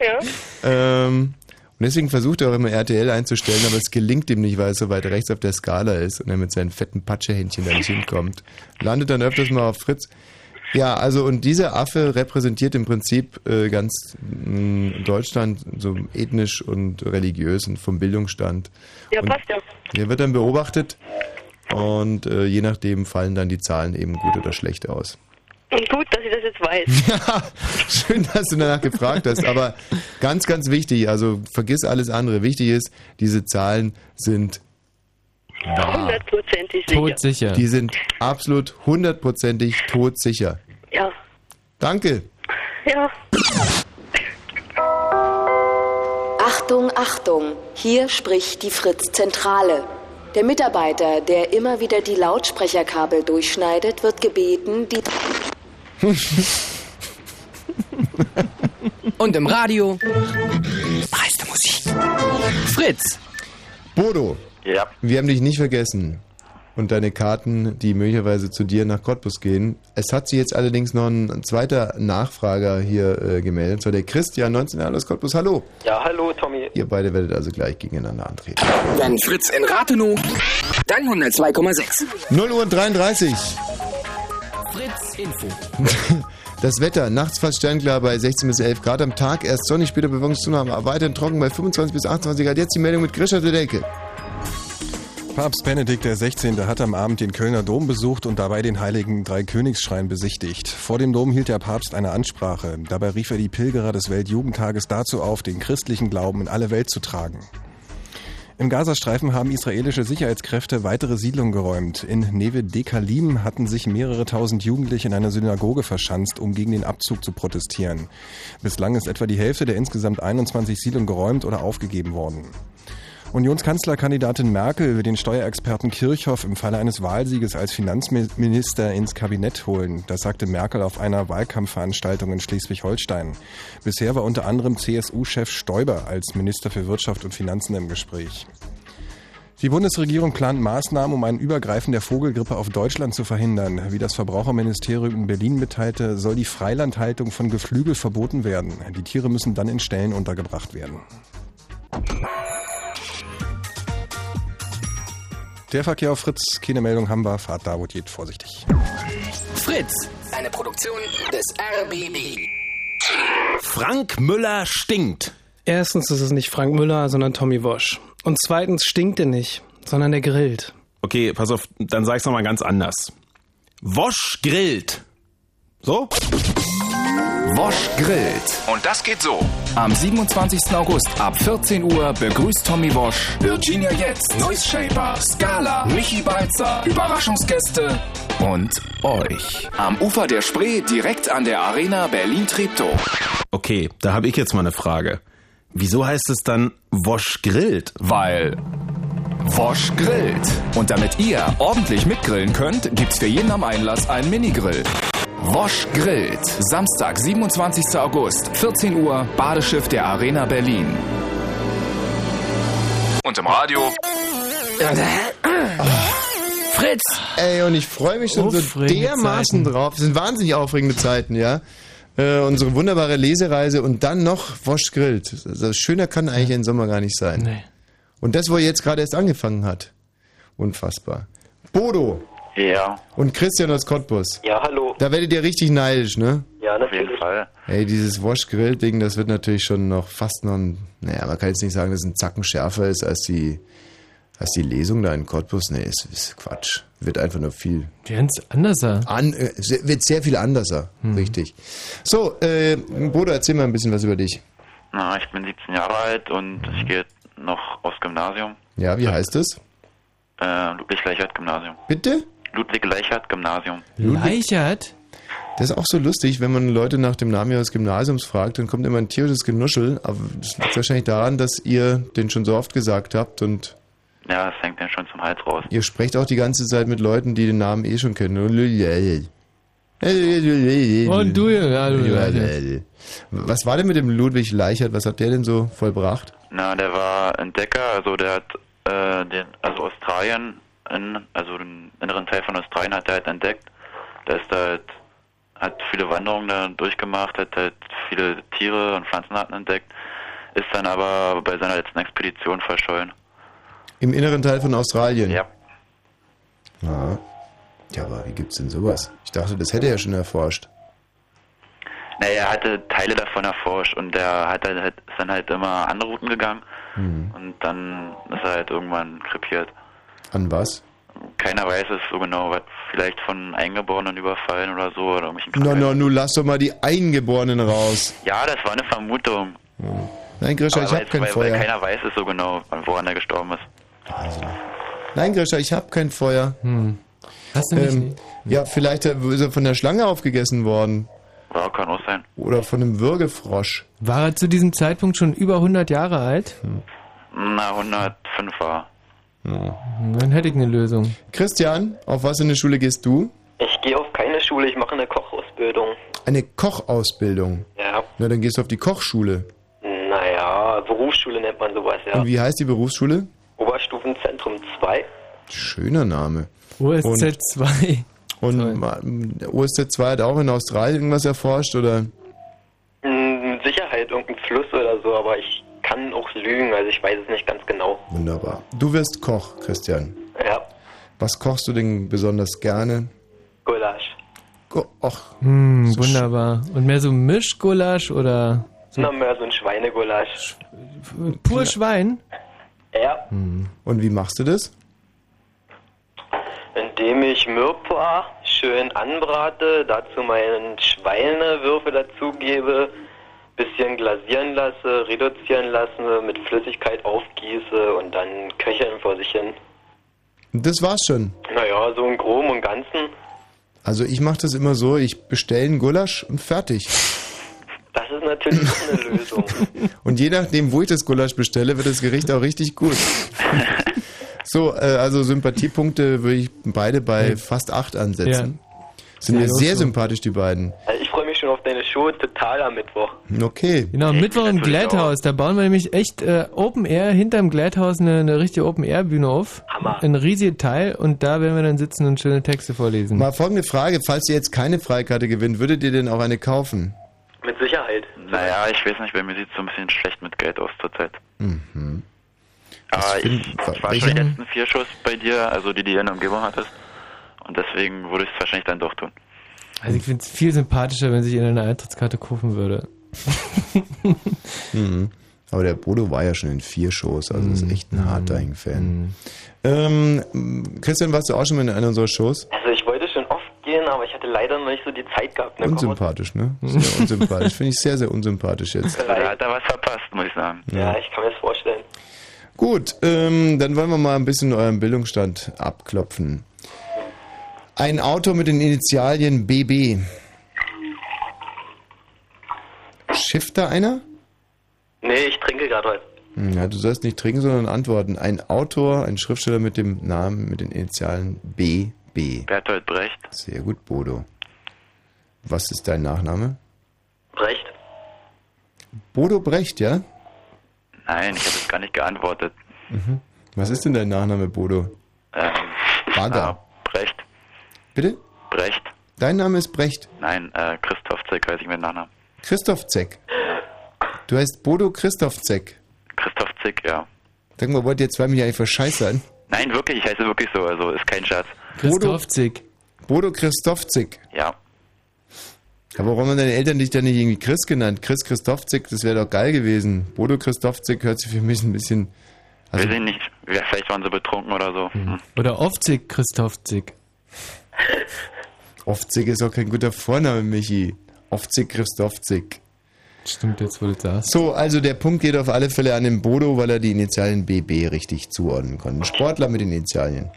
Speaker 17: Ja.
Speaker 2: Ähm, und deswegen versucht er auch immer RTL einzustellen, aber es gelingt ihm nicht, weil er so weit rechts auf der Skala ist und er mit seinen fetten Patschehändchen da nicht hinkommt. Landet dann öfters mal auf Fritz. Ja, also und dieser Affe repräsentiert im Prinzip äh, ganz mh, Deutschland so ethnisch und religiös und vom Bildungsstand.
Speaker 17: Ja,
Speaker 2: und
Speaker 17: passt ja.
Speaker 2: Der wird dann beobachtet und äh, je nachdem fallen dann die Zahlen eben gut oder schlecht aus.
Speaker 17: Und gut, dass ich das jetzt weiß.
Speaker 2: Schön, dass du danach gefragt hast, aber ganz, ganz wichtig, also vergiss alles andere. Wichtig ist, diese Zahlen sind wahr.
Speaker 17: Hundertprozentig sicher.
Speaker 2: Todsicher. Die sind absolut hundertprozentig todsicher.
Speaker 17: Ja.
Speaker 2: Danke.
Speaker 17: Ja.
Speaker 16: Achtung, Achtung, hier spricht die Fritz-Zentrale. Der Mitarbeiter, der immer wieder die Lautsprecherkabel durchschneidet, wird gebeten, die.
Speaker 3: Und im Radio meiste Musik.
Speaker 2: Fritz. Bodo.
Speaker 6: Ja.
Speaker 2: Wir haben dich nicht vergessen. Und deine Karten, die möglicherweise zu dir nach Cottbus gehen. Es hat sich jetzt allerdings noch ein zweiter Nachfrager hier äh, gemeldet, und zwar der Christian, 19 Jahre aus Cottbus. Hallo.
Speaker 6: Ja, hallo Tommy.
Speaker 2: Ihr beide werdet also gleich gegeneinander antreten.
Speaker 3: Dann Fritz in Rathenow. Dann 102,6.
Speaker 2: 0 Uhr 33.
Speaker 3: Fritz Info.
Speaker 2: Das Wetter, nachts fast sternklar bei 16 bis 11 Grad, am Tag erst sonnig, später Bewölkungszunahme, aber weiterhin trocken bei 25 bis 28 Grad. Jetzt die Meldung mit Grisha Dedelke.
Speaker 4: Papst Benedikt XVI. hat am Abend den Kölner Dom besucht und dabei den heiligen Dreikönigsschrein besichtigt. Vor dem Dom hielt der Papst eine Ansprache. Dabei rief er die Pilgerer des Weltjugendtages dazu auf, den christlichen Glauben in alle Welt zu tragen. Im Gazastreifen haben israelische Sicherheitskräfte weitere Siedlungen geräumt. In Neve Dekalim hatten sich mehrere tausend Jugendliche in einer Synagoge verschanzt, um gegen den Abzug zu protestieren. Bislang ist etwa die Hälfte der insgesamt 21 Siedlungen geräumt oder aufgegeben worden. Unionskanzlerkandidatin Merkel will den Steuerexperten Kirchhoff im Falle eines Wahlsieges als Finanzminister ins Kabinett holen. Das sagte Merkel auf einer Wahlkampfveranstaltung in Schleswig-Holstein. Bisher war unter anderem CSU-Chef Stoiber als Minister für Wirtschaft und Finanzen im Gespräch. Die Bundesregierung plant Maßnahmen, um ein Übergreifen der Vogelgrippe auf Deutschland zu verhindern. Wie das Verbraucherministerium in Berlin mitteilte, soll die Freilandhaltung von Geflügel verboten werden. Die Tiere müssen dann in Ställen untergebracht werden. Der Verkehr auf Fritz, keine Meldung haben wir, fahrt da, wo geht, vorsichtig.
Speaker 3: Fritz. Eine Produktion des RBB.
Speaker 8: Frank Müller stinkt. Erstens ist es nicht Frank Müller, sondern Tommy Walsh. Und zweitens stinkt er nicht, sondern er grillt.
Speaker 23: Okay, pass auf, dann sag ich's nochmal ganz anders. Wosch grillt. So?
Speaker 9: Wosch grillt. Und das geht so. Am 27. August ab 14 Uhr begrüßt Tommy Wosch Virginia Jetzt, Noise Shaper, Scala, Michi Balzer, Überraschungsgäste und euch. Am Ufer der Spree direkt an der Arena Berlin-Treptow.
Speaker 23: Okay, da habe ich jetzt mal eine Frage. Wieso heißt es dann Wosch grillt?
Speaker 9: Weil Wosch grillt. Und damit ihr ordentlich mitgrillen könnt, gibt's für jeden am Einlass einen Minigrill. Wosch grillt. Samstag, 27. August, 14 Uhr, Badeschiff der Arena Berlin. Und im Radio.
Speaker 3: Äh,
Speaker 2: Fritz! Ey, und ich freue mich schon so
Speaker 1: Aufregende
Speaker 2: dermaßen drauf. Es sind wahnsinnig aufregende Zeiten, ja. Äh, unsere wunderbare Lesereise und dann noch Wosch grillt. Also schöner kann eigentlich ein Sommer gar nicht sein. Und das, wo er jetzt gerade erst angefangen hat. Unfassbar. Bodo
Speaker 6: Ja.
Speaker 2: und Christian aus Cottbus.
Speaker 6: Ja, hallo.
Speaker 2: Da werdet ihr richtig neidisch, ne?
Speaker 6: Ja, Auf jeden Fall.
Speaker 2: Ey, dieses Wash-Grill-Ding, das wird natürlich schon noch fast noch ein, naja, man kann jetzt nicht sagen, dass es ein Zacken schärfer ist als die, als die Lesung da in Cottbus. Nee, ist, ist Quatsch. Wird einfach nur viel.
Speaker 1: Ganz anderser.
Speaker 2: An, äh, se- wird sehr viel anderser, richtig. So, äh, Bruder, erzähl mal ein bisschen was über dich.
Speaker 6: Na, ich bin 17 Jahre alt und ich gehe noch aufs Gymnasium.
Speaker 2: Ja, wie heißt es?
Speaker 6: Äh, Ludwig-Leichhardt-Gymnasium.
Speaker 2: Bitte?
Speaker 6: Ludwig-Leichhardt-Gymnasium.
Speaker 1: Leichert?
Speaker 2: Das ist auch so lustig, wenn man Leute nach dem Namen ihres Gymnasiums fragt, dann kommt immer ein tierisches Genuschel. Aber das liegt wahrscheinlich daran, dass ihr den schon so oft gesagt habt und
Speaker 6: Ja, das hängt dann schon zum Hals raus.
Speaker 2: Ihr sprecht auch die ganze Zeit mit Leuten, die den Namen eh schon kennen. Und
Speaker 1: du, ja, du, ja, ja.
Speaker 2: Was war denn mit dem Ludwig Leichert? Was hat der denn so vollbracht?
Speaker 6: Na, der war Entdecker, also der hat äh, den, also Australien in, also den inneren Teil von Australien hat er halt entdeckt. Da ist er halt, hat viele Wanderungen da durchgemacht, hat halt viele Tiere und Pflanzenarten entdeckt, ist dann aber bei seiner letzten Expedition verschollen.
Speaker 2: Im inneren Teil von Australien?
Speaker 6: Ja.
Speaker 2: Ah. Ja, aber wie gibt's denn sowas? Ich dachte, das hätte er schon erforscht.
Speaker 6: Naja, er hatte Teile davon erforscht und er hat dann halt, ist dann halt immer andere Routen gegangen
Speaker 2: Mhm.
Speaker 6: und dann ist er halt irgendwann krepiert.
Speaker 2: An was?
Speaker 6: Keiner weiß es so genau, was vielleicht von Eingeborenen überfallen oder so oder irgendwelchen
Speaker 2: Na, na, nun lass doch mal die Eingeborenen raus.
Speaker 6: Ja, das war eine Vermutung.
Speaker 2: Nein, Grisha,
Speaker 6: Aber
Speaker 2: ich
Speaker 6: weil-
Speaker 2: hab kein
Speaker 6: weil, Weil
Speaker 2: Feuer.
Speaker 6: keiner weiß es so genau, wann- woran er gestorben ist.
Speaker 2: Nein, Grisha, ich hab kein Feuer.
Speaker 6: Hm.
Speaker 2: Ähm,
Speaker 1: du mich
Speaker 2: ja, vielleicht äh, ist er von der Schlange aufgegessen worden.
Speaker 6: Ja, kann auch sein.
Speaker 2: Oder von einem Würgefrosch.
Speaker 1: War er zu diesem Zeitpunkt schon über 100 Jahre alt?
Speaker 6: Na, 105 war.
Speaker 1: Dann hätte ich eine Lösung.
Speaker 2: Christian, auf was in der Schule gehst du?
Speaker 10: Ich gehe auf keine Schule, ich mache eine Kochausbildung.
Speaker 2: Eine Kochausbildung.
Speaker 10: Ja.
Speaker 2: Na, dann gehst du auf die Kochschule.
Speaker 10: Naja, Berufsschule nennt man sowas, ja.
Speaker 2: Und wie heißt die Berufsschule?
Speaker 10: Oberstufenzentrum 2.
Speaker 2: Schöner Name.
Speaker 1: OSZ2.
Speaker 2: Und, und ma- der OSZ2 hat auch in Australien irgendwas erforscht, oder?
Speaker 10: Hm, Mit Sicherheit irgendein Fluss oder so, aber ich kann auch lügen, also ich weiß es nicht ganz genau.
Speaker 2: Wunderbar. Du wirst Koch, Christian.
Speaker 10: Ja,
Speaker 2: Was kochst du denn besonders gerne?
Speaker 10: Gulasch.
Speaker 2: Go Och.
Speaker 1: Hm, wunderbar. Und mehr so Mischgulasch oder
Speaker 10: Na, mehr so ein Schweinegulasch.
Speaker 1: pur Schwein?
Speaker 10: Ja,
Speaker 2: Und wie machst du das?
Speaker 10: indem ich Mürpa schön anbrate, dazu meinen Schweinewürfel dazugebe, bisschen glasieren lasse, reduzieren lasse, mit Flüssigkeit aufgieße und dann köcheln vor sich hin.
Speaker 2: Und Das war's schon.
Speaker 10: Naja, so im Groben und Ganzen.
Speaker 2: Also ich mache das immer so, ich bestelle einen Gulasch und fertig.
Speaker 10: Das ist natürlich auch eine Lösung.
Speaker 2: Und je nachdem, wo ich das Gulasch bestelle, wird das Gericht auch richtig gut. So, äh, also Sympathiepunkte würde ich beide bei fast acht ansetzen. Sind mir
Speaker 10: Ja,
Speaker 2: sehr
Speaker 10: so.
Speaker 2: sympathisch, die beiden.
Speaker 10: Also ich freue mich schon auf deine Show total am Mittwoch.
Speaker 2: Okay.
Speaker 1: Genau, Mittwoch im
Speaker 10: natürlich
Speaker 1: Glätthaus. Da bauen wir nämlich echt äh, Open Air hinterm Glätthaus eine, eine richtige Open Air Bühne auf. Hammer. Ein riesiger Teil und da werden wir dann sitzen und schöne Texte vorlesen.
Speaker 2: Mal folgende Frage, falls ihr jetzt keine Freikarte gewinnt, würdet ihr denn auch eine kaufen?
Speaker 10: Mit Sicherheit.
Speaker 6: Naja, ich weiß nicht, bei mir sieht es so ein bisschen schlecht mit Geld aus zurzeit.
Speaker 2: Mhm.
Speaker 6: Aber ich,
Speaker 2: find-
Speaker 6: es war
Speaker 2: welcher-
Speaker 6: schon die letzten vier Schuss bei dir, also die, die du in der Umgebung hattest. Und deswegen würde ich es wahrscheinlich dann doch tun.
Speaker 1: Also ich finde es viel sympathischer, wenn sich in eine Eintrittskarte kaufen würde.
Speaker 2: Mhm. Aber der Bodo war ja schon in vier Shows, also
Speaker 10: Mhm.
Speaker 2: ist echt ein Harddying-Fan. Ähm, Christian, warst du auch schon mal in einer unserer Shows?
Speaker 10: Also ich wollte schon oft gehen, aber ich hatte leider noch nicht so die Zeit gehabt. Ne? Komm,
Speaker 2: Unsympathisch, ne? Sehr unsympathisch. Finde ich sehr, sehr unsympathisch jetzt.
Speaker 6: Da hat er was verpasst, muss ich sagen.
Speaker 2: Ja.
Speaker 10: Ja, ich kann mir das vorstellen.
Speaker 2: Gut, ähm, dann wollen wir mal ein bisschen euren Bildungsstand abklopfen. Ein Auto mit den Initialien BB. Schifft da einer? Hm,
Speaker 10: Nee, ich trinke gerade heute.
Speaker 2: Ja, du sollst nicht trinken, sondern antworten. Ein Autor, ein Schriftsteller mit dem Namen, mit den Initialen BB.
Speaker 6: Bertolt Brecht.
Speaker 2: Sehr gut, Bodo. Was ist dein Nachname?
Speaker 10: Brecht.
Speaker 2: Bodo Brecht, ja?
Speaker 6: Nein, ich habe es gar nicht geantwortet.
Speaker 2: Mhm. Was ist denn dein Nachname, Bodo?
Speaker 6: Ähm, äh,
Speaker 2: Bagger.
Speaker 6: Brecht.
Speaker 2: Bitte?
Speaker 6: Brecht.
Speaker 2: Dein Name ist Brecht.
Speaker 6: Nein, äh, Christoph Zick weiß ich mit Nachnamen.
Speaker 2: Christoph Zeck. Du heißt Bodo Christoph Zeck.
Speaker 6: Christoph Zick, ja.
Speaker 2: Sag mal, wollt ihr zwei mich eigentlich verscheißern?
Speaker 6: Nein, wirklich, ich heiße wirklich so, also ist kein Scherz.
Speaker 1: Zick.
Speaker 2: Bodo Christoph Zick.
Speaker 6: Ja.
Speaker 2: Aber warum haben deine Eltern dich dann nicht irgendwie Chris genannt? Chris Christoph Zick, das wäre doch geil gewesen. Bodo Christoph Zick hört sich für mich ein bisschen... Also-
Speaker 6: Weiß ich nicht, ja, vielleicht waren sie betrunken oder so.
Speaker 2: Mhm.
Speaker 6: Hm.
Speaker 1: Oder Ofzig, Christoph Zick.
Speaker 2: Ofzig ist auch kein guter Vorname, Michi. Ofzig Christoph Zick.
Speaker 1: Stimmt, jetzt wurde das.
Speaker 2: So, also der Punkt geht auf alle Fälle an den Bodo, weil er die Initialen BB richtig zuordnen konnte. Sportler mit den Initialien.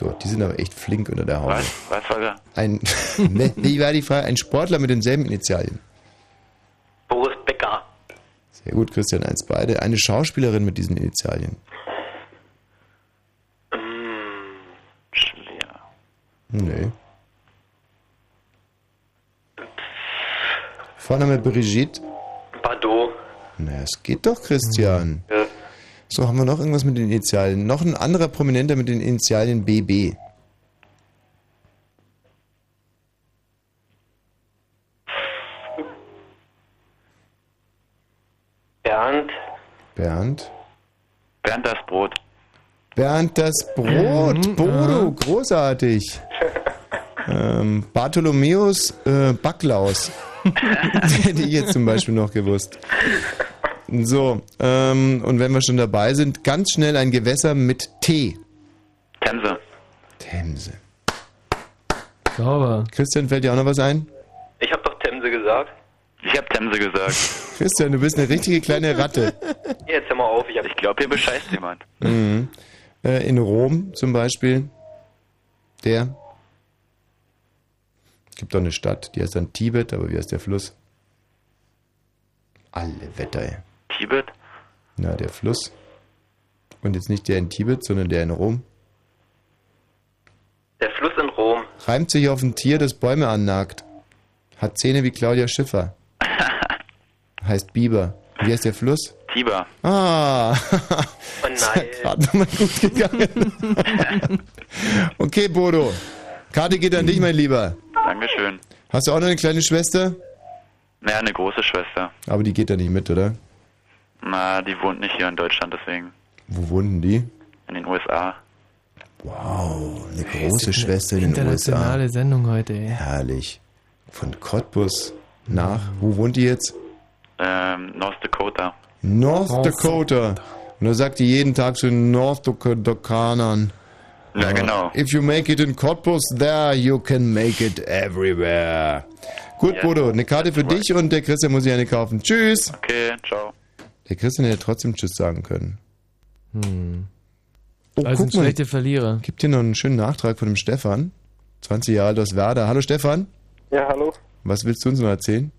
Speaker 2: So, die sind aber echt flink unter der Haube.
Speaker 6: Was? Was war da?
Speaker 2: Ein, ne, wie war die Frage? Ein Sportler mit denselben Initialien.
Speaker 10: Boris Becker.
Speaker 2: Sehr gut, Christian, eins beide. Eine Schauspielerin mit diesen Initialien. Nee. Vorname Brigitte.
Speaker 10: Bardot.
Speaker 2: Na, es geht doch, Christian. So, haben wir noch irgendwas mit den Initialien? Noch ein anderer Prominenter mit den Initialien BB.
Speaker 5: Bernd,
Speaker 2: Bernd.
Speaker 6: Bernd das Brot.
Speaker 2: Bernd das Brot. Bodo, großartig. ähm, Bartholomäus äh, Backlaus. Hätte ich jetzt zum Beispiel noch gewusst. So, ähm, und wenn wir schon dabei sind, ganz schnell ein Gewässer mit T.
Speaker 6: Themse.
Speaker 2: Themse. Sauber. Christian, fällt dir auch noch was ein?
Speaker 5: ich habe doch Themse gesagt.
Speaker 6: Ich habe Themse gesagt.
Speaker 2: Christian, du bist eine richtige kleine Ratte.
Speaker 5: Jetzt hör mal auf, ich habe
Speaker 6: Ich glaube, hier bescheißt jemand.
Speaker 2: Mhm. Äh, in Rom zum Beispiel. Der. Es gibt doch eine Stadt, die heißt dann Tibet, aber wie heißt der Fluss? Alle Wetter, ey.
Speaker 6: Tibet?
Speaker 2: Na, der Fluss. Und jetzt nicht der in Tibet, sondern der in Rom.
Speaker 5: der Fluss in Rom.
Speaker 2: Reimt sich auf ein Tier, das Bäume annagt. Hat Zähne wie Claudia Schiffer. Heißt Biber. Wie heißt der Fluss?
Speaker 6: Tiber.
Speaker 2: Ah, oh ist ja gerade nochmal gut gegangen. okay, Bodo. Karte geht an dich, mein Lieber.
Speaker 6: Dankeschön.
Speaker 2: Hast du auch noch eine kleine Schwester?
Speaker 6: Naja, eine große Schwester.
Speaker 2: Aber die geht da nicht mit, oder?
Speaker 6: Na, die wohnt nicht hier in Deutschland, deswegen.
Speaker 2: Wo wohnen die?
Speaker 6: In den USA.
Speaker 2: Wow, eine
Speaker 1: ist
Speaker 2: große
Speaker 1: eine
Speaker 2: Schwester in den USA.
Speaker 1: internationale Sendung heute, ey.
Speaker 2: Herrlich. Von Cottbus nach, wo wohnt die jetzt?
Speaker 6: Ähm, North Dakota.
Speaker 2: North
Speaker 6: North
Speaker 2: Dakota. Und da sagt die jeden Tag zu den North Dak- Dakotanern.
Speaker 6: Ja,
Speaker 2: äh,
Speaker 6: genau.
Speaker 2: If you make it in Cottbus, there you can make it everywhere. Gut, Bodo, eine Karte für dich und der Christian muss sich eine kaufen. Tschüss.
Speaker 6: Okay, ciao.
Speaker 2: Der Christian hätte trotzdem Tschüss sagen können. Hm. Oh,
Speaker 1: Also
Speaker 2: guck
Speaker 1: ein
Speaker 2: mal,
Speaker 1: schlechter Verlierer.
Speaker 2: gibt hier noch einen schönen Nachtrag von dem Stefan. 20 Jahre alt aus Werder. Hallo Stefan,
Speaker 22: Ja, hallo.
Speaker 2: was willst du uns noch erzählen?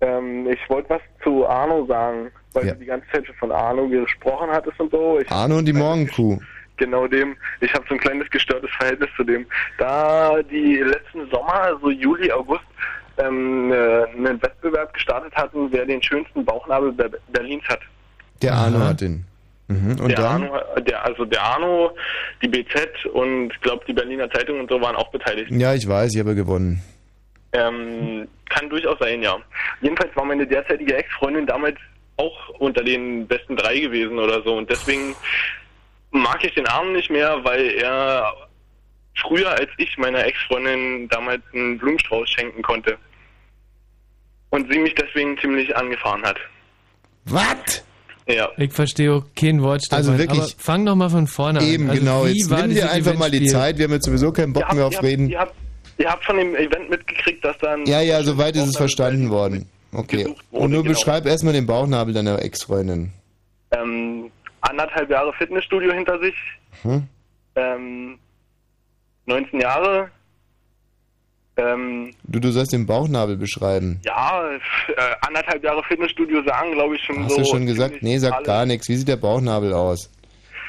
Speaker 22: Ähm, ich wollte was zu Arno sagen, weil
Speaker 2: Ja.
Speaker 22: du die ganze Zeit schon von Arno gesprochen hattest und so. Ich,
Speaker 2: Arno und die Morgenkuh.
Speaker 22: Genau dem. Ich habe so ein kleines gestörtes Verhältnis zu dem. Da die letzten Sommer, so Juli, August, ähm, äh, einen Wettbewerb gestartet hatten, wer den schönsten Bauchnabel Ber Berlins hat.
Speaker 2: Der Arno hat den. Mhm. Und
Speaker 22: der
Speaker 2: dann?
Speaker 22: Arno, der, also der Arno, die BZ und glaube die Berliner Zeitung und so waren auch beteiligt.
Speaker 2: Ja, ich weiß, ich habe gewonnen.
Speaker 22: Ähm, kann durchaus sein, ja. Jedenfalls war meine derzeitige Ex-Freundin damals auch unter den besten drei gewesen oder so. Und deswegen mag ich den Arm nicht mehr, weil er früher als ich meiner Ex-Freundin damals einen Blumenstrauß schenken konnte. Und sie mich deswegen ziemlich angefahren hat.
Speaker 2: Was?
Speaker 22: Ja.
Speaker 1: Ich verstehe auch kein Wort, Stefan.
Speaker 22: Also wirklich-
Speaker 1: Aber fang doch mal von vorne an.
Speaker 2: Eben,
Speaker 1: also
Speaker 2: genau.
Speaker 1: wie
Speaker 2: Jetzt
Speaker 1: war
Speaker 2: nimm dir
Speaker 1: dieses
Speaker 2: einfach mal die
Speaker 1: Eventspiel?
Speaker 2: Zeit. Wir haben jetzt sowieso keinen Bock mehr
Speaker 22: ihr,
Speaker 2: auf
Speaker 22: habt,
Speaker 2: Reden.
Speaker 22: ihr, habt, ihr habt von dem Event mitgekriegt, dass dann
Speaker 2: Ja, ja, soweit ist es verstanden worden. Okay. Und nur beschreib erstmal den Bauchnabel deiner Ex-Freundin.
Speaker 22: ähm, anderthalb Jahre Fitnessstudio hinter sich,
Speaker 2: Mhm.
Speaker 22: ähm, 19 Jahre, ähm,
Speaker 2: Du, du sollst den Bauchnabel beschreiben.
Speaker 22: ja, f- äh, anderthalb Jahre Fitnessstudio sagen, glaube ich, schon
Speaker 2: Hast
Speaker 22: so.
Speaker 2: du schon gesagt? Nee, sag gar nichts. Wie sieht der Bauchnabel aus?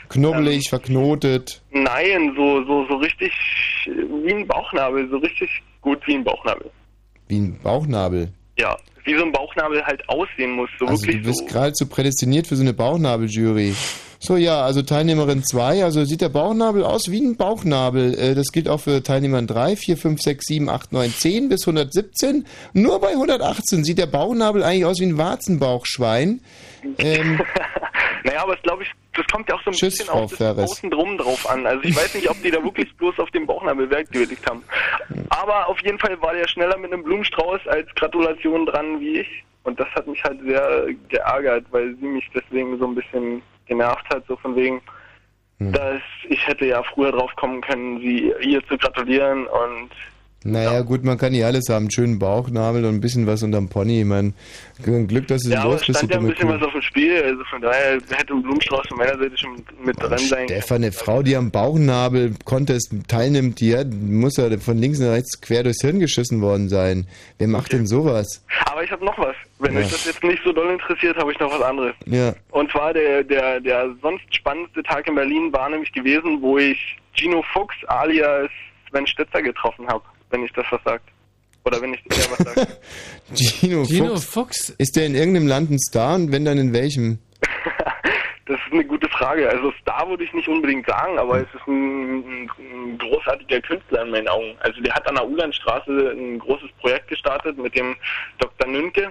Speaker 2: Knubbelig, verknotet.
Speaker 22: Nein, so, so, so richtig wie ein Bauchnabel, so richtig gut wie ein Bauchnabel.
Speaker 2: Wie ein Bauchnabel.
Speaker 22: Ja, wie so ein Bauchnabel halt aussehen muss, so
Speaker 2: Also du
Speaker 22: wirklich.
Speaker 2: bist geradezu prädestiniert für so eine Bauchnabeljury. So, ja, also Teilnehmerin 2, also sieht der Bauchnabel aus wie ein Bauchnabel. Äh, Das gilt auch für Teilnehmerin 3, 4, 5, 6, 7, 8, 9, 10 bis 117. Nur bei 118 sieht der Bauchnabel eigentlich aus wie ein Warzenbauchschwein. Ähm,
Speaker 22: Naja, aber es glaube ich, das kommt ja auch so ein
Speaker 2: Tschüss,
Speaker 22: bisschen
Speaker 2: Frau
Speaker 22: auf das
Speaker 2: Ferres.
Speaker 22: Außen drum drauf an. Also ich weiß nicht, ob die da wirklich bloß auf den Bauchnabel Wert gelegt haben. Aber auf jeden Fall war der schneller mit einem Blumenstrauß als Gratulation dran wie ich. Und das hat mich halt sehr geärgert, weil sie mich deswegen so ein bisschen genervt hat, so von wegen,
Speaker 2: Hm.
Speaker 22: dass ich hätte ja früher drauf kommen können, sie ihr zu gratulieren und
Speaker 2: naja, gut, man kann nicht alles haben. Einen schönen Bauchnabel und ein bisschen was unterm Pony. Ich meine, Glück, dass du
Speaker 22: ja,
Speaker 2: so
Speaker 22: aber
Speaker 2: los
Speaker 22: es
Speaker 2: bist, du
Speaker 22: stand ja ein
Speaker 2: dumme
Speaker 22: bisschen
Speaker 2: Kuh.
Speaker 22: was auf dem Spiel, also von daher hätte ein Blumenstrauß von meiner Seite schon mit
Speaker 2: Oh,
Speaker 22: drin sein können.
Speaker 2: Stefan, eine Frau, die am Bauchnabel-Contest teilnimmt, die hat, muss ja von links nach rechts quer durchs Hirn geschissen worden sein. Wer macht denn sowas?
Speaker 22: Aber ich habe noch was. Wenn
Speaker 2: Ja.
Speaker 22: euch das jetzt nicht so doll interessiert, habe ich noch was anderes.
Speaker 2: Ja.
Speaker 22: Und zwar der, der, der sonst spannendste Tag in Berlin war nämlich gewesen, wo ich Gino Fuchs alias Sven Stitzer getroffen habe, wenn ich das was sagt. Oder wenn ich dir was sage.
Speaker 2: Gino,
Speaker 22: Gino
Speaker 2: Fuchs. Ist der in irgendeinem Land ein Star und wenn dann in welchem?
Speaker 12: Das ist eine gute Frage. Also Star würde ich nicht unbedingt sagen, aber es ist ein, ein, ein großartiger Künstler in meinen Augen. Also der hat an der Ulandstraße ein großes Projekt gestartet mit dem Dr. Nünke,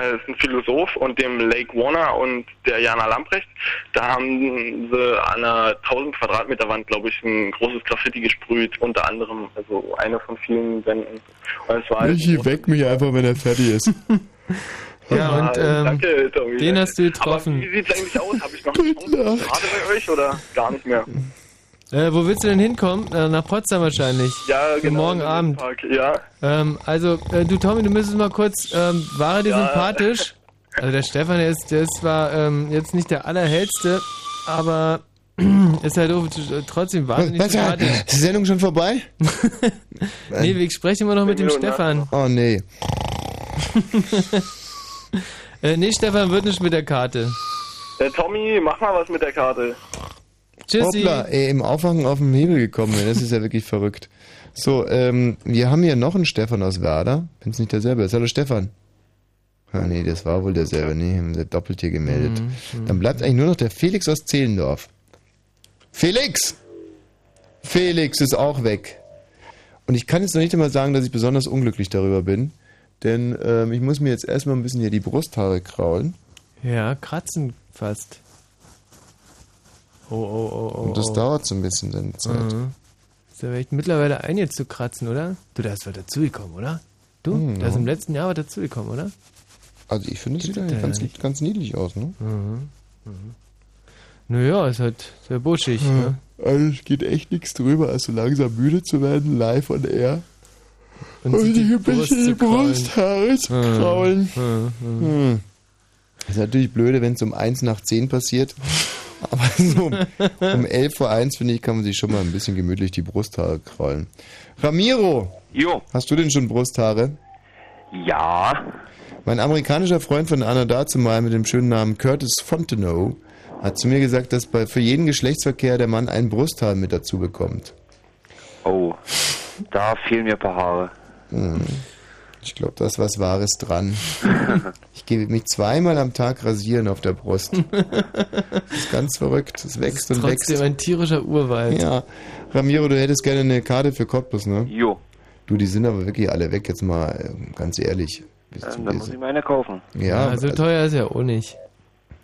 Speaker 12: äh, ist ein Philosoph, und dem Lake Warner und der Jana Lamprecht. Da haben sie an einer 1000 Quadratmeter Wand, glaube ich, ein großes Graffiti gesprüht, unter anderem, also einer von vielen Wänden. Und es war halt ein
Speaker 2: Michi, weck mich einfach, wenn er fertig ist.
Speaker 1: Ja, und ähm,
Speaker 12: danke, Tommy.
Speaker 1: den hast du
Speaker 12: Aber
Speaker 1: getroffen.
Speaker 12: wie sieht's eigentlich aus? Habe ich noch eine Chance gerade bei euch oder gar nicht mehr?
Speaker 1: Äh, wo willst du denn hinkommen? Äh, nach Potsdam wahrscheinlich.
Speaker 12: Ja,
Speaker 1: Für
Speaker 12: genau,
Speaker 1: Morgen
Speaker 12: in den
Speaker 1: Abend.
Speaker 12: Park, ja.
Speaker 1: Ähm, also, äh, du Tommy, du müsstest mal kurz, ähm, war er dir
Speaker 12: Ja.
Speaker 1: sympathisch? Also der Stefan, der ist, der ist zwar ähm, jetzt nicht der allerhellste, aber ist halt auch trotzdem wahnsinnig
Speaker 2: Was, was,
Speaker 1: sympathisch.
Speaker 2: ist die Sendung schon vorbei?
Speaker 1: Nee, wir sprechen immer noch mit dem
Speaker 2: Zehn Minuten
Speaker 1: Stefan.
Speaker 2: Oh nee.
Speaker 1: Äh, nee, Stefan wird nicht mit der Karte.
Speaker 12: Der Tommy, mach mal was mit der Karte.
Speaker 1: Tschüssi.
Speaker 2: Hoppla, ey, im Aufwachen auf den Hebel gekommen. bin. Das ist ja wirklich verrückt. So, ähm, wir haben hier noch einen Stefan aus Werder. Wenn es nicht derselbe ist. Hallo Stefan. Ah, nee, das war wohl derselbe. Nee, haben sie doppelt hier gemeldet.
Speaker 22: Mhm.
Speaker 1: Mhm.
Speaker 2: Dann bleibt eigentlich nur noch der Felix aus Zehlendorf. Felix! Felix ist auch weg. Und ich kann jetzt noch nicht einmal sagen, dass ich besonders unglücklich darüber bin. Denn ähm, ich muss mir jetzt erstmal ein bisschen hier die Brusthaare kraulen.
Speaker 1: Ja, kratzen fast. Oh, oh, oh, oh.
Speaker 2: Und das
Speaker 1: oh.
Speaker 2: dauert so ein bisschen seine Zeit.
Speaker 1: Mhm. Ist ja echt mittlerweile ein jetzt zu kratzen, oder? Du, da ist was dazugekommen, oder? Du,
Speaker 2: Mhm,
Speaker 1: da ist
Speaker 2: ja.
Speaker 1: im letzten Jahr was dazugekommen, oder?
Speaker 2: Also ich finde, es sieht
Speaker 1: Gibt's
Speaker 2: eigentlich
Speaker 1: da
Speaker 2: ganz,
Speaker 1: ja nicht. Mhm,
Speaker 2: ganz niedlich aus, ne?
Speaker 1: Naja, ist halt sehr buschig, ne?
Speaker 2: Also es geht echt nichts drüber, als so langsam müde zu werden, live on air.
Speaker 1: Und
Speaker 2: Und,
Speaker 1: sich die
Speaker 2: die
Speaker 1: Brust zu
Speaker 2: Gebüsche, die
Speaker 1: kraulen.
Speaker 2: Brusthaare zu
Speaker 1: Hm,
Speaker 2: kraulen.
Speaker 1: hm, hm.
Speaker 2: Hm. Ist natürlich blöde, wenn es um 1 nach 10 passiert. Aber so um, um 11 vor 1, finde ich, kann man sich schon mal ein bisschen gemütlich die Brusthaare kraulen. Ramiro!
Speaker 13: Jo.
Speaker 2: Hast du denn schon Brusthaare?
Speaker 13: Ja.
Speaker 2: Mein amerikanischer Freund von Anna dazumal mit dem schönen Namen Curtis Fontenot hat zu mir gesagt, dass bei, für jeden Geschlechtsverkehr der Mann ein Brusthaar mit dazu bekommt.
Speaker 13: Oh, da fehlen mir ein paar Haare.
Speaker 2: Hm. Ich glaube, da ist was Wahres dran. Ich gebe mich zweimal am Tag rasieren auf der Brust. Das ist ganz verrückt. Es wächst und wächst.
Speaker 1: Trotzdem ein tierischer Urwald.
Speaker 2: Ja. Ramiro, du hättest gerne eine Karte für Cottbus, ne?
Speaker 13: Jo.
Speaker 2: Du, die sind aber wirklich alle weg, jetzt mal äh, ganz ehrlich.
Speaker 13: Ähm, dann muss ich mir eine kaufen.
Speaker 2: Ja,
Speaker 1: also teuer ist ja auch nicht.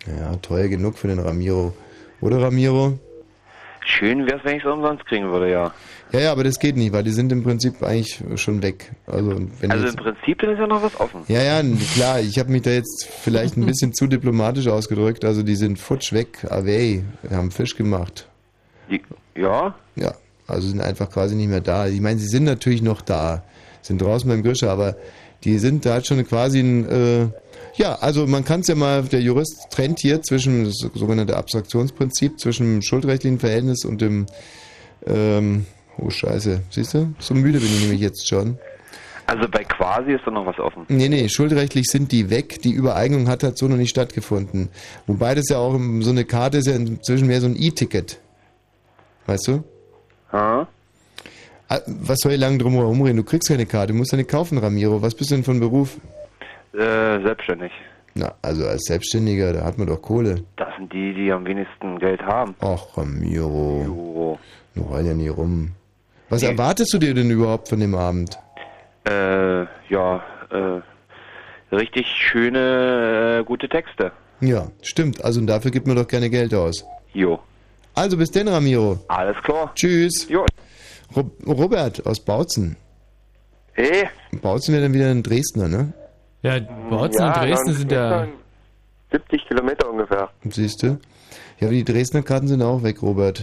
Speaker 2: Ja, teuer genug für den Ramiro. Oder Ramiro?
Speaker 13: Schön wär's, wenn ich es umsonst kriegen würde, ja.
Speaker 2: Ja, ja, aber das geht nicht, weil die sind im Prinzip eigentlich schon weg. Also, wenn
Speaker 13: also
Speaker 2: jetzt-
Speaker 13: im Prinzip dann ist ja noch was offen.
Speaker 2: Ja, ja, n- klar, ich habe mich da jetzt vielleicht ein bisschen zu diplomatisch ausgedrückt. Also die sind futsch weg, away, wir haben Fisch gemacht.
Speaker 13: Die, ja?
Speaker 2: Ja, also sind einfach quasi nicht mehr da. Ich meine, sie sind natürlich noch da, sind draußen beim Grischer, aber die sind da halt schon quasi ein... Äh, ja, also man kann es ja mal, der Jurist trennt hier zwischen das sogenannte Abstraktionsprinzip, zwischen dem schuldrechtlichen Verhältnis und dem... Ähm, oh scheiße, siehst du? So müde bin ich nämlich jetzt schon.
Speaker 13: Also bei quasi ist da noch was offen.
Speaker 2: Nee, nee, schuldrechtlich sind die weg. Die Übereignung hat halt so noch nicht stattgefunden. Wobei das ja auch im- so eine Karte ist ja inzwischen mehr so ein E-Ticket. Weißt du?
Speaker 13: Ha?
Speaker 2: Ah, Was soll ich lang drum herumreden? Du kriegst keine Karte, du musst eine kaufen, Ramiro. Was bist du denn von Beruf?
Speaker 13: Äh, selbstständig.
Speaker 2: Na, also als Selbstständiger, da hat man doch Kohle.
Speaker 13: Das sind die, die am wenigsten Geld haben.
Speaker 2: Och, Ramiro. Jo. Du heul ja nie rum. Was erwartest du dir denn überhaupt von dem Abend?
Speaker 13: Äh, ja, äh, richtig schöne, äh, gute Texte.
Speaker 2: Ja, stimmt. Also dafür gibt man doch gerne Geld aus.
Speaker 13: Jo.
Speaker 2: Also bis denn, Ramiro.
Speaker 13: Alles klar.
Speaker 2: Tschüss.
Speaker 13: Jo.
Speaker 2: Rob Robert aus Bautzen.
Speaker 13: Hey.
Speaker 2: Bautzen wäre dann wieder ein Dresdner, ne?
Speaker 1: Ja,
Speaker 22: Hm,
Speaker 1: Bautzen und Dresden sind ja...
Speaker 15: 70 Kilometer ungefähr.
Speaker 2: Siehst du? Ja, aber die Dresdner Karten sind auch weg, Robert.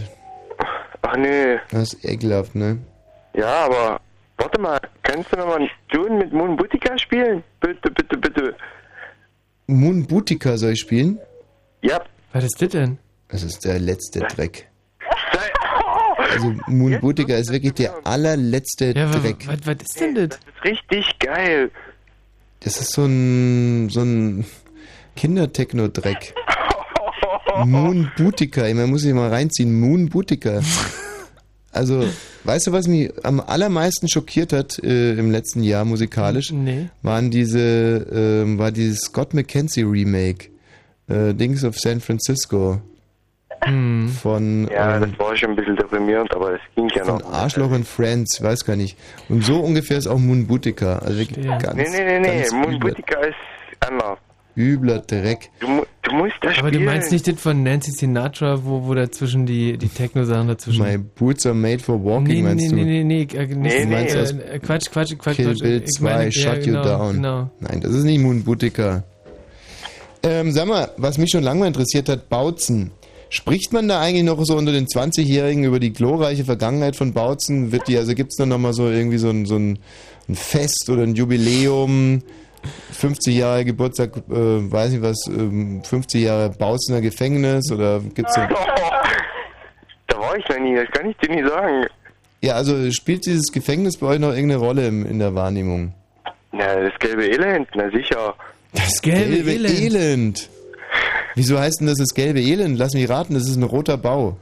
Speaker 15: Ach nee.
Speaker 2: Das ist ekelhaft, ne?
Speaker 15: Ja, aber warte mal, kannst du nochmal Dune mit Moon Boutica spielen? Bitte, bitte, bitte.
Speaker 2: Moon Boutica soll ich spielen?
Speaker 15: Ja.
Speaker 1: Was ist das denn?
Speaker 2: Das ist der letzte Dreck. Also Moon Boutica ist wirklich der allerletzte Dreck.
Speaker 1: Was, was ist denn das?
Speaker 15: Das ist richtig geil.
Speaker 2: Das ist so ein, so ein Kindertechno-Dreck. Moon Boutica, ey, man muss sich mal reinziehen. Moon Boutica. Also, weißt du, was mich am allermeisten schockiert hat äh, im letzten Jahr musikalisch?
Speaker 1: Nee.
Speaker 2: Waren diese, ähm, war dieses Scott McKenzie Remake. äh, Dings of San Francisco. Von,
Speaker 22: Ja,
Speaker 2: ähm,
Speaker 22: das war schon ein bisschen deprimierend, aber es ging ja
Speaker 2: von
Speaker 22: noch.
Speaker 2: Arschloch und Friends, weiß gar nicht. Und so ungefähr ist auch Moon Boutica. Also wirklich ganz,
Speaker 22: nee, nee, nee, nee,
Speaker 2: ganz
Speaker 22: Moon
Speaker 2: übler,
Speaker 22: Boutica ist anders.
Speaker 2: übler Dreck.
Speaker 22: Du, mu- du musst das
Speaker 1: Aber du
Speaker 22: spielen.
Speaker 1: meinst nicht das von Nancy Sinatra, wo, wo dazwischen die, die Techno-Sachen dazwischen.
Speaker 2: My boots are made for walking,
Speaker 1: nee,
Speaker 2: meinst
Speaker 1: nee,
Speaker 2: du?
Speaker 1: Nee, nee, nee, äh, nicht-
Speaker 2: Nee, nee.
Speaker 1: äh, äh, Quatsch, Quatsch, Quatsch.
Speaker 2: Kill
Speaker 1: Quatsch.
Speaker 2: Bill
Speaker 1: Ich
Speaker 2: 2,
Speaker 1: meine,
Speaker 2: Shut
Speaker 1: ja, genau,
Speaker 2: You Down.
Speaker 1: Genau.
Speaker 2: Nein, das ist nicht Moon Boutica. Ähm, sag mal, was mich schon lange mal interessiert hat, Bautzen. Spricht man da eigentlich noch so unter den 20-Jährigen über die glorreiche Vergangenheit von Bautzen? Wird die, also gibt es da nochmal so irgendwie so ein, so ein, ein Fest oder ein Jubiläum? 50 Jahre Geburtstag, äh, weiß nicht was, ähm, 50 Jahre Bautzener Gefängnis oder gibt's da,
Speaker 22: Da war ich noch nie, das kann ich dir nicht sagen.
Speaker 2: Ja, also spielt dieses Gefängnis bei euch noch irgendeine Rolle im, in der Wahrnehmung?
Speaker 22: Na, das gelbe Elend, na sicher.
Speaker 2: Das gelbe, Elend. Wieso heißt denn das das gelbe Elend? Lass mich raten, das ist ein roter Bau.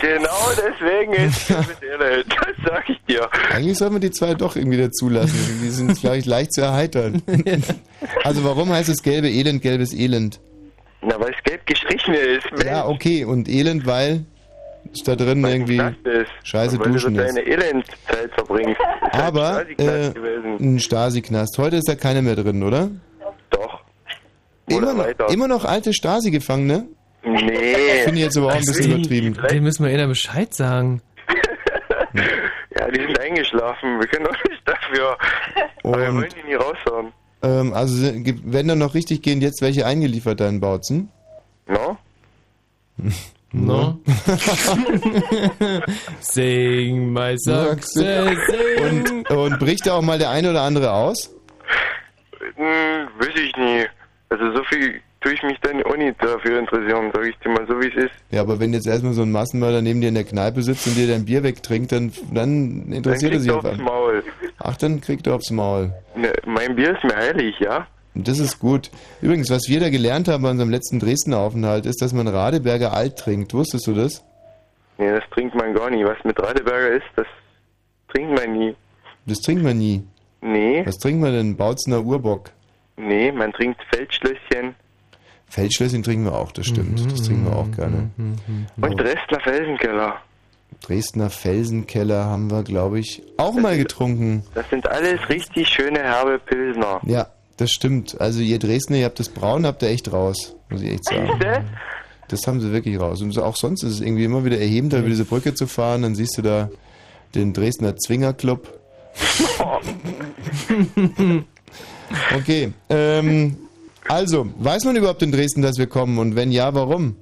Speaker 22: Genau deswegen ist das gelbe Elend, das sag ich dir.
Speaker 2: Eigentlich soll man die zwei doch irgendwie dazulassen. Die sind vielleicht leicht zu erheitern. Also warum heißt es gelbe Elend, gelbes Elend?
Speaker 22: Na, weil es gelb gestrichen ist.
Speaker 2: Ja, okay. Und Elend, weil es da drin irgendwie
Speaker 22: Das
Speaker 2: scheiße
Speaker 22: weil
Speaker 2: duschen
Speaker 22: du so
Speaker 2: ist.
Speaker 22: deine Elendzeit verbringst. Ist halt
Speaker 2: Aber
Speaker 22: Stasi-Knast
Speaker 2: äh,
Speaker 22: gewesen.
Speaker 2: ein Stasi-Knast. Heute ist da keiner mehr drin, oder? Doch. Immer noch, immer noch alte Stasi-Gefangene?
Speaker 22: Nee.
Speaker 2: Finde ich jetzt aber auch ein bisschen übertrieben.
Speaker 1: Den müssen wir eher Bescheid sagen.
Speaker 22: Ja, die sind eingeschlafen. Wir können doch nicht dafür. Aber wir wollen die nie raushauen.
Speaker 2: Ähm, also sind- gibt- werden da noch richtig gehend jetzt welche eingeliefert da in Bautzen?
Speaker 22: No?
Speaker 2: No.
Speaker 1: Sing my success.
Speaker 2: Und, und bricht da auch mal der eine oder andere aus?
Speaker 22: Hm, weiß ich nie. Also so viel tue ich mich dann auch nicht dafür interessieren, sage ich dir mal so, wie es ist.
Speaker 2: Ja, aber wenn jetzt erstmal so ein Massenmörder neben dir in der Kneipe sitzt und dir dein Bier wegtrinkt, dann, dann interessiert er
Speaker 22: dann
Speaker 2: sich
Speaker 22: kriegt er
Speaker 2: auf
Speaker 22: aufs
Speaker 2: einmal.
Speaker 22: Maul.
Speaker 2: Ach, dann kriegt er aufs Maul.
Speaker 22: Ne, mein Bier ist mir heilig, ja?
Speaker 2: Und das ist gut. Übrigens, was wir da gelernt haben bei unserem letzten Dresdner Aufenthalt, ist, dass man Radeberger Alt trinkt. Wusstest du das?
Speaker 22: Nee, das trinkt man gar nie. Was mit Radeberger ist, das trinkt man nie.
Speaker 2: Das trinkt man nie.
Speaker 22: Nee,
Speaker 2: Was trinkt man denn? Bautzener Urbock.
Speaker 22: nee, man trinkt Feldschlösschen
Speaker 2: Feldschlösschen trinken wir auch, das stimmt. Das trinken wir auch gerne. Mhm.
Speaker 22: und Dresdner Felsenkeller.
Speaker 2: Dresdner Felsenkeller haben wir, glaube ich, auch mal getrunken.
Speaker 22: Das sind alles richtig schöne herbe Pilsner.
Speaker 2: Ja, das stimmt. Also ihr Dresdner, ihr habt das Braun, habt ihr echt raus, muss ich echt sagen.
Speaker 22: Siehste?
Speaker 2: Das haben sie wirklich raus. Und so- auch sonst ist es irgendwie immer wieder erhebend, da über diese Brücke zu fahren. Dann siehst du da den Dresdner Zwingerclub. okay, ähm, also, weiß man überhaupt in Dresden, dass wir kommen? Und wenn ja, warum?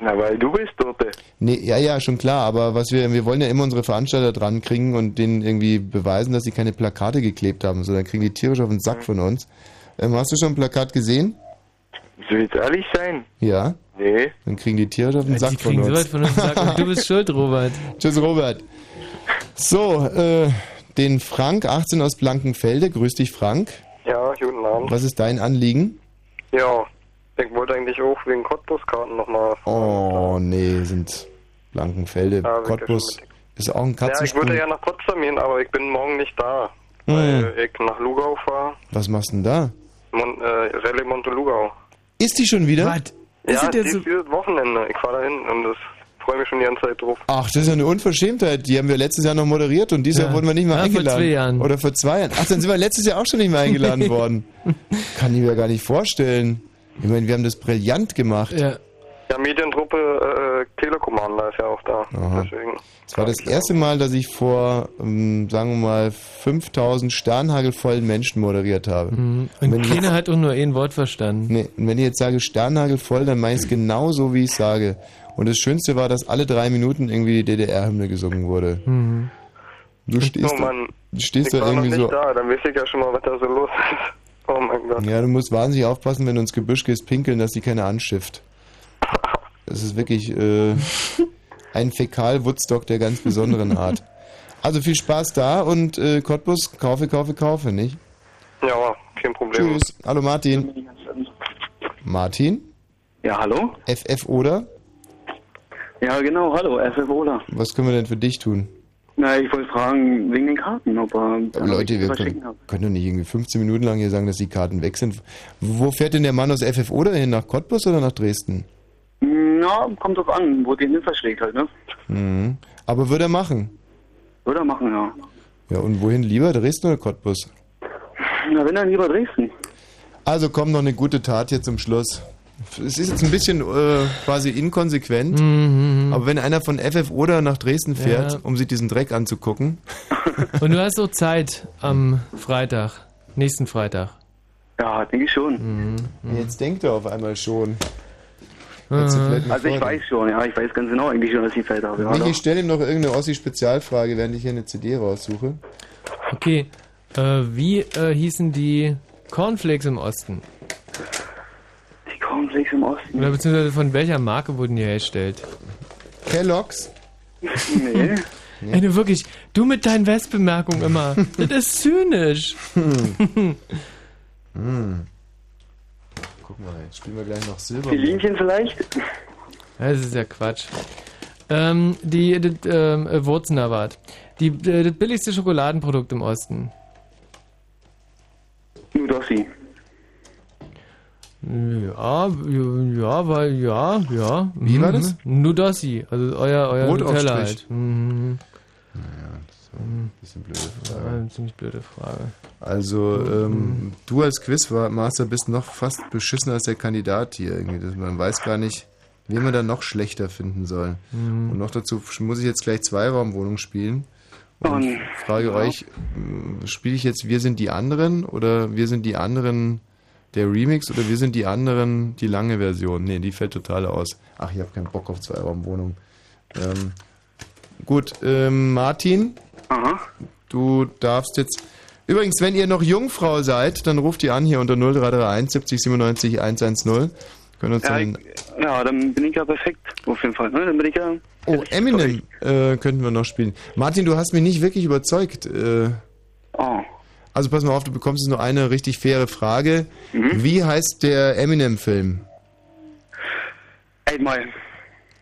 Speaker 22: Na, weil du bist dort.
Speaker 2: Nee, ja, ja, schon klar, aber was wir, wir wollen ja immer unsere Veranstalter dran kriegen und denen irgendwie beweisen, dass sie keine Plakate geklebt haben, sondern kriegen die tierisch auf den Sack von uns. Ähm, hast du schon ein Plakat gesehen?
Speaker 22: Soll jetzt ehrlich sein?
Speaker 2: Ja.
Speaker 22: Nee.
Speaker 2: Dann kriegen die tierisch auf den Sack von
Speaker 1: kriegen
Speaker 2: uns.
Speaker 1: sowas von uns Sack und du bist schuld, Robert.
Speaker 2: Tschüss, Robert. So, äh, den Frank 18 aus Blankenfelde. Grüß dich, Frank.
Speaker 13: Ja, guten Abend.
Speaker 2: Was ist dein Anliegen?
Speaker 13: Ja, ich wollte eigentlich auch wegen Cottbus-Karten nochmal.
Speaker 2: Oh, nee, sind Blankenfelde.
Speaker 13: Ja, wir
Speaker 2: Cottbus ist auch ein
Speaker 13: Ja, ich
Speaker 2: Katzensprung.
Speaker 13: würde ja nach Potsdam gehen, aber ich bin morgen nicht da,
Speaker 2: Hm.
Speaker 13: weil ich nach Lugau fahre.
Speaker 2: Was machst du denn da?
Speaker 13: Mon äh, Rallye Monte Lugau.
Speaker 2: Ist die schon wieder?
Speaker 13: ja, dieses Wochenende. Ich fahre dahin und das freue mich schon die ganze Zeit drauf.
Speaker 2: Ach, das ist ja eine Unverschämtheit. Die haben wir letztes Jahr noch moderiert und dieses
Speaker 13: Ja.
Speaker 2: Jahr wurden wir nicht mal
Speaker 13: Ja, vor
Speaker 2: eingeladen.
Speaker 13: zwei Jahren.
Speaker 2: Oder vor zwei Jahren. Ach, dann sind wir letztes Jahr auch schon nicht mehr eingeladen worden. Kann ich mir gar nicht vorstellen. Ich meine, wir haben das brillant gemacht.
Speaker 1: Ja.
Speaker 13: Ja, Mediengruppe äh, Telekommander ist ja auch da.
Speaker 2: Aha.
Speaker 13: Deswegen.
Speaker 2: Es war das erste Mal, dass ich vor, ähm, sagen wir mal, 5000 sternhagelvollen Menschen moderiert habe.
Speaker 1: Mhm. Und
Speaker 2: wenn ich-
Speaker 1: keiner hat auch nur ein Wort verstanden.
Speaker 2: Nee, und wenn ich jetzt sage sternhagelvoll, dann meine ich es genau so, wie ich sage. Und das Schönste war, dass alle drei Minuten irgendwie die DDR-Hymne gesungen wurde.
Speaker 13: Mhm.
Speaker 2: Du stehst,
Speaker 13: oh
Speaker 2: da-
Speaker 13: Mann,
Speaker 2: du stehst
Speaker 13: ich
Speaker 2: da
Speaker 13: war noch
Speaker 2: irgendwie
Speaker 13: nicht
Speaker 2: so
Speaker 13: da, dann weiß ich ja schon mal, was da so los ist. Oh mein Gott.
Speaker 2: Ja, du musst wahnsinnig aufpassen, wenn du ins Gebüsch gehst, pinkeln, dass die keine anschifft. Das ist wirklich äh, ein Fäkal-Woodstock der ganz besonderen Art. Also viel Spaß da und äh, Cottbus, kaufe, kaufe, kaufe, nicht?
Speaker 13: Ja, kein Problem.
Speaker 2: Tschüss. Hallo Martin. Martin?
Speaker 24: Ja, hallo?
Speaker 2: FF oder?
Speaker 24: Ja, genau, hallo, FF Ola.
Speaker 2: Was können wir denn für dich tun?
Speaker 14: Na, ich wollte fragen, wegen den Karten, ob er
Speaker 2: Aber Leute, wir
Speaker 14: was
Speaker 2: können,
Speaker 14: schicken hat.
Speaker 2: können doch nicht irgendwie 15 Minuten lang hier sagen, dass die Karten weg sind. Wo fährt denn der Mann aus FFO dahin? Nach Cottbus oder nach Dresden?
Speaker 10: Hm,
Speaker 14: Na, kommt drauf an, wo die hin verschlägt halt, ne?
Speaker 2: Mhm. Aber würde er machen.
Speaker 14: Würde er machen, ja.
Speaker 2: Ja, und wohin lieber? Dresden oder Cottbus?
Speaker 14: Na, wenn dann lieber Dresden.
Speaker 2: Also komm, noch eine gute Tat hier zum Schluss. Es ist jetzt ein bisschen äh, quasi inkonsequent, aber wenn einer von FF oder nach Dresden fährt,
Speaker 1: Ja.
Speaker 2: um sich diesen Dreck anzugucken,
Speaker 1: Und du hast so Zeit am Freitag, nächsten Freitag.
Speaker 14: Ja, denke ich
Speaker 2: Mhm,
Speaker 14: schon.
Speaker 2: jetzt denkt er auf einmal schon. Jetzt fällt mir
Speaker 14: Also ich
Speaker 2: vor,
Speaker 14: weiß schon, ja, ich weiß ganz genau eigentlich schon, dass ich Zeit habe. Ja,
Speaker 2: Michi,
Speaker 14: doch.
Speaker 2: stell ihm noch irgendeine Ossi-Spezialfrage, während ich hier eine CD raussuche.
Speaker 1: Okay, äh, wie äh, hießen die Cornflakes im Osten?
Speaker 14: Die Cornflakes im Osten?
Speaker 1: Oder beziehungsweise von welcher Marke wurden die hergestellt?
Speaker 2: Kellogg's?
Speaker 14: Nee.
Speaker 1: Ey, du wirklich, du mit deinen Westbemerkungen immer. das ist zynisch.
Speaker 2: Hm. Guck mal, jetzt spielen wir gleich noch Silber.
Speaker 14: Die Linchen vielleicht?
Speaker 1: Das ist ja Quatsch. Ähm, die, das, ähm, äh, Wurzenawart. Die, äh, das billigste Schokoladenprodukt im Osten.
Speaker 14: Nur Dossi.
Speaker 1: Ja, ja, weil, ja, ja. Mhm.
Speaker 2: Wie war das?
Speaker 1: Nudossi, also euer, euer
Speaker 2: Brotaufstrich.
Speaker 1: Nutella halt. Mhm.
Speaker 2: Ein bisschen blöde Frage.
Speaker 1: Ja, eine ziemlich blöde Frage. Mhm.
Speaker 2: Also, ähm, du als Quizmaster bist noch fast beschissener als der Kandidat hier. Irgendwie. Das- Man weiß gar nicht, wen man da noch schlechter finden soll.
Speaker 14: Mhm.
Speaker 2: Und noch dazu sch- muss ich jetzt gleich Zweiraumwohnung spielen. Und ich frage euch, mh, spiele ich jetzt Wir sind die anderen oder Wir sind die anderen der Remix oder Wir sind die anderen die lange Version? Nee, die fällt total aus. Ach, ich habe keinen Bock auf Zweiraumwohnung. Ähm, gut, ähm, Martin, du darfst jetzt... Übrigens, wenn ihr noch Jungfrau seid, dann ruft ihr an hier unter 0331 70 97 110. Können uns
Speaker 14: Ja,
Speaker 2: dann,
Speaker 14: ich- ja, dann bin ich ja perfekt, auf jeden Fall. Ne? Dann bin ich ja.
Speaker 2: oh, Eminem äh, könnten wir noch spielen. Martin, du hast mich nicht wirklich überzeugt. Äh,
Speaker 14: Oh.
Speaker 2: Also pass mal auf, du bekommst jetzt nur eine richtig faire Frage.
Speaker 14: Mhm.
Speaker 2: Wie heißt der Eminem-Film?
Speaker 14: Eight Mile.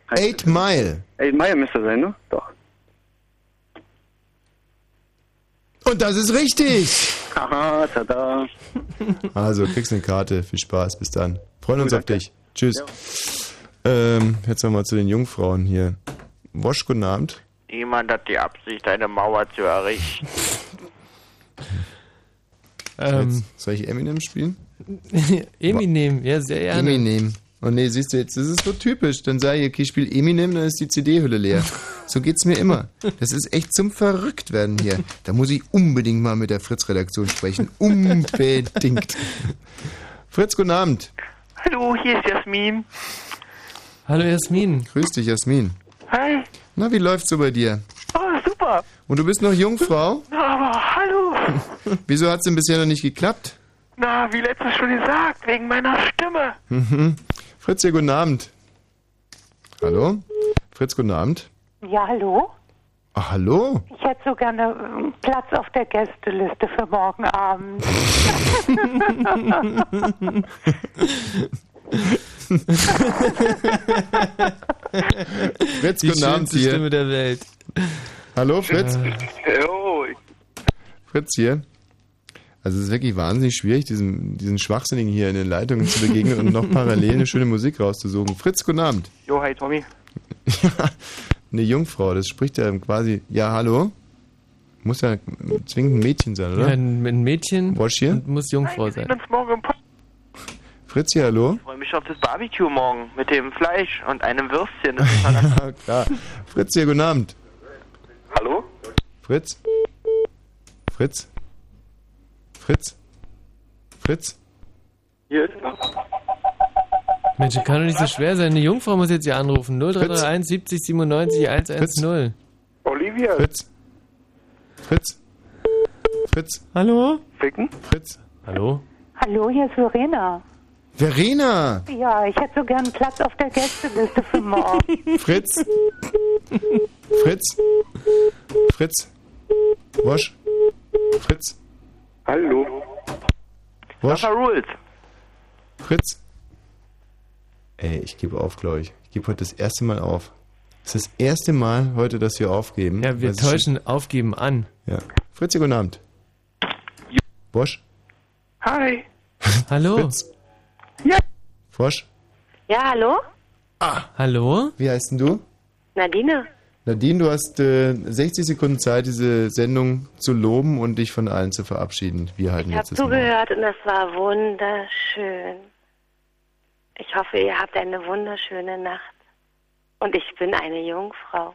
Speaker 2: Eight Mile.
Speaker 14: Eight Mile müsste sein, ne? Doch.
Speaker 2: Und das ist richtig.
Speaker 14: Haha, tada.
Speaker 2: Also, kriegst eine Karte. Viel Spaß. Bis dann. Freuen uns auf dich. Tschüss. Ähm, jetzt nochmal zu den Jungfrauen hier. Wosch, guten Abend.
Speaker 18: Niemand hat die Absicht, eine Mauer zu errichten.
Speaker 1: Ähm.
Speaker 2: Jetzt, soll ich Eminem spielen?
Speaker 1: Eminem, ja, sehr gerne.
Speaker 2: Eminem. Und nee, siehst du jetzt, das ist so typisch. Dann sage ich, okay, ich spiel Eminem, dann ist die CD-Hülle leer. So geht's mir immer. Das ist echt zum Verrücktwerden hier. Da muss ich unbedingt mal mit der Fritz-Redaktion sprechen. Unbedingt. Fritz, guten Abend.
Speaker 18: Hallo, hier ist Jasmin.
Speaker 1: Hallo Jasmin.
Speaker 2: Grüß dich, Jasmin.
Speaker 18: Hi.
Speaker 2: Na, wie läuft's so bei dir?
Speaker 14: Ah,
Speaker 18: Oh, super.
Speaker 2: Und du bist noch Jungfrau?
Speaker 18: Na, aber hallo.
Speaker 2: Wieso hat's denn bisher noch nicht geklappt?
Speaker 18: Na, wie letztes schon gesagt, wegen meiner Stimme.
Speaker 2: Mhm. Fritz, hier, guten Abend. Hallo? Fritz, guten Abend.
Speaker 20: Ja, hallo.
Speaker 2: Ach, hallo?
Speaker 20: Ich hätte so gerne ähm, Platz auf der Gästeliste für morgen Abend.
Speaker 2: Fritz,
Speaker 1: Die
Speaker 2: guten Abend
Speaker 1: schönste
Speaker 2: hier.
Speaker 1: Stimme der Welt. Äh.
Speaker 2: Hallo, Fritz?
Speaker 18: Äh,
Speaker 14: Jo,
Speaker 2: Fritz hier. Also es ist wirklich wahnsinnig schwierig, diesen, diesen Schwachsinnigen hier in den Leitungen zu begegnen und noch parallel eine schöne Musik rauszusuchen. Fritz, guten Abend.
Speaker 18: Jo, hi Tommy.
Speaker 2: Eine Jungfrau, das spricht ja quasi, ja, hallo? Muss ja zwingend ein Mädchen sein,
Speaker 1: Ja,
Speaker 2: oder?
Speaker 1: ein, ein Mädchen
Speaker 2: Wasch hier?
Speaker 1: und muss Jungfrau sein.
Speaker 18: uns morgen um im Podcast.
Speaker 2: Fritz hier, hallo?
Speaker 18: Ich freue mich auf das Barbecue morgen mit dem Fleisch und einem Würstchen. Das ist total
Speaker 2: Ja, klar. Fritz hier, guten Abend.
Speaker 18: Hallo?
Speaker 2: Fritz? Fritz? Fritz? Fritz?
Speaker 14: Hier ist noch.
Speaker 1: Mensch, das kann doch nicht so schwer sein. Eine Jungfrau muss jetzt hier anrufen. 0331 70 97 110.
Speaker 14: Olivia.
Speaker 2: Fritz. Fritz. Fritz.
Speaker 1: Hallo?
Speaker 14: Ficken?
Speaker 2: Fritz.
Speaker 1: Hallo?
Speaker 20: Hallo, hier ist Verena.
Speaker 2: Verena!
Speaker 20: Ja, ich hätte so gern Platz auf der Gästeliste für morgen.
Speaker 2: Fritz? Fritz? Fritz? Wosch? Fritz?
Speaker 14: Hallo.
Speaker 2: Wosch?
Speaker 18: Rules.
Speaker 2: Fritz? Ey, ich gebe auf, glaube ich. Ich gebe heute das erste Mal auf. Das ist das erste Mal heute, dass wir aufgeben. Ja,
Speaker 1: wir täuschen aufgeben an.
Speaker 2: Ja. Fritzi, guten Abend. Bosch,
Speaker 20: Hi.
Speaker 1: Hallo.
Speaker 20: Ja.
Speaker 2: Frosch,
Speaker 20: Ja, hallo?
Speaker 1: Hallo?
Speaker 2: Wie heißt denn du?
Speaker 20: Nadine.
Speaker 2: Nadine, du hast äh, 60 Sekunden Zeit, diese Sendung zu loben und dich von allen zu verabschieden. Wir halten
Speaker 20: Ich habe
Speaker 2: jetzt das Mal.
Speaker 20: zugehört und das war wunderschön. Ich hoffe, ihr habt eine wunderschöne Nacht. Und ich bin eine Jungfrau.